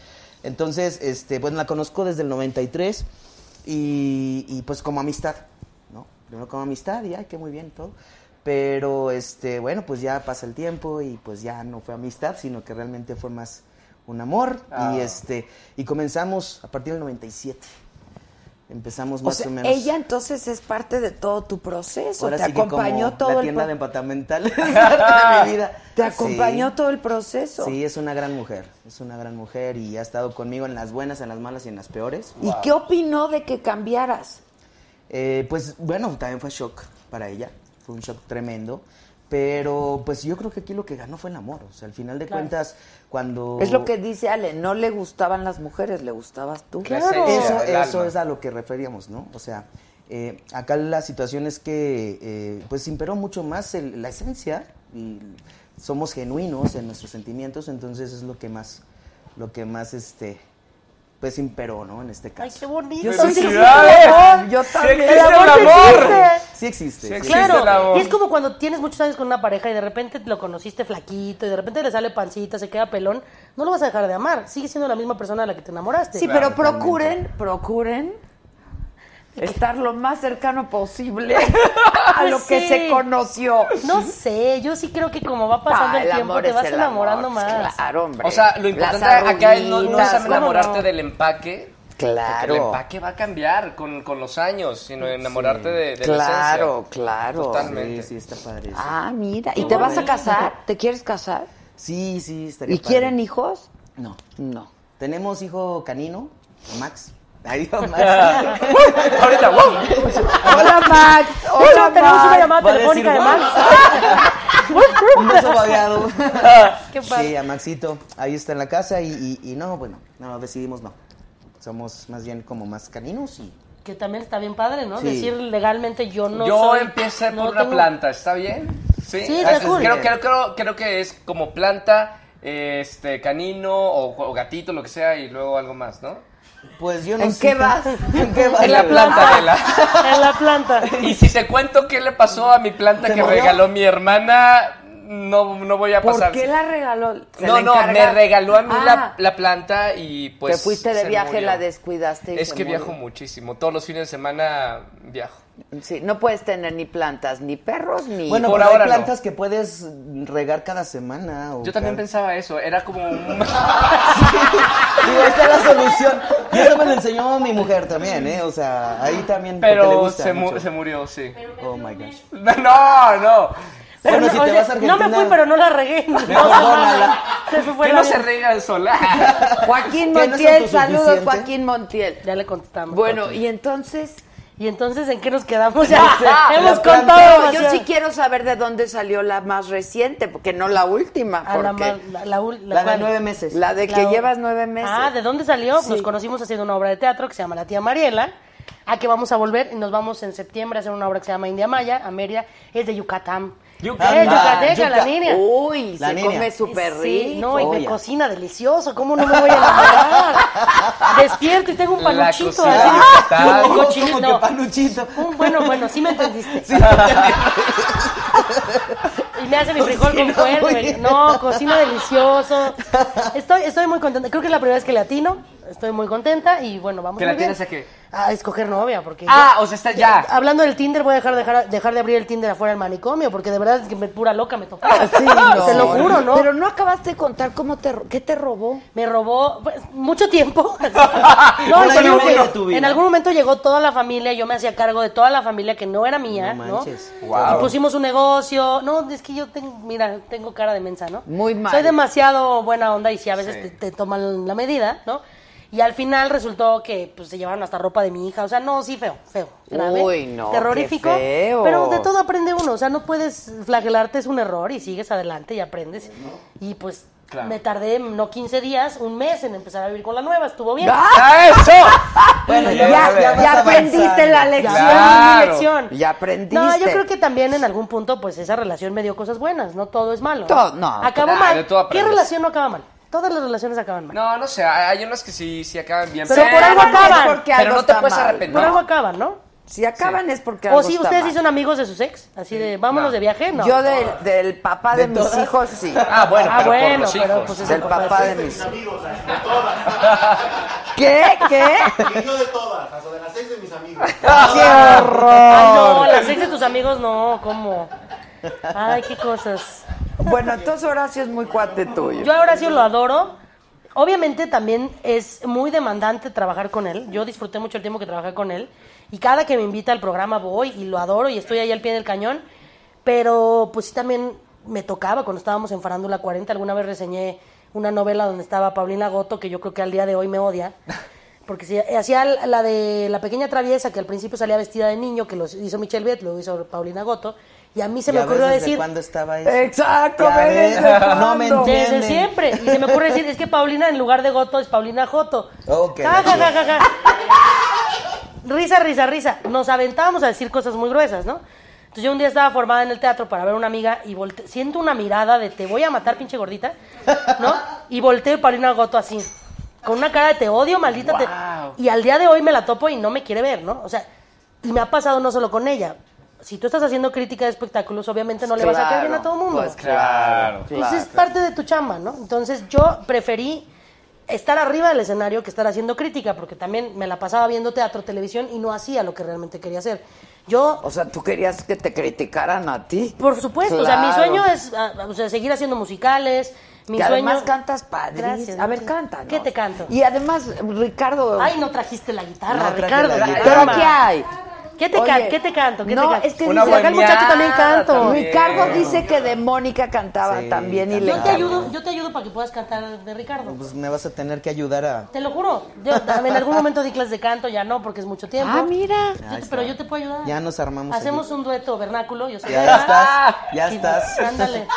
[SPEAKER 6] Entonces, este, pues la conozco desde el 93 y, y, pues como amistad, ¿no? Primero como amistad y ay, qué muy bien todo. Pero este, bueno, pues ya pasa el tiempo y pues ya no fue amistad, sino que realmente fue más un amor
[SPEAKER 1] Ah.
[SPEAKER 6] y este y comenzamos a partir del 97. Empezamos
[SPEAKER 1] O
[SPEAKER 6] más o,
[SPEAKER 1] sea,
[SPEAKER 6] menos.
[SPEAKER 1] ella entonces es parte de todo tu proceso.
[SPEAKER 6] Ahora
[SPEAKER 1] te
[SPEAKER 6] sí que
[SPEAKER 1] acompañó
[SPEAKER 6] como
[SPEAKER 1] todo
[SPEAKER 6] la
[SPEAKER 1] el
[SPEAKER 6] tienda
[SPEAKER 1] pro-
[SPEAKER 6] de departamental de mi vida.
[SPEAKER 1] Te acompañó
[SPEAKER 6] Sí.
[SPEAKER 1] todo el proceso.
[SPEAKER 6] Sí, es una gran mujer, es una gran mujer y ha estado conmigo en las buenas, en las malas y en las peores.
[SPEAKER 1] ¿Y qué opinó de que cambiaras?
[SPEAKER 6] Eh, pues bueno, también fue shock para ella, fue un shock tremendo, pero pues yo creo que aquí lo que ganó fue el amor, o sea, al final de
[SPEAKER 1] Claro.
[SPEAKER 6] cuentas cuando...
[SPEAKER 1] Es lo que dice Ale, no le gustaban las mujeres, le gustabas tú.
[SPEAKER 6] Eso, eso es a lo que referíamos, ¿no? O sea, eh, acá la situación es que eh, pues imperó mucho más el- la esencia y somos genuinos en nuestros sentimientos, entonces es lo que más, lo que más este, pues imperó, ¿no? En este caso.
[SPEAKER 7] Ay, qué bonito.
[SPEAKER 6] Yo
[SPEAKER 7] Sí
[SPEAKER 6] soy
[SPEAKER 7] existe
[SPEAKER 6] felicidades.
[SPEAKER 7] el amor.
[SPEAKER 6] Yo Sí también. existe el amor. Sí existe. Sí existe
[SPEAKER 7] claro.
[SPEAKER 6] el amor.
[SPEAKER 7] Y es como cuando tienes muchos años con una pareja y de repente lo conociste flaquito y de repente le sale pancita, se queda pelón. No lo vas a dejar de amar. Sigue siendo la misma persona a la que te enamoraste.
[SPEAKER 1] Sí, pero procuren, procuren estar lo más cercano posible a lo que
[SPEAKER 7] Sí.
[SPEAKER 1] se conoció.
[SPEAKER 7] No sé, yo sí creo que como va pasando
[SPEAKER 1] Ah,
[SPEAKER 7] el tiempo
[SPEAKER 1] amor
[SPEAKER 7] te
[SPEAKER 1] es
[SPEAKER 7] vas
[SPEAKER 1] el
[SPEAKER 7] enamorando
[SPEAKER 1] amor,
[SPEAKER 7] más.
[SPEAKER 1] Claro, hombre.
[SPEAKER 8] O sea, lo importante
[SPEAKER 1] Las
[SPEAKER 8] acá es no, no es
[SPEAKER 1] arruguitas,
[SPEAKER 8] enamorarte
[SPEAKER 1] ¿cómo no?
[SPEAKER 8] del empaque. Porque
[SPEAKER 1] Claro.
[SPEAKER 8] el empaque va a cambiar con, con los años, sino enamorarte de, de
[SPEAKER 1] Claro,
[SPEAKER 8] la esencia.
[SPEAKER 1] claro.
[SPEAKER 8] Totalmente.
[SPEAKER 6] Sí, sí, está padre. eso.
[SPEAKER 1] Ah, mira.
[SPEAKER 6] Qué
[SPEAKER 1] ¿Y te vas a
[SPEAKER 6] bonito.
[SPEAKER 1] casar? ¿Te quieres casar?
[SPEAKER 6] Sí, sí, estaría
[SPEAKER 1] ¿Y
[SPEAKER 6] padre.
[SPEAKER 1] quieren hijos?
[SPEAKER 6] No.
[SPEAKER 1] No.
[SPEAKER 6] Tenemos hijo canino, Max. Ay,
[SPEAKER 1] Ahorita, Hola, Max. Hola,
[SPEAKER 7] tenemos una llamada
[SPEAKER 6] Va a
[SPEAKER 7] telefónica de
[SPEAKER 6] decir,
[SPEAKER 7] Max.
[SPEAKER 6] Un beso babeado.
[SPEAKER 7] Qué
[SPEAKER 6] Sí,
[SPEAKER 7] padre.
[SPEAKER 6] a Maxito. Ahí está en la casa y, y- y no, bueno, no, decidimos no. Somos más bien como más caninos y...
[SPEAKER 7] Que también está bien padre, ¿no?
[SPEAKER 6] Sí.
[SPEAKER 7] Decir legalmente yo no
[SPEAKER 8] Yo
[SPEAKER 7] soy...
[SPEAKER 8] empecé
[SPEAKER 7] no
[SPEAKER 8] por una
[SPEAKER 7] tengo-
[SPEAKER 8] planta, ¿está bien? Sí,
[SPEAKER 7] Sí, está
[SPEAKER 8] Es-
[SPEAKER 7] cool.
[SPEAKER 8] creo, creo, creo, creo que es como planta, este, canino o, o gatito, lo que sea, y luego algo más, ¿no?
[SPEAKER 6] Pues yo
[SPEAKER 8] no
[SPEAKER 6] ¿En
[SPEAKER 8] sé.
[SPEAKER 6] qué vas? ¿En qué vas?
[SPEAKER 8] En la planta, Adela.
[SPEAKER 7] En la planta.
[SPEAKER 8] Y si te cuento qué le pasó a mi planta
[SPEAKER 6] ¿Se
[SPEAKER 8] que
[SPEAKER 6] murió?
[SPEAKER 8] regaló mi hermana, no, no voy a pasar.
[SPEAKER 1] ¿Por qué la regaló? ¿Se
[SPEAKER 8] No,
[SPEAKER 1] la
[SPEAKER 8] no,
[SPEAKER 1] encarga?
[SPEAKER 8] me regaló a mí
[SPEAKER 1] Ah,
[SPEAKER 8] la, la planta y pues.
[SPEAKER 1] te fuiste de
[SPEAKER 8] se
[SPEAKER 1] viaje,
[SPEAKER 8] murió.
[SPEAKER 1] la descuidaste. y
[SPEAKER 8] Es
[SPEAKER 1] se
[SPEAKER 8] que
[SPEAKER 1] murió.
[SPEAKER 8] viajo muchísimo. Todos los fines de semana viajo.
[SPEAKER 1] Sí, no puedes tener ni plantas, ni perros, ni.
[SPEAKER 6] Bueno,
[SPEAKER 8] Por
[SPEAKER 6] pero
[SPEAKER 8] ahora
[SPEAKER 6] hay
[SPEAKER 8] no.
[SPEAKER 6] plantas que puedes regar cada semana. o
[SPEAKER 8] Yo también
[SPEAKER 6] cada-
[SPEAKER 8] pensaba eso. Era como un.
[SPEAKER 6] Digo, esta es la solución. Y eso me lo enseñó mi mujer también, ¿eh? O sea, ahí también... porque le
[SPEAKER 8] Pero
[SPEAKER 6] gusta
[SPEAKER 8] se, mu-
[SPEAKER 6] mucho.
[SPEAKER 8] se murió, sí.
[SPEAKER 6] Oh, my gosh.
[SPEAKER 8] No, no.
[SPEAKER 7] Pero no,
[SPEAKER 6] Bueno, si te
[SPEAKER 7] oye,
[SPEAKER 6] vas a Argentina...
[SPEAKER 7] No me fui, pero no la regué. No,
[SPEAKER 6] dónala.
[SPEAKER 7] Se me fue
[SPEAKER 8] ¿Qué
[SPEAKER 7] el
[SPEAKER 8] no
[SPEAKER 7] avión.
[SPEAKER 8] se rega sola?
[SPEAKER 1] Joaquín
[SPEAKER 7] ¿Qué no es
[SPEAKER 1] Montiel, saludos,
[SPEAKER 7] autosuficiente?
[SPEAKER 1] Joaquín Montiel.
[SPEAKER 7] Ya le contestamos.
[SPEAKER 1] Bueno, y entonces.
[SPEAKER 7] ¿Y entonces en qué nos quedamos? Ya
[SPEAKER 1] Ah, ah,
[SPEAKER 7] hemos
[SPEAKER 1] la planta.
[SPEAKER 7] contado.
[SPEAKER 1] No, Yo
[SPEAKER 7] demasiado.
[SPEAKER 1] sí quiero saber de dónde salió la más reciente, porque no la última.
[SPEAKER 7] Ah, la
[SPEAKER 1] porque-
[SPEAKER 7] ma- la- la ul- la
[SPEAKER 1] La de
[SPEAKER 7] cual-
[SPEAKER 1] nueve meses. La de que
[SPEAKER 7] u-
[SPEAKER 1] llevas nueve meses.
[SPEAKER 7] Ah, ¿de dónde salió?
[SPEAKER 1] Sí.
[SPEAKER 7] Nos conocimos haciendo una obra de teatro que se llama La tía Mariela, a que vamos a volver y nos vamos en septiembre a hacer una obra que se llama India Maya, a Mérida, es de Yucatán.
[SPEAKER 1] Yucatán.
[SPEAKER 7] Eh,
[SPEAKER 6] Ah,
[SPEAKER 7] yucateca,
[SPEAKER 1] Yuca-
[SPEAKER 7] la niña.
[SPEAKER 1] Uy, La se niña. come súper
[SPEAKER 7] Sí, No, y me
[SPEAKER 1] rico.
[SPEAKER 7] cocina delicioso, ¿cómo no me voy a enamorar? Despierto y tengo un
[SPEAKER 6] La
[SPEAKER 7] panuchito
[SPEAKER 6] cocina
[SPEAKER 7] así.
[SPEAKER 6] de Yucatán.
[SPEAKER 7] Un cochinito.
[SPEAKER 6] ¿Cómo que panuchito?
[SPEAKER 7] Un- Bueno, bueno, sí me entendiste. Y me hace mi frijol con
[SPEAKER 6] Cocina muy
[SPEAKER 7] cuerno.
[SPEAKER 6] bien.
[SPEAKER 7] No, cocina delicioso. Estoy, estoy muy contenta. Creo que es la primera vez que le atino. Estoy muy contenta y bueno, vamos
[SPEAKER 8] ¿Que
[SPEAKER 7] muy
[SPEAKER 8] la
[SPEAKER 7] bien.
[SPEAKER 8] tienes a qué?
[SPEAKER 7] A escoger novia, porque...
[SPEAKER 8] Ah,
[SPEAKER 7] yo- eh,
[SPEAKER 8] o sea, está ya.
[SPEAKER 7] Hablando del Tinder, voy a dejar, dejar, dejar de abrir el Tinder afuera del manicomio, porque de verdad es que me pura loca me tocó.
[SPEAKER 1] Sí, no.
[SPEAKER 7] Te lo juro, ¿no?
[SPEAKER 1] Pero no acabaste de contar cómo te, ro- qué te robó.
[SPEAKER 7] Me robó pues, mucho tiempo.
[SPEAKER 6] Una
[SPEAKER 7] no, en,
[SPEAKER 6] lluvia
[SPEAKER 7] algún momento-
[SPEAKER 6] de tu vida.
[SPEAKER 7] en algún momento llegó toda la familia, yo me hacía cargo de toda la familia que no era mía,
[SPEAKER 6] No
[SPEAKER 7] ¿no?
[SPEAKER 6] manches.
[SPEAKER 7] Y
[SPEAKER 5] pues,
[SPEAKER 6] Wow.
[SPEAKER 7] pusimos un negocio. No, es que yo tengo, mira, tengo cara de mensa, ¿no?
[SPEAKER 1] Muy mal.
[SPEAKER 7] Soy demasiado buena onda y si a veces te,
[SPEAKER 1] Sí.
[SPEAKER 7] te toman la medida, ¿no? Y al final resultó que pues, se llevaron hasta ropa de mi hija. O sea, no, sí, feo, feo. Grave,
[SPEAKER 1] Uy, no,
[SPEAKER 7] Terrorífico.
[SPEAKER 1] qué feo.
[SPEAKER 7] Pero de todo aprende uno. O sea, no puedes flagelarte, es un error y sigues adelante y aprendes. Y pues
[SPEAKER 8] Claro.
[SPEAKER 7] me tardé, no 15 días, un mes en empezar a vivir con la nueva. Estuvo bien.
[SPEAKER 1] ¡Ah!
[SPEAKER 7] eso!
[SPEAKER 1] Bueno, ya, ya, aprendiste la lección.
[SPEAKER 7] Ya aprendí mi lección.
[SPEAKER 1] Ya aprendiste.
[SPEAKER 7] No, yo creo que también en algún punto, pues esa relación me dio cosas buenas. No todo es malo.
[SPEAKER 1] Todo- no,
[SPEAKER 7] Acabó
[SPEAKER 8] claro, de
[SPEAKER 7] mal.
[SPEAKER 8] todo
[SPEAKER 7] ¿Qué
[SPEAKER 8] aprendes.
[SPEAKER 7] relación no acaba mal? Todas las relaciones acaban mal.
[SPEAKER 8] No, no sé, hay hay unas que sí, sí acaban bien.
[SPEAKER 7] Pero por algo acaban.
[SPEAKER 1] porque
[SPEAKER 8] Pero
[SPEAKER 1] algo
[SPEAKER 8] no te
[SPEAKER 1] está
[SPEAKER 8] puedes
[SPEAKER 1] mal.
[SPEAKER 8] arrepentir.
[SPEAKER 7] Por
[SPEAKER 8] No.
[SPEAKER 7] algo acaban, ¿no?
[SPEAKER 1] Si acaban es porque
[SPEAKER 7] O
[SPEAKER 1] algo
[SPEAKER 7] si
[SPEAKER 1] está
[SPEAKER 7] ustedes sí
[SPEAKER 1] mal.
[SPEAKER 7] son amigos de sus ex, así de vámonos de viaje, ¿no?
[SPEAKER 1] Yo del, del papá
[SPEAKER 7] ¿De
[SPEAKER 1] de, mis
[SPEAKER 7] todas?
[SPEAKER 1] hijos sí.
[SPEAKER 7] Ah, bueno, Ah, pero por bueno, los
[SPEAKER 8] pero, hijos. pues,
[SPEAKER 7] eso
[SPEAKER 1] del
[SPEAKER 7] por
[SPEAKER 1] papá de
[SPEAKER 7] supuesto.
[SPEAKER 1] mis hijos.
[SPEAKER 3] amigos, hasta de todas.
[SPEAKER 1] ¿Qué? ¿Qué? ¡Ah,
[SPEAKER 3] Y yo de todas, hasta de las seis de mis amigos.
[SPEAKER 1] ¡Qué horror!
[SPEAKER 7] Ay, no, las ex de tus amigos no, ¿cómo? Ay, qué cosas.
[SPEAKER 1] Bueno, entonces Horacio es muy cuate tuyo.
[SPEAKER 7] Yo a Horacio lo adoro. Obviamente también es muy demandante trabajar con él. Yo disfruté mucho el tiempo que trabajé con él. Y cada que me invita al programa voy y lo adoro y estoy ahí al pie del cañón. Pero pues sí también me tocaba cuando estábamos en Farándula 40. Alguna vez reseñé una novela donde estaba Paulina Goto, que yo creo que al día de hoy me odia. Porque sí, hacía la de la pequeña traviesa que al principio salía vestida de niño, que lo hizo Michelle Viet, lo hizo Paulina Goto. Y a mí se me
[SPEAKER 6] Ya ves
[SPEAKER 7] ocurrió
[SPEAKER 6] desde
[SPEAKER 7] decir... "Eh,
[SPEAKER 6] cuándo estaba eso?
[SPEAKER 1] Exacto,
[SPEAKER 6] Ya
[SPEAKER 1] ve
[SPEAKER 6] ves,
[SPEAKER 1] desde
[SPEAKER 6] No me
[SPEAKER 1] cuándo.
[SPEAKER 6] entienden.
[SPEAKER 7] Desde siempre. Y se me ocurre decir, es que Paulina en lugar de Goto es Paulina Joto.
[SPEAKER 6] Ok.
[SPEAKER 7] Ja, ja, ja, ja, ja. Risa, risa, risa. Nos aventábamos a decir cosas muy gruesas, ¿no? Entonces yo un día estaba formada en el teatro para ver a una amiga y volte- siento una mirada de te voy a matar, pinche gordita, ¿no? Y volteo y Paulina Goto así, con una cara de te odio, maldita. te-". Y al día de hoy me la topo y no me quiere ver, ¿no? O sea, y me ha pasado no solo con ella. Si tú estás haciendo crítica de espectáculos, obviamente no le vas a caer bien a todo el mundo.
[SPEAKER 1] Pues claro,
[SPEAKER 7] Pues
[SPEAKER 1] claro.
[SPEAKER 7] es parte de tu chamba, ¿no? Entonces yo preferí estar arriba del escenario que estar haciendo crítica, porque también me la pasaba viendo teatro, televisión y no hacía lo que realmente quería hacer. Yo,
[SPEAKER 1] O sea, tú querías que te criticaran a ti.
[SPEAKER 7] por supuesto, o sea, mi sueño es ah, o sea, seguir haciendo musicales, mi
[SPEAKER 1] que
[SPEAKER 7] sueño...
[SPEAKER 1] además cantas padre.
[SPEAKER 7] Gracias,
[SPEAKER 1] a ver,
[SPEAKER 7] muchas-
[SPEAKER 1] cántanos.
[SPEAKER 7] ¿Qué te canto?
[SPEAKER 1] Y además, Ricardo...
[SPEAKER 7] Ay, no trajiste la guitarra,
[SPEAKER 1] No traje
[SPEAKER 7] Ricardo.
[SPEAKER 1] la
[SPEAKER 7] qué
[SPEAKER 1] guitarra.
[SPEAKER 7] drama.
[SPEAKER 1] ¿Pero qué hay?
[SPEAKER 7] ¿Qué te,
[SPEAKER 1] Oye,
[SPEAKER 7] can- ¿qué te canto? ¿Qué
[SPEAKER 1] no,
[SPEAKER 7] te canto?
[SPEAKER 1] es que Una dice-
[SPEAKER 7] Acá el muchacho también canto.
[SPEAKER 1] Ricardo dice que de Mónica cantaba también y le
[SPEAKER 7] Yo te,
[SPEAKER 1] encanta.
[SPEAKER 7] ayudo, yo te ayudo para que puedas cantar de Ricardo.
[SPEAKER 6] Pues me vas a tener que ayudar a...
[SPEAKER 7] Te lo juro. Yo también en algún momento di clases de canto, ya no, porque es mucho tiempo.
[SPEAKER 1] Ah, mira.
[SPEAKER 7] Yo te-
[SPEAKER 6] Ahí está.
[SPEAKER 7] pero yo te puedo ayudar.
[SPEAKER 6] Ya nos armamos
[SPEAKER 7] Hacemos
[SPEAKER 6] aquí.
[SPEAKER 7] un dueto vernáculo. Yo soy
[SPEAKER 6] Ya
[SPEAKER 7] Ana.
[SPEAKER 6] estás, ya
[SPEAKER 7] Y-
[SPEAKER 6] estás.
[SPEAKER 7] Ándale.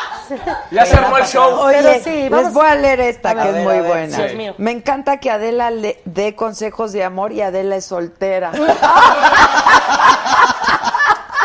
[SPEAKER 8] Ya se armó el show.
[SPEAKER 1] Oye,
[SPEAKER 7] Pero sí,
[SPEAKER 1] les
[SPEAKER 7] vamos-
[SPEAKER 1] voy a leer esta
[SPEAKER 6] A
[SPEAKER 1] que
[SPEAKER 6] ver,
[SPEAKER 1] es
[SPEAKER 6] a
[SPEAKER 1] muy
[SPEAKER 6] ver,
[SPEAKER 1] buena.
[SPEAKER 7] Dios mío.
[SPEAKER 1] Me encanta que Adela le dé consejos de amor y Adela es soltera.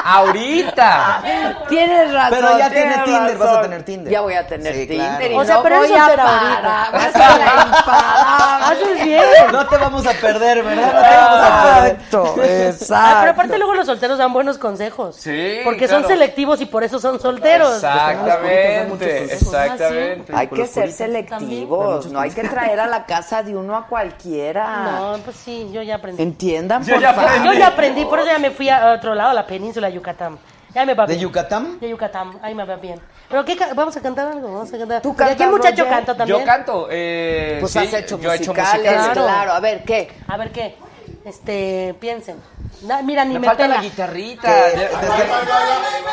[SPEAKER 8] Ahorita.
[SPEAKER 1] Tienes razón.
[SPEAKER 6] Pero ya tiene
[SPEAKER 1] tienes
[SPEAKER 6] Tinder, vas a
[SPEAKER 1] razón.
[SPEAKER 6] tener Tinder.
[SPEAKER 1] Ya voy a tener
[SPEAKER 6] Sí,
[SPEAKER 1] Tinder.
[SPEAKER 6] claro.
[SPEAKER 1] y
[SPEAKER 7] O sea,
[SPEAKER 1] no
[SPEAKER 7] pero eres
[SPEAKER 1] voy a
[SPEAKER 7] soltera
[SPEAKER 1] parar. Vas a la imparable.
[SPEAKER 7] Haces Ah, bien.
[SPEAKER 6] No te vamos a perder, ¿verdad? No te vamos a perder.
[SPEAKER 1] Exacto,
[SPEAKER 7] Ah, pero
[SPEAKER 1] exacto.
[SPEAKER 7] aparte luego los solteros dan buenos consejos.
[SPEAKER 8] Sí,
[SPEAKER 7] Porque
[SPEAKER 8] claro.
[SPEAKER 7] son selectivos y por eso son solteros.
[SPEAKER 5] pues,
[SPEAKER 8] Exactamente, exactamente.
[SPEAKER 1] Hay que ser
[SPEAKER 7] También.
[SPEAKER 1] selectivos, no hay que traer a la casa de uno a cualquiera.
[SPEAKER 7] No, pues sí, yo ya aprendí.
[SPEAKER 1] Entiendan,
[SPEAKER 8] Yo
[SPEAKER 1] por
[SPEAKER 8] ya
[SPEAKER 1] favor.
[SPEAKER 7] Yo ya aprendí, por eso ya me fui a otro lado, a la península de Yucatán. Ya me va
[SPEAKER 6] ¿De
[SPEAKER 7] bien.
[SPEAKER 6] Yucatán?
[SPEAKER 7] De Yucatán, ahí me va bien. Pero qué ca- vamos a cantar algo, vamos a cantar.
[SPEAKER 1] ¿Tú
[SPEAKER 7] Y aquí
[SPEAKER 1] cantas,
[SPEAKER 7] el muchacho
[SPEAKER 1] Roger?
[SPEAKER 7] canta también.
[SPEAKER 8] Yo canto. Eh,
[SPEAKER 1] Pues
[SPEAKER 8] sí,
[SPEAKER 1] has hecho
[SPEAKER 8] yo he hecho
[SPEAKER 1] musicales,
[SPEAKER 8] musicales.
[SPEAKER 7] Ah,
[SPEAKER 1] claro. A ver, ¿qué?
[SPEAKER 7] A ver qué. Este, piensen. Na- mira, ni
[SPEAKER 8] Me
[SPEAKER 7] me,
[SPEAKER 8] falta
[SPEAKER 7] pela.
[SPEAKER 8] la guitarrita.
[SPEAKER 6] Te,
[SPEAKER 8] De-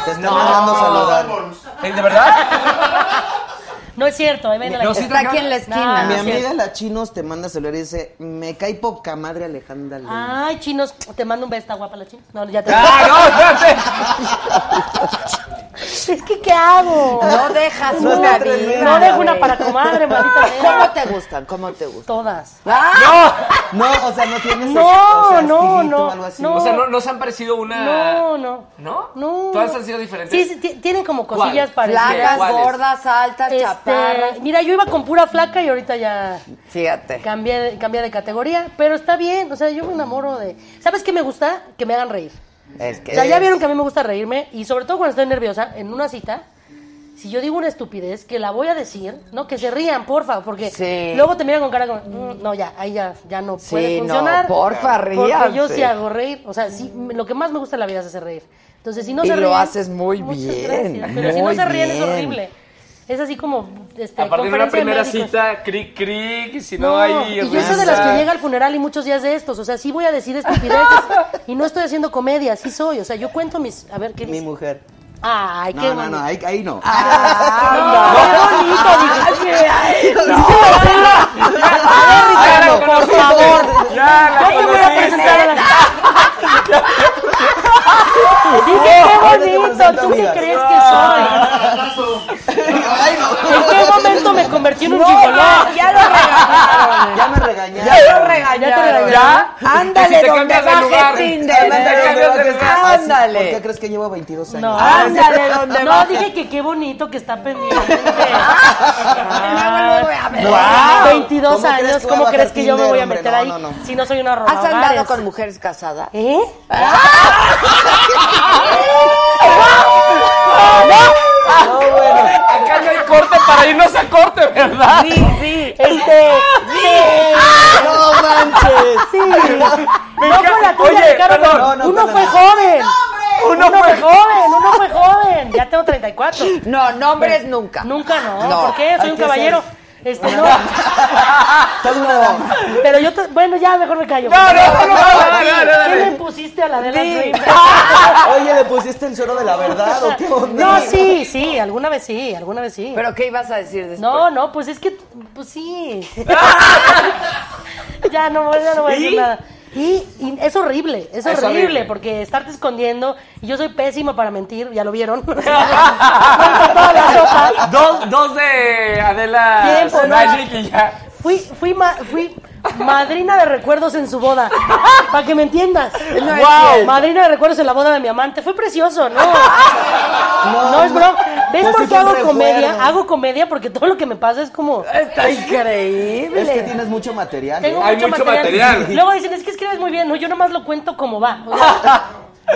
[SPEAKER 6] te están mandando saludar.
[SPEAKER 8] ¿Eh, ¿De verdad?
[SPEAKER 7] No es cierto, ahí viene la
[SPEAKER 8] No, sí
[SPEAKER 7] guitarra.
[SPEAKER 1] Está aquí en la esquina.
[SPEAKER 7] No,
[SPEAKER 6] Mi
[SPEAKER 7] no es cierto.
[SPEAKER 6] amiga la chinos te manda saludar y dice, me cae poca madre Alejandra Luna.
[SPEAKER 7] Ay, chinos, te mando un beso, está guapa la china. No, ya te
[SPEAKER 8] ¡Ah, no, espérate!
[SPEAKER 7] Es que, ¿qué hago?
[SPEAKER 1] No dejas
[SPEAKER 7] No, no
[SPEAKER 1] una vida.
[SPEAKER 7] dejo una
[SPEAKER 1] güey.
[SPEAKER 7] para comadre, maldita sea.
[SPEAKER 1] ¿Cómo te gustan? ¿Cómo te gustan? Ah,
[SPEAKER 7] Todas.
[SPEAKER 6] No, o sea, no tienes...
[SPEAKER 7] No,
[SPEAKER 6] o sea,
[SPEAKER 7] no,
[SPEAKER 6] astillito
[SPEAKER 7] no,
[SPEAKER 6] o algo así.
[SPEAKER 7] no.
[SPEAKER 8] O sea, ¿no, no se han parecido una...?
[SPEAKER 7] No, no.
[SPEAKER 8] ¿No?
[SPEAKER 7] No.
[SPEAKER 8] ¿Todas han sido diferentes?
[SPEAKER 7] Sí, sí, ti- tienen como cosillas
[SPEAKER 8] ¿Cuál?
[SPEAKER 7] parecidas.
[SPEAKER 1] Flacas,
[SPEAKER 8] ¿Cuáles?
[SPEAKER 1] gordas, altas,
[SPEAKER 7] Ah, Este,
[SPEAKER 1] chaparras.
[SPEAKER 7] mira, yo iba con pura flaca y ahorita ya
[SPEAKER 1] Fíjate.
[SPEAKER 7] cambié, de- cambié de categoría, pero está bien, o sea, yo me enamoro de... ¿Sabes qué me gusta? Que me hagan reír.
[SPEAKER 1] Es que
[SPEAKER 7] O sea, ya vieron que a mí me gusta reírme y sobre todo cuando estoy nerviosa en una cita, si yo digo una estupidez que la voy a decir, no que se rían, porfa, porque
[SPEAKER 1] Sí.
[SPEAKER 7] luego te miran con cara como, "Mm, no, ya, ahí ya, ya no
[SPEAKER 1] Sí,
[SPEAKER 7] puede
[SPEAKER 1] no,
[SPEAKER 7] funcionar.
[SPEAKER 1] porfa,
[SPEAKER 7] Porque yo
[SPEAKER 1] ríanse.
[SPEAKER 7] sí hago reír, o sea, sí, m- lo que más me gusta en la vida es hacer reír. Entonces, si no
[SPEAKER 1] Y
[SPEAKER 7] se
[SPEAKER 1] lo
[SPEAKER 7] ríen,
[SPEAKER 1] haces muy
[SPEAKER 7] muchas
[SPEAKER 1] bien,
[SPEAKER 7] gracias, pero si no
[SPEAKER 1] muy
[SPEAKER 7] se ríen
[SPEAKER 1] bien.
[SPEAKER 7] es horrible. Es así como este
[SPEAKER 8] A partir de una
[SPEAKER 7] conferencia
[SPEAKER 8] primera
[SPEAKER 7] médicos.
[SPEAKER 8] cita, cric, cric, si no,
[SPEAKER 7] No,
[SPEAKER 8] hay...
[SPEAKER 7] y yo soy de las que llega al funeral y muchos días de estos, o sea, sí voy a decir estupideces y no estoy haciendo comedia, sí soy, o sea, yo cuento mis, a ver qué
[SPEAKER 6] Mi
[SPEAKER 7] dice?
[SPEAKER 6] mujer.
[SPEAKER 7] Ay,
[SPEAKER 6] no,
[SPEAKER 7] qué
[SPEAKER 6] no,
[SPEAKER 7] bonito. Ah,
[SPEAKER 6] no, ahí, ahí no.
[SPEAKER 8] Ah,
[SPEAKER 7] ¡Qué bonito! dije. A ver, Ricardo, por favor.
[SPEAKER 10] Ya
[SPEAKER 7] Yo te voy a presentar a la Dije, qué bonito. ¿Tú qué crees que soy? ¿En qué momento me convertí en un
[SPEAKER 1] No,
[SPEAKER 7] gigoló?
[SPEAKER 1] no, ya lo regañaron.
[SPEAKER 6] Ya me regañaron.
[SPEAKER 1] Ya lo regañaron.
[SPEAKER 6] ¿Ya?
[SPEAKER 1] Ándale,
[SPEAKER 6] Y si te
[SPEAKER 1] donde
[SPEAKER 6] cambias de
[SPEAKER 1] baje
[SPEAKER 6] lugar.
[SPEAKER 1] Tinder.
[SPEAKER 6] Ándale,
[SPEAKER 1] Ándale, donde
[SPEAKER 6] donde bajes.
[SPEAKER 1] baje.
[SPEAKER 6] Así, ¿Por qué
[SPEAKER 1] Ándale.
[SPEAKER 6] crees que llevo 22 años?
[SPEAKER 7] No,
[SPEAKER 1] Ándale, donde
[SPEAKER 7] No,
[SPEAKER 1] baja.
[SPEAKER 7] dije que qué bonito que está pendiente.
[SPEAKER 1] Guau.
[SPEAKER 7] 22
[SPEAKER 1] ¿Cómo crees
[SPEAKER 7] años,
[SPEAKER 1] que voy a
[SPEAKER 7] ¿cómo
[SPEAKER 1] bajar
[SPEAKER 7] crees que yo me
[SPEAKER 1] Tinder,
[SPEAKER 7] voy a
[SPEAKER 1] hombre?
[SPEAKER 7] meter
[SPEAKER 1] No,
[SPEAKER 7] ahí?
[SPEAKER 1] no, no.
[SPEAKER 7] Si no soy una roba.
[SPEAKER 1] ¿Has andado con mujeres casadas?
[SPEAKER 7] ¿Eh?
[SPEAKER 10] No, bueno. Acá no hay corte para irnos a corte, ¿verdad?
[SPEAKER 7] Sí, sí. Este. Sí.
[SPEAKER 10] No manches.
[SPEAKER 7] Sí.
[SPEAKER 10] Me
[SPEAKER 7] no
[SPEAKER 10] encanta.
[SPEAKER 7] con la tuya,
[SPEAKER 10] Oye,
[SPEAKER 7] Ricardo.
[SPEAKER 10] perdón.
[SPEAKER 7] pero
[SPEAKER 10] No, no,
[SPEAKER 7] uno
[SPEAKER 10] perdón.
[SPEAKER 7] fue joven.
[SPEAKER 10] Uno fue-
[SPEAKER 7] joven, uno fue joven. Ya tengo 34.
[SPEAKER 1] No, nombres nunca.
[SPEAKER 7] Nunca no.
[SPEAKER 1] No,
[SPEAKER 7] ¿Por qué?
[SPEAKER 1] hay
[SPEAKER 7] Soy un
[SPEAKER 1] que ser-
[SPEAKER 7] caballero. Este, no.
[SPEAKER 6] Todo una dama.
[SPEAKER 7] Pero yo, te- bueno, ya mejor me callo.
[SPEAKER 10] No, no, no, no, no, no, no,
[SPEAKER 7] ¿Qué
[SPEAKER 10] no.
[SPEAKER 7] le pusiste a la de la
[SPEAKER 6] Oye, ¿le pusiste el suero de la verdad o qué onda?
[SPEAKER 7] No, sí, sí, alguna vez sí, alguna vez sí.
[SPEAKER 1] ¿Pero qué ibas a decir después?
[SPEAKER 7] No, no, pues es que, pues sí. ya no, voy- ya no voy a decir
[SPEAKER 1] ¿Y?
[SPEAKER 7] nada. Y, y es horrible, es,
[SPEAKER 10] Es
[SPEAKER 7] horrible,
[SPEAKER 10] horrible.
[SPEAKER 7] porque estarte escondiendo, y yo soy pésima para mentir, ya lo vieron. Voy con toda la sopa.
[SPEAKER 10] Dos, dos de Adela
[SPEAKER 7] Tiempo, ¿no?
[SPEAKER 10] Magic y ya.
[SPEAKER 7] Fui, fui, ma- fui madrina de recuerdos en su boda. Para que me entiendas.
[SPEAKER 10] es Wow. cierto.
[SPEAKER 7] Madrina de recuerdos en la boda de mi amante. Fue precioso, ¿no? No, es broma. ¿Ves
[SPEAKER 6] Pues
[SPEAKER 7] por qué
[SPEAKER 6] sí fue
[SPEAKER 7] hago
[SPEAKER 6] un recuerdo.
[SPEAKER 7] comedia? Hago comedia porque todo lo que me pasa es como.
[SPEAKER 1] Está increíble.
[SPEAKER 6] Es que tienes mucho material.
[SPEAKER 7] Tengo
[SPEAKER 6] ¿eh?
[SPEAKER 7] mucho, material. Luego dicen, es que escribes muy bien. No, yo nomás lo cuento como va. O sea,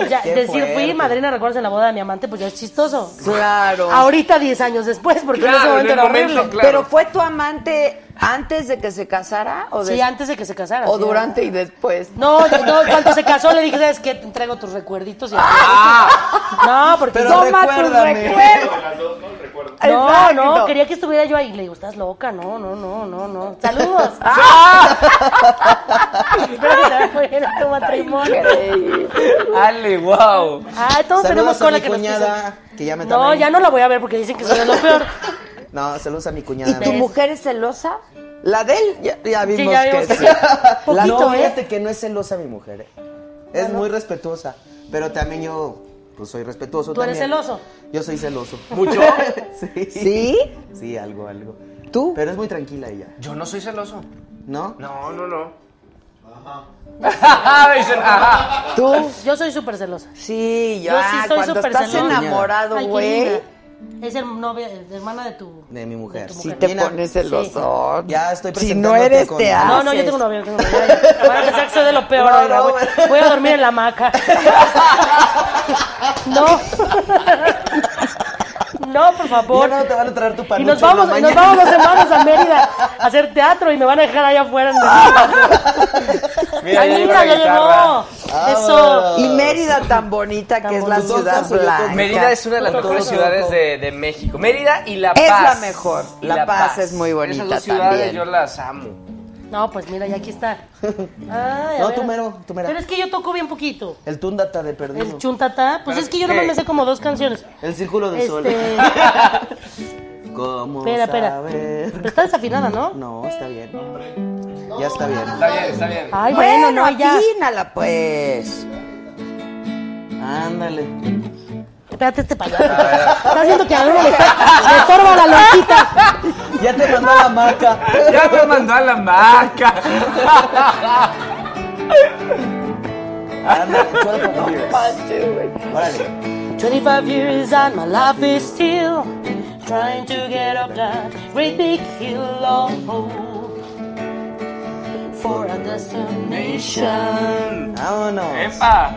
[SPEAKER 7] o sea,
[SPEAKER 6] Qué
[SPEAKER 7] decir, fui
[SPEAKER 6] fuerte.
[SPEAKER 7] madrina de recuerdos en la boda de mi amante, pues ya es chistoso.
[SPEAKER 1] Claro.
[SPEAKER 7] Ahorita, 10 años después, porque en ese
[SPEAKER 8] Claro, en
[SPEAKER 7] momento
[SPEAKER 8] el
[SPEAKER 7] era
[SPEAKER 8] momento,
[SPEAKER 7] horrible.
[SPEAKER 8] claro.
[SPEAKER 1] Ah, ¿Pero fue tu amante antes de que se casara? O
[SPEAKER 7] Sí,
[SPEAKER 1] des-
[SPEAKER 7] antes de que se casara.
[SPEAKER 1] O
[SPEAKER 7] sí.
[SPEAKER 1] durante y después.
[SPEAKER 7] No, no, cuando se casó le dije, ¿sabes qué? Te entrego tus recuerditos. Y
[SPEAKER 1] Ah,
[SPEAKER 7] No, porque
[SPEAKER 6] Pero
[SPEAKER 7] no,
[SPEAKER 1] Toma tus
[SPEAKER 6] recuérdame.
[SPEAKER 1] recuerdos.
[SPEAKER 2] Las dos, ¿no? El recuerdo.
[SPEAKER 7] no,
[SPEAKER 1] Exacto.
[SPEAKER 7] quería que estuviera yo ahí. Le digo, estás loca, no, no, no, no, no. Saludos. Espero que te vaya muy bien en tu matrimonio.
[SPEAKER 8] Ale, wow.
[SPEAKER 7] Ah, todos tenemos
[SPEAKER 6] Saludos a
[SPEAKER 7] cola
[SPEAKER 6] mi
[SPEAKER 7] que nos
[SPEAKER 6] cuñada,
[SPEAKER 7] pisan.
[SPEAKER 6] que ya me
[SPEAKER 7] No, ya no la voy a ver porque dicen que soy de lo peor.
[SPEAKER 6] No, saludos a mi
[SPEAKER 1] ¿Y
[SPEAKER 6] cuñada.
[SPEAKER 1] tu
[SPEAKER 6] Mary.
[SPEAKER 1] mujer es celosa?
[SPEAKER 6] La de él, ya, ya vimos
[SPEAKER 7] ya
[SPEAKER 6] que
[SPEAKER 7] vimos que
[SPEAKER 6] sí.
[SPEAKER 7] sí.
[SPEAKER 6] La
[SPEAKER 7] Poquito,
[SPEAKER 6] no,
[SPEAKER 7] ¿eh?
[SPEAKER 6] fíjate que no es celosa mi mujer. ¿eh? Es muy respetuosa. Pero también yo, pues soy respetuoso
[SPEAKER 7] ¿Tú eres
[SPEAKER 6] también.
[SPEAKER 7] celoso?
[SPEAKER 6] Yo soy celoso.
[SPEAKER 8] ¿Mucho?
[SPEAKER 6] sí.
[SPEAKER 1] ¿Sí?
[SPEAKER 6] Sí, algo, algo.
[SPEAKER 1] ¿Tú?
[SPEAKER 6] Pero es muy tranquila ella,
[SPEAKER 8] Yo no soy celoso.
[SPEAKER 6] ¿no?
[SPEAKER 8] No, no, no. Ajá. Dicen, ajá.
[SPEAKER 1] ¿Tú?
[SPEAKER 7] Yo soy súper celosa.
[SPEAKER 1] Sí,
[SPEAKER 7] Yo sí
[SPEAKER 1] ya.
[SPEAKER 7] soy
[SPEAKER 1] cuando
[SPEAKER 7] súper
[SPEAKER 1] estás
[SPEAKER 7] celosa.
[SPEAKER 1] enamorado,
[SPEAKER 7] Ay, qué
[SPEAKER 1] güey,
[SPEAKER 7] linda. Es el novio, el hermana de tu...
[SPEAKER 6] De mi mujer.
[SPEAKER 7] De tu
[SPEAKER 1] si
[SPEAKER 7] mujer.
[SPEAKER 1] te
[SPEAKER 6] Mira,
[SPEAKER 1] pones celoso.
[SPEAKER 6] Ya estoy
[SPEAKER 1] Si no
[SPEAKER 6] presentándote
[SPEAKER 1] eres,
[SPEAKER 6] con-
[SPEAKER 1] te haces.
[SPEAKER 7] No, no, yo tengo un novio. Tengo un novio. Ya, Van a pensar que soy de lo peor.
[SPEAKER 6] No,
[SPEAKER 7] oiga,
[SPEAKER 6] no,
[SPEAKER 7] voy,
[SPEAKER 6] bueno.
[SPEAKER 7] voy a dormir en la hamaca. No. No, por favor.
[SPEAKER 6] Ya no te van a traer tu
[SPEAKER 7] y
[SPEAKER 6] panucho
[SPEAKER 7] nos
[SPEAKER 6] en la
[SPEAKER 7] vamos, y nos
[SPEAKER 6] mañana.
[SPEAKER 7] vamos dos semanas a Mérida a hacer teatro y me van a dejar allá afuera. En el...
[SPEAKER 6] Ah,
[SPEAKER 8] Mira,
[SPEAKER 7] Ay,
[SPEAKER 8] ya llegó
[SPEAKER 7] mira,
[SPEAKER 8] la
[SPEAKER 7] ya
[SPEAKER 8] guitarra.
[SPEAKER 7] llegó. Eso.
[SPEAKER 6] Ah.
[SPEAKER 1] Y Mérida tan bonita que es la
[SPEAKER 6] bonita.
[SPEAKER 1] ciudad
[SPEAKER 6] Tus ojos,
[SPEAKER 1] blanca.
[SPEAKER 8] Mérida es una de las mejores ciudades de, de México. Mérida y La Paz.
[SPEAKER 1] Es la mejor.
[SPEAKER 8] Y
[SPEAKER 1] La Paz es muy bonita
[SPEAKER 8] Esas dos ciudades
[SPEAKER 1] también.
[SPEAKER 8] yo las amo.
[SPEAKER 7] No, pues mira, ya aquí está. Ay, a
[SPEAKER 6] No,
[SPEAKER 7] ver.
[SPEAKER 6] tú mero, tú mera.
[SPEAKER 7] Pero es que yo toco bien poquito.
[SPEAKER 6] El túndata de perdido.
[SPEAKER 7] El chuntata, pues
[SPEAKER 8] Pero
[SPEAKER 7] es que yo nomás
[SPEAKER 8] ¿qué?
[SPEAKER 7] me sé como dos canciones.
[SPEAKER 6] El círculo de sol.
[SPEAKER 7] Este-
[SPEAKER 6] ¿Cómo
[SPEAKER 7] Espera, espera.
[SPEAKER 6] saber?
[SPEAKER 7] Pero está desafinada, ¿no?
[SPEAKER 6] No, está bien. Ya está bien.
[SPEAKER 8] Está bien, está bien.
[SPEAKER 7] Ay, bueno, no,
[SPEAKER 1] Bueno,
[SPEAKER 7] ya.
[SPEAKER 1] afínala, pues.
[SPEAKER 6] Ándale.
[SPEAKER 7] Espérate este payaso. Está haciendo que a uno le, está- le estorba la lonchita.
[SPEAKER 6] Ya te mandó la marca.
[SPEAKER 8] Ya me mandó a la marca.
[SPEAKER 6] Ándale, solo como vives. Órale.
[SPEAKER 7] 25 years and my life is still trying to get up that great big hill of hope for a destination.
[SPEAKER 6] Vámonos.
[SPEAKER 8] Epa.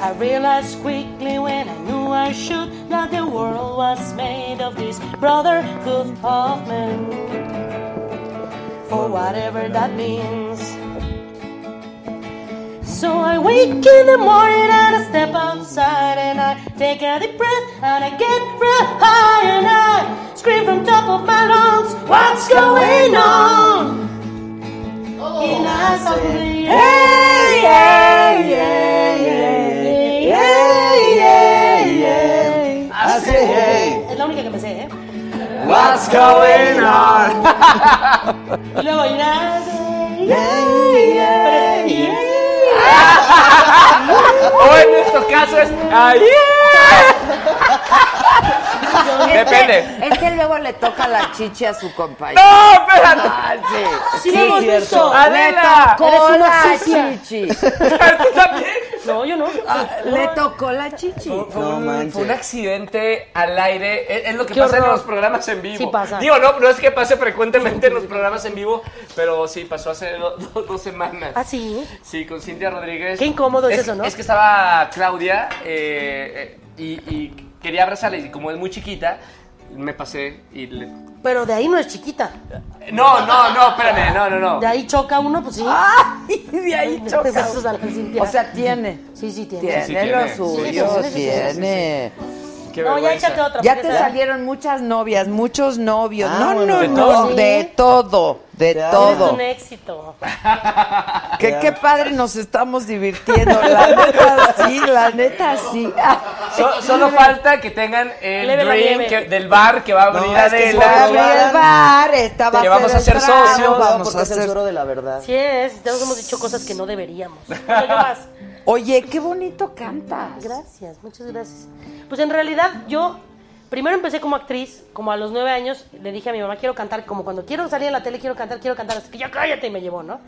[SPEAKER 7] I realized quickly when I knew I should that the world was made of this brotherhood of men. For whatever that means. So I wake in the morning and I step outside and I take a deep breath and I get real high and I scream from top of my lungs, What's going on? In eyes of the yeah, yeah, yeah, yeah, yeah, yeah, yeah. ¿eh?
[SPEAKER 10] What's going on?
[SPEAKER 7] Y luego irás.
[SPEAKER 10] O en nuestro caso es. ¡Ay! Depende.
[SPEAKER 1] Es que luego le toca la chichi a su compañero.
[SPEAKER 10] ¡No, espérate!
[SPEAKER 1] Ah, sí.
[SPEAKER 7] Sí, lo hemos
[SPEAKER 1] cierto.
[SPEAKER 7] visto.
[SPEAKER 1] Le
[SPEAKER 10] Adela,
[SPEAKER 1] tocó
[SPEAKER 7] eres una
[SPEAKER 1] la
[SPEAKER 7] sucia.
[SPEAKER 1] chichi.
[SPEAKER 7] No, yo no.
[SPEAKER 1] Ah, Le tocó la chichi.
[SPEAKER 8] Fue, un,
[SPEAKER 6] manches.
[SPEAKER 8] fue un accidente al aire. Es, es lo que
[SPEAKER 7] Qué
[SPEAKER 8] pasa en
[SPEAKER 7] horror.
[SPEAKER 8] los programas en vivo.
[SPEAKER 7] Sí pasa.
[SPEAKER 8] Digo, no, no es que pase frecuentemente en los programas en vivo, pero sí, pasó hace do- do- dos semanas.
[SPEAKER 7] Ah, sí.
[SPEAKER 8] Sí, con Cintia Rodríguez.
[SPEAKER 7] Qué incómodo es eso, ¿no?
[SPEAKER 8] Es que estaba Claudia eh, eh, y, y quería abrazarla y como es muy chiquita, me pasé y le...
[SPEAKER 7] Pero de ahí no es chiquita.
[SPEAKER 8] No, no, no, espérame, no, no, no.
[SPEAKER 7] De ahí choca uno, pues sí.
[SPEAKER 1] Ay, de ahí choca.
[SPEAKER 7] Besos a la Cintia.
[SPEAKER 1] O sea, tiene.
[SPEAKER 7] sí, sí, tiene.
[SPEAKER 1] Tiene
[SPEAKER 8] sí,
[SPEAKER 1] lo
[SPEAKER 8] tiene.
[SPEAKER 1] suyo,
[SPEAKER 7] Sí, sí, sí, sí, sí, sí,
[SPEAKER 1] tiene.
[SPEAKER 8] Qué
[SPEAKER 7] No, ya
[SPEAKER 8] vergüenza.
[SPEAKER 7] échate otra.
[SPEAKER 1] Ya
[SPEAKER 7] porque
[SPEAKER 1] te
[SPEAKER 7] esa-
[SPEAKER 1] salieron muchas novias, muchos novios.
[SPEAKER 6] Ah,
[SPEAKER 1] no,
[SPEAKER 6] bueno,
[SPEAKER 1] no,
[SPEAKER 6] de
[SPEAKER 1] no.
[SPEAKER 6] todo.
[SPEAKER 7] Sí.
[SPEAKER 1] De todo, de
[SPEAKER 6] Ya.
[SPEAKER 7] Es
[SPEAKER 1] todo.
[SPEAKER 7] un éxito.
[SPEAKER 1] Que qué padre nos estamos divirtiendo. La neta sí, la neta sí.
[SPEAKER 8] So- solo falta que tengan el
[SPEAKER 7] Leve la
[SPEAKER 8] drink
[SPEAKER 7] nieve.
[SPEAKER 8] que- del bar que va a abrir
[SPEAKER 6] es que es
[SPEAKER 8] Adela.
[SPEAKER 6] la-
[SPEAKER 1] Abrí el bar, esta va
[SPEAKER 8] Que vamos a
[SPEAKER 1] el
[SPEAKER 8] ser
[SPEAKER 1] trago,
[SPEAKER 8] socios,
[SPEAKER 1] Vamos a
[SPEAKER 6] porque es el
[SPEAKER 1] hacer.
[SPEAKER 6] suero de la verdad.
[SPEAKER 7] Sí es, todos hemos dicho cosas que no deberíamos. Bueno, yo más.
[SPEAKER 1] Oye, qué bonito cantas.
[SPEAKER 7] Gracias, muchas gracias. Pues en realidad yo primero empecé como actriz, como a los nueve años le dije a mi mamá quiero cantar, como cuando quiero salir en la tele quiero cantar, quiero cantar, así que ya cállate y me llevó, ¿no?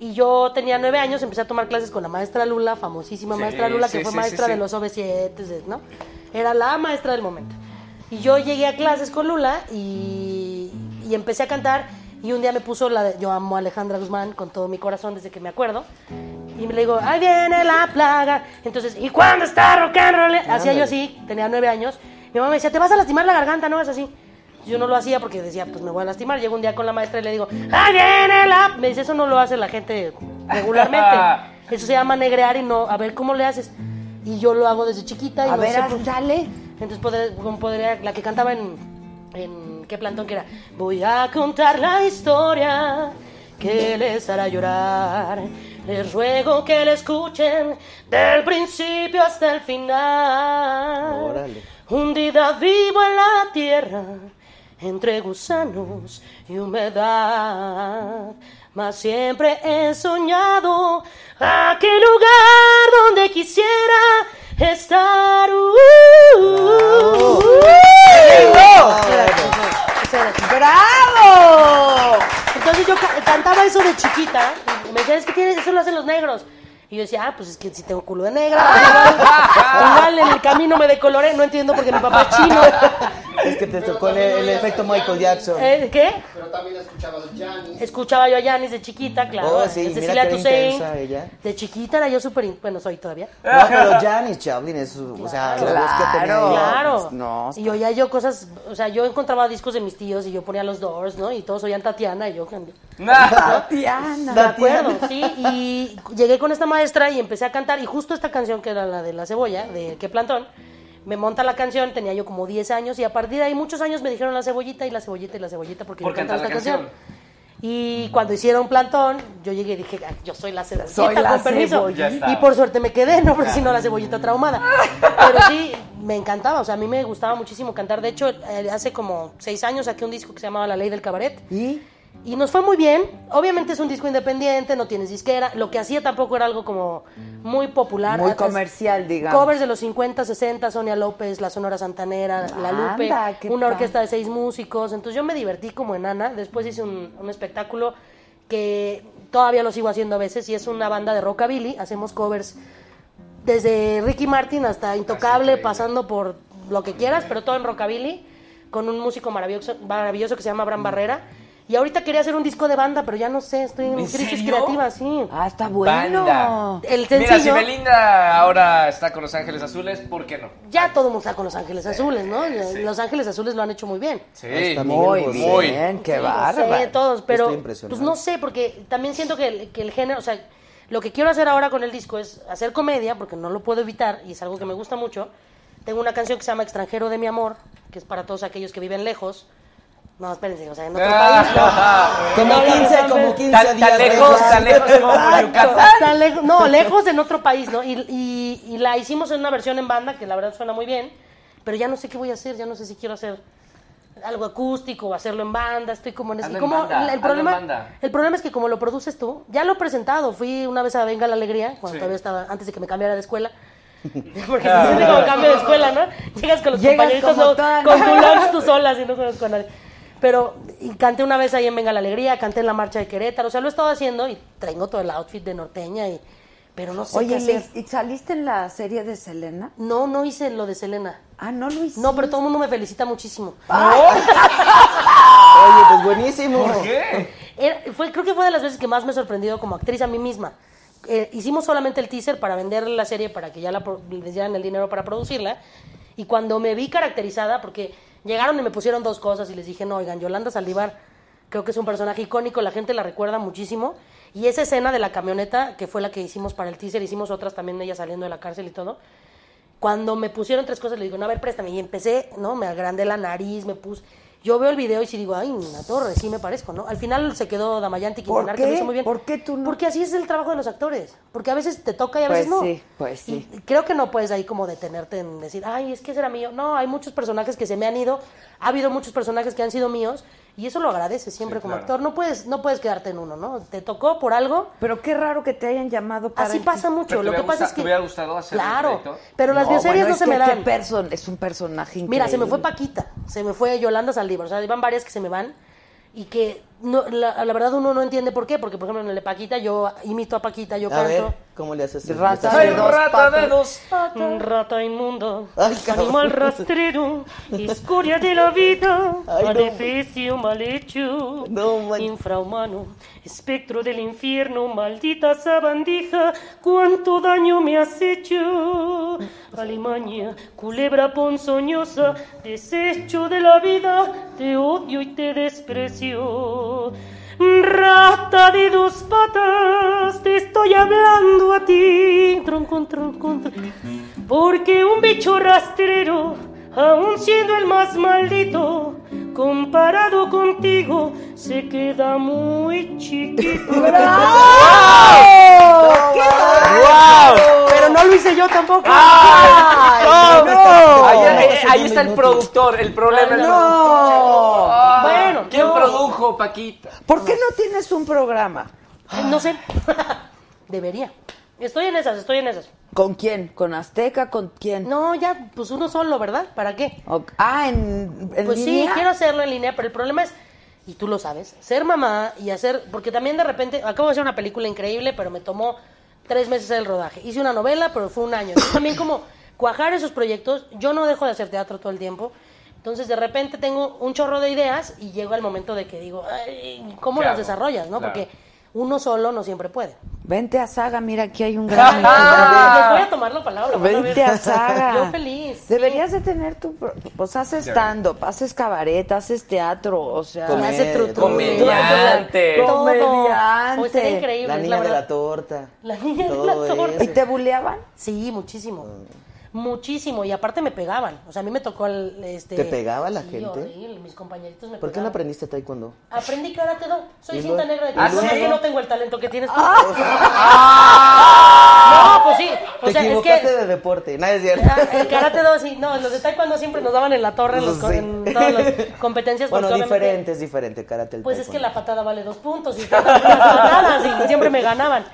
[SPEAKER 7] Y yo tenía nueve años, empecé a tomar clases con la maestra Lula, famosísima
[SPEAKER 8] Sí,
[SPEAKER 7] maestra Lula,
[SPEAKER 8] sí,
[SPEAKER 7] que fue
[SPEAKER 8] sí,
[SPEAKER 7] maestra
[SPEAKER 8] sí,
[SPEAKER 7] de
[SPEAKER 8] sí.
[SPEAKER 7] los OV7, ¿no? Era la maestra del momento. Y yo llegué a clases con Lula y, y empecé a cantar. Y un día me puso la de Yo amo a Alejandra Guzmán con todo mi corazón desde que me acuerdo. Y me le digo, ahí viene la plaga. Entonces, ¿y cuándo está rock and roll? Hacía yo así, tenía nueve años. Mi mamá me decía, te vas a lastimar la garganta, no es así. Yo no lo hacía porque decía, pues me voy a lastimar. Llego un día con la maestra y le digo, ahí viene la... Me dice, eso no lo hace la gente regularmente. Eso se llama negrear y no, a ver cómo le haces. Y yo lo hago desde chiquita. Y
[SPEAKER 1] A
[SPEAKER 7] no
[SPEAKER 1] ver,
[SPEAKER 7] sé por-
[SPEAKER 1] haz- dale.
[SPEAKER 7] entonces podré- como podría, la que cantaba en, en qué plantón que era, voy a contar la historia que les hará llorar. Les ruego que la escuchen del principio hasta el final.
[SPEAKER 6] Órale.
[SPEAKER 7] Hundida vivo en la tierra, entre gusanos y humedad. Mas siempre he soñado aquel lugar donde quisiera estar. Uh, uh, uh.
[SPEAKER 1] ¡Bravo!
[SPEAKER 7] Entonces yo ca- cantaba eso de chiquita. Y me decía, es que tiene- eso lo hacen los negros. Y yo decía, ah, pues es que si tengo culo de negra. Igual en el camino me decoloré. No entiendo porque mi papá es chino.
[SPEAKER 6] Es que te tocó el, el efecto Michael Jackson.
[SPEAKER 7] Eh, ¿Qué?
[SPEAKER 3] Pero también escuchabas Janis.
[SPEAKER 7] Escuchaba yo a Yanis de chiquita, claro.
[SPEAKER 6] Oh, sí,
[SPEAKER 7] a
[SPEAKER 6] mira
[SPEAKER 7] Cecilia
[SPEAKER 6] qué
[SPEAKER 7] Toussaint.
[SPEAKER 6] intensa ella.
[SPEAKER 7] De chiquita era yo súper. in- Bueno, soy todavía.
[SPEAKER 6] No, pero Janis Chaplin es su, o sea, la voz que tenía.
[SPEAKER 1] Claro.
[SPEAKER 6] ella,
[SPEAKER 7] Claro.
[SPEAKER 6] pues, no,
[SPEAKER 7] y yo ya yo cosas. O sea, yo encontraba discos de mis tíos y yo ponía los Doors, ¿no? Y todos oían Tatiana y yo.
[SPEAKER 1] Tatiana.
[SPEAKER 7] Me acuerdo, sí. Y llegué con esta maestra y empecé a cantar. Y justo esta canción, que era la de la cebolla, de qué plantón, me monta la canción. Tenía yo como 10 años. Y a partir de ahí, muchos años me dijeron la cebollita y la cebollita y la cebollita porque
[SPEAKER 8] Por
[SPEAKER 7] yo cantaba esta
[SPEAKER 8] cantar la
[SPEAKER 7] canción. Y cuando hicieron plantón, yo llegué y dije, "Ah, yo soy la cebollita,
[SPEAKER 1] Soy la
[SPEAKER 7] con permiso.
[SPEAKER 1] cebollita. Ah.
[SPEAKER 8] Ya está.
[SPEAKER 7] Y por suerte me quedé, ¿no? Porque si no, la cebollita traumada. Pero sí, me encantaba. O sea, a mí me gustaba muchísimo cantar. De hecho, eh, hace como 6 años saqué un disco que se llamaba La Ley del Cabaret.
[SPEAKER 1] ¿Y?
[SPEAKER 7] Y nos fue muy bien. Obviamente es un disco independiente, no tienes disquera. Lo que hacía tampoco era algo como muy popular.
[SPEAKER 1] Muy
[SPEAKER 7] Antes,
[SPEAKER 1] comercial, digamos.
[SPEAKER 7] Covers de los 50, 60, Sonia López, La Sonora Santanera, La Lupe,
[SPEAKER 1] Anda, qué
[SPEAKER 7] una
[SPEAKER 1] padre.
[SPEAKER 7] orquesta de seis músicos. Entonces yo me divertí como enana. Después hice un, un espectáculo que todavía lo sigo haciendo a veces y es una banda de rockabilly. Hacemos covers desde Ricky Martin
[SPEAKER 1] Ah,
[SPEAKER 7] hasta Intocable, pasando por lo que quieras, pero todo en rockabilly, con un músico maravilloso, maravilloso que se llama
[SPEAKER 1] Mm.
[SPEAKER 7] Bran Barrera. Y ahorita quería hacer un disco de banda, pero ya no sé, estoy en,
[SPEAKER 8] ¿En
[SPEAKER 7] crisis
[SPEAKER 8] serio?
[SPEAKER 7] creativa, sí.
[SPEAKER 1] Ah, está bueno.
[SPEAKER 8] Banda.
[SPEAKER 7] El
[SPEAKER 8] Mira, si
[SPEAKER 7] sencillo-
[SPEAKER 8] Belinda ahora está con Los Ángeles Azules, ¿por qué no?
[SPEAKER 7] Ya todo el mundo está con Los Ángeles Azules, ¿no? Los Ángeles Azules lo han hecho muy bien.
[SPEAKER 8] Sí,
[SPEAKER 6] Hasta
[SPEAKER 8] muy,
[SPEAKER 6] Miguel Bosé.
[SPEAKER 8] muy.
[SPEAKER 1] Bien, qué
[SPEAKER 7] Sí, lo
[SPEAKER 1] bárbaro.
[SPEAKER 7] sé, todos, pero
[SPEAKER 6] Estoy impresionado.
[SPEAKER 7] pues no sé, porque también siento que el, que el género, o sea, lo que quiero hacer ahora con el disco es hacer comedia, porque no lo puedo evitar y es algo que me gusta mucho. Tengo una canción que se llama Extranjero de mi amor, que es para todos aquellos que viven lejos. No, espérense, o sea, en otro
[SPEAKER 8] Ah.
[SPEAKER 7] país. no.
[SPEAKER 6] Como
[SPEAKER 7] No, no,
[SPEAKER 6] 15,
[SPEAKER 7] no,
[SPEAKER 6] como
[SPEAKER 7] no.
[SPEAKER 6] 15
[SPEAKER 8] Tan,
[SPEAKER 6] días.
[SPEAKER 8] tan lejos, tan lejos como por Yucatán.
[SPEAKER 7] Tan lejos- no, lejos en otro país, ¿no? Y, y- y la hicimos en una versión en banda que la verdad suena muy bien, pero ya no sé qué voy a hacer, ya no sé si quiero hacer algo acústico o hacerlo en banda, estoy como en eso.
[SPEAKER 8] Hazlo
[SPEAKER 7] Y
[SPEAKER 8] en
[SPEAKER 7] como
[SPEAKER 8] banda,
[SPEAKER 7] la- el
[SPEAKER 8] hazlo en
[SPEAKER 7] problema,
[SPEAKER 8] banda.
[SPEAKER 7] el problema es que como lo produces tú, ya lo he presentado, fui una vez a Venga la Alegría, cuando
[SPEAKER 8] Sí. Ah.
[SPEAKER 7] todavía estaba, antes de que me cambiara de escuela. Porque se siente como cambio de escuela, ¿no? Llegas con los
[SPEAKER 1] Llegas
[SPEAKER 7] compañeritos,
[SPEAKER 1] como
[SPEAKER 7] no,
[SPEAKER 1] toda-
[SPEAKER 7] con tu lunch tú sola, si no conozco a nadie. Pero y canté una vez ahí en Venga la Alegría, canté en la marcha de Querétaro, o sea, lo he estado haciendo y tengo todo el outfit de norteña, y, pero no sé
[SPEAKER 1] Oye,
[SPEAKER 7] qué hacer.
[SPEAKER 1] ¿y y saliste en la serie de Selena?
[SPEAKER 7] No, no hice lo de Selena.
[SPEAKER 1] Ah, no lo hice.
[SPEAKER 7] No, pero todo el mundo me felicita muchísimo.
[SPEAKER 6] Oye, pues buenísimo.
[SPEAKER 7] Era- fue, creo que fue de las veces que más me he sorprendido como actriz a mí misma. Eh, hicimos solamente el teaser para vender la serie, para que ya la pro- les dieran el dinero para producirla. Y cuando me vi caracterizada, porque llegaron y me pusieron dos cosas y les dije, no, oigan, Yolanda Saldívar creo que es un personaje icónico, la gente la recuerda muchísimo. Y esa escena de la camioneta, que fue la que hicimos para el teaser, hicimos otras también de ella saliendo de la cárcel y todo. Cuando me pusieron tres cosas, le digo, no, a ver, préstame. Y empecé, ¿no? Me agrandé la nariz, me puse. Yo veo el video y sí digo, ay, la torre, sí me parezco, ¿no? Al final se quedó Damayanti
[SPEAKER 1] ¿Por
[SPEAKER 7] Quintanar, que lo
[SPEAKER 1] qué?
[SPEAKER 7] hizo muy bien.
[SPEAKER 1] ¿Por qué tú no?
[SPEAKER 7] Porque así es el trabajo de los actores. Porque a veces te toca y a veces
[SPEAKER 1] Pues
[SPEAKER 7] no.
[SPEAKER 1] sí, pues sí.
[SPEAKER 7] Y creo que no puedes ahí como detenerte en decir, ay, es que será mío. No, hay muchos personajes que se me han ido. Ha habido muchos personajes que han sido míos. Y eso lo agradeces siempre como
[SPEAKER 1] claro.
[SPEAKER 7] actor. No puedes, no puedes quedarte en uno, ¿no? Te tocó por algo.
[SPEAKER 1] Pero qué raro que te hayan llamado para
[SPEAKER 7] Así
[SPEAKER 1] el-
[SPEAKER 7] pasa mucho.
[SPEAKER 8] Pero
[SPEAKER 7] lo
[SPEAKER 8] te
[SPEAKER 7] que
[SPEAKER 8] hubiera
[SPEAKER 7] pasa es
[SPEAKER 8] gusta-
[SPEAKER 7] que.
[SPEAKER 8] ¿Te hubiera gustado hacer el
[SPEAKER 7] Claro,
[SPEAKER 8] proyecto?
[SPEAKER 7] pero las bioseries
[SPEAKER 1] bueno,
[SPEAKER 7] no
[SPEAKER 1] es
[SPEAKER 7] se
[SPEAKER 1] que
[SPEAKER 7] me
[SPEAKER 1] este
[SPEAKER 7] dan.
[SPEAKER 1] person- es un personaje increíble.
[SPEAKER 7] Mira, se me fue Paquita, se me fue Yolanda Saldívar, o sea, van varias que se me van y que no, la, la verdad uno no entiende por qué, porque por ejemplo en el de Paquita yo imito a Paquita, yo
[SPEAKER 6] A ver,
[SPEAKER 7] canto.
[SPEAKER 6] ¿cómo le haces?
[SPEAKER 7] Rata
[SPEAKER 6] Soy
[SPEAKER 7] de dos
[SPEAKER 6] de dos.
[SPEAKER 7] Un rata inmundo,
[SPEAKER 6] Ay, cabrón.
[SPEAKER 7] animal rastrero, discordia de la vida,
[SPEAKER 6] Ay, no.
[SPEAKER 7] maleficio mal hecho, infrahumano, espectro del infierno, maldita sabandija, cuánto daño me has hecho. Alimaña, culebra ponzoñosa, desecho de la vida, te odio y te desprecio. Rata de dos patas, te estoy hablando a ti. Troncón, troncón, tron- Porque un bicho rastrero, aun siendo el más maldito, comparado contigo, se queda muy chiquito.
[SPEAKER 1] ¡Bravo!
[SPEAKER 10] ¡Guau!
[SPEAKER 7] Pero no lo hice yo tampoco.
[SPEAKER 10] ¡Ah!
[SPEAKER 7] no!
[SPEAKER 10] Ahí, ahí- ahí está el productor, el problema. el productor. Ah,
[SPEAKER 7] Bueno,
[SPEAKER 10] ¿Quién
[SPEAKER 7] no.
[SPEAKER 10] produjo, Paquita?
[SPEAKER 1] ¿Por qué no tienes un programa?
[SPEAKER 7] No sé. Debería. Estoy en esas, estoy en esas.
[SPEAKER 1] ¿Con quién? ¿Con Azteca? ¿Con quién?
[SPEAKER 7] No, ya, pues uno solo, ¿verdad? ¿Para qué?
[SPEAKER 1] O- Ah, en, en
[SPEAKER 7] Pues sí,
[SPEAKER 1] línea?
[SPEAKER 7] quiero hacerlo en línea, pero el problema es, y tú lo sabes, ser mamá y hacer, porque también de repente, acabo de hacer una película increíble, pero me tomó tres meses el rodaje. Hice una novela, pero fue un año. Entonces, también como cuajar esos proyectos, yo no dejo de hacer teatro todo el tiempo. Entonces de repente tengo un chorro de ideas y llego al momento de que digo, "Ay, ¿cómo
[SPEAKER 1] ¿Qué
[SPEAKER 7] las
[SPEAKER 1] hago?
[SPEAKER 7] desarrollas? no?
[SPEAKER 1] Claro.
[SPEAKER 7] Porque uno solo no siempre puede.
[SPEAKER 1] Vente a Saga, mira, aquí hay un gran...
[SPEAKER 7] Les voy a tomar la palabra. van a ver.
[SPEAKER 1] Ah. Vente a Saga.
[SPEAKER 7] Yo feliz. Ah, sí.
[SPEAKER 1] Deberías de tener tu... pro- Pues haces
[SPEAKER 7] Ya.
[SPEAKER 1] stand-up, haces cabaret, haces teatro, o sea...
[SPEAKER 6] Comer-
[SPEAKER 1] haces tru- tru-
[SPEAKER 6] comediante.
[SPEAKER 1] Todo. Comediante.
[SPEAKER 7] Pues era increíble,
[SPEAKER 6] La
[SPEAKER 7] es
[SPEAKER 6] niña de
[SPEAKER 7] verdad.
[SPEAKER 6] la torta.
[SPEAKER 7] La niña
[SPEAKER 6] Todo
[SPEAKER 7] de la torta.
[SPEAKER 6] eso. Ah. ¿Y te
[SPEAKER 1] buleaban?
[SPEAKER 7] Sí, muchísimo. Muchísimo. Y aparte me pegaban. O sea, a mí me tocó el... Este...
[SPEAKER 6] ¿Te pegaba la
[SPEAKER 7] Sí,
[SPEAKER 6] gente?
[SPEAKER 7] horrible, Mis compañeritos me
[SPEAKER 6] ¿Por qué no
[SPEAKER 7] pegaban.
[SPEAKER 6] aprendiste taekwondo?
[SPEAKER 7] Aprendí karate do. Soy
[SPEAKER 6] ¿Y
[SPEAKER 7] cinta
[SPEAKER 6] luego?
[SPEAKER 7] negra de
[SPEAKER 6] ¿Ah,
[SPEAKER 7] taekwondo.
[SPEAKER 6] sí?
[SPEAKER 7] Es que no tengo el talento que tienes tú. No, pues sí. O
[SPEAKER 6] Te
[SPEAKER 7] sea, es
[SPEAKER 6] equivocaste
[SPEAKER 7] que...
[SPEAKER 6] de deporte, nada es cierto.
[SPEAKER 7] Ah, El karate do, sí. No, los de taekwondo siempre nos daban en la torre en, los-
[SPEAKER 6] Pues sí.
[SPEAKER 7] en todas las competencias.
[SPEAKER 6] Bueno,
[SPEAKER 7] porque pues, obviamente-
[SPEAKER 6] diferente, es diferente karate el
[SPEAKER 7] Pues es que
[SPEAKER 6] taekwondo.
[SPEAKER 7] la patada vale dos puntos y todas las patadas y siempre me ganaban.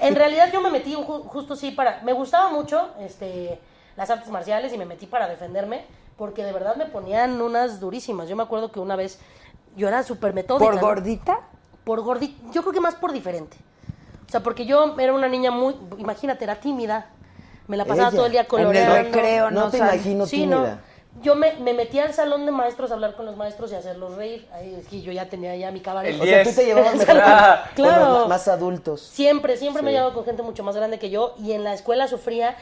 [SPEAKER 7] En realidad yo me metí un ju- justo sí para... Me gustaba mucho este, las artes marciales y me metí para defenderme porque de verdad me ponían unas durísimas. Yo me acuerdo que una vez yo era súper metódica.
[SPEAKER 1] ¿Por gordita?
[SPEAKER 7] Por gordita. Yo creo que más por diferente. O sea, porque yo era una niña muy... Imagínate, era tímida. Me la pasaba
[SPEAKER 6] Ella.
[SPEAKER 7] todo el día
[SPEAKER 6] En el
[SPEAKER 7] coloreando.
[SPEAKER 6] recreo, No no te sal- imagino
[SPEAKER 7] Sí,
[SPEAKER 6] tímida.
[SPEAKER 7] no. Yo me, me metía al salón de maestros a hablar con los maestros y hacerlos reír. Ahí es que yo ya tenía ya mi cabaret.
[SPEAKER 6] O sea, tú te llevabas
[SPEAKER 7] El
[SPEAKER 6] mejor con-
[SPEAKER 7] salón.
[SPEAKER 6] con los ma-
[SPEAKER 7] Claro.
[SPEAKER 6] más adultos.
[SPEAKER 7] Siempre, siempre me he
[SPEAKER 6] Sí.
[SPEAKER 7] llevado con gente mucho más grande que yo y en la escuela sufría.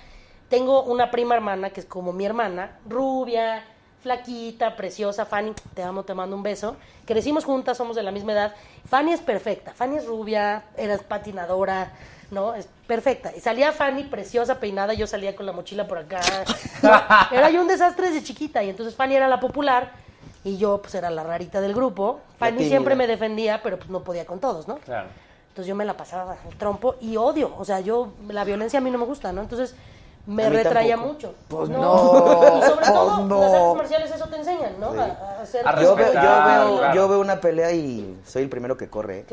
[SPEAKER 7] Tengo una prima hermana que es como mi hermana, rubia, flaquita, preciosa, Fanny, te amo, te mando un beso. Crecimos juntas, somos de la misma edad. Fanny es perfecta, Fanny es rubia, eras patinadora, ¿no? Es perfecta. Y salía Fanny preciosa, peinada, yo salía con la mochila por acá. ¿no? Era yo un desastre desde chiquita y entonces Fanny era la popular y yo pues era la rarita del grupo.
[SPEAKER 8] La
[SPEAKER 7] Fanny
[SPEAKER 8] tímida.
[SPEAKER 7] siempre me defendía, pero pues no podía con todos, ¿no?
[SPEAKER 8] Claro.
[SPEAKER 7] Entonces yo me la pasaba al trompo y odio. O sea, yo, la violencia a mí no me gusta, ¿no? Entonces me
[SPEAKER 1] A mí
[SPEAKER 7] retraía
[SPEAKER 1] tampoco.
[SPEAKER 7] mucho.
[SPEAKER 1] Pues
[SPEAKER 6] no,
[SPEAKER 7] Y sobre
[SPEAKER 6] pues
[SPEAKER 7] todo,
[SPEAKER 6] no.
[SPEAKER 7] las artes marciales eso te enseñan, ¿no?
[SPEAKER 6] Sí.
[SPEAKER 7] A, a hacer-
[SPEAKER 6] yo, veo, yo, veo,
[SPEAKER 7] claro.
[SPEAKER 6] yo veo una pelea y soy el primero que corre. ¿eh?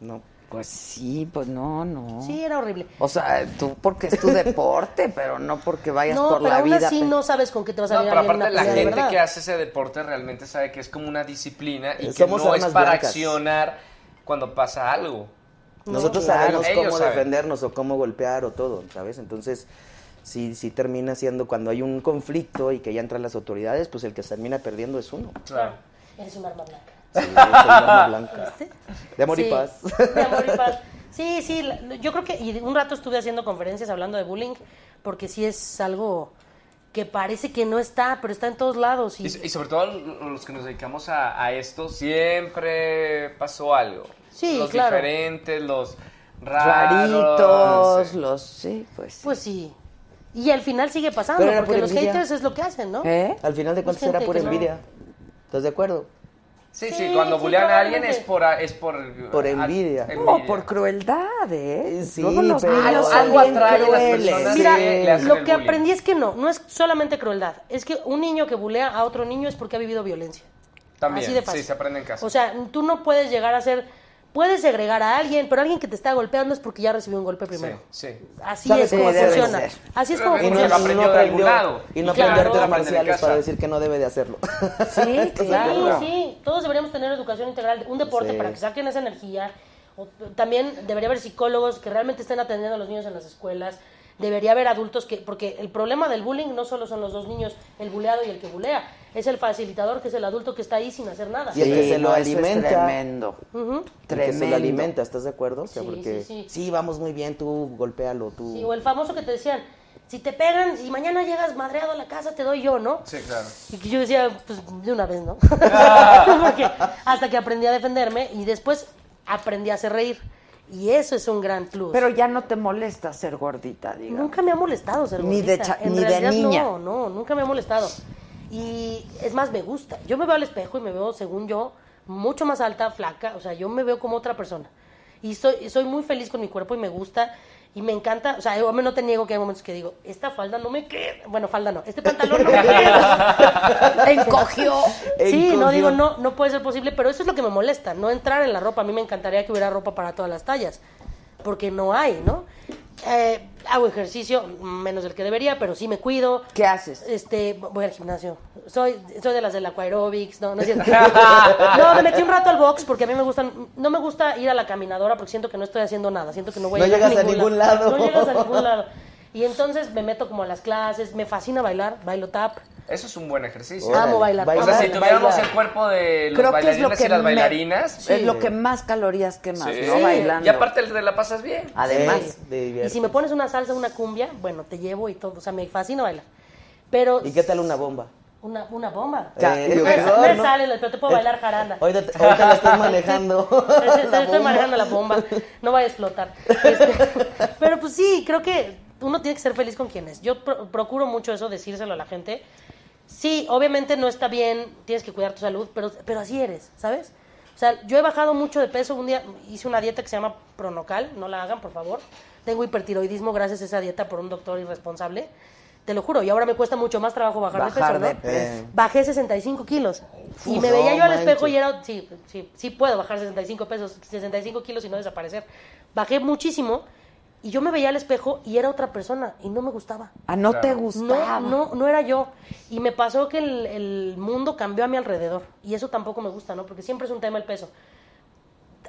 [SPEAKER 6] No.
[SPEAKER 1] Pues sí, pues no, no.
[SPEAKER 7] Sí, era horrible.
[SPEAKER 1] O sea, tú porque es tu deporte, pero no porque vayas
[SPEAKER 7] No,
[SPEAKER 1] por
[SPEAKER 7] pero
[SPEAKER 1] la
[SPEAKER 7] aún
[SPEAKER 1] vida.
[SPEAKER 7] así
[SPEAKER 1] pe-
[SPEAKER 7] no sabes con qué te vas a
[SPEAKER 8] No,
[SPEAKER 7] ver
[SPEAKER 8] pero aparte la gente
[SPEAKER 7] verdad.
[SPEAKER 8] que hace ese deporte realmente sabe que es como una disciplina y
[SPEAKER 6] Eh,
[SPEAKER 8] que
[SPEAKER 6] somos
[SPEAKER 8] no es
[SPEAKER 6] armas
[SPEAKER 8] para
[SPEAKER 6] blancas.
[SPEAKER 8] accionar cuando pasa algo.
[SPEAKER 6] Nosotros
[SPEAKER 8] Claro,
[SPEAKER 6] sabemos
[SPEAKER 8] ellos
[SPEAKER 6] cómo
[SPEAKER 8] saben.
[SPEAKER 6] defendernos o cómo golpear o todo, ¿sabes? Entonces, si, si termina siendo cuando hay un conflicto y que ya entran las autoridades, pues el que termina perdiendo es uno.
[SPEAKER 8] Claro.
[SPEAKER 7] Eres un arma blanca.
[SPEAKER 6] Sí, es el arma blanca.
[SPEAKER 7] ¿Viste?
[SPEAKER 6] De amor
[SPEAKER 7] Sí,
[SPEAKER 6] y paz.
[SPEAKER 7] De amor y paz. Sí, sí, la- yo creo que y un rato estuve haciendo conferencias hablando de bullying, porque sí es algo que parece que no está, pero está en todos lados. Y,
[SPEAKER 8] Y, y sobre todo los que nos dedicamos a, a esto, siempre pasó algo.
[SPEAKER 7] Sí,
[SPEAKER 8] los
[SPEAKER 7] claro.
[SPEAKER 8] diferentes, los raros.
[SPEAKER 6] Ah,
[SPEAKER 1] Raritos, los. Sí, pues.
[SPEAKER 7] Pues sí. Y al final sigue pasando,
[SPEAKER 6] Pero era
[SPEAKER 7] porque
[SPEAKER 6] pura
[SPEAKER 7] los
[SPEAKER 6] envidia.
[SPEAKER 7] haters es lo que hacen, ¿no?
[SPEAKER 1] ¿eh?
[SPEAKER 6] Al final de
[SPEAKER 7] Pues
[SPEAKER 6] cuentas era
[SPEAKER 7] gente
[SPEAKER 6] pura
[SPEAKER 7] que no-
[SPEAKER 6] envidia. ¿Estás de acuerdo?
[SPEAKER 8] Sí, sí,
[SPEAKER 7] Sí,
[SPEAKER 8] cuando
[SPEAKER 7] sí,
[SPEAKER 8] bulean a alguien es
[SPEAKER 7] probablemente.
[SPEAKER 8] por, es por...
[SPEAKER 6] Por
[SPEAKER 8] a-
[SPEAKER 6] envidia.
[SPEAKER 1] No, por crueldad, ¿eh?
[SPEAKER 6] Sí,
[SPEAKER 1] Luego los
[SPEAKER 6] pero-
[SPEAKER 1] niños son
[SPEAKER 6] Algo
[SPEAKER 1] bien
[SPEAKER 6] atrae a las
[SPEAKER 1] crueles.
[SPEAKER 6] personas
[SPEAKER 7] Mira,
[SPEAKER 6] que le hacen
[SPEAKER 7] lo
[SPEAKER 6] el
[SPEAKER 7] que
[SPEAKER 6] bullying.
[SPEAKER 7] aprendí es que no, no es solamente crueldad, es que un niño que bulea a otro niño es porque ha vivido violencia.
[SPEAKER 8] También,
[SPEAKER 7] Así de fácil.
[SPEAKER 8] sí, se aprende en casa.
[SPEAKER 7] O sea, tú no puedes llegar a ser, puedes segregar a alguien, pero alguien que te está golpeando es porque ya recibió un golpe
[SPEAKER 8] sí,
[SPEAKER 7] primero.
[SPEAKER 8] sí.
[SPEAKER 7] Así
[SPEAKER 6] ¿Sabes
[SPEAKER 7] es como
[SPEAKER 6] qué debe
[SPEAKER 7] funciona.
[SPEAKER 6] ser?
[SPEAKER 7] Así es como
[SPEAKER 8] Y no-
[SPEAKER 7] funciona.
[SPEAKER 8] y aprendió de algún lado.
[SPEAKER 6] y no
[SPEAKER 8] Y claro,
[SPEAKER 6] aprender artes
[SPEAKER 8] aprende en
[SPEAKER 6] marciales
[SPEAKER 8] casa.
[SPEAKER 6] para decir que no debe de hacerlo.
[SPEAKER 1] Sí,
[SPEAKER 7] Sí,
[SPEAKER 1] claro.
[SPEAKER 7] sí, todos deberíamos tener educación integral, un deporte
[SPEAKER 6] Sí.
[SPEAKER 7] para que saquen esa energía. O- también debería haber psicólogos que realmente estén atendiendo a los niños en las escuelas. Debería haber adultos que, porque el problema del bullying no solo son los dos niños, el buleado y el que bulea, es el facilitador que es el adulto que está ahí sin hacer nada.
[SPEAKER 6] Y el que se lo
[SPEAKER 1] no, eso es
[SPEAKER 6] alimenta.
[SPEAKER 1] tremendo.
[SPEAKER 7] Ujú.
[SPEAKER 6] El Que se
[SPEAKER 1] Tremendo.
[SPEAKER 6] lo alimenta, ¿estás de acuerdo? O sea,
[SPEAKER 7] Sí,
[SPEAKER 6] porque
[SPEAKER 7] sí, sí.
[SPEAKER 6] vamos muy bien, tú golpéalo, tú.
[SPEAKER 7] Sí, o el famoso que te decían, si te pegan, si mañana llegas madreado a la casa, te doy yo, ¿no?
[SPEAKER 8] Sí, claro.
[SPEAKER 7] Y que yo decía, pues de una vez, ¿no? Porque hasta que aprendí a defenderme y después aprendí a hacer reír. Y eso es un gran plus.
[SPEAKER 1] Pero ya no te molesta ser gordita, digamos.
[SPEAKER 7] nunca me ha molestado ser
[SPEAKER 1] Ni de
[SPEAKER 7] gordita.
[SPEAKER 1] cha-
[SPEAKER 7] En
[SPEAKER 1] ni de
[SPEAKER 7] realidad,
[SPEAKER 1] niña.
[SPEAKER 7] No, no, nunca me ha molestado. Y es más, me gusta. Yo me veo al espejo y me veo, según yo, mucho más alta, flaca. O sea, yo me veo como otra persona. Y soy, soy muy feliz con mi cuerpo y me gusta. Y me encanta, o sea, yo no te niego que hay momentos que digo, esta falda no me queda. Bueno, falda no, este pantalón no me queda.
[SPEAKER 1] Encogió.
[SPEAKER 7] Sí,
[SPEAKER 1] Encogió.
[SPEAKER 7] no digo, no, no puede ser posible, pero eso es lo que me molesta, no entrar en la ropa. A mí me encantaría que hubiera ropa para todas las tallas, porque no hay, ¿no? Eh, hago ejercicio, menos del que debería, pero sí me cuido.
[SPEAKER 1] ¿Qué haces?
[SPEAKER 7] Este, voy al gimnasio. Soy, soy de las del aquaerobics, no, no es cierto. No, me metí un rato al box porque a mí me gustan, no me gusta ir a la caminadora porque siento que no estoy haciendo nada, siento que no voy a
[SPEAKER 6] No
[SPEAKER 7] llegar
[SPEAKER 6] llegas a ningún lado.
[SPEAKER 7] No llegas a ningún lado. Y entonces me meto como a las clases, me fascina bailar, bailo tap.
[SPEAKER 8] Eso es un buen ejercicio.
[SPEAKER 7] Amo bailar.
[SPEAKER 8] O sea, si
[SPEAKER 7] Baila,
[SPEAKER 8] tuviéramos
[SPEAKER 7] baila.
[SPEAKER 8] el cuerpo de los
[SPEAKER 1] Creo que es lo
[SPEAKER 8] bailarines
[SPEAKER 1] que
[SPEAKER 8] y las
[SPEAKER 1] me-
[SPEAKER 8] bailarinas... pues,
[SPEAKER 1] Es lo que más calorías quemas,
[SPEAKER 8] Sí.
[SPEAKER 1] ¿no? Bailando.
[SPEAKER 8] Y aparte te la pasas bien.
[SPEAKER 1] Además.
[SPEAKER 7] Sí. Y si me pones una salsa, una cumbia, bueno, te llevo y todo. O sea, me fascina bailar. Pero
[SPEAKER 6] ¿Y qué tal una bomba?
[SPEAKER 7] una, una bomba.
[SPEAKER 6] Ya,
[SPEAKER 7] Eh,
[SPEAKER 6] digo,
[SPEAKER 7] me,
[SPEAKER 6] perdón,
[SPEAKER 7] me
[SPEAKER 6] ¿no?
[SPEAKER 7] sale, pero te
[SPEAKER 6] Eh,
[SPEAKER 7] puedo bailar jarana.
[SPEAKER 6] Ahorita, te- ahorita la estás manejando.
[SPEAKER 7] Te- te- te
[SPEAKER 6] La
[SPEAKER 7] estoy
[SPEAKER 6] bomba.
[SPEAKER 7] manejando la bomba. No va a explotar. Este, pero pues sí, creo que uno tiene que ser feliz con quienes. Yo pro- procuro mucho eso, decírselo a la gente. Sí, obviamente no está bien, tienes que cuidar tu salud, pero, pero así eres, ¿sabes? O sea, yo he bajado mucho de peso. Un día hice una dieta que se llama Pronocal, no la hagan, por favor. Tengo hipertiroidismo gracias a esa dieta por un doctor irresponsable. Te lo juro, y ahora me cuesta mucho más trabajo bajar,
[SPEAKER 1] Bajar
[SPEAKER 7] de
[SPEAKER 1] de
[SPEAKER 7] peso, ¿no?
[SPEAKER 1] peso.
[SPEAKER 7] Bajé 65 kilos. Y
[SPEAKER 1] Uf,
[SPEAKER 7] me veía
[SPEAKER 1] no
[SPEAKER 7] yo al espejo
[SPEAKER 1] manches.
[SPEAKER 7] y era, sí, sí, sí puedo bajar 65 pesos, 65 kilos y no desaparecer. Bajé muchísimo y yo me veía al espejo y era otra persona y no me gustaba.
[SPEAKER 1] Ah, no te
[SPEAKER 8] Claro.
[SPEAKER 1] gustaba.
[SPEAKER 7] No, no, no era yo. Y me pasó que el, el mundo cambió a mi alrededor. Y eso tampoco me gusta, ¿no? Porque siempre es un tema el peso.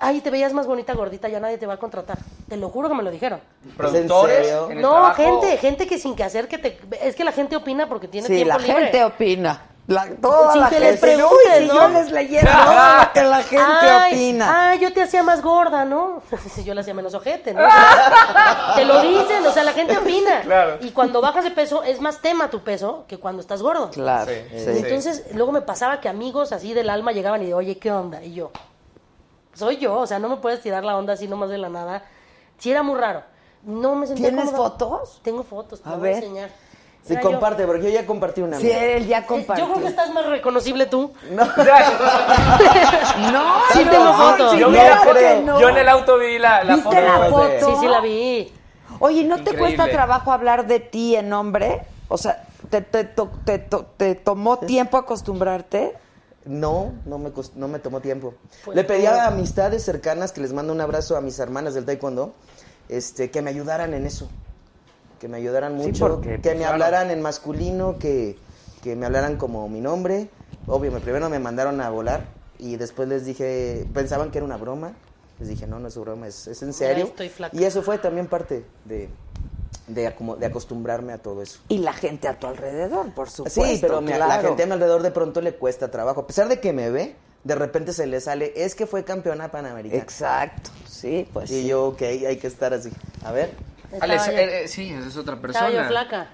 [SPEAKER 7] Ay, te veías más bonita gordita, ya nadie te va a contratar. Te lo juro que me lo dijeron.
[SPEAKER 8] Productores
[SPEAKER 6] serio?
[SPEAKER 8] en el
[SPEAKER 7] No,
[SPEAKER 8] trabajo.
[SPEAKER 7] gente, gente que sin que hacer que te... Es que la gente opina porque tiene
[SPEAKER 1] Sí,
[SPEAKER 7] tiempo
[SPEAKER 1] la
[SPEAKER 7] libre.
[SPEAKER 1] gente opina. La, toda
[SPEAKER 7] Sin
[SPEAKER 1] la
[SPEAKER 7] que
[SPEAKER 1] gente.
[SPEAKER 7] les preguntes,
[SPEAKER 1] Uy, si
[SPEAKER 7] ¿no?
[SPEAKER 1] yo les leyera todo lo que la gente
[SPEAKER 7] ay,
[SPEAKER 1] opina.
[SPEAKER 7] Ay, yo te hacía más gorda, ¿no? Si yo la hacía menos ojete, ¿no? te lo dicen, o sea, la gente opina.
[SPEAKER 8] Claro.
[SPEAKER 7] Y cuando bajas de peso, es más tema tu peso que cuando estás gordo.
[SPEAKER 1] Claro.
[SPEAKER 8] Sí,
[SPEAKER 1] sí.
[SPEAKER 7] Y entonces, luego me pasaba que amigos así del alma llegaban y de, oye, ¿qué onda? Y yo, soy yo, o sea, no me puedes tirar la onda así nomás de la nada. Sí era muy raro. No me sentía
[SPEAKER 1] ¿Tienes
[SPEAKER 7] cómoda.
[SPEAKER 1] fotos?
[SPEAKER 7] Tengo fotos, te
[SPEAKER 1] A
[SPEAKER 7] las
[SPEAKER 1] ver.
[SPEAKER 7] voy a enseñar.
[SPEAKER 6] Sí,
[SPEAKER 7] Era yo.
[SPEAKER 6] comparte, porque yo ya compartí una.
[SPEAKER 1] Sí,
[SPEAKER 6] amiga.
[SPEAKER 1] él ya
[SPEAKER 7] Eh,
[SPEAKER 1] compartió.
[SPEAKER 7] Yo creo que estás más reconocible tú.
[SPEAKER 1] No,
[SPEAKER 7] Sí
[SPEAKER 1] no,
[SPEAKER 7] tengo fotos.
[SPEAKER 1] sí,
[SPEAKER 8] Yo,
[SPEAKER 6] no
[SPEAKER 8] me la
[SPEAKER 1] claro
[SPEAKER 8] foto-
[SPEAKER 1] que no.
[SPEAKER 8] yo en el auto vi la, la
[SPEAKER 1] ¿Viste
[SPEAKER 8] foto.
[SPEAKER 1] la
[SPEAKER 6] Sí.
[SPEAKER 1] foto?
[SPEAKER 7] Sí, sí la vi.
[SPEAKER 1] Oye, ¿no te
[SPEAKER 8] Increíble.
[SPEAKER 1] cuesta trabajo hablar de ti en hombre? O sea, ¿te, te to- te to- te tomó tiempo acostumbrarte?
[SPEAKER 6] No, no me, cos- no me tomó tiempo.
[SPEAKER 1] Pues,
[SPEAKER 6] Le pedí a
[SPEAKER 1] claro.
[SPEAKER 6] amistades cercanas que les mando un abrazo a mis hermanas del taekwondo, este, que me ayudaran en eso, que me ayudaran
[SPEAKER 1] Sí,
[SPEAKER 6] mucho,
[SPEAKER 1] porque,
[SPEAKER 6] que
[SPEAKER 1] pues,
[SPEAKER 6] me
[SPEAKER 1] claro.
[SPEAKER 6] hablaran en masculino, que, que me hablaran como mi nombre. Obvio, me- primero me mandaron a volar y después les dije, pensaban que era una broma. Les dije, no, no es broma, es, es en serio.
[SPEAKER 7] estoy flaca.
[SPEAKER 6] y eso fue también parte de, de acomo- de acostumbrarme a todo eso.
[SPEAKER 1] Y la gente a tu alrededor, por supuesto.
[SPEAKER 6] Sí, pero me- la
[SPEAKER 1] claro.
[SPEAKER 6] gente a mi alrededor de pronto le cuesta trabajo. A pesar de que me ve, de repente se le sale, es que fue campeona panamericana.
[SPEAKER 1] Exacto, sí, pues.
[SPEAKER 6] Y yo, ok, hay que estar así. A ver.
[SPEAKER 8] Alex, eh, eh, sí, es otra persona.
[SPEAKER 7] Estaba yo flaca.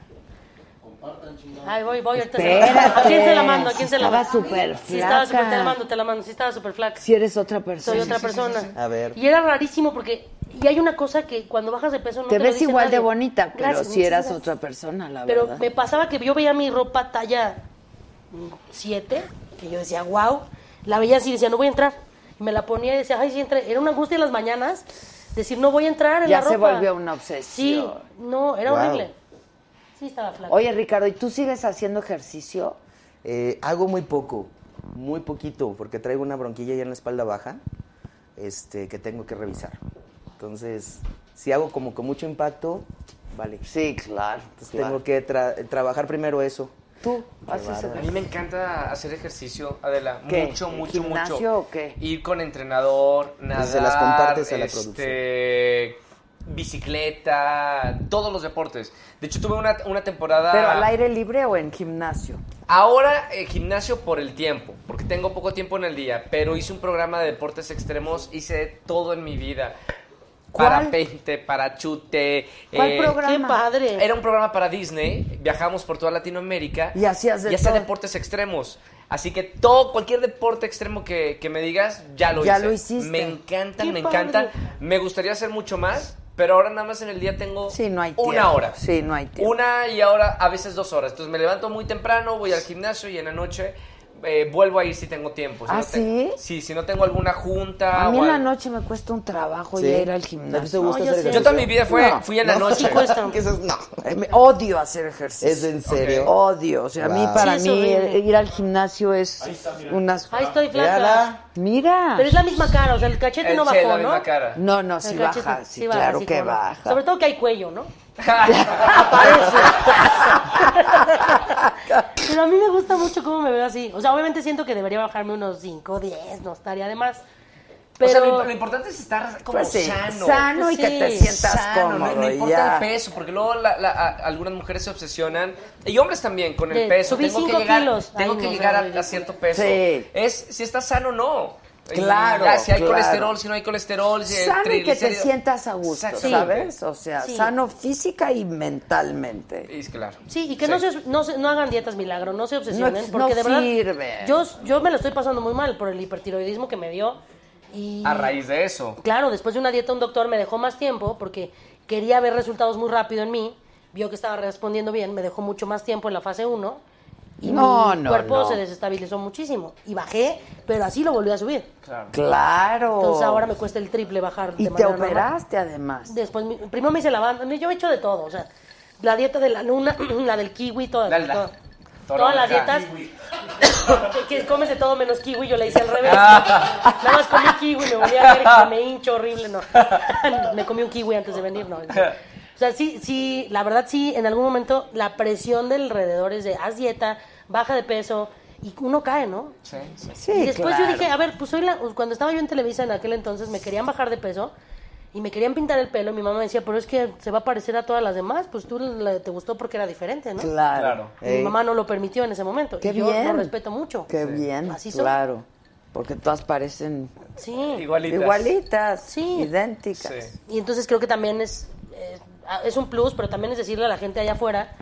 [SPEAKER 7] Ay, voy, voy, ahorita se la
[SPEAKER 1] Espérate.
[SPEAKER 7] ¿A quién se la mando? ¿A quién
[SPEAKER 1] Si
[SPEAKER 7] se la
[SPEAKER 1] estaba
[SPEAKER 7] mando?
[SPEAKER 1] súper
[SPEAKER 7] Sí, estaba
[SPEAKER 1] flaca.
[SPEAKER 7] súper, te la mando, te la mando. Sí, estaba súper flaca.
[SPEAKER 1] Si eres otra persona.
[SPEAKER 7] Soy otra persona.
[SPEAKER 6] A ver.
[SPEAKER 7] Y era rarísimo porque. Y hay una cosa que cuando bajas de peso no te,
[SPEAKER 1] te
[SPEAKER 7] lo
[SPEAKER 1] ves
[SPEAKER 7] dice
[SPEAKER 1] igual
[SPEAKER 7] nadie.
[SPEAKER 1] de bonita, pero
[SPEAKER 7] Gracias,
[SPEAKER 1] si eras
[SPEAKER 7] muchas gracias.
[SPEAKER 1] otra persona, la
[SPEAKER 7] Pero
[SPEAKER 1] verdad.
[SPEAKER 7] me pasaba que yo veía mi ropa talla 7, que yo decía, wow. La veía así y decía, no voy a entrar. Y me la ponía y decía, ay, sí entré. Era una angustia en las mañanas decir, no voy a entrar en
[SPEAKER 1] ya
[SPEAKER 7] la ropa.
[SPEAKER 1] se volvió una
[SPEAKER 7] Sí,
[SPEAKER 1] obsesión.
[SPEAKER 7] no, era
[SPEAKER 6] Wow.
[SPEAKER 7] horrible. Sí, estaba flaca.
[SPEAKER 1] Oye, Ricardo, ¿y tú sigues haciendo ejercicio?
[SPEAKER 6] Eh, hago muy poco, muy poquito, porque traigo una bronquilla ya en la espalda baja este, que tengo que revisar. Entonces, si hago como con mucho impacto, vale.
[SPEAKER 1] Sí, claro.
[SPEAKER 6] Entonces
[SPEAKER 8] claro.
[SPEAKER 6] tengo que tra- trabajar primero eso.
[SPEAKER 1] ¿Tú
[SPEAKER 6] haces
[SPEAKER 8] A mí me encanta hacer ejercicio, Adela.
[SPEAKER 6] ¿Qué?
[SPEAKER 8] Mucho, mucho,
[SPEAKER 1] ¿Gimnasio
[SPEAKER 8] mucho.
[SPEAKER 1] o qué?
[SPEAKER 8] Ir con entrenador, nadar.
[SPEAKER 6] se las compartes a la
[SPEAKER 8] este, Bicicleta, todos los deportes. De hecho, tuve una, una temporada.
[SPEAKER 1] ¿Pero al aire libre o en gimnasio?
[SPEAKER 8] Ahora eh, gimnasio por el tiempo, porque tengo poco tiempo en el día, pero hice un programa de deportes extremos, hice todo en mi vida.
[SPEAKER 1] ¿Cuál?
[SPEAKER 8] Parapente, parachute. eh,
[SPEAKER 1] ¿Cuál programa?
[SPEAKER 7] Qué padre.
[SPEAKER 8] Era un programa para Disney, viajamos por toda Latinoamérica.
[SPEAKER 1] Y hacías de
[SPEAKER 8] y hacía
[SPEAKER 1] todo.
[SPEAKER 8] deportes extremos. Así que todo, cualquier deporte extremo que, que me digas, ya lo
[SPEAKER 1] Ya
[SPEAKER 8] hice.
[SPEAKER 1] lo hiciste.
[SPEAKER 8] Me encantan,
[SPEAKER 1] Qué
[SPEAKER 8] me
[SPEAKER 1] padre.
[SPEAKER 8] encantan. Me gustaría hacer mucho más, pero ahora nada más en el día tengo
[SPEAKER 1] Sí, no hay tiempo.
[SPEAKER 8] una hora.
[SPEAKER 1] Sí, no hay tiempo.
[SPEAKER 8] Una y ahora a veces dos horas. Entonces me levanto muy temprano, voy al gimnasio y en la noche eh, vuelvo a ir si tengo tiempo. Si
[SPEAKER 1] ¿Ah,
[SPEAKER 8] no tengo-
[SPEAKER 1] sí?
[SPEAKER 8] Sí, si no tengo alguna junta.
[SPEAKER 1] A mí
[SPEAKER 8] o
[SPEAKER 1] en la
[SPEAKER 8] algo.
[SPEAKER 1] noche me cuesta un trabajo
[SPEAKER 8] Sí.
[SPEAKER 1] ya ir al
[SPEAKER 6] ¿A ti te
[SPEAKER 1] gimnasio.
[SPEAKER 6] gusta hacer
[SPEAKER 8] Yo toda mi vida fue- fui en la noche.
[SPEAKER 1] sí cuesta.
[SPEAKER 6] Que esas- no.
[SPEAKER 1] Eh, me- Odio hacer ejercicio.
[SPEAKER 6] ¿Es en serio?
[SPEAKER 1] Odio. O sea, a mí,
[SPEAKER 6] Wow.
[SPEAKER 1] para
[SPEAKER 7] Sí, es
[SPEAKER 1] mí,
[SPEAKER 7] horrible.
[SPEAKER 1] ir al gimnasio es unas...
[SPEAKER 7] Ahí estoy flaca.
[SPEAKER 1] Mírala. Mira.
[SPEAKER 7] Pero es la misma cara, o sea, el cachete no
[SPEAKER 8] Eh, sí,
[SPEAKER 7] bajó,
[SPEAKER 8] la
[SPEAKER 7] ¿no?
[SPEAKER 8] misma cara.
[SPEAKER 1] No, no, sí
[SPEAKER 7] El
[SPEAKER 1] baja,
[SPEAKER 7] cachete
[SPEAKER 1] sí, claro
[SPEAKER 7] sí,
[SPEAKER 1] que
[SPEAKER 7] cómo no.
[SPEAKER 1] baja.
[SPEAKER 7] Sobre todo que hay cuello, ¿no? Pero a mí me gusta mucho cómo me veo así. O sea, obviamente siento que debería bajarme unos 5, 10, no estaría de más. Pero
[SPEAKER 8] O sea, lo, lo importante es estar como
[SPEAKER 1] Pues sí,
[SPEAKER 8] sano.
[SPEAKER 1] sano y que te sientas
[SPEAKER 8] sano, Ah, No,
[SPEAKER 1] cómodo
[SPEAKER 8] no
[SPEAKER 1] y
[SPEAKER 8] importa
[SPEAKER 1] ya.
[SPEAKER 8] el peso, porque luego la- la- a- algunas mujeres se obsesionan. Y hombres también con el
[SPEAKER 7] De,
[SPEAKER 8] peso.
[SPEAKER 7] subí
[SPEAKER 8] Tengo que
[SPEAKER 7] cinco
[SPEAKER 8] llegar,
[SPEAKER 7] kilos.
[SPEAKER 8] tengo
[SPEAKER 7] Ay,
[SPEAKER 8] que
[SPEAKER 7] no,
[SPEAKER 8] llegar
[SPEAKER 7] no,
[SPEAKER 8] a- a,
[SPEAKER 7] ridículo.
[SPEAKER 8] cierto peso.
[SPEAKER 1] Sí.
[SPEAKER 8] Es si estás sano o no. Y
[SPEAKER 1] Claro,
[SPEAKER 8] ya, si hay
[SPEAKER 1] claro.
[SPEAKER 8] colesterol, si no hay colesterol. si hay
[SPEAKER 1] Sano y que te
[SPEAKER 8] triglicéridos.
[SPEAKER 1] sientas a gusto,
[SPEAKER 8] Exacto.
[SPEAKER 1] ¿sabes? O sea,
[SPEAKER 7] Sí.
[SPEAKER 1] sano física y mentalmente.
[SPEAKER 8] Y es claro.
[SPEAKER 7] Sí, y que No, se, no, se- no hagan dietas milagro, no se obsesionen,
[SPEAKER 1] No ex-
[SPEAKER 7] porque
[SPEAKER 1] no
[SPEAKER 7] de verdad
[SPEAKER 1] sirve.
[SPEAKER 7] Yo, yo me lo estoy pasando muy mal por el hipertiroidismo que me dio. Y
[SPEAKER 8] A raíz de eso.
[SPEAKER 7] Claro, después de una dieta un doctor me dejó más tiempo porque quería ver resultados muy rápido en mí, vio que estaba respondiendo bien, me dejó mucho más tiempo en la fase 1 y
[SPEAKER 1] No,
[SPEAKER 7] mi
[SPEAKER 1] no,
[SPEAKER 7] cuerpo
[SPEAKER 1] no.
[SPEAKER 7] se desestabilizó muchísimo y bajé, pero así lo volví a subir.
[SPEAKER 1] Claro.
[SPEAKER 7] Entonces ahora me cuesta el triple bajar. de
[SPEAKER 1] Y te
[SPEAKER 7] manera normal.
[SPEAKER 1] operaste además.
[SPEAKER 7] Después, mi- primero me hice la banda, yo he hecho de todo, o sea, la dieta de la luna, la del kiwi, todas,
[SPEAKER 8] La- la-
[SPEAKER 7] todas.
[SPEAKER 8] toda
[SPEAKER 7] Todas
[SPEAKER 8] la-
[SPEAKER 7] las dietas
[SPEAKER 8] kiwi.
[SPEAKER 7] que, que comes de todo menos kiwi, yo le hice al revés.
[SPEAKER 1] Ah.
[SPEAKER 7] Nada más comí kiwi, me volví a ver que me hincho horrible, no. me comí un kiwi antes de venir, no. O sea, sí, sí, la verdad sí, en algún momento la presión del alrededor es de haz dieta, baja de peso y uno cae, ¿no?
[SPEAKER 8] Sí, sí.
[SPEAKER 1] Sí,
[SPEAKER 7] y después
[SPEAKER 1] claro.
[SPEAKER 7] yo dije, a ver, pues soy la- cuando estaba yo en Televisa en aquel entonces me querían bajar de peso y me querían pintar el pelo. y Mi mamá me decía, pero es que se va a parecer a todas las demás, pues tú la- te gustó porque era diferente, ¿no?
[SPEAKER 1] Claro.
[SPEAKER 8] Claro.
[SPEAKER 7] Y Mi mamá no lo permitió en ese momento.
[SPEAKER 1] Qué
[SPEAKER 7] y yo
[SPEAKER 1] bien.
[SPEAKER 7] lo respeto mucho.
[SPEAKER 1] Qué bien,
[SPEAKER 7] Así soy.
[SPEAKER 1] claro. Porque todas parecen
[SPEAKER 7] Sí.
[SPEAKER 8] Igualitas.
[SPEAKER 1] igualitas,
[SPEAKER 7] Sí.
[SPEAKER 1] idénticas.
[SPEAKER 8] Sí.
[SPEAKER 7] Y entonces creo que también es, eh, es un plus, pero también es decirle a la gente allá afuera,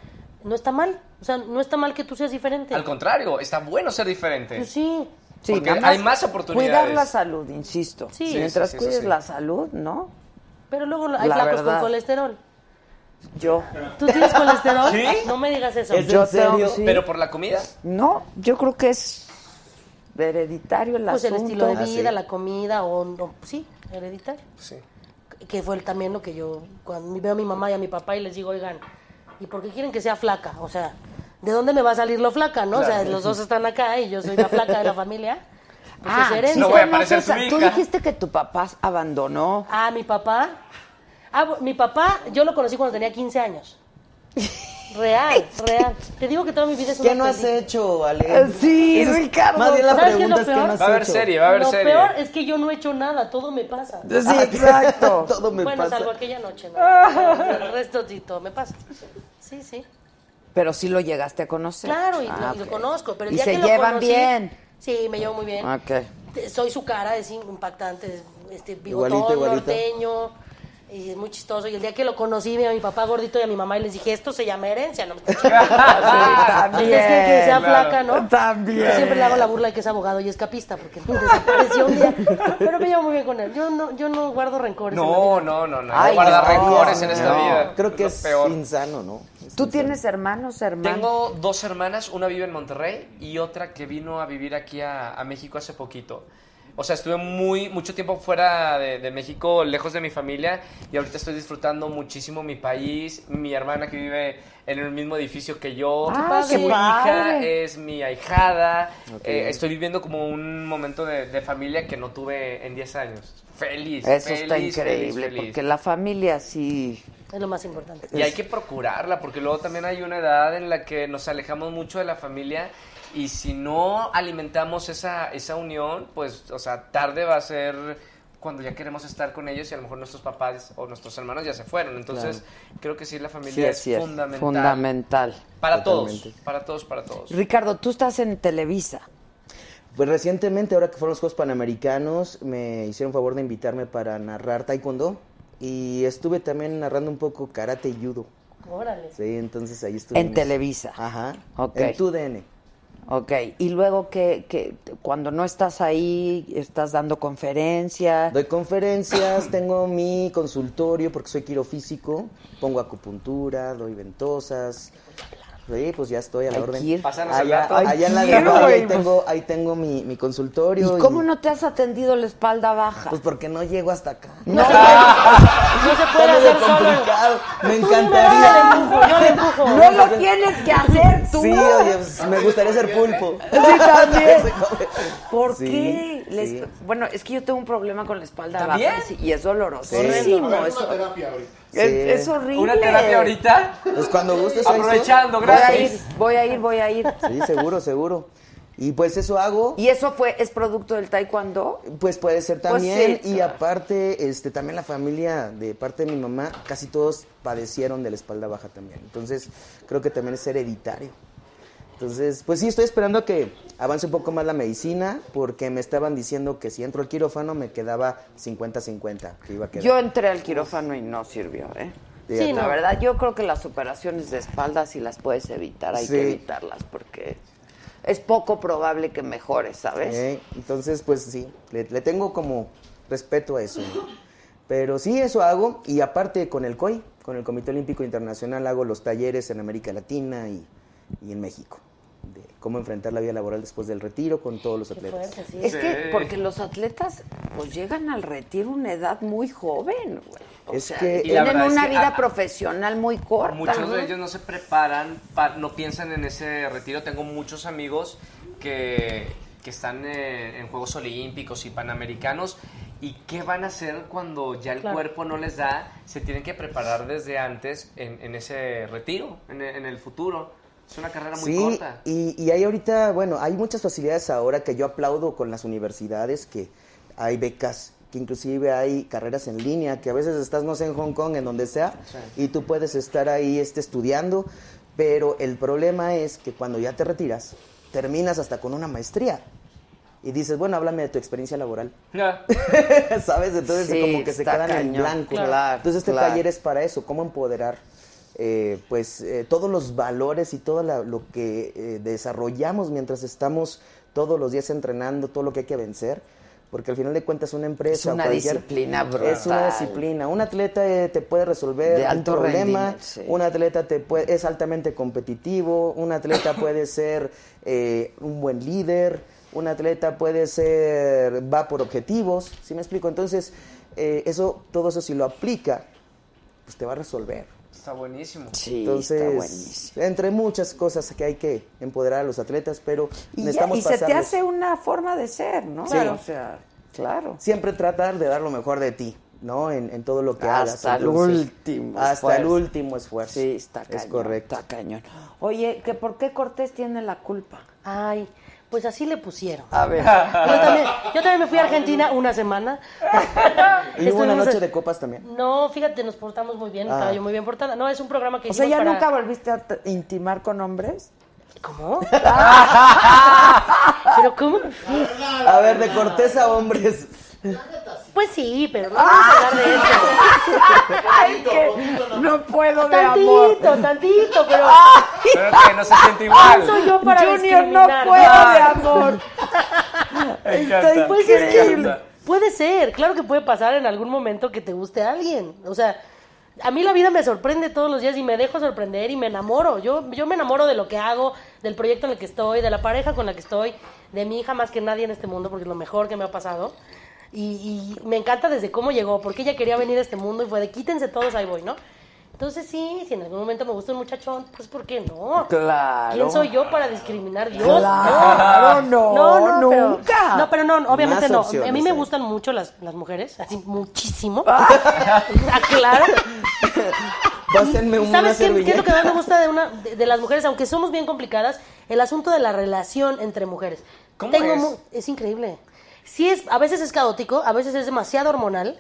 [SPEAKER 7] no está mal. O sea, no está mal que tú seas diferente.
[SPEAKER 8] Al contrario, está bueno ser diferente.
[SPEAKER 7] Pues sí.
[SPEAKER 1] Sí,
[SPEAKER 8] Porque
[SPEAKER 1] nada más
[SPEAKER 8] hay más oportunidades.
[SPEAKER 1] Cuidar la salud, insisto.
[SPEAKER 7] Sí. Sí,
[SPEAKER 1] Mientras
[SPEAKER 8] sí, sí,
[SPEAKER 1] cuides
[SPEAKER 8] sí.
[SPEAKER 1] la salud, ¿no?
[SPEAKER 7] Pero luego hay
[SPEAKER 1] La
[SPEAKER 7] flacos
[SPEAKER 1] verdad.
[SPEAKER 7] con colesterol.
[SPEAKER 1] Yo.
[SPEAKER 7] ¿Tú tienes colesterol?
[SPEAKER 8] ¿Sí?
[SPEAKER 7] No me digas eso.
[SPEAKER 6] ¿Es
[SPEAKER 1] Yo
[SPEAKER 6] en
[SPEAKER 1] tengo-
[SPEAKER 6] serio?
[SPEAKER 1] sí.
[SPEAKER 8] Pero por la comida.
[SPEAKER 1] No, yo creo que es hereditario el
[SPEAKER 7] Pues el
[SPEAKER 1] asunto.
[SPEAKER 7] estilo de
[SPEAKER 6] Ah, sí.
[SPEAKER 7] vida, la comida, o, o- sí, hereditario.
[SPEAKER 8] Sí.
[SPEAKER 7] que fue también lo que yo, cuando veo a mi mamá y a mi papá y les digo, oigan, ¿y por qué quieren que sea flaca? O sea, ¿de dónde me va a salir lo flaca, no? O sea,
[SPEAKER 1] Claro.
[SPEAKER 7] los dos están acá y yo soy la flaca de la familia. Pues
[SPEAKER 1] Ah,
[SPEAKER 7] es herencia.
[SPEAKER 1] conoces a- Tú dijiste que tu papá abandonó.
[SPEAKER 7] Ah, mi papá. Ah, bu- mi papá, yo lo conocí cuando tenía 15 años. Real, real. Te digo que toda mi vida es una
[SPEAKER 6] ¿Qué no has
[SPEAKER 7] peli-
[SPEAKER 6] hecho,
[SPEAKER 1] Eh,
[SPEAKER 6] Ale? Esa es- Más bien la
[SPEAKER 7] ¿Sabes qué
[SPEAKER 6] pregunta es
[SPEAKER 7] lo
[SPEAKER 6] ¿qué no
[SPEAKER 7] peor?
[SPEAKER 6] has hecho?
[SPEAKER 7] Lo peor es que yo no he hecho nada, todo me pasa.
[SPEAKER 6] Sí, exacto. Todo me
[SPEAKER 7] bueno,
[SPEAKER 6] pasa.
[SPEAKER 7] salvo aquella noche, ¿no? El resto sí, todo me pasa. Sí, sí.
[SPEAKER 1] Pero sí lo llegaste a conocer.
[SPEAKER 7] Claro, y,
[SPEAKER 1] Ah,
[SPEAKER 7] y lo
[SPEAKER 1] ok.
[SPEAKER 7] conozco. Pero el
[SPEAKER 1] y
[SPEAKER 7] día
[SPEAKER 1] se
[SPEAKER 7] que lo
[SPEAKER 1] llevan
[SPEAKER 7] conocí-
[SPEAKER 1] bien.
[SPEAKER 7] Sí, me llevo muy bien.
[SPEAKER 1] Ok.
[SPEAKER 7] Te- Soy su cara, es impactante, es, este, bigotón,
[SPEAKER 1] Igualita, igualita.
[SPEAKER 7] norteño, y es muy chistoso. Y el día que lo conocí, vi a mi papá gordito y a mi mamá y les dije, esto se llama herencia, ¿no? me estás chingando". Entonces,
[SPEAKER 1] también,
[SPEAKER 7] que, que sea
[SPEAKER 1] claro.
[SPEAKER 7] flaca, ¿no?
[SPEAKER 1] También.
[SPEAKER 7] Yo siempre le
[SPEAKER 6] Eh.
[SPEAKER 7] hago la burla de que es abogado y es capista, porque desapareció un día. Pero me llevo muy bien con él. Yo no, yo no guardo rencores. en la vida.
[SPEAKER 8] No, no, no, no.
[SPEAKER 7] Ay,
[SPEAKER 8] no guardar
[SPEAKER 7] no,
[SPEAKER 8] rencores en esta
[SPEAKER 7] no.
[SPEAKER 8] vida.
[SPEAKER 6] Creo que
[SPEAKER 8] lo
[SPEAKER 6] es
[SPEAKER 8] peor.
[SPEAKER 6] insano, ¿no?
[SPEAKER 1] ¿Tú tienes hermanos, hermanos?
[SPEAKER 8] Tengo dos hermanas, una vive en Monterrey y otra que vino a vivir aquí a, a México hace poquito. O sea, estuve muy, mucho tiempo fuera de, de México, lejos de mi familia, y ahorita estoy disfrutando muchísimo mi país, mi hermana que vive en el mismo edificio que yo,
[SPEAKER 10] ¡Qué padre!
[SPEAKER 8] su
[SPEAKER 10] ¡Qué
[SPEAKER 8] hija
[SPEAKER 10] padre!
[SPEAKER 8] es mi ahijada,
[SPEAKER 10] Ok.
[SPEAKER 8] Eh, estoy viviendo como un momento de, de familia que no tuve en 10 años. Feliz.
[SPEAKER 1] Eso está
[SPEAKER 8] feliz, feliz,
[SPEAKER 1] increíble,
[SPEAKER 8] feliz.
[SPEAKER 1] porque la familia sí.
[SPEAKER 7] Es lo más importante.
[SPEAKER 8] Y hay que procurarla, porque luego también hay una edad en la que nos alejamos mucho de la familia y si no alimentamos esa, esa unión, pues, o sea, tarde va a ser cuando ya queremos estar con ellos y a lo mejor nuestros papás o nuestros hermanos ya se fueron. Entonces, creo que sí, la familia
[SPEAKER 1] Sí,
[SPEAKER 8] es,
[SPEAKER 1] así es.
[SPEAKER 8] fundamental.
[SPEAKER 1] Fundamental.
[SPEAKER 8] Para todos,
[SPEAKER 6] Totalmente.
[SPEAKER 8] para todos, para todos.
[SPEAKER 1] Ricardo, tú estás en Televisa.
[SPEAKER 6] Pues recientemente, ahora que fueron los Juegos Panamericanos, me hicieron favor de invitarme para narrar taekwondo y estuve también narrando un poco karate y judo.
[SPEAKER 7] Órale.
[SPEAKER 6] Sí, entonces ahí estuve.
[SPEAKER 1] En Televisa.
[SPEAKER 6] Ajá.
[SPEAKER 1] Ok.
[SPEAKER 6] En tu DN.
[SPEAKER 1] Ok, y luego que, que cuando no estás ahí, estás dando conferencias.
[SPEAKER 6] Doy conferencias, tengo mi consultorio porque soy quirofísico, pongo acupuntura, doy ventosas. Sí, pues ya estoy a la
[SPEAKER 1] Ay,
[SPEAKER 6] orden.
[SPEAKER 1] Kir. Pásanos el
[SPEAKER 6] allá,
[SPEAKER 1] dato. Ay,
[SPEAKER 6] allá en la
[SPEAKER 1] Kir,
[SPEAKER 6] Guerrero,
[SPEAKER 1] güey,
[SPEAKER 6] ahí
[SPEAKER 1] pues.
[SPEAKER 6] tengo, ahí tengo mi, mi consultorio.
[SPEAKER 1] ¿Y cómo no te has atendido la espalda baja?
[SPEAKER 6] Pues porque no llego hasta acá.
[SPEAKER 1] No,
[SPEAKER 7] No se
[SPEAKER 6] puede hacer solo. Me encantaría.
[SPEAKER 1] No lo tienes que hacer tú.
[SPEAKER 6] Sí, oye, pues, me gustaría ser pulpo.
[SPEAKER 1] Sí, también. ¿Por
[SPEAKER 6] Sí,
[SPEAKER 1] qué? La
[SPEAKER 6] sí.
[SPEAKER 1] esp- Bueno, es que yo tengo un problema con la espalda
[SPEAKER 6] ¿También?
[SPEAKER 1] baja sí, y es
[SPEAKER 6] Sí.
[SPEAKER 1] dolorosísimo.
[SPEAKER 6] A ver, una
[SPEAKER 1] eso-
[SPEAKER 6] terapia ahorita.
[SPEAKER 1] Es, es horrible.
[SPEAKER 8] ¿Una terapia ahorita?
[SPEAKER 6] Pues cuando gustes. ahí estoy.
[SPEAKER 8] Aprovechando,
[SPEAKER 1] Voy a ir, voy a ir, voy a ir.
[SPEAKER 6] Sí, seguro, seguro. Y pues eso hago.
[SPEAKER 1] ¿Y eso fue, es producto del taekwondo?
[SPEAKER 6] Pues puede ser
[SPEAKER 1] Pues sí,
[SPEAKER 6] también. y
[SPEAKER 1] claro.
[SPEAKER 6] aparte, este, también la familia de parte de mi mamá, casi todos padecieron de la espalda baja también. Entonces, creo que también es hereditario. Entonces, pues sí, estoy esperando a que avance un poco más la medicina, porque me estaban diciendo que si entro al quirófano me quedaba 50-50, que iba a quedar.
[SPEAKER 1] Yo entré al quirófano y no sirvió, ¿eh?
[SPEAKER 6] Sí,
[SPEAKER 1] la
[SPEAKER 6] no.
[SPEAKER 1] verdad, yo creo que las operaciones de espalda, si las puedes evitar, hay
[SPEAKER 6] Sí.
[SPEAKER 1] que evitarlas porque es poco probable que mejores, ¿sabes?
[SPEAKER 6] Eh, Entonces, pues sí, le, le tengo como respeto a eso. ¿no? Pero sí, eso hago. Y aparte con el COI, con el Comité Olímpico Internacional, hago los talleres en América Latina y, y en México. De cómo enfrentar la vida laboral después del retiro con todos los atletas.
[SPEAKER 1] Es que porque los atletas pues llegan al retiro a una edad muy joven, güey. O
[SPEAKER 6] Es
[SPEAKER 1] sea,
[SPEAKER 6] que- Y
[SPEAKER 1] tienen
[SPEAKER 6] la
[SPEAKER 8] verdad es
[SPEAKER 1] una
[SPEAKER 8] que,
[SPEAKER 1] vida
[SPEAKER 8] ah,
[SPEAKER 1] profesional muy corta.
[SPEAKER 8] Muchos de ellos no se preparan, pa- no piensan en ese retiro. Tengo muchos amigos que, que están eh, en Juegos Olímpicos y Panamericanos. ¿Y qué van a hacer cuando ya el
[SPEAKER 10] Claro.
[SPEAKER 8] cuerpo no les da? Se tienen que preparar desde antes en, en ese retiro, en, e- en el futuro. Es una carrera muy
[SPEAKER 6] sí,
[SPEAKER 8] corta.
[SPEAKER 6] Y, y hay ahorita, bueno, hay muchas facilidades ahora que yo aplaudo con las universidades, que hay becas, que inclusive hay carreras en línea, que a veces estás, no sé, en Hong Kong, en donde sea,
[SPEAKER 10] Sí.
[SPEAKER 6] y tú puedes estar ahí este, estudiando, pero el problema es que cuando ya te retiras, terminas hasta con una maestría. Y dices, bueno, háblame de tu experiencia laboral. ¿Sabes? Entonces
[SPEAKER 1] Sí,
[SPEAKER 6] como que se
[SPEAKER 1] está
[SPEAKER 6] quedan en
[SPEAKER 1] cañón.
[SPEAKER 6] blanco.
[SPEAKER 1] Claro,
[SPEAKER 6] Entonces este
[SPEAKER 1] claro.
[SPEAKER 6] taller es para eso, cómo empoderar eh, pues eh, todos los valores y todo la- lo que eh, desarrollamos mientras estamos todos los días entrenando, todo lo que hay que vencer. Porque al final de cuentas una empresa...
[SPEAKER 1] Es una
[SPEAKER 6] o cualquier-
[SPEAKER 1] disciplina
[SPEAKER 6] Es una
[SPEAKER 1] brutal.
[SPEAKER 6] disciplina. Un atleta eh, te puede resolver
[SPEAKER 1] De
[SPEAKER 6] un
[SPEAKER 1] alto
[SPEAKER 6] problema.
[SPEAKER 1] rendimiento, sí.
[SPEAKER 6] Un atleta te puede, es altamente competitivo. Un atleta puede ser eh, un buen líder. Un atleta puede ser... va por objetivos. ¿Sí me explico? Entonces eh, eso, todo eso si lo aplica, pues te va a resolver.
[SPEAKER 8] Está buenísimo.
[SPEAKER 1] Sí,
[SPEAKER 6] Entonces,
[SPEAKER 1] está buenísimo.
[SPEAKER 6] entre muchas cosas que hay que empoderar a los atletas, pero
[SPEAKER 1] Y, ya-
[SPEAKER 6] necesitamos
[SPEAKER 1] y se te
[SPEAKER 6] pasarles-
[SPEAKER 1] hace una forma de ser, ¿no?
[SPEAKER 6] Sí.
[SPEAKER 1] O sea, claro.
[SPEAKER 6] Siempre tratar de dar lo mejor de ti, ¿no? En, en todo lo que hagas.
[SPEAKER 1] Hasta el
[SPEAKER 6] Entonces,
[SPEAKER 1] último
[SPEAKER 6] Hasta el
[SPEAKER 1] esfuerzo.
[SPEAKER 6] último esfuerzo.
[SPEAKER 1] Sí, está
[SPEAKER 6] Es
[SPEAKER 1] cañón,
[SPEAKER 6] correcto.
[SPEAKER 1] Está cañón. Oye, que ¿por qué Cortés tiene la culpa?
[SPEAKER 7] Ay, pues así le pusieron.
[SPEAKER 1] A ver.
[SPEAKER 7] Yo también, yo también me fui a Argentina una semana.
[SPEAKER 6] Y hubo una
[SPEAKER 7] Estuvimos-
[SPEAKER 6] noche de copas también.
[SPEAKER 7] No, fíjate, nos portamos muy bien,
[SPEAKER 6] Ah.
[SPEAKER 7] estaba yo muy bien portada. No, es un programa que
[SPEAKER 1] O sea,
[SPEAKER 7] hicimos
[SPEAKER 1] ¿ya
[SPEAKER 7] para-
[SPEAKER 1] nunca volviste a t- intimar con hombres?
[SPEAKER 7] ¿Cómo?
[SPEAKER 1] ¿Pero
[SPEAKER 7] cómo?
[SPEAKER 6] A ver, de cortés a hombres.
[SPEAKER 7] Pues sí, pero no vamos a hablar de eso.
[SPEAKER 1] Ay, que no puedo de amor.
[SPEAKER 7] Tantito, tantito, pero...
[SPEAKER 1] Ah,
[SPEAKER 8] Pero que no se siente
[SPEAKER 7] ¿Quién
[SPEAKER 8] igual.
[SPEAKER 7] soy yo para
[SPEAKER 1] Junior, no
[SPEAKER 7] discriminar?
[SPEAKER 1] puedo de amor.
[SPEAKER 8] Me
[SPEAKER 1] encanta.
[SPEAKER 7] Pues es que
[SPEAKER 8] increíble.
[SPEAKER 7] puede ser, claro que puede pasar en algún momento que te guste a alguien. O sea, a mí la vida me sorprende todos los días y me dejo sorprender y me enamoro. Yo, yo me enamoro de lo que hago, del proyecto en el que estoy, de la pareja con la que estoy, de mi hija más que nadie en este mundo porque es lo mejor que me ha pasado. Y, y me encanta desde cómo llegó, porque ella quería venir a este mundo y fue de quítense todos, ahí voy, ¿no? Entonces sí, si en algún momento me gusta un muchachón, pues ¿por qué no?
[SPEAKER 1] Claro.
[SPEAKER 7] ¿Quién soy yo para discriminar? Dios,
[SPEAKER 1] Claro, no,
[SPEAKER 7] pero-
[SPEAKER 1] nunca.
[SPEAKER 7] no, pero no, obviamente
[SPEAKER 1] Más
[SPEAKER 7] no.
[SPEAKER 1] opciones,
[SPEAKER 7] a mí me
[SPEAKER 1] eh.
[SPEAKER 7] gustan mucho las, las mujeres, así muchísimo.
[SPEAKER 6] Ah.
[SPEAKER 7] Aclaro.
[SPEAKER 6] Pásenme un
[SPEAKER 7] ¿Sabes qué, qué es
[SPEAKER 6] servilleta.
[SPEAKER 7] lo que más me gusta de una de, de las mujeres? Aunque somos bien complicadas, el asunto de la relación entre mujeres.
[SPEAKER 8] ¿Cómo es?
[SPEAKER 7] mu- es increíble. Sí es, a veces es caótico, a veces es demasiado hormonal,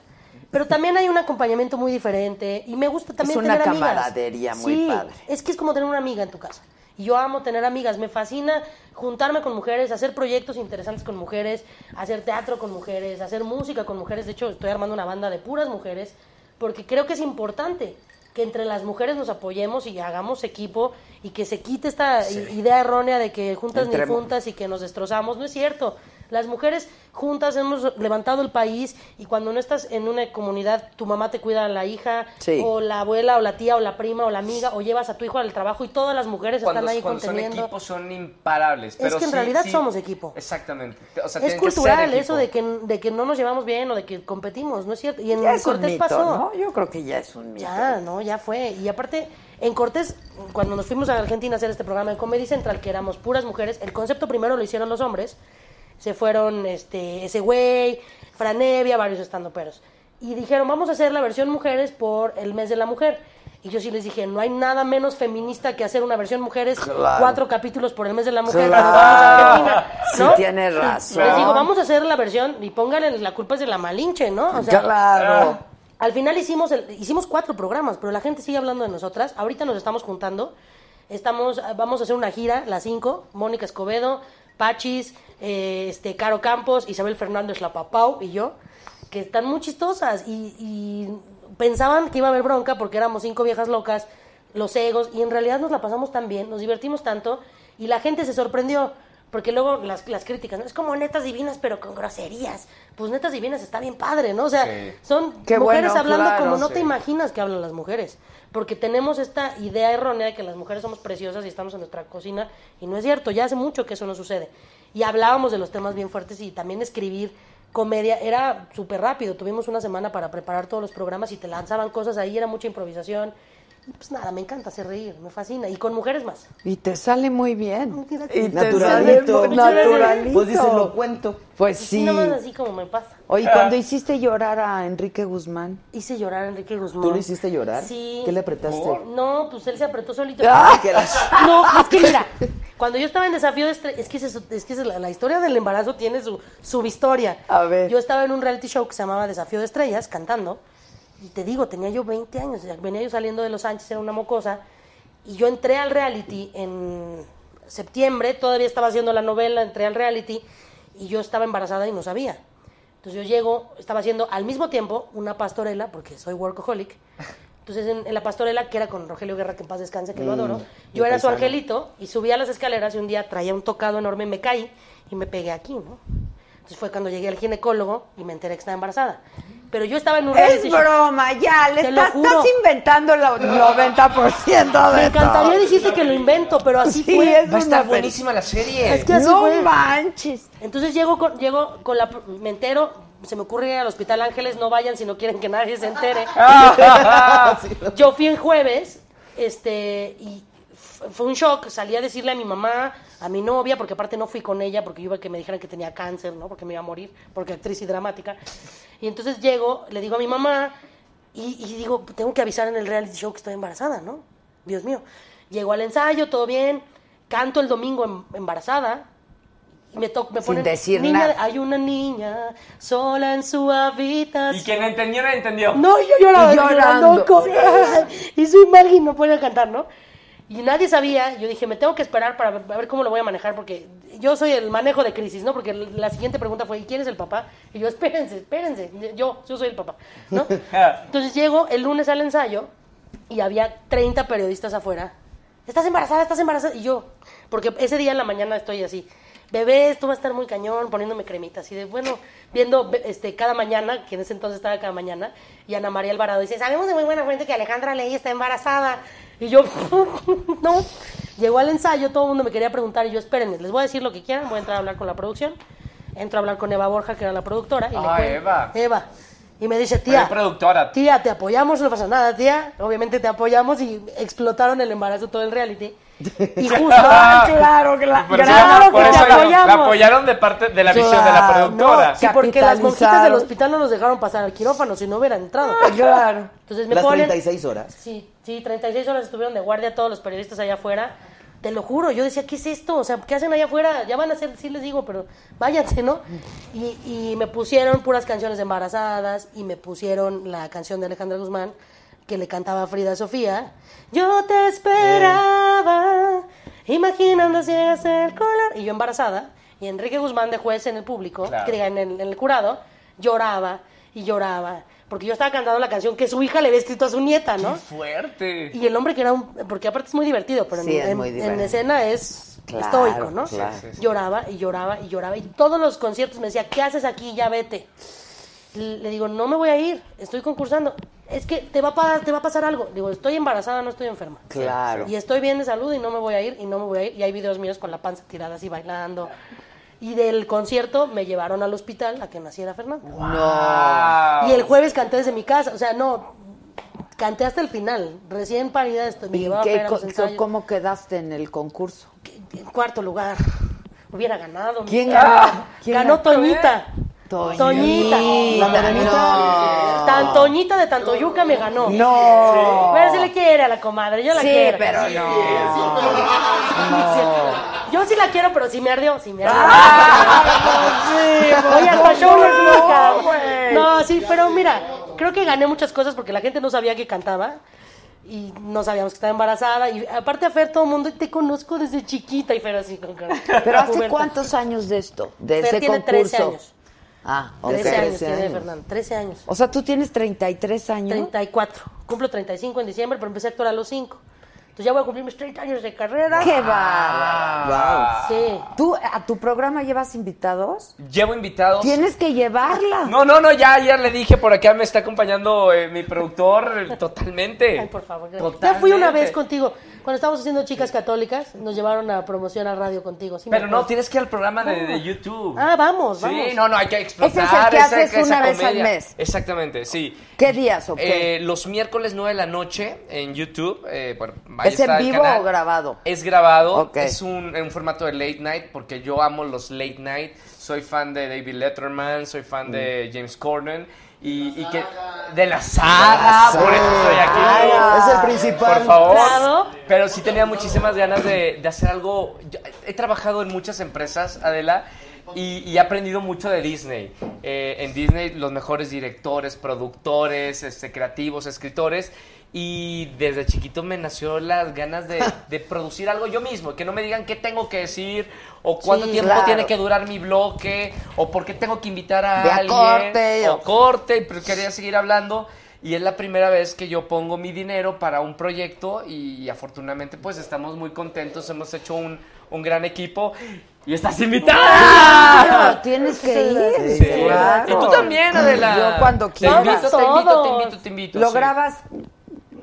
[SPEAKER 7] pero también hay un acompañamiento muy diferente y me gusta también
[SPEAKER 1] Es una
[SPEAKER 7] tener amigas.
[SPEAKER 1] camaradería muy
[SPEAKER 7] Sí,
[SPEAKER 1] padre.
[SPEAKER 7] Es que es como tener una amiga en tu casa. Y yo amo tener amigas, me fascina juntarme con mujeres, hacer proyectos interesantes con mujeres, hacer teatro con mujeres, hacer música con mujeres. De hecho, estoy armando una banda de puras mujeres porque creo que es importante que entre las mujeres nos apoyemos y hagamos equipo y que se quite esta i- idea errónea de que juntas
[SPEAKER 1] Entre
[SPEAKER 7] ni
[SPEAKER 1] mu-
[SPEAKER 7] juntas y que nos destrozamos. No es cierto. Las mujeres juntas hemos levantado el país y cuando no estás en una comunidad, tu mamá te cuida a la hija
[SPEAKER 1] Sí.
[SPEAKER 7] o la abuela o la tía o la prima o la amiga o llevas a tu hijo al trabajo y todas las mujeres
[SPEAKER 8] Cuando,
[SPEAKER 7] están ahí
[SPEAKER 8] cuando son
[SPEAKER 7] conteniendo.
[SPEAKER 8] equipos son imparables.
[SPEAKER 7] Es
[SPEAKER 8] pero
[SPEAKER 7] que en
[SPEAKER 8] sí-
[SPEAKER 7] realidad
[SPEAKER 8] sí-
[SPEAKER 7] somos equipo.
[SPEAKER 8] Exactamente. O sea,
[SPEAKER 7] es
[SPEAKER 8] tienen que ser
[SPEAKER 7] cultural
[SPEAKER 8] equipo.
[SPEAKER 7] eso de que, de que no nos llevamos bien o de que competimos, ¿no es cierto? Y en
[SPEAKER 1] Ya es un
[SPEAKER 7] Cortés
[SPEAKER 1] mito,
[SPEAKER 7] pasó.
[SPEAKER 1] ¿no? Yo creo que ya es un mito.
[SPEAKER 7] Ya, no, ya fue. Y aparte, en Cortés, cuando nos fuimos a Argentina a hacer este programa en Comedy Central, que éramos puras mujeres, el concepto primero lo hicieron los hombres. Se fueron este, ese güey, Franevia, varios estandoperos. Y dijeron, vamos a hacer la versión mujeres por el mes de la mujer. Y yo sí les dije, no hay nada menos feminista que hacer una versión mujeres,
[SPEAKER 1] Claro.
[SPEAKER 7] cuatro capítulos por el mes de la mujer.
[SPEAKER 1] Claro.
[SPEAKER 7] cuando vamos a Argentina,
[SPEAKER 1] Sí,
[SPEAKER 7] ¿no?
[SPEAKER 1] tienes razón.
[SPEAKER 7] Les digo, vamos a hacer la versión y pónganle la culpa es de la malinche, ¿no? O ah,
[SPEAKER 1] Claro.
[SPEAKER 7] al final hicimos, el- hicimos cuatro programas, pero la gente sigue hablando de nosotras. Ahorita nos estamos juntando. Estamos, vamos a hacer una gira, las cinco, Mónica Escobedo, Pachis, eh, este, Caro Campos, Isabel Fernández La Papau y yo, que están muy chistosas. Y, y pensaban que iba a haber bronca porque éramos cinco viejas locas, los egos, y en realidad nos la pasamos tan bien, nos divertimos tanto, y la gente se sorprendió. Porque luego las, las críticas, ¿no? Es como netas divinas, pero con groserías. Pues netas divinas está bien padre, ¿no? O sea,
[SPEAKER 8] Sí.
[SPEAKER 7] son
[SPEAKER 1] Qué
[SPEAKER 7] mujeres
[SPEAKER 1] bueno,
[SPEAKER 7] hablando
[SPEAKER 1] claro,
[SPEAKER 7] como no
[SPEAKER 1] sí.
[SPEAKER 7] te imaginas que hablan las mujeres. pues, Porque tenemos esta idea errónea de que las mujeres somos preciosas y estamos en nuestra cocina. Y no es cierto, ya hace mucho que eso no sucede. Y hablábamos de los temas bien fuertes y también escribir comedia. Era súper rápido, tuvimos una semana para preparar todos los programas y te lanzaban cosas ahí, era mucha improvisación. Y Pues nada, me encanta hacer reír, me fascina. Y con mujeres más.
[SPEAKER 1] Y te sale muy bien. Y te
[SPEAKER 6] Naturalito.
[SPEAKER 1] sale muy- naturalito.
[SPEAKER 6] Pues dices, lo cuento.
[SPEAKER 1] Pues
[SPEAKER 7] Sí.
[SPEAKER 1] sí.
[SPEAKER 7] Nomás así como me pasa.
[SPEAKER 1] Oye, cuando hiciste llorar a Enrique Guzmán.
[SPEAKER 7] Hice llorar a Enrique Guzmán.
[SPEAKER 6] ¿Tú lo hiciste llorar?
[SPEAKER 7] Sí.
[SPEAKER 6] ¿Qué le apretaste?
[SPEAKER 7] No, pues él se apretó solito.
[SPEAKER 6] Ay, que la-
[SPEAKER 7] Ah, No, es que mira, cuando yo estaba en desafío de Estre- es que, ese es, es que esa es la, la historia del embarazo tiene su, su historia.
[SPEAKER 1] A ver.
[SPEAKER 7] Yo estaba en un reality show que se llamaba Desafío de Estrellas, cantando, y te digo, tenía yo 20 años, venía yo saliendo de Los Sánchez, era una mocosa, y mm, yo entré al reality en septiembre, todavía estaba haciendo la novela, entré al reality, y yo estaba embarazada y no sabía. Entonces yo llego, estaba haciendo al mismo tiempo una pastorela, porque soy workaholic. Entonces en, en la pastorela, que era con Rogelio Guerra, que en paz descanse, que lo
[SPEAKER 6] Mm,
[SPEAKER 7] adoro,
[SPEAKER 6] mi
[SPEAKER 7] yo era su
[SPEAKER 6] paisano.
[SPEAKER 7] angelito y subía las escaleras y un día traía un tocado enorme y me caí y me pegué aquí, ¿no? Entonces fue cuando llegué al ginecólogo y me enteré que estaba embarazada. Pero yo estaba en un reality
[SPEAKER 1] Es
[SPEAKER 7] show.
[SPEAKER 1] broma, ya, le
[SPEAKER 7] Te lo
[SPEAKER 1] estás,
[SPEAKER 7] juro.
[SPEAKER 1] estás inventando el 90% de
[SPEAKER 7] Me encantaría
[SPEAKER 1] todo.
[SPEAKER 7] decirte que lo invento, pero así
[SPEAKER 1] Sí,
[SPEAKER 7] fue.
[SPEAKER 1] es
[SPEAKER 8] Va a estar
[SPEAKER 1] una
[SPEAKER 8] buenísima la serie.
[SPEAKER 7] Es que así
[SPEAKER 1] no
[SPEAKER 7] fue.
[SPEAKER 1] manches.
[SPEAKER 7] Entonces llego con, llego con la... Me entero, se me ocurre ir al Hospital Ángeles, no vayan si no quieren que nadie se entere.
[SPEAKER 10] Sí,
[SPEAKER 7] Yo fui en jueves, este, y f- fue un shock, salí a decirle a mi mamá, a mi novia, porque aparte no fui con ella, porque yo iba a que me dijeran que tenía cáncer, ¿no? Porque me iba a morir, porque actriz y dramática. Y entonces llego, le digo a mi mamá, y, y digo, tengo que avisar en el reality show "Oh, que estoy embarazada, ¿no? Dios mío. Llego al ensayo, todo bien, canto el domingo em- embarazada, y me, to- me
[SPEAKER 1] Sin
[SPEAKER 7] ponen,
[SPEAKER 1] decir
[SPEAKER 7] "Niña,
[SPEAKER 1] nada.
[SPEAKER 7] Hay una niña sola en su habitación.
[SPEAKER 8] Y quien entendiera, entendió.
[SPEAKER 7] No, yo lloraba
[SPEAKER 8] Y
[SPEAKER 7] llorando.
[SPEAKER 8] llorando.
[SPEAKER 7] con- y soy Maggie, no podía cantar, ¿no? Y nadie sabía, yo dije, me tengo que esperar para ver, a ver cómo lo voy a manejar, porque yo soy el manejo de crisis, ¿no? Porque la siguiente pregunta fue, ¿y quién es el papá? Y yo, espérense, espérense, yo, yo soy el papá, ¿no? Entonces llego el lunes al ensayo y había 30 periodistas afuera. Estás embarazada, estás embarazada. Y yo, porque ese día en la mañana estoy así. Bebé, esto va a estar muy cañón, poniéndome cremita. Así de, bueno, viendo be- este, cada mañana, que en ese entonces estaba cada mañana, y Ana María Alvarado dice, sabemos de muy buena fuente que Alejandra Ley está embarazada. Y yo, no. Llegó al ensayo, todo el mundo me quería preguntar, y yo, espérenme, les voy a decir lo que quieran, voy a entrar a hablar con la producción. Entro a hablar con Eva Borja, que era la productora. Y le
[SPEAKER 8] Ah,
[SPEAKER 7] cuento-
[SPEAKER 8] Eva.
[SPEAKER 7] Eva. Y me dice,
[SPEAKER 8] Soy
[SPEAKER 7] tía,
[SPEAKER 8] productora.
[SPEAKER 7] Tía, te apoyamos, no pasa nada, tía. Obviamente te apoyamos y explotaron el embarazo todo el reality. Y justo,
[SPEAKER 8] Ah,
[SPEAKER 7] claro, cla-
[SPEAKER 8] Por eso-
[SPEAKER 7] claro
[SPEAKER 8] por
[SPEAKER 7] que te
[SPEAKER 8] eso la-
[SPEAKER 7] apoyamos.
[SPEAKER 8] La apoyaron de parte de la visión de la
[SPEAKER 7] Claro,
[SPEAKER 8] productora.
[SPEAKER 7] no, sí, porque las monjitas del hospital no nos dejaron pasar al quirófano si no hubiera entrado.
[SPEAKER 1] Claro.
[SPEAKER 7] Entonces me
[SPEAKER 6] Las
[SPEAKER 7] ponen-
[SPEAKER 6] 36 horas.
[SPEAKER 7] Sí, sí, 36 horas estuvieron de guardia todos los periodistas allá afuera. Te lo juro, yo decía, ¿qué es esto? O sea, ¿qué hacen allá afuera? Ya van a hacer, sí les digo, pero váyanse, ¿no? Y, y me pusieron puras canciones de embarazadas y me pusieron la canción de Alejandra Guzmán que le cantaba Frida Sofía. Yo te esperaba, imaginando si eras el color. Y yo embarazada, y Enrique Guzmán de juez en el público,
[SPEAKER 11] Claro.
[SPEAKER 7] que diga, en el, en el curado, lloraba y lloraba. Porque yo estaba cantando la canción que su hija le había escrito a su nieta, ¿no?
[SPEAKER 8] Fuerte.
[SPEAKER 7] Y el hombre que era un... Porque aparte es muy divertido, pero en-
[SPEAKER 1] Sí,
[SPEAKER 7] en,
[SPEAKER 1] es muy
[SPEAKER 7] en
[SPEAKER 1] divertido.
[SPEAKER 7] escena es
[SPEAKER 1] Claro,
[SPEAKER 7] estoico, ¿no?
[SPEAKER 1] claro. Sí, sí, sí.
[SPEAKER 7] Lloraba y lloraba y lloraba. Y todos los conciertos me decía, ¿qué haces aquí? Ya vete. L- Le digo, no me voy a ir, estoy concursando. Es que te va a, pa- te va a pasar algo. Digo, estoy embarazada, no estoy enferma.
[SPEAKER 1] Claro.
[SPEAKER 7] Y estoy bien de salud y no me voy a ir y no me voy a ir. Y hay videos míos con la panza tirada así bailando. Y del concierto me llevaron al hospital a que naciera Fernando.
[SPEAKER 1] No.
[SPEAKER 7] Y el jueves canté desde mi casa. O sea, no, canté hasta el final. Recién parida esto, me
[SPEAKER 1] ¿Y
[SPEAKER 7] llevaba a
[SPEAKER 1] qué
[SPEAKER 7] ver a
[SPEAKER 1] co-
[SPEAKER 7] los ensayos.
[SPEAKER 1] ¿Cómo quedaste en el concurso?
[SPEAKER 7] En cuarto lugar. Hubiera ganado. mi
[SPEAKER 1] ¿Quién
[SPEAKER 7] cara.
[SPEAKER 1] ganó? ¿Quién
[SPEAKER 7] Ah, ganó?
[SPEAKER 1] ganó?
[SPEAKER 7] Toñita.
[SPEAKER 1] Toñita.
[SPEAKER 7] Toñita.
[SPEAKER 1] La morenita.
[SPEAKER 7] No. Tan Toñita de Tantoyuca me ganó.
[SPEAKER 1] No.
[SPEAKER 7] Pero se le quiere a la comadre, yo la
[SPEAKER 1] Sí,
[SPEAKER 7] quiero.
[SPEAKER 1] pero no.
[SPEAKER 7] Sí. Yo sí la quiero, pero sí me ardió, sí me ardió.
[SPEAKER 1] pues sí,
[SPEAKER 7] Oye, hasta
[SPEAKER 1] pues
[SPEAKER 7] yo me
[SPEAKER 1] Ah,
[SPEAKER 7] floja.
[SPEAKER 1] no, güey.
[SPEAKER 7] No, sí, pero mira, creo que gané muchas cosas porque la gente no sabía que cantaba y no sabíamos que estaba embarazada. Y aparte, a Fer, todo el mundo, te conozco desde chiquita y Fer así con cara.
[SPEAKER 1] ¿Pero hace
[SPEAKER 7] cubierta.
[SPEAKER 1] cuántos años de esto? De
[SPEAKER 7] Fer
[SPEAKER 1] ese
[SPEAKER 7] tiene
[SPEAKER 1] concurso.
[SPEAKER 7] 13 años.
[SPEAKER 1] Ah, ok.
[SPEAKER 7] 13 años tiene Fernando, 13 años.
[SPEAKER 1] O sea, tú tienes 33 años.
[SPEAKER 7] 34. Cumplo 35 en diciembre, pero empecé a actuar a los 5. Entonces ya voy a cumplir mis 30 años de carrera.
[SPEAKER 1] ¡Qué va!
[SPEAKER 7] Sí.
[SPEAKER 1] Ah, ¿Tú a tu programa llevas invitados?
[SPEAKER 8] Llevo invitados.
[SPEAKER 1] Tienes que llevarla.
[SPEAKER 8] No, no, no, ya ayer le dije, por acá me está acompañando eh, mi productor eh, totalmente.
[SPEAKER 7] Ay, por favor. gracias.
[SPEAKER 8] Totalmente.
[SPEAKER 7] Ya fui una vez contigo. Cuando estábamos haciendo Chicas Católicas, nos llevaron a promoción a radio contigo. sí me
[SPEAKER 8] Pero no,
[SPEAKER 7] acuerdo.
[SPEAKER 8] tienes que ir al programa de, de YouTube.
[SPEAKER 7] Ah, vamos, vamos.
[SPEAKER 8] Sí, no, no, hay que explotar.
[SPEAKER 1] Ese es el que
[SPEAKER 8] esa-
[SPEAKER 1] haces
[SPEAKER 8] esa
[SPEAKER 1] una vez al
[SPEAKER 8] comedia.
[SPEAKER 1] mes.
[SPEAKER 8] Exactamente, sí.
[SPEAKER 1] ¿Qué días o qué?
[SPEAKER 8] Eh, los miércoles 9 de la noche en YouTube. eh, bueno, ahí
[SPEAKER 1] ¿Es
[SPEAKER 8] está
[SPEAKER 1] en
[SPEAKER 8] el
[SPEAKER 1] vivo
[SPEAKER 8] canal.
[SPEAKER 1] o grabado?
[SPEAKER 8] Es grabado,
[SPEAKER 1] Ok.
[SPEAKER 8] es un, en un formato de late night porque yo amo los late night. Soy fan de David Letterman, soy fan
[SPEAKER 1] Mm.
[SPEAKER 8] de James Corden y, y que de la saga,
[SPEAKER 6] saga.
[SPEAKER 8] por eso estoy aquí.
[SPEAKER 6] Es el principal.
[SPEAKER 8] Por favor.
[SPEAKER 6] Claro.
[SPEAKER 8] Pero sí tenía muchísimas ganas de, de hacer algo. Yo he trabajado en muchas empresas, Adela. Y, y he aprendido mucho de Disney. Eh, en Disney los mejores directores, productores, este, creativos, escritores. Y desde chiquito me nació las ganas de, de producir algo yo mismo. Que no me digan qué tengo que decir o cuánto
[SPEAKER 1] Sí,
[SPEAKER 8] tiempo
[SPEAKER 1] claro.
[SPEAKER 8] tiene que durar mi bloque o por qué tengo que invitar a
[SPEAKER 1] Ve a
[SPEAKER 8] alguien.
[SPEAKER 1] corte,
[SPEAKER 8] o
[SPEAKER 1] o-
[SPEAKER 8] corte, pero quería seguir hablando. Y es la primera vez que yo pongo mi dinero para un proyecto y afortunadamente pues estamos muy contentos, hemos hecho un, un gran equipo y estás
[SPEAKER 1] Claro,
[SPEAKER 8] invitada.
[SPEAKER 1] Ah, tienes que ir.
[SPEAKER 8] ah, Sí. Y tú también, Adela.
[SPEAKER 1] Yo cuando
[SPEAKER 8] Te
[SPEAKER 1] quieras.
[SPEAKER 8] invito, te invito, te invito, te invito,
[SPEAKER 1] Lo
[SPEAKER 8] sí.
[SPEAKER 1] grabas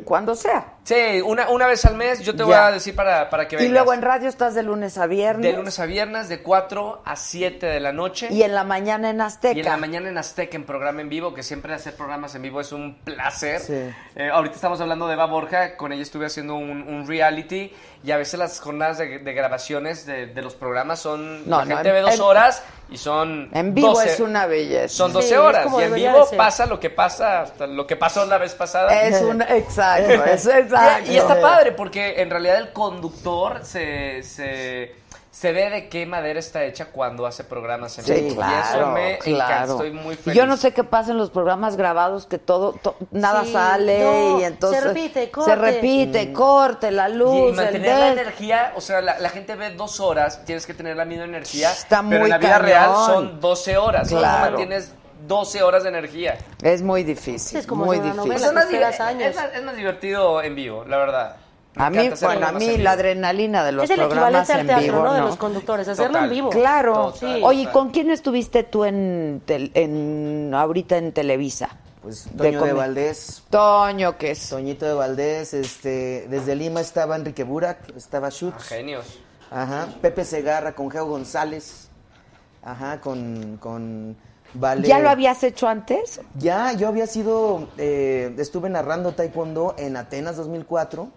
[SPEAKER 1] cuando sea.
[SPEAKER 8] Sí, una, una vez al mes yo te voy
[SPEAKER 1] Ya.
[SPEAKER 8] a decir para, para que
[SPEAKER 1] Y
[SPEAKER 8] vengas.
[SPEAKER 1] luego en radio estás de lunes a viernes.
[SPEAKER 8] De lunes a viernes, de 4 a 7 de la noche.
[SPEAKER 1] Y en la mañana en Azteca.
[SPEAKER 8] Y en la mañana en Azteca, en programa en vivo, que siempre hacer programas en vivo es un placer.
[SPEAKER 6] Sí.
[SPEAKER 8] Eh, ahorita estamos hablando de Eva Borja, con ella estuve haciendo un, un reality y a veces las jornadas de, de grabaciones de, de los programas son...
[SPEAKER 1] No,
[SPEAKER 8] la
[SPEAKER 1] no,
[SPEAKER 8] gente
[SPEAKER 1] en-
[SPEAKER 8] ve dos
[SPEAKER 1] en-
[SPEAKER 8] horas y son...
[SPEAKER 1] En vivo
[SPEAKER 8] 12
[SPEAKER 1] es una belleza.
[SPEAKER 8] Son 12 horas y en vivo pasa lo que pasa, hasta lo que pasó la vez pasada.
[SPEAKER 1] Es un exacto, es exacto.
[SPEAKER 8] Y, y está padre porque en realidad el conductor se, se, se ve de qué madera está hecha cuando hace programas en
[SPEAKER 1] Sí,
[SPEAKER 8] vivo. y eso
[SPEAKER 1] claro,
[SPEAKER 8] me encanta,
[SPEAKER 1] claro.
[SPEAKER 8] estoy muy feliz.
[SPEAKER 1] Yo no sé qué pasa en los programas grabados que todo, to- nada
[SPEAKER 8] Sí,
[SPEAKER 1] sale
[SPEAKER 8] no,
[SPEAKER 1] y entonces
[SPEAKER 8] se repite,
[SPEAKER 1] se
[SPEAKER 8] corte.
[SPEAKER 1] repite,
[SPEAKER 8] Mm.
[SPEAKER 1] corte, la
[SPEAKER 8] Y, y
[SPEAKER 1] luz, el
[SPEAKER 8] mantener la
[SPEAKER 1] dedo.
[SPEAKER 8] energía, o sea, la, la gente ve dos horas, tienes que tener la misma energía.
[SPEAKER 1] Está
[SPEAKER 8] pero
[SPEAKER 1] muy
[SPEAKER 8] en la vida real
[SPEAKER 1] cañón.
[SPEAKER 8] son 12 horas. ¿no?
[SPEAKER 1] Claro.
[SPEAKER 8] Mantienes 12 horas de energía.
[SPEAKER 1] Es muy difícil,
[SPEAKER 7] Es como
[SPEAKER 1] muy
[SPEAKER 7] hacer una
[SPEAKER 1] difícil.
[SPEAKER 7] novela.
[SPEAKER 8] Pues más,
[SPEAKER 7] esperas
[SPEAKER 8] diver-
[SPEAKER 7] años.
[SPEAKER 8] es más- es más divertido en vivo, la verdad. Me
[SPEAKER 1] A mí,
[SPEAKER 8] encanta hacer
[SPEAKER 1] bueno, a
[SPEAKER 8] programas en
[SPEAKER 1] mí
[SPEAKER 8] vivo.
[SPEAKER 1] la adrenalina de los
[SPEAKER 7] Es el
[SPEAKER 1] programas
[SPEAKER 7] equivalente al
[SPEAKER 1] en
[SPEAKER 7] teatro,
[SPEAKER 1] vivo,
[SPEAKER 7] ¿no? De
[SPEAKER 1] ¿no?
[SPEAKER 7] los conductores, hacerlo en vivo.
[SPEAKER 1] Claro.
[SPEAKER 7] Sí.
[SPEAKER 1] Oye, ¿con quién estuviste tú en, tel- en ahorita en Televisa?
[SPEAKER 6] Pues Toño de,
[SPEAKER 1] comi-
[SPEAKER 6] Valdés.
[SPEAKER 1] Toño, que es?
[SPEAKER 6] Toñito de Valdés, este, desde Lima estaba Enrique Burak, estaba Schutz.
[SPEAKER 8] Ah, Genios.
[SPEAKER 6] Ajá. Pepe Segarra con Geo González. Ajá, con, con Vale.
[SPEAKER 1] ¿Ya lo habías hecho antes?
[SPEAKER 6] Ya, yo había sido, eh, estuve narrando taekwondo en Atenas 2004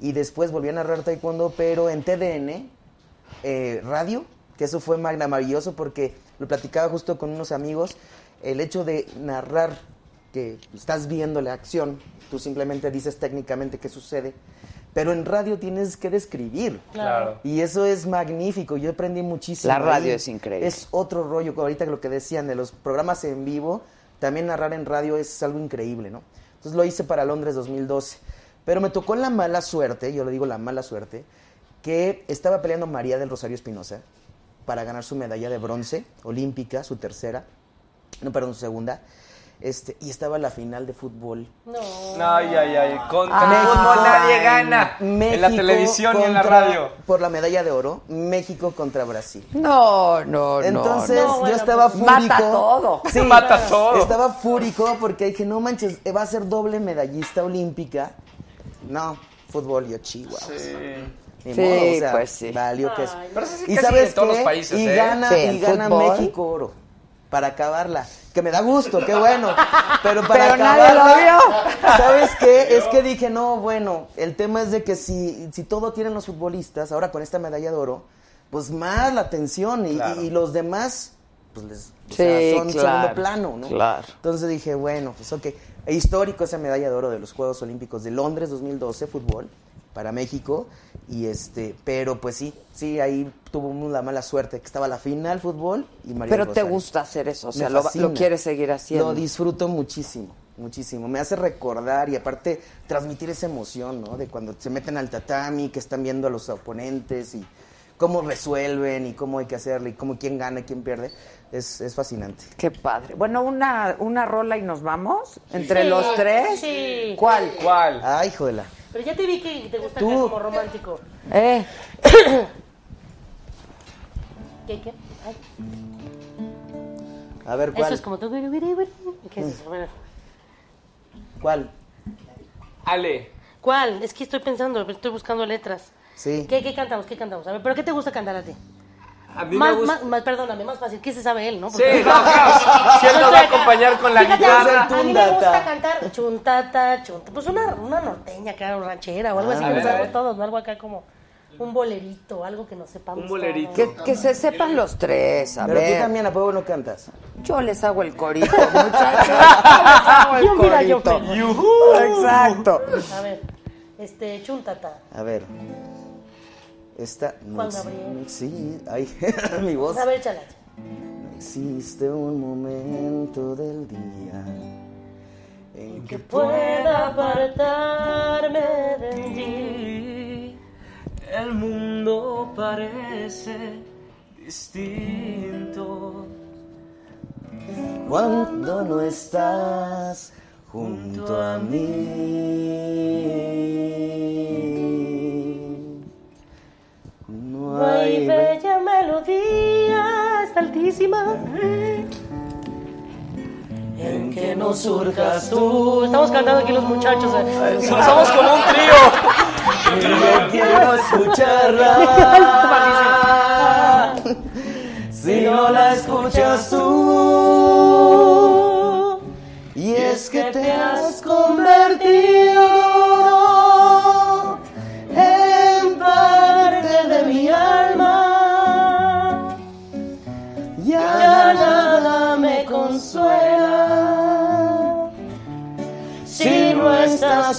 [SPEAKER 6] y después volví a narrar taekwondo, pero en TDN, eh, radio, que eso fue magna maravilloso porque lo platicaba justo con unos amigos, el hecho de narrar que estás viendo la acción, tú simplemente dices técnicamente qué sucede, pero en radio tienes que describir.
[SPEAKER 8] Claro.
[SPEAKER 6] Y eso es magnífico, yo aprendí muchísimo.
[SPEAKER 1] La radio
[SPEAKER 6] ahí.
[SPEAKER 1] es increíble.
[SPEAKER 6] Es otro rollo, ahorita lo que decían de los programas en vivo, también narrar en radio es algo increíble, ¿no? Entonces lo hice para Londres 2012, pero me tocó la mala suerte, yo le digo la mala suerte, que estaba peleando María del Rosario Espinosa para ganar su medalla de bronce olímpica, su tercera, no, perdón, su segunda, este, y estaba la final de fútbol
[SPEAKER 8] Ay, ay, ay. Con, con
[SPEAKER 6] Ah.
[SPEAKER 8] fútbol nadie gana. en la
[SPEAKER 6] México
[SPEAKER 8] televisión y en la
[SPEAKER 6] contra-
[SPEAKER 8] radio.
[SPEAKER 6] Por la medalla de oro, México contra Brasil.
[SPEAKER 1] No, no, no.
[SPEAKER 6] Entonces
[SPEAKER 1] no. pues,
[SPEAKER 6] yo estaba fúrico.
[SPEAKER 1] Mata todo.
[SPEAKER 6] Sí,
[SPEAKER 8] Mata todo.
[SPEAKER 6] Estaba fúrico porque dije, no manches, eh, va a ser doble medallista olímpica. No, fútbol yo chihuahua. Ni
[SPEAKER 1] Sí,
[SPEAKER 6] modo, o sea,
[SPEAKER 1] pues sí.
[SPEAKER 6] Valió que eso.
[SPEAKER 8] Pero eso sí casi en todos los países,
[SPEAKER 6] y
[SPEAKER 8] ¿eh?
[SPEAKER 6] gana,
[SPEAKER 1] Sí,
[SPEAKER 6] y
[SPEAKER 1] en
[SPEAKER 6] gana
[SPEAKER 1] fútbol.
[SPEAKER 6] México oro. Para acabarla. Que me da gusto, qué bueno. Pero para
[SPEAKER 1] Pero nadie lo
[SPEAKER 6] acabarla.
[SPEAKER 1] vio.
[SPEAKER 6] ¿Sabes qué? Es que dije, no, bueno, el tema es de que si, si todo tienen los futbolistas, ahora con esta medalla de oro, pues más la atención y,
[SPEAKER 1] Claro.
[SPEAKER 6] y- y los demás, pues les o
[SPEAKER 1] Sí,
[SPEAKER 6] sea, son
[SPEAKER 1] claro,
[SPEAKER 6] segundo plano, ¿no?
[SPEAKER 1] claro.
[SPEAKER 6] Entonces dije, bueno, pues ok. E histórico esa medalla de oro de los Juegos Olímpicos de Londres 2012, fútbol, para México. Y este, pero pues sí, sí, ahí tuvimos la mala suerte, que estaba la final fútbol y María
[SPEAKER 1] Pero
[SPEAKER 6] del
[SPEAKER 1] te
[SPEAKER 6] Rosario.
[SPEAKER 1] gusta hacer eso, o
[SPEAKER 6] Me
[SPEAKER 1] sea, lo, va- lo
[SPEAKER 6] fascina.
[SPEAKER 1] quieres seguir haciendo.
[SPEAKER 6] Lo disfruto muchísimo, muchísimo. Me hace recordar y aparte transmitir esa emoción, ¿no? De cuando se meten al tatami, que están viendo a los oponentes y cómo resuelven y cómo hay que hacerle y cómo quién gana y quién pierde. Es, es fascinante.
[SPEAKER 1] Qué padre. Bueno, una, una rola y nos vamos. Entre
[SPEAKER 7] Sí.
[SPEAKER 1] los tres.
[SPEAKER 7] Sí.
[SPEAKER 1] ¿Cuál?
[SPEAKER 8] ¿Cuál?
[SPEAKER 6] Ay, jodela.
[SPEAKER 7] Pero ya te vi que te gusta
[SPEAKER 6] Tú.
[SPEAKER 7] acá como romántico.
[SPEAKER 1] Eh.
[SPEAKER 7] ¿Qué, qué? Ay,
[SPEAKER 6] A ver, ¿cuál?
[SPEAKER 7] eso es como tú. ¿Qué es eso? Bueno.
[SPEAKER 6] ¿Cuál?
[SPEAKER 8] Ale.
[SPEAKER 7] ¿Cuál? Es que estoy pensando, estoy buscando letras.
[SPEAKER 6] Sí.
[SPEAKER 7] ¿Qué, qué cantamos? ¿Qué cantamos? A ver, ¿pero qué te gusta cantar a ti?
[SPEAKER 8] A mí
[SPEAKER 7] más,
[SPEAKER 8] me gusta.
[SPEAKER 7] más- más- perdóname, más fácil. ¿Qué se sabe él, no?
[SPEAKER 8] Sí, no, claro. Si él nos va a acompañar con la
[SPEAKER 7] Fíjate,
[SPEAKER 8] guitarra.
[SPEAKER 7] A mí me gusta cantar chuntata, chuntata. Pues una, una norteña, claro, ranchera o algo
[SPEAKER 8] Ah,
[SPEAKER 7] así
[SPEAKER 8] a
[SPEAKER 7] que
[SPEAKER 8] ver,
[SPEAKER 7] nos
[SPEAKER 8] a ver.
[SPEAKER 7] sabemos todos, ¿no? Algo acá como un bolerito, algo que no sepamos.
[SPEAKER 8] Un bolerito.
[SPEAKER 7] todos.
[SPEAKER 1] Que, que se sepan los tres, a
[SPEAKER 6] Pero tú
[SPEAKER 1] ver.
[SPEAKER 6] también a poco no cantas.
[SPEAKER 1] Yo les hago el corito, muchachos. Yo les hago el
[SPEAKER 7] Yo, mira, yo
[SPEAKER 1] corito.
[SPEAKER 7] pego.
[SPEAKER 1] Exacto.
[SPEAKER 7] A ver, este, chuntata.
[SPEAKER 6] A ver. Esta no,
[SPEAKER 7] Juan
[SPEAKER 6] ex-
[SPEAKER 7] Gabriel.
[SPEAKER 6] no exi- Ay, mi voz.
[SPEAKER 7] A ver, échala.
[SPEAKER 6] No existe un momento del día en que
[SPEAKER 7] Pueda apartarme de ti.
[SPEAKER 10] El mundo parece distinto.
[SPEAKER 6] cuando no estás junto a mí. No
[SPEAKER 7] Ay,
[SPEAKER 6] hay ve-
[SPEAKER 7] bella melodía, es altísima.
[SPEAKER 6] en que no surjas tú.
[SPEAKER 7] Estamos cantando aquí los muchachos. eh. Somos como un trío.
[SPEAKER 11] Yo quiero escucharla. Si no la escuchas tú. Y es que te has convertido en parte de mi alma. Ya nada me consuela. Si no estás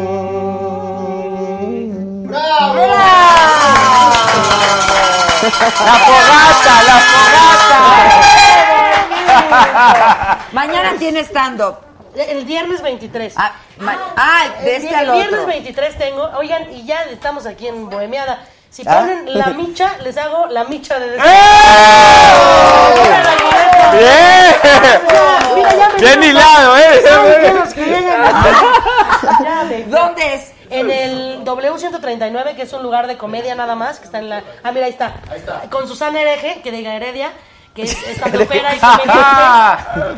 [SPEAKER 11] estoy.
[SPEAKER 10] La fogata, la
[SPEAKER 1] fogata. Mañana tiene stand-up.
[SPEAKER 7] El viernes 23.
[SPEAKER 1] Ah, ma- ah, de este
[SPEAKER 7] el,
[SPEAKER 1] al
[SPEAKER 7] el viernes
[SPEAKER 1] otro.
[SPEAKER 7] 23 tengo. Oigan, y ya estamos aquí en Bohemiada. Si
[SPEAKER 1] Ah. ¡Eh!
[SPEAKER 7] ponen la micha, les hago la micha de Mira, ya me
[SPEAKER 10] Bien
[SPEAKER 7] dieron-
[SPEAKER 10] hilado, ¿eh?
[SPEAKER 7] Ay, Dios, que lleguen. Ya, de-
[SPEAKER 1] ¿Dónde es?
[SPEAKER 7] En el W139, que es un lugar de comedia nada más, que está en la... Ah, mira, ahí está. Con Susana Hereje, que diga Heredia, que es esta y comediante.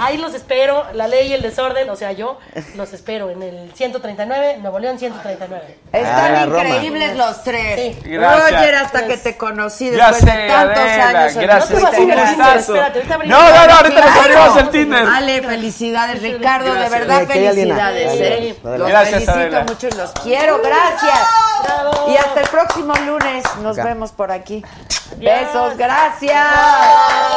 [SPEAKER 7] Ahí los espero, la ley y el desorden, o sea, yo los espero en el 139, Nuevo León 139.
[SPEAKER 1] Están
[SPEAKER 10] Ah, la Roma.
[SPEAKER 1] increíbles los tres.
[SPEAKER 10] Gracias.
[SPEAKER 1] Roger, hasta que te conocí
[SPEAKER 10] Ya
[SPEAKER 1] después
[SPEAKER 10] sé,
[SPEAKER 1] de tantos
[SPEAKER 10] Adela,
[SPEAKER 1] años. en
[SPEAKER 10] gracias.
[SPEAKER 1] Twitter.
[SPEAKER 10] No te vas a ir a
[SPEAKER 1] Gracias.
[SPEAKER 10] Tinder, espérate, ahorita abrimos. No, no, no, ahorita les abrimos el Tinder.
[SPEAKER 1] Ale, felicidades, Ricardo,
[SPEAKER 10] Gracias.
[SPEAKER 1] de verdad,
[SPEAKER 10] Mira, que hay alguien
[SPEAKER 1] felicidades.
[SPEAKER 10] ahí.
[SPEAKER 1] ¿eh?
[SPEAKER 10] Adela.
[SPEAKER 1] Los
[SPEAKER 10] Gracias,
[SPEAKER 1] felicito
[SPEAKER 10] Adela.
[SPEAKER 1] mucho y los quiero, gracias. Y hasta el próximo lunes, nos
[SPEAKER 10] Acá.
[SPEAKER 1] vemos por aquí. Besos, gracias.